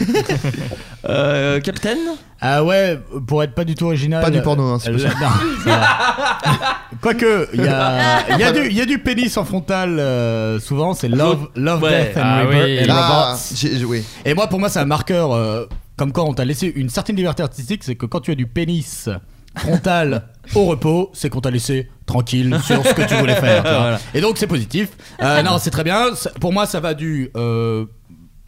Euh, Captain
Ah ouais, pour être pas du tout original.
Pas du porno, hein, c'est
euh,
possible.
non, ça va. Quoique, il y a, il y, a du- il y a du pénis en frontal, euh, souvent, c'est Love, love
Ouais.
Death and
Ah
Reaper-
oui.
and
Ah,
Robots.
j'ai- j'ai- oui.
Et moi, pour moi, c'est un marqueur. euh, comme quand on t'a laissé une certaine liberté artistique, c'est que quand tu as du pénis frontal au repos, c'est qu'on t'a laissé tranquille sur ce que tu voulais faire. tu vois.
Voilà.
Et donc, c'est positif. Euh, non, c'est très bien. C'est- Pour moi, ça va du euh,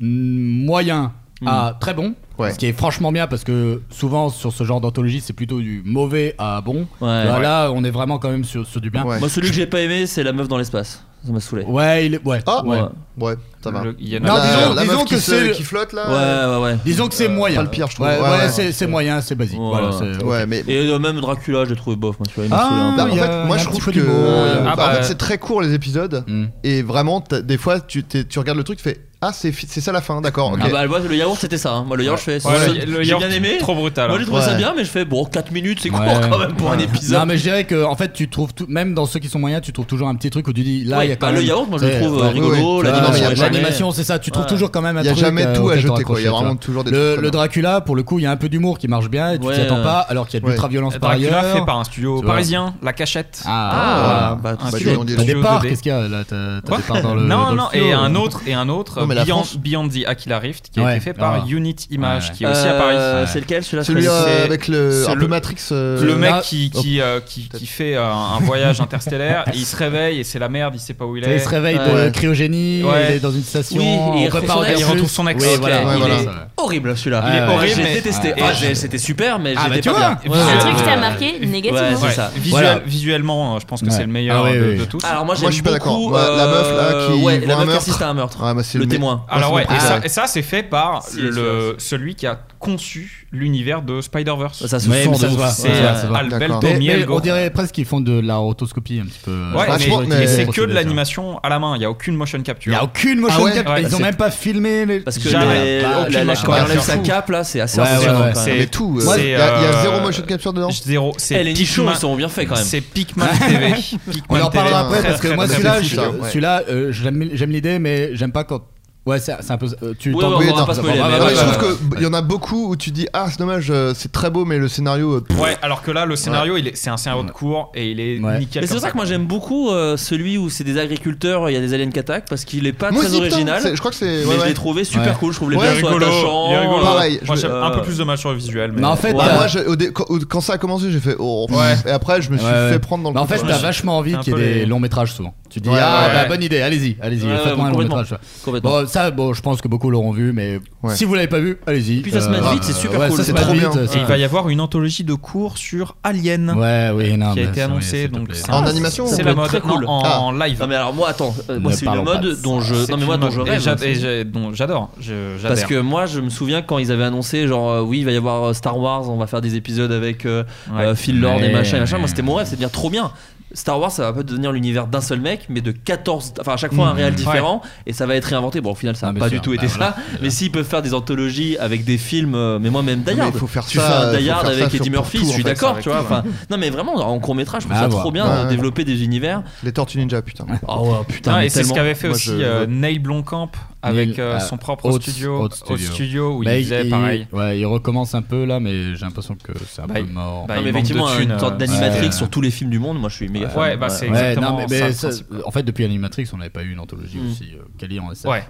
mm, moyen à très bon.
Hmm. Ouais.
Ce qui est franchement bien parce que souvent sur ce genre d'anthologie c'est plutôt du mauvais à bon. Là, là, on est vraiment quand même sur, sur du bien.
Ouais.
Moi, celui que j'ai pas aimé, c'est la meuf dans l'espace. Ça m'a saoulé.
Ouais, il est- ouais.
Ah,
ouais.
Ouais.
Ouais, ça va.
Le- il y en a-
Non,
la,
disons-
la meuf
disons
qui
que
se-
c'est le-
qui flotte là. euh,
Ouais, ouais, ouais.
Disons que c'est moyen.
pas le pire, je trouve.
Ouais,
Ouais,
ouais,
ouais.
c'est c'est moyen, c'est basique.
Ouais.
Voilà, c'est-
Ouais, mais
Et euh, même Dracula, je l'ai trouvé bof. Moi, tu vois, il m'a
Ah,
saoulé un peu.
Bah, en
il y a-
fait, moi
il y a
je
un petit
trouve
peu
que
d'humour,
euh,
bah,
ah bah,
en fait,
euh.
c'est très court les épisodes
Mm.
et vraiment t'as- des fois tu, t'es- tu regardes le truc tu fais ah c'est fi- c'est ça la fin d'accord ok.
Ah bah, le- le yaourt, c'était ça. hein. Moi, le yaourt, je fais.
Euh, Ouais,
ça-
le- le
j'ai
yaourt,
bien aimé.
Trop brutal. hein.
Moi, j'ai trouvé
Ouais.
ça bien, mais je fais bon, 4 minutes, c'est court
Ouais.
quand même pour un épisode.
Non mais je dirais que en fait tu trouves tout, même dans ceux qui sont moyens tu trouves toujours un petit truc où tu dis là
Ouais,
il y a
bah,
quand même
le yaourt, moi, je le
Ouais,
trouve
ouais,
euh,
ouais,
rigolo.
ouais.
la
Non,
Ah,
non, mais il y a
dimension est
jamais-
l'animation c'est ça tu trouves
Ouais.
toujours quand même un
Il y a
truc,
jamais
euh,
tout à
auquel te
jeter quoi. Il y a
raccrocher,
vraiment
tu
toujours des
vois. le,
trucs.
le
très bien.
Dracula pour le coup il y a un peu d'humour qui marche bien et tu
Ouais,
t'y attends
ouais.
pas alors qu'il y a de
Ouais.
l'ultra violence par
Dracula
ailleurs
fait par un studio
Tu vois.
parisien, La Cachette.
ah,
bah,
Un
bah,
studio-
on dit-
t'as des
studio
parts
2D.
qu'est-ce qu'il y a là t'as t'as
Quoi
des parts dans le dans
non,
le
non,
studio, euh.
et
là.
un autre, et un autre
Non, mais la
Beyond,
France-
Beyond the Aquila Rift, qui a
Ouais.
été fait par
Ah.
Unit Image,
Ouais.
qui est aussi à
Euh,
Paris.
C'est lequel celui-là
Celui
je connais-
euh,
c'est-
avec le
c'est
un
le-
peu Matrix. euh,
Le mec
là-
qui, qui, euh, qui, qui fait euh, un voyage interstellaire, et il se réveille et c'est la merde, il sait pas où il
Tu sais,
est.
il se réveille
Ouais.
de euh, cryogénie
Ouais.
il est dans une station
Oui, et il
on
retrouve
prépare
son
des
ex.
Il
flux.
retrouve son ex.
Oui,
Ok,
voilà,
ouais,
il
voilà.
est horrible celui-là.
Il est
Ouais,
horrible,
J'ai
mais-
détesté.
et-
Ah, j'ai- c'était super, mais
Ah, bah,
j'étais
tu
pas
vois.
bien.
Un
Un
Ouais,
truc
ouais,
qui t'a
ouais.
marqué
Ouais,
négativement.
c'est ça.
Visuel-
Voilà.
Visuellement, euh, je pense que
Ouais.
c'est le meilleur
Ah oui,
euh, de,
oui.
de tous.
Alors moi,
Moi,
j'aime
je suis pas d'accord.
beaucoup,
Ouais, la meuf, là, qui
ouais,
voit
la
un
meuf qui
meurtre.
assiste à un meurtre.
Ah, bah, c'est
le
mec-
témoin.
Alors
Ouais,
ouais,
c'est
et
bon.
ça,
Ouais.
et ça, c'est fait par
Si,
le, celui qui a conçu l'univers de Spider-Verse.
Ça, ça se
Ouais,
sent
mais ça
de
se
ouf.
voit.
C'est
Ouais,
euh,
ça se voit.
Alberto
D'accord.
Mais- mais
Mielgo.
on dirait presque qu'ils font de la rotoscopie un petit peu euh,
Ouais, mais,
Franchement,
et
mais-
c'est que de
l'animation
l'animation à la main, il n'y a aucune motion
Il
capture.
n'y a aucune motion
Ah ouais
cap.
Ouais,
ils ont
c'est-
même pas filmé. Les...
Parce que
Jamais.
les-
Bah,
la-
aucune
la- la-
motion
quand elle
capture.
enlève sa cape là, c'est assez
Ouais,
impressionnant.
ouais, ouais,
quand
c'est-
même.
Mais tout. euh,
Ouais.
Il y, a il y a
C'est, euh,
zéro motion capture dedans.
Zéro, c'est
Eh, les nichons,
Pikmin-
ils sont bien faits quand même.
C'est Pikmin TV. Pikmin
On en
TV.
parlera après
Très,
parce que
très,
moi
très,
celui-là,
très
fou,
je-
ça,
euh,
ouais.
celui-là, euh, j'aime j'aime l'idée, mais j'aime pas quand. Ouais, c'est c'est un peu. euh, Tu
Ouais,
t'en-
ouais,
Oui,
on va
non,
pas spoiler.
non,
mais
non,
ouais,
Ouais, je
ouais,
trouve
ouais.
que il y en a beaucoup où tu dis ah c'est dommage euh, c'est très beau mais le scénario euh, pff,
Ouais, alors que là, le scénario, il est- c'est un scénario de cours et il est
Ouais.
nickel.
Mais c'est
comme
pour ça que moi j'aime beaucoup euh, celui où c'est des agriculteurs, il y a des aliens qui attaquent parce qu'il est pas
moi
très
aussi, putain,
original.
c'est- je crois que c'est
Mais
ouais,
je l'ai
ouais.
trouvé super
Ouais.
cool, je trouve les
Ouais,
Il est
personnages sont
rigolo.
attachants.
Il est rigolo.
Pareil,
Moi,
je-
j'aime un
euh,
peu plus de mal sur le visuel. Mais...
Mais en fait,
Bah,
t'as-
moi, je- au dé- quand, au- quand ça a commencé, j'ai fait oh. pff,
Ouais.
Et après, je me suis
Ouais, ouais.
fait prendre dans le
Mais en fait,
truc.
t'as vachement envie
Un
qu'il y
peu
ait
les-
des longs métrages souvent. Tu dis
Ouais,
ah
ouais,
bah
ouais.
bonne idée, allez-y, allez-y,
Ouais,
faites-moi
ouais,
un long
complètement.
métrage.
Complètement.
Bon ça, bon, je pense que beaucoup l'auront vu, mais
Ouais.
si vous l'avez pas vu, allez-y.
Puis ça se
Euh,
passe vite, c'est super
ouais,
cool.
Ça se
C'est
passe
trop
vite.
bien.
ça se
Et il va
passe
y avoir une anthologie de cours sur Alien
vite. Ouais, oui, non,
qui a
mais
été
c'est-
annoncée.
s'il te
Donc
plaît. Ah,
c'est
En
un-
animation,
c'est
ça
la
peut
mode
être très cool. Ah.
non, en live.
Non mais alors moi attends, euh, moi
Ne
c'est une
parlons pas de
mode
ça.
dont je
C'est
non mais
une
moi dont
mode-
je
et
rêve.
j'ad- et j'ai- dont J'adore. je- j'adhère.
Parce que moi, je me souviens quand ils avaient annoncé, genre, euh, oui, il va y avoir euh, Star Wars, on va faire des épisodes avec euh,
Ouais.
euh, Phil Lord et
Ouais.
machin, et machin. Moi, c'était mon rêve, c'est de dire trop bien. Star Wars, ça va pas devenir l'univers d'un seul mec, mais de 14. Enfin, à chaque fois, un réel différent, et ça va être réinventé. Bon, au final, ça
Ah,
n'a
bien
pas
sûr.
du tout
Bah,
été
voilà.
ça. Mais s'ils peuvent faire des anthologies avec des films, euh, mais moi, même Die
Mais
Hard.
il faut faire
Tu
ça,
fais un
faut
Die
faire
Hard
ça
avec
sur-
Eddie
pour
Murphy,
tout,
je
en
suis
fait,
d'accord,
ça
tu vois.
arrive.
Enfin, non, mais vraiment, en court métrage, je trouve
À
ça
voir.
trop bien
Ouais,
de
ouais.
développer des univers.
Les Tortues Ninja, putain.
Ah ouais, putain,
Oh,
Ah,
mais
et c'est ce
tellement.
qu'avait fait
Moi,
aussi
je-
euh, Neil Blomkamp avec
Neil,
euh,
euh,
son propre
Oates-
studio,
Oates
Oates Studio, où
Bah,
il faisait pareil.
Ouais, il recommence un peu là, mais j'ai l'impression que c'est un
Bah,
peu
il-
mort.
bah,
Non, mais effectivement, une sorte d'animatrix
Ouais.
sur tous les films du monde, moi je suis méga fan.
Ouais, bah, c'est
Ouais,
exactement
non, mais-
ça,
mais
le
ça-
principe.
En fait, depuis Animatrix, on n'avait pas eu une anthologie
Mm.
aussi euh, quali en SF.
Ouais.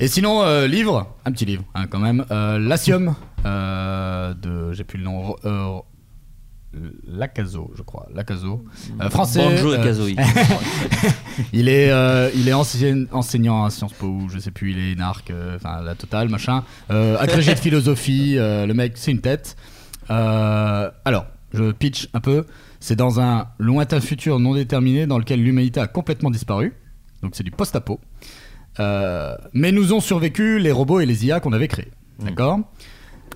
Et sinon, euh, livre, un petit livre hein, quand même. Euh, L'Asium euh, de, j'ai plus le nom, euh, Lacazo, je crois. Lacazo. Euh, français.
Banjo et
euh,
Kazooie.
il est, euh, il est ancien- enseignant à Sciences Po, ou je sais plus, il est narc, euh, enfin la totale, machin. Euh, agrégé de philosophie, euh, le mec, c'est une tête. Euh, alors, je pitch un peu. C'est dans un lointain futur non déterminé dans lequel l'humanité a complètement disparu. Donc c'est du post-apo. Euh, mais nous ont survécu les robots et les IA qu'on avait créés. D'accord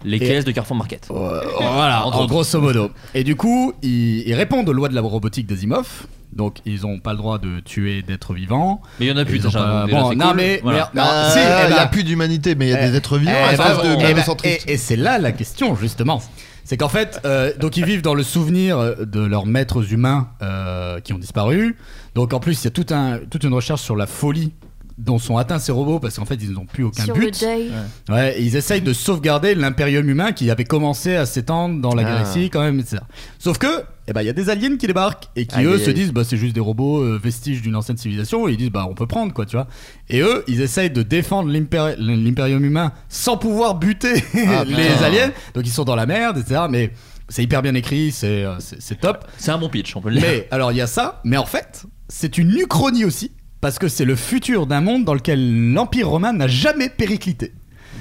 Les
Et-
caisses de Carrefour Market.
voilà,
Entre
en
autres.
grosso modo. Et du coup, ils, ils répondent aux lois de la robotique d'Asimov. Donc, ils n'ont pas le droit de tuer d'êtres vivants.
Mais il y en a plus
Ils ont
déjà,
pas-
donc déjà,
Bon,
c'est
non,
cool.
mais.
Voilà.
mais- non,
Bah,
si, eh
il n'y
ben-
a plus d'humanité, mais il y a des êtres vivants.
eh ben,
à base de
eh ben,
nanocentristes.
et- et c'est là la question, justement. C'est qu'en fait, euh, donc ils vivent dans le souvenir euh, de leurs maîtres humains euh, qui ont disparu. Donc en plus, il y a tout un, toute une recherche sur la folie dont sont atteints ces robots parce qu'en fait, ils n'ont plus aucun
Sur
but.
le deuil.
Ouais, et ils essayent de sauvegarder l'impérium humain qui avait commencé à s'étendre dans la
Ah.
galaxie quand même, etc. Sauf que, eh ben, il y a des aliens qui débarquent et qui
Aïe,
eux
aïe,
se
aïe.
disent, bah, c'est juste des robots euh, vestiges d'une ancienne civilisation. Et ils disent, bah, on peut prendre quoi, tu vois. Et eux, ils essayent de défendre l'impéri- l'impérium humain sans pouvoir buter
Ah,
les
putain.
aliens. Donc ils sont dans la merde, etc. Mais c'est hyper bien écrit, c'est euh, c'est- c'est top.
C'est un bon pitch, on peut le dire.
Mais alors il y a ça, mais en fait, c'est une uchronie aussi, parce que c'est le futur d'un monde dans lequel l'Empire romain n'a jamais périclité.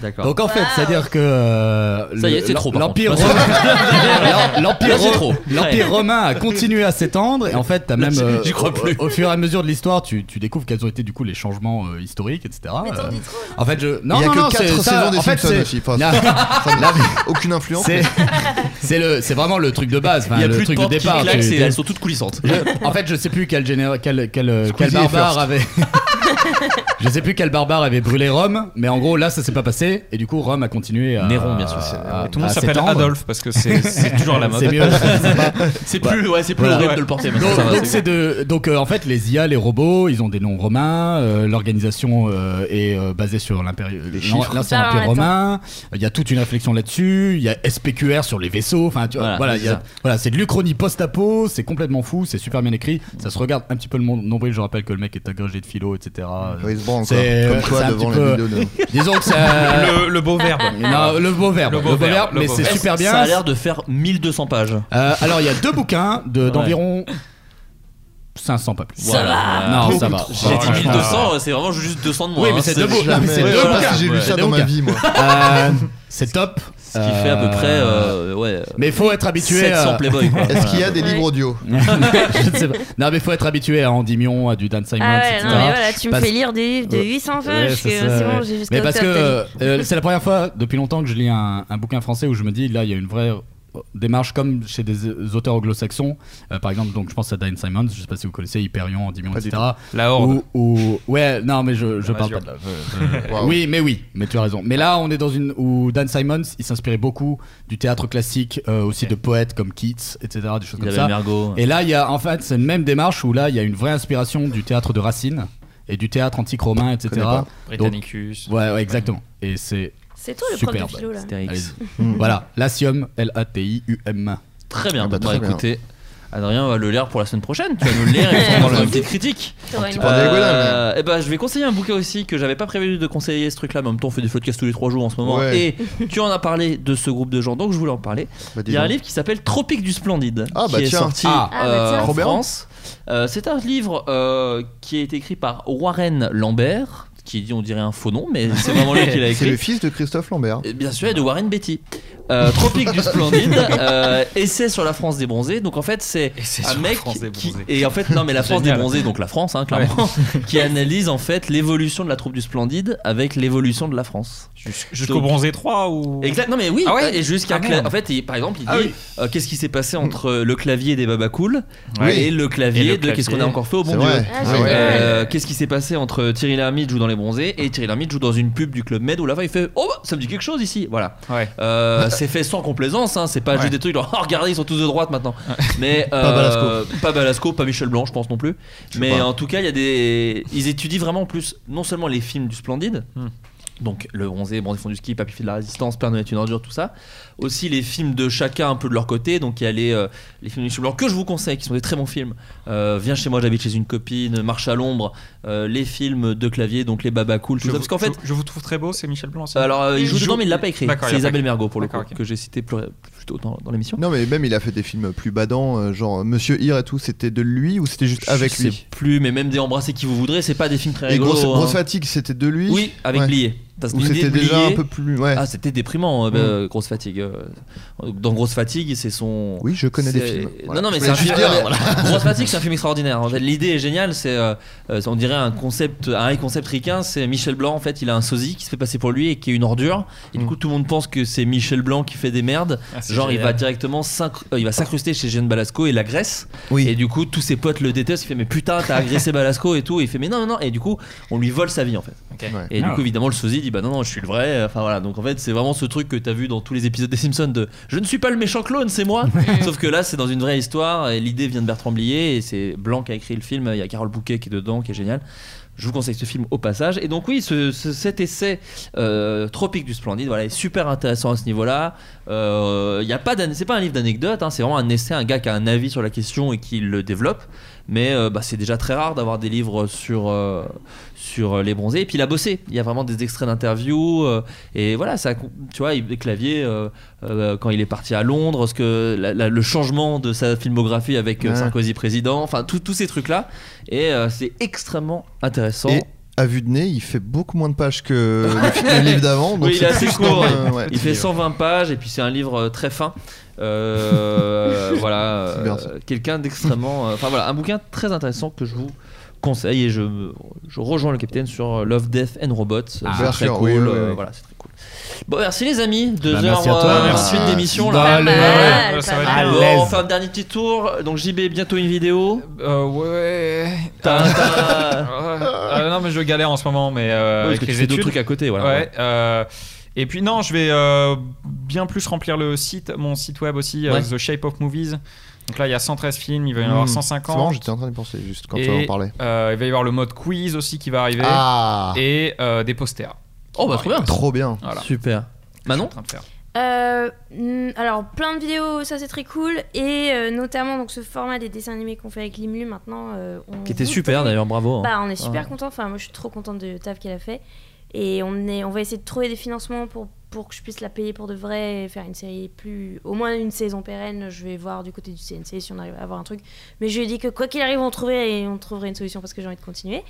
D'accord.
Donc en fait,
Wow.
c'est-à-dire que euh,
Ça y est, c'est
l'em-
trop, par
L'empire
contre.
romain, l'em-
Là,
l'empire
c'est
ro-
trop.
l'empire
Ouais.
romain a continué à s'étendre et en fait, t'as
Là,
même
j'y-
euh,
j'y crois
au-
plus.
Au, fur et à mesure de l'histoire, tu, tu découvres quels ont été du coup les changements euh, historiques, etc.
Mais
Euh,
t'en dis trop, là.
en fait, je non
il n'y a
non,
que
non,
4
c'est
saisons
ça,
des
en fait,
Simpsons
c'est-
aussi. Enfin,
Non,
ça n'a aucune influence.
c'est c'est le c'est vraiment le truc de base, enfin,
Il y a
le
plus de
truc
portes qui
départ.
claquent,
tu-
c'est- elles sont toutes coulissantes.
Je- en fait, je sais plus quel général, quel, quel, euh, quel
Squeezie et
barbare avait. je sais plus quel barbare avait brûlé Rome, mais en gros là ça s'est pas passé et du coup Rome a continué. À,
Néron, bien sûr.
à-
Et tout le monde
à
s'appelle
s'étendre.
Adolphe parce que c'est c'est toujours la mode.
C'est mieux.
C'est plus, ouais, c'est plus
Voilà.
horrible
Ouais.
de le porter. mais
Donc,
ça va, c'est
donc, c'est de, donc euh, en fait les IA, les robots, ils ont des noms romains. euh, L'organisation euh, est euh, basée sur l'impéri- l'an- l'ancien
Ah,
empire
attends.
romain. Il y a toute une réflexion là-dessus. Il y a SPQR sur les vaisseaux. Enfin tu
Voilà,
vois, voilà,
c'est
il y a-
ça.
voilà, c'est de l'Uchronie post-apo. C'est complètement fou. C'est super bien écrit. Ça se regarde un petit peu le monde nombril. Je rappelle que le mec est agrégé de philo, etc.
Ouais, il se branle, quoi.
C'est-
Comme toi
c'est un
devant
petit
la
peu-
vidéo de.
Disons que ça.
Le, le beau verbe.
Non, le beau verbe,
Le
le
beau
beau
verbe,
verbe,
le
mais
beau
c'est
verbe.
super bien.
Ça a l'air de faire 1200 pages.
Euh, alors il y a deux bouquins de- d'environ 500 pas plus.
Voilà.
Non,
Beaucoup
ça va.
trop.
J'ai dit
Oh là
1200, c'est vraiment juste 200 de moins.
Oui, mais
hein,
c'est deux bouts.
Jamais.
C'est
Je
deux
sais pas
bouquins.
si j'ai lu
Ouais.
ça
Deux
dans ma
bouquins.
vie, moi.
Euh, c'est top.
Ce qui fait à peu près, euh, ouais,
Mais faut être habitué
700
à.
Playboy. quoi.
euh, Est-ce qu'il y a
Voilà.
des
Ouais.
livres audio
Je ne sais pas. Non, mais faut être habitué à Andimion, à du Dan Simon,
Ah ouais,
etc.
non, mais voilà, tu me
Parce-
fais lire des livres de
Ouais,
800
Ouais,
pages. parce que
c'est ça,
c'est bon,
ouais.
j'ai jusqu'à
Mais parce que
octobre, t'as dit.
euh, c'est la première fois depuis longtemps que je lis un, un bouquin français où je me dis là il y a une vraie euh, démarche comme chez des euh, auteurs anglo-saxons Euh, par exemple donc je pense à Dan Simons je sais pas si vous connaissez Hyperion Endymion
Pas du
etc
La horde.
ou, ou- ouais non mais je, je
Ah,
parle
vas-y.
pas de là
Bah, Waouh.
oui mais oui mais tu as raison mais là on est dans une où Dan Simons il s'inspirait beaucoup du théâtre classique euh, aussi de poètes comme Keats etc des choses
Il
comme
avait
ça
Mergo.
et là, il y a en fait, c'est une même démarche où là, il y a une vraie inspiration du théâtre de Racine et du théâtre antique romain,
connais
etc.
pas.
Britannicus.
Ouais, ouais, exactement. Et c'est
C'est toi le prof
superbe.
de philo là.
Astérix.
allez-y. voilà, Latium, L-A-T-I-U-M.
Très bien.
Ah bah,
Bah,
très bien.
écoutez, Adrien va le lire pour la semaine prochaine. Tu vas nous le lire et on va une petite critique.
T'auras une-
Tu parles d'Algodin,
et ben, je vais conseiller un bouquin aussi que j'avais pas prévu de conseiller ce truc-là. Mais en même temps, on fait des podcasts tous les trois jours en ce moment.
Ouais.
Et tu en as parlé de ce groupe de gens, donc je voulais en parler.
Bah, dis
Il y a un
donc.
livre qui s'appelle Tropique du Splendide.
Ah, bah,
qui
tiens.
est sorti
Ah.
Ah, bah,
euh,
tiens.
en
Trop bien.
France. Euh, c'est un livre euh, qui est écrit par Warren Lambert, qui dit on dirait un faux nom, mais c'est vraiment lui qui l'a
C'est
écrit.
le fils de Christophe Lambert.
Et Bien sûr, et de Warren Beatty. Euh, Tropique du Splendide, euh, essai sur la France des bronzés. Donc en fait, c'est
Essai
un
sur la
mec
France des
qui
bronzés.
et en fait non mais la France des
Génial.
bronzés, donc la France, hein, clairement, qui analyse en fait l'évolution de la troupe du Splendide avec l'évolution de la France.
Jus- Jusqu'au
Donc-
bronzé 3 ou.
Exact. Non mais oui.
Ah ouais
et jusqu'à
Ah
cla-
merde.
en fait, il- par exemple, il dit
Ah oui.
euh, qu'est-ce qui s'est passé entre euh, le clavier des Babacool
Ouais.
et le clavier
Et le
de qu'est-ce qu'on a
clavier.
encore fait au bon
C'est
Dieu.
vrai.
Ah,
Ouais.
génial.
Euh, Qu'est-ce qui s'est passé entre Thierry Lhermitte joue dans les les bronzés. Et Thierry Lhermitte joue dans une pub du Club Med où là-bas il fait Oh, ça me dit quelque chose ici. Voilà. Euh, c'est fait sans complaisance, hein, c'est pas juste des trucs genre Oh, regardez, ils sont tous de droite maintenant. Mais, euh,
Pas Balasco.
pas Balasco, pas Michel Blanc, je pense non plus.
Je sais
Mais
pas.
en tout cas, il y a des. Ils étudient vraiment en plus non seulement les films du Splendide.
Hmm.
Donc le bronzé, bronzé fond du ski, papy fait de la résistance, Père Noël est une ordure, tout ça. Aussi les films de chacun un peu de leur côté. Donc il y a les, euh, les films de Michel Blanc que je vous conseille, qui sont des très bons films. Euh, Viens chez moi, j'habite chez une copine, Marche à l'ombre, euh, les films de clavier, donc les Baba Cool, tout
Je
ça.
vous-
Parce qu'en fait,
je, je vous trouve très beau, c'est Michel Blanc. c'est-
alors euh, il joue dedans, mais il l'a pas écrit.
D'accord, il
C'est
l'a pas
Isabelle
écrit.
Mergot pour le coup,
D'accord, ok.
que j'ai cité plus, plus tôt dans, dans l'émission.
Non, mais même il a fait des films plus badants, euh, genre Monsieur Hir et tout, c'était de lui ou c'était juste avec
Je sais
lui
plus, mais même des embrassés qui vous voudrez, c'est pas des films très
Et
rigolos.
grosse,
hein.
grosse fatigue, c'était de lui
Oui, avec
Ouais.
Blié. T'as
Ou
cette idée
c'était
de
déjà
Blié.
un peu Mm. plus. Ouais.
Ah, c'était déprimant, euh, bah, euh, Grosse Fatigue. euh. Dans Grosse Fatigue, c'est son.
Oui, je connais des
c'est-
films. Voilà.
Non, non, mais
Je
c'est un
voulais
film.
juste dire,
euh,
voilà.
Grosse Fatigue, c'est un film extraordinaire. En fait, l'idée est géniale. C'est, euh, euh, on dirait un concept, un high concept ricain. C'est Michel Blanc. En fait, il a un sosie qui se fait passer pour lui et qui est une ordure. Et
Mm.
du coup, tout le monde pense que c'est Michel Blanc qui fait des merdes.
Ah, c'est
Genre, il
génial.
va directement s'inc- euh, il va s'incruster chez Jeanne Balasco et la Grèce. Et du coup, tous ses potes le détestent. Il fait mais putain, t'as agressé Balasco et tout. Et il fait mais non, non, non. Et du coup, on lui vole sa vie en fait.
Ouais.
Et du
Ah.
coup, évidemment, le sosie dit Bah non, non, je suis le vrai. Enfin voilà, donc en fait, c'est vraiment ce truc que t'as vu dans tous les épisodes des Simpsons de Je ne suis pas le méchant clone, c'est moi. Sauf que là, c'est dans une vraie histoire et l'idée vient de Bertrand Blier et c'est Blanc qui a écrit le film. Il y a Carole Bouquet qui est dedans, qui est génial. Je vous conseille ce film au passage. Et donc, oui, ce- ce- cet essai euh, tropique du Splendide voilà, est super intéressant à ce niveau-là. Euh, Il y a pas d'an- c'est pas un livre d'anecdotes, hein, c'est vraiment un essai, un gars qui a un avis sur la question et qui le développe. Mais euh, bah, c'est déjà très rare d'avoir des livres sur, euh, sur euh, les bronzés. Et puis il a bossé. Il y a vraiment des extraits d'interviews. euh, et voilà, ça, tu vois, il- Clavier, euh, euh, quand il est parti à Londres, ce que, la- la- le changement de sa filmographie avec euh,
Ouais.
Sarkozy président, enfin, tout- tous ces trucs-là. Et euh, c'est extrêmement intéressant.
Et à vue de nez, il fait beaucoup moins de pages que le, fi- le livre d'avant. donc
Oui, il est assez
c'est plus
court.
dans
ouais.
le- ouais.
Il fait 120 pages et puis c'est un livre euh, très fin. Euh, voilà,
C'est
euh,
bien, ça.
quelqu'un d'extrêmement. euh, Enfin voilà, un bouquin très intéressant que je vous conseille et je, me- je rejoins le capitaine sur euh, Love, Death and Robots. C'est
Ah, bien
très
sûr,
cool.
oui, oui,
euh,
oui.
Voilà, c'est très cool. Bon, merci les amis.
Bah,
2
merci à
heures
toi.
euh,
Merci.
28 d'émission
Bah,
là.
allez,
Pas mal, pas mal.
à
Bon,
l'aise.
on fait un dernier petit tour. Donc JB, bientôt une vidéo.
Euh, ouais.
T'as- t'as-
Euh, non, mais je galère en ce moment, mais euh,
Ouais, Ah. parce
avec
que tu
les
fais d'autres
études.
trucs à côté, voilà.
Ouais, euh, et puis non, je vais euh, bien plus remplir le site, mon site web aussi, euh,
Ouais.
The Shape of Movies. Donc là, il y a 113 films, il va y en
Hmm.
avoir
C'est marrant,
150.
j'étais en train de penser juste quand
Et,
tu en parlais.
euh, il va y avoir le mode quiz aussi qui va arriver.
Ah
Et euh, des posters.
Oh bah trop bien.
Trop bien.
Voilà.
Super. Manon
Je suis en train de faire.
Euh, mm, alors, plein de vidéos, ça c'est très cool. Et euh, notamment, donc ce format des dessins animés qu'on fait avec Limlu maintenant. euh, on
Qui était
vous
super
donne-
d'ailleurs, bravo. hein.
Bah, on est super
Ouais.
content. Enfin, moi, je suis trop contente de taf qu'elle a fait. Et on est, on va essayer de trouver des financements pour pour que je puisse la payer pour de vrai, et faire une série plus, au moins une saison pérenne. Je vais voir du côté du CNC si on arrive à avoir un truc. Mais je lui ai dit que quoi qu'il arrive, on trouverait et on trouverait une solution parce que j'ai envie de continuer.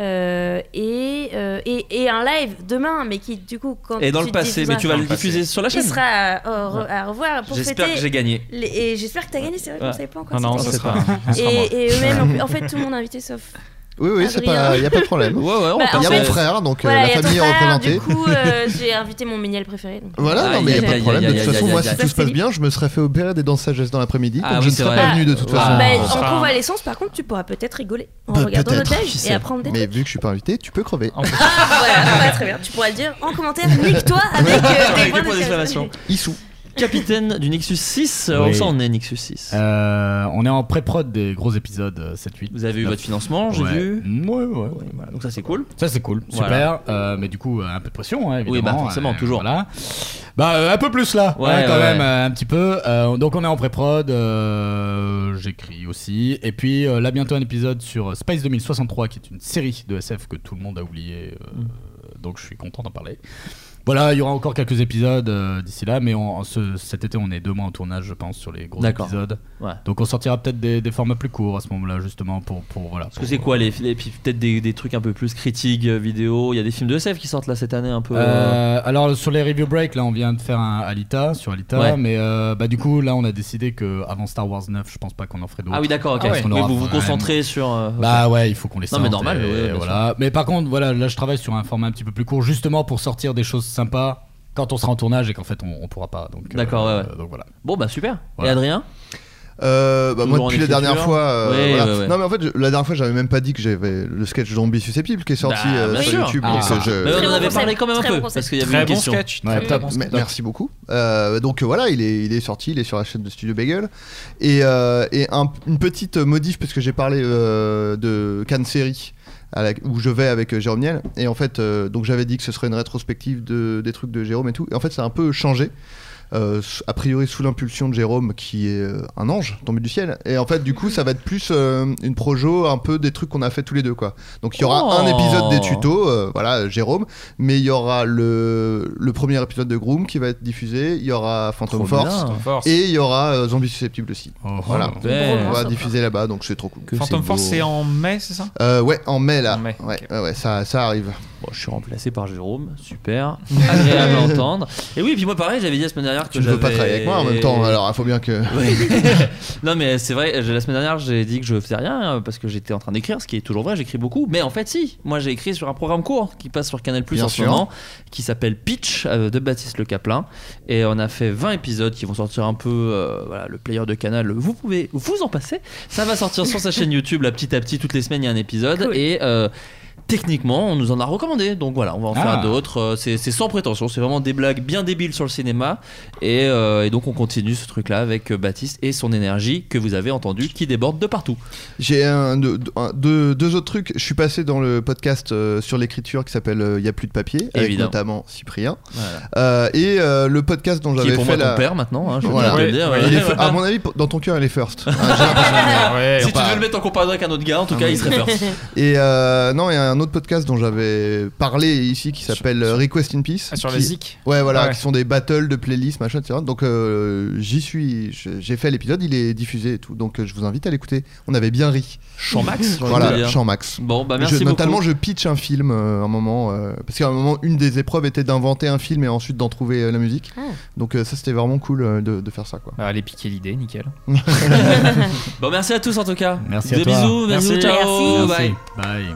Euh, et, euh, et et un live demain, mais qui du coup quand
Et dans
tu
le passé, mais
diffuseras-
tu vas le
passé.
diffuser sur la
il
chaîne.
sera à, au re- à revoir pour
J'espère
fêter
que j'ai gagné.
les- et j'espère que t'as gagné, c'est vrai qu'on
Ouais.
savait pas encore.
Non, non,
si
ce
t'as
sera,
gagné.
ce sera moi.
Et, et eux-mêmes, en fait, tout le monde est invité sauf.
Oui, oui, c'est
Adrien.
pas, y a pas de problème.
Ouais, ouais, on
Bah,
peut
Il y a
en
mon
fait,
frère, donc euh,
Voilà, et à
la famille est
ton frère,
représentée.
Du coup, euh, j'ai invité mon Méniel préféré. donc.
Voilà,
Ah,
non, mais il
aïe,
n'y a pas
aïe,
de problème.
aïe,
De toute
aïe,
façon,
aïe,
moi,
aïe,
si
aïe.
tout se passe bien, je me serais fait opérer des dents de sagesse dans l'après-midi.
Ah
donc
oui,
je ne
c'est
serais
vrai.
pas venu de toute
Ah,
façon.
Bah,
on
en
sera-
convalescence, par contre, tu pourras peut-être rigoler en
Pe-
regardant
peut-être,
l'otage
qui
et
sait.
apprendre
Ah.
des
Mais
trucs.
vu que je suis pas invité, tu peux crever.
Ah, voilà, voilà, très bien. Tu pourras le dire en commentaire, nique-toi avec euh,
Avec
des
des
points
points d'exclamation.
d'exclamation.
Issou.
capitaine du Nexus 6. euh,
Oui.
Ça, on est Nexus 6.
Euh, on est en pré-prod des gros épisodes euh, 7-8.
Vous avez eu votre financement, j'ai
Ouais.
vu.
Ouais, ouais, ouais.
Voilà, donc ça, c'est cool.
Ça c'est cool, super.
Voilà.
Euh, mais du coup, euh, un peu de pression, hein, évidemment.
Oui, bah, forcément, toujours.
Voilà. Bah euh, un peu plus là,
Ouais,
hein, quand
ouais,
même,
ouais.
euh, un petit peu. Euh, donc on est en pré-prod, euh, j'écris aussi. Et puis euh, là bientôt un épisode sur euh, Space 2063, qui est une série de SF que tout le monde a oublié. euh,
Mm.
Donc je suis content d'en parler. Voilà, il y aura encore quelques épisodes euh, d'ici là, mais on- ce- cet été on est deux mois en tournage, je pense, sur les gros
D'accord.
épisodes.
Ouais.
Donc on sortira peut-être des, des formats plus courts à ce moment-là, justement, pour, pour voilà.
Parce que c'est quoi les filets Puis peut-être des, des trucs un peu plus critiques, euh, vidéo. Il y a des films de SF qui sortent là cette année un peu. euh,
Euh, alors sur les review break, là on vient de faire un Alita sur Alita,
Ouais.
mais euh, bah du coup là on a décidé que avant Star Wars 9, je pense pas qu'on en ferait d'autres.
Ah oui, d'accord, ok.
Ah ouais.
Oui, vous vous
Vraiment.
concentrez sur. euh, ok.
Bah ouais, il faut qu'on les
Non,
sorte.
mais normal,
et
ouais, ouais, bien
voilà. Mais par contre, voilà, là je travaille sur un format un petit peu plus court, justement pour sortir des choses sympas quand on sera en tournage et qu'en fait on, on pourra pas. Donc euh,
D'accord, ouais, ouais.
euh, donc voilà.
Bon, bah super.
Voilà.
Et Adrien
Euh, bah, moi,
Toujours en
depuis la
écriture.
dernière fois. euh,
Ouais,
voilà.
ouais, ouais.
Non, mais en fait, je- la dernière fois, j'avais même pas dit que j'avais le sketch Zombie Susceptible qui est sorti
Bah,
euh,
bien
sur
sûr.
YouTube.
Ah.
donc, euh, je-
Mais on en Très avait bon parlé concept, quand même un très peu, bon concept. parce qu'il y avait Très une bon question. sketch, très bon
Mais-
concept.
Merci beaucoup. Euh, donc euh, voilà, il est, il est sorti, il est sur la chaîne de Studio Bagel. Et, euh, et un- une petite modif, parce que j'ai parlé euh, de Cannes Série. à la- où je vais avec euh, Jérôme Niel et en fait euh, donc j'avais dit que ce serait une rétrospective de, des trucs de Jérôme et tout et en fait ça a un peu changé euh, s- a priori sous l'impulsion de Jérôme qui est euh, un ange tombé du ciel et en fait du coup ça va être plus euh, une projo un peu des trucs qu'on a fait tous les deux quoi donc il y aura
Oh.
un épisode des tutos euh, voilà euh, Jérôme mais il y aura le, le premier épisode de Groom qui va être diffusé il y aura Phantom
Trop
Force,
bien. Phantom Force.
Ah. et il y aura euh, Zombie Susceptible aussi
Oh,
voilà
super.
on va
Sympa.
diffuser là-bas donc c'est trop cool
Phantom Force, c'est en mai, c'est ça
euh, ouais, en mai là. ouais, ouais, ouais, ça, ça arrive.
je suis remplacé par Jérôme. Super, agréable à entendre. Et oui, et puis moi pareil, j'avais dit la semaine dernière que
Tu ne veux pas travailler avec moi en même temps, alors il faut bien que.
non mais c'est vrai, j'ai- la semaine dernière j'ai dit que je faisais rien hein, parce que j'étais en train d'écrire, ce qui est toujours vrai, j'écris beaucoup. Mais en fait si, moi j'ai écrit sur un programme court qui passe sur Canal Plus
Bien
en
sûr.
ce moment, qui s'appelle Pitch euh, de Baptiste Le Caplin. Et on a fait 20 épisodes qui vont sortir un peu, euh, voilà, le player de Canal, vous pouvez vous en passer. Ça va sortir sur sa chaîne YouTube, là petit à petit, toutes les semaines il y a un épisode. Et... euh, Techniquement, on nous en a recommandé, donc voilà, on va en
Ah.
faire d'autres. Euh, C'est c'est sans prétention, c'est vraiment des blagues bien débiles sur le cinéma. Et, euh, et donc on continue ce truc-là avec euh, Baptiste et son énergie que vous avez entendu qui déborde de partout.
J'ai un, deux, un- deux, deux autres trucs. Je suis passé dans le podcast euh, sur l'écriture qui s'appelle Il y a plus de papier, avec
Évidemment.
notamment Cyprien.
Voilà.
Euh, et euh, le podcast dont
Qui est
j'avais fait
pour moi
la-
ton père maintenant, hein, je
Voilà.
peux te le dire, ouais.
Il est- Ah,
Voilà.
À mon avis, pour- dans ton cœur, il est first. Hein, j'ai l'impression.
si tu
Enfin, Ah
veux le mettre en comparaison avec un autre gars, en tout cas, il serait first.
Et euh, non, il y a un autre podcast dont j'avais parlé ici qui s'appelle euh, Request in Peace.
Ah, sur
qui-
la zik. Ah
Ouais, voilà,
Ouais.
qui sont des battles de playlists, machin, etc. Donc euh, j'y suis, je- j'ai fait l'épisode, il est diffusé et tout. Donc euh, je vous invite à l'écouter. On avait bien ri.
Champ Max, j'ai envie de
Voilà,
dire.
Champ Max.
Bon, bah, merci
Je- Notamment,
beaucoup.
je pitch un film euh, un moment. euh, parce qu'à un moment, une des épreuves était d'inventer un film et ensuite d'en trouver euh, la musique.
Ah.
Donc euh, ça, c'était vraiment cool euh, de, de faire ça, quoi.
allez piquer l'idée, nickel.
bon, merci à tous en tout cas.
Merci à
Des
toi.
bisous,
Merci.
bisous, ciao,
Merci.
bye.
Bye.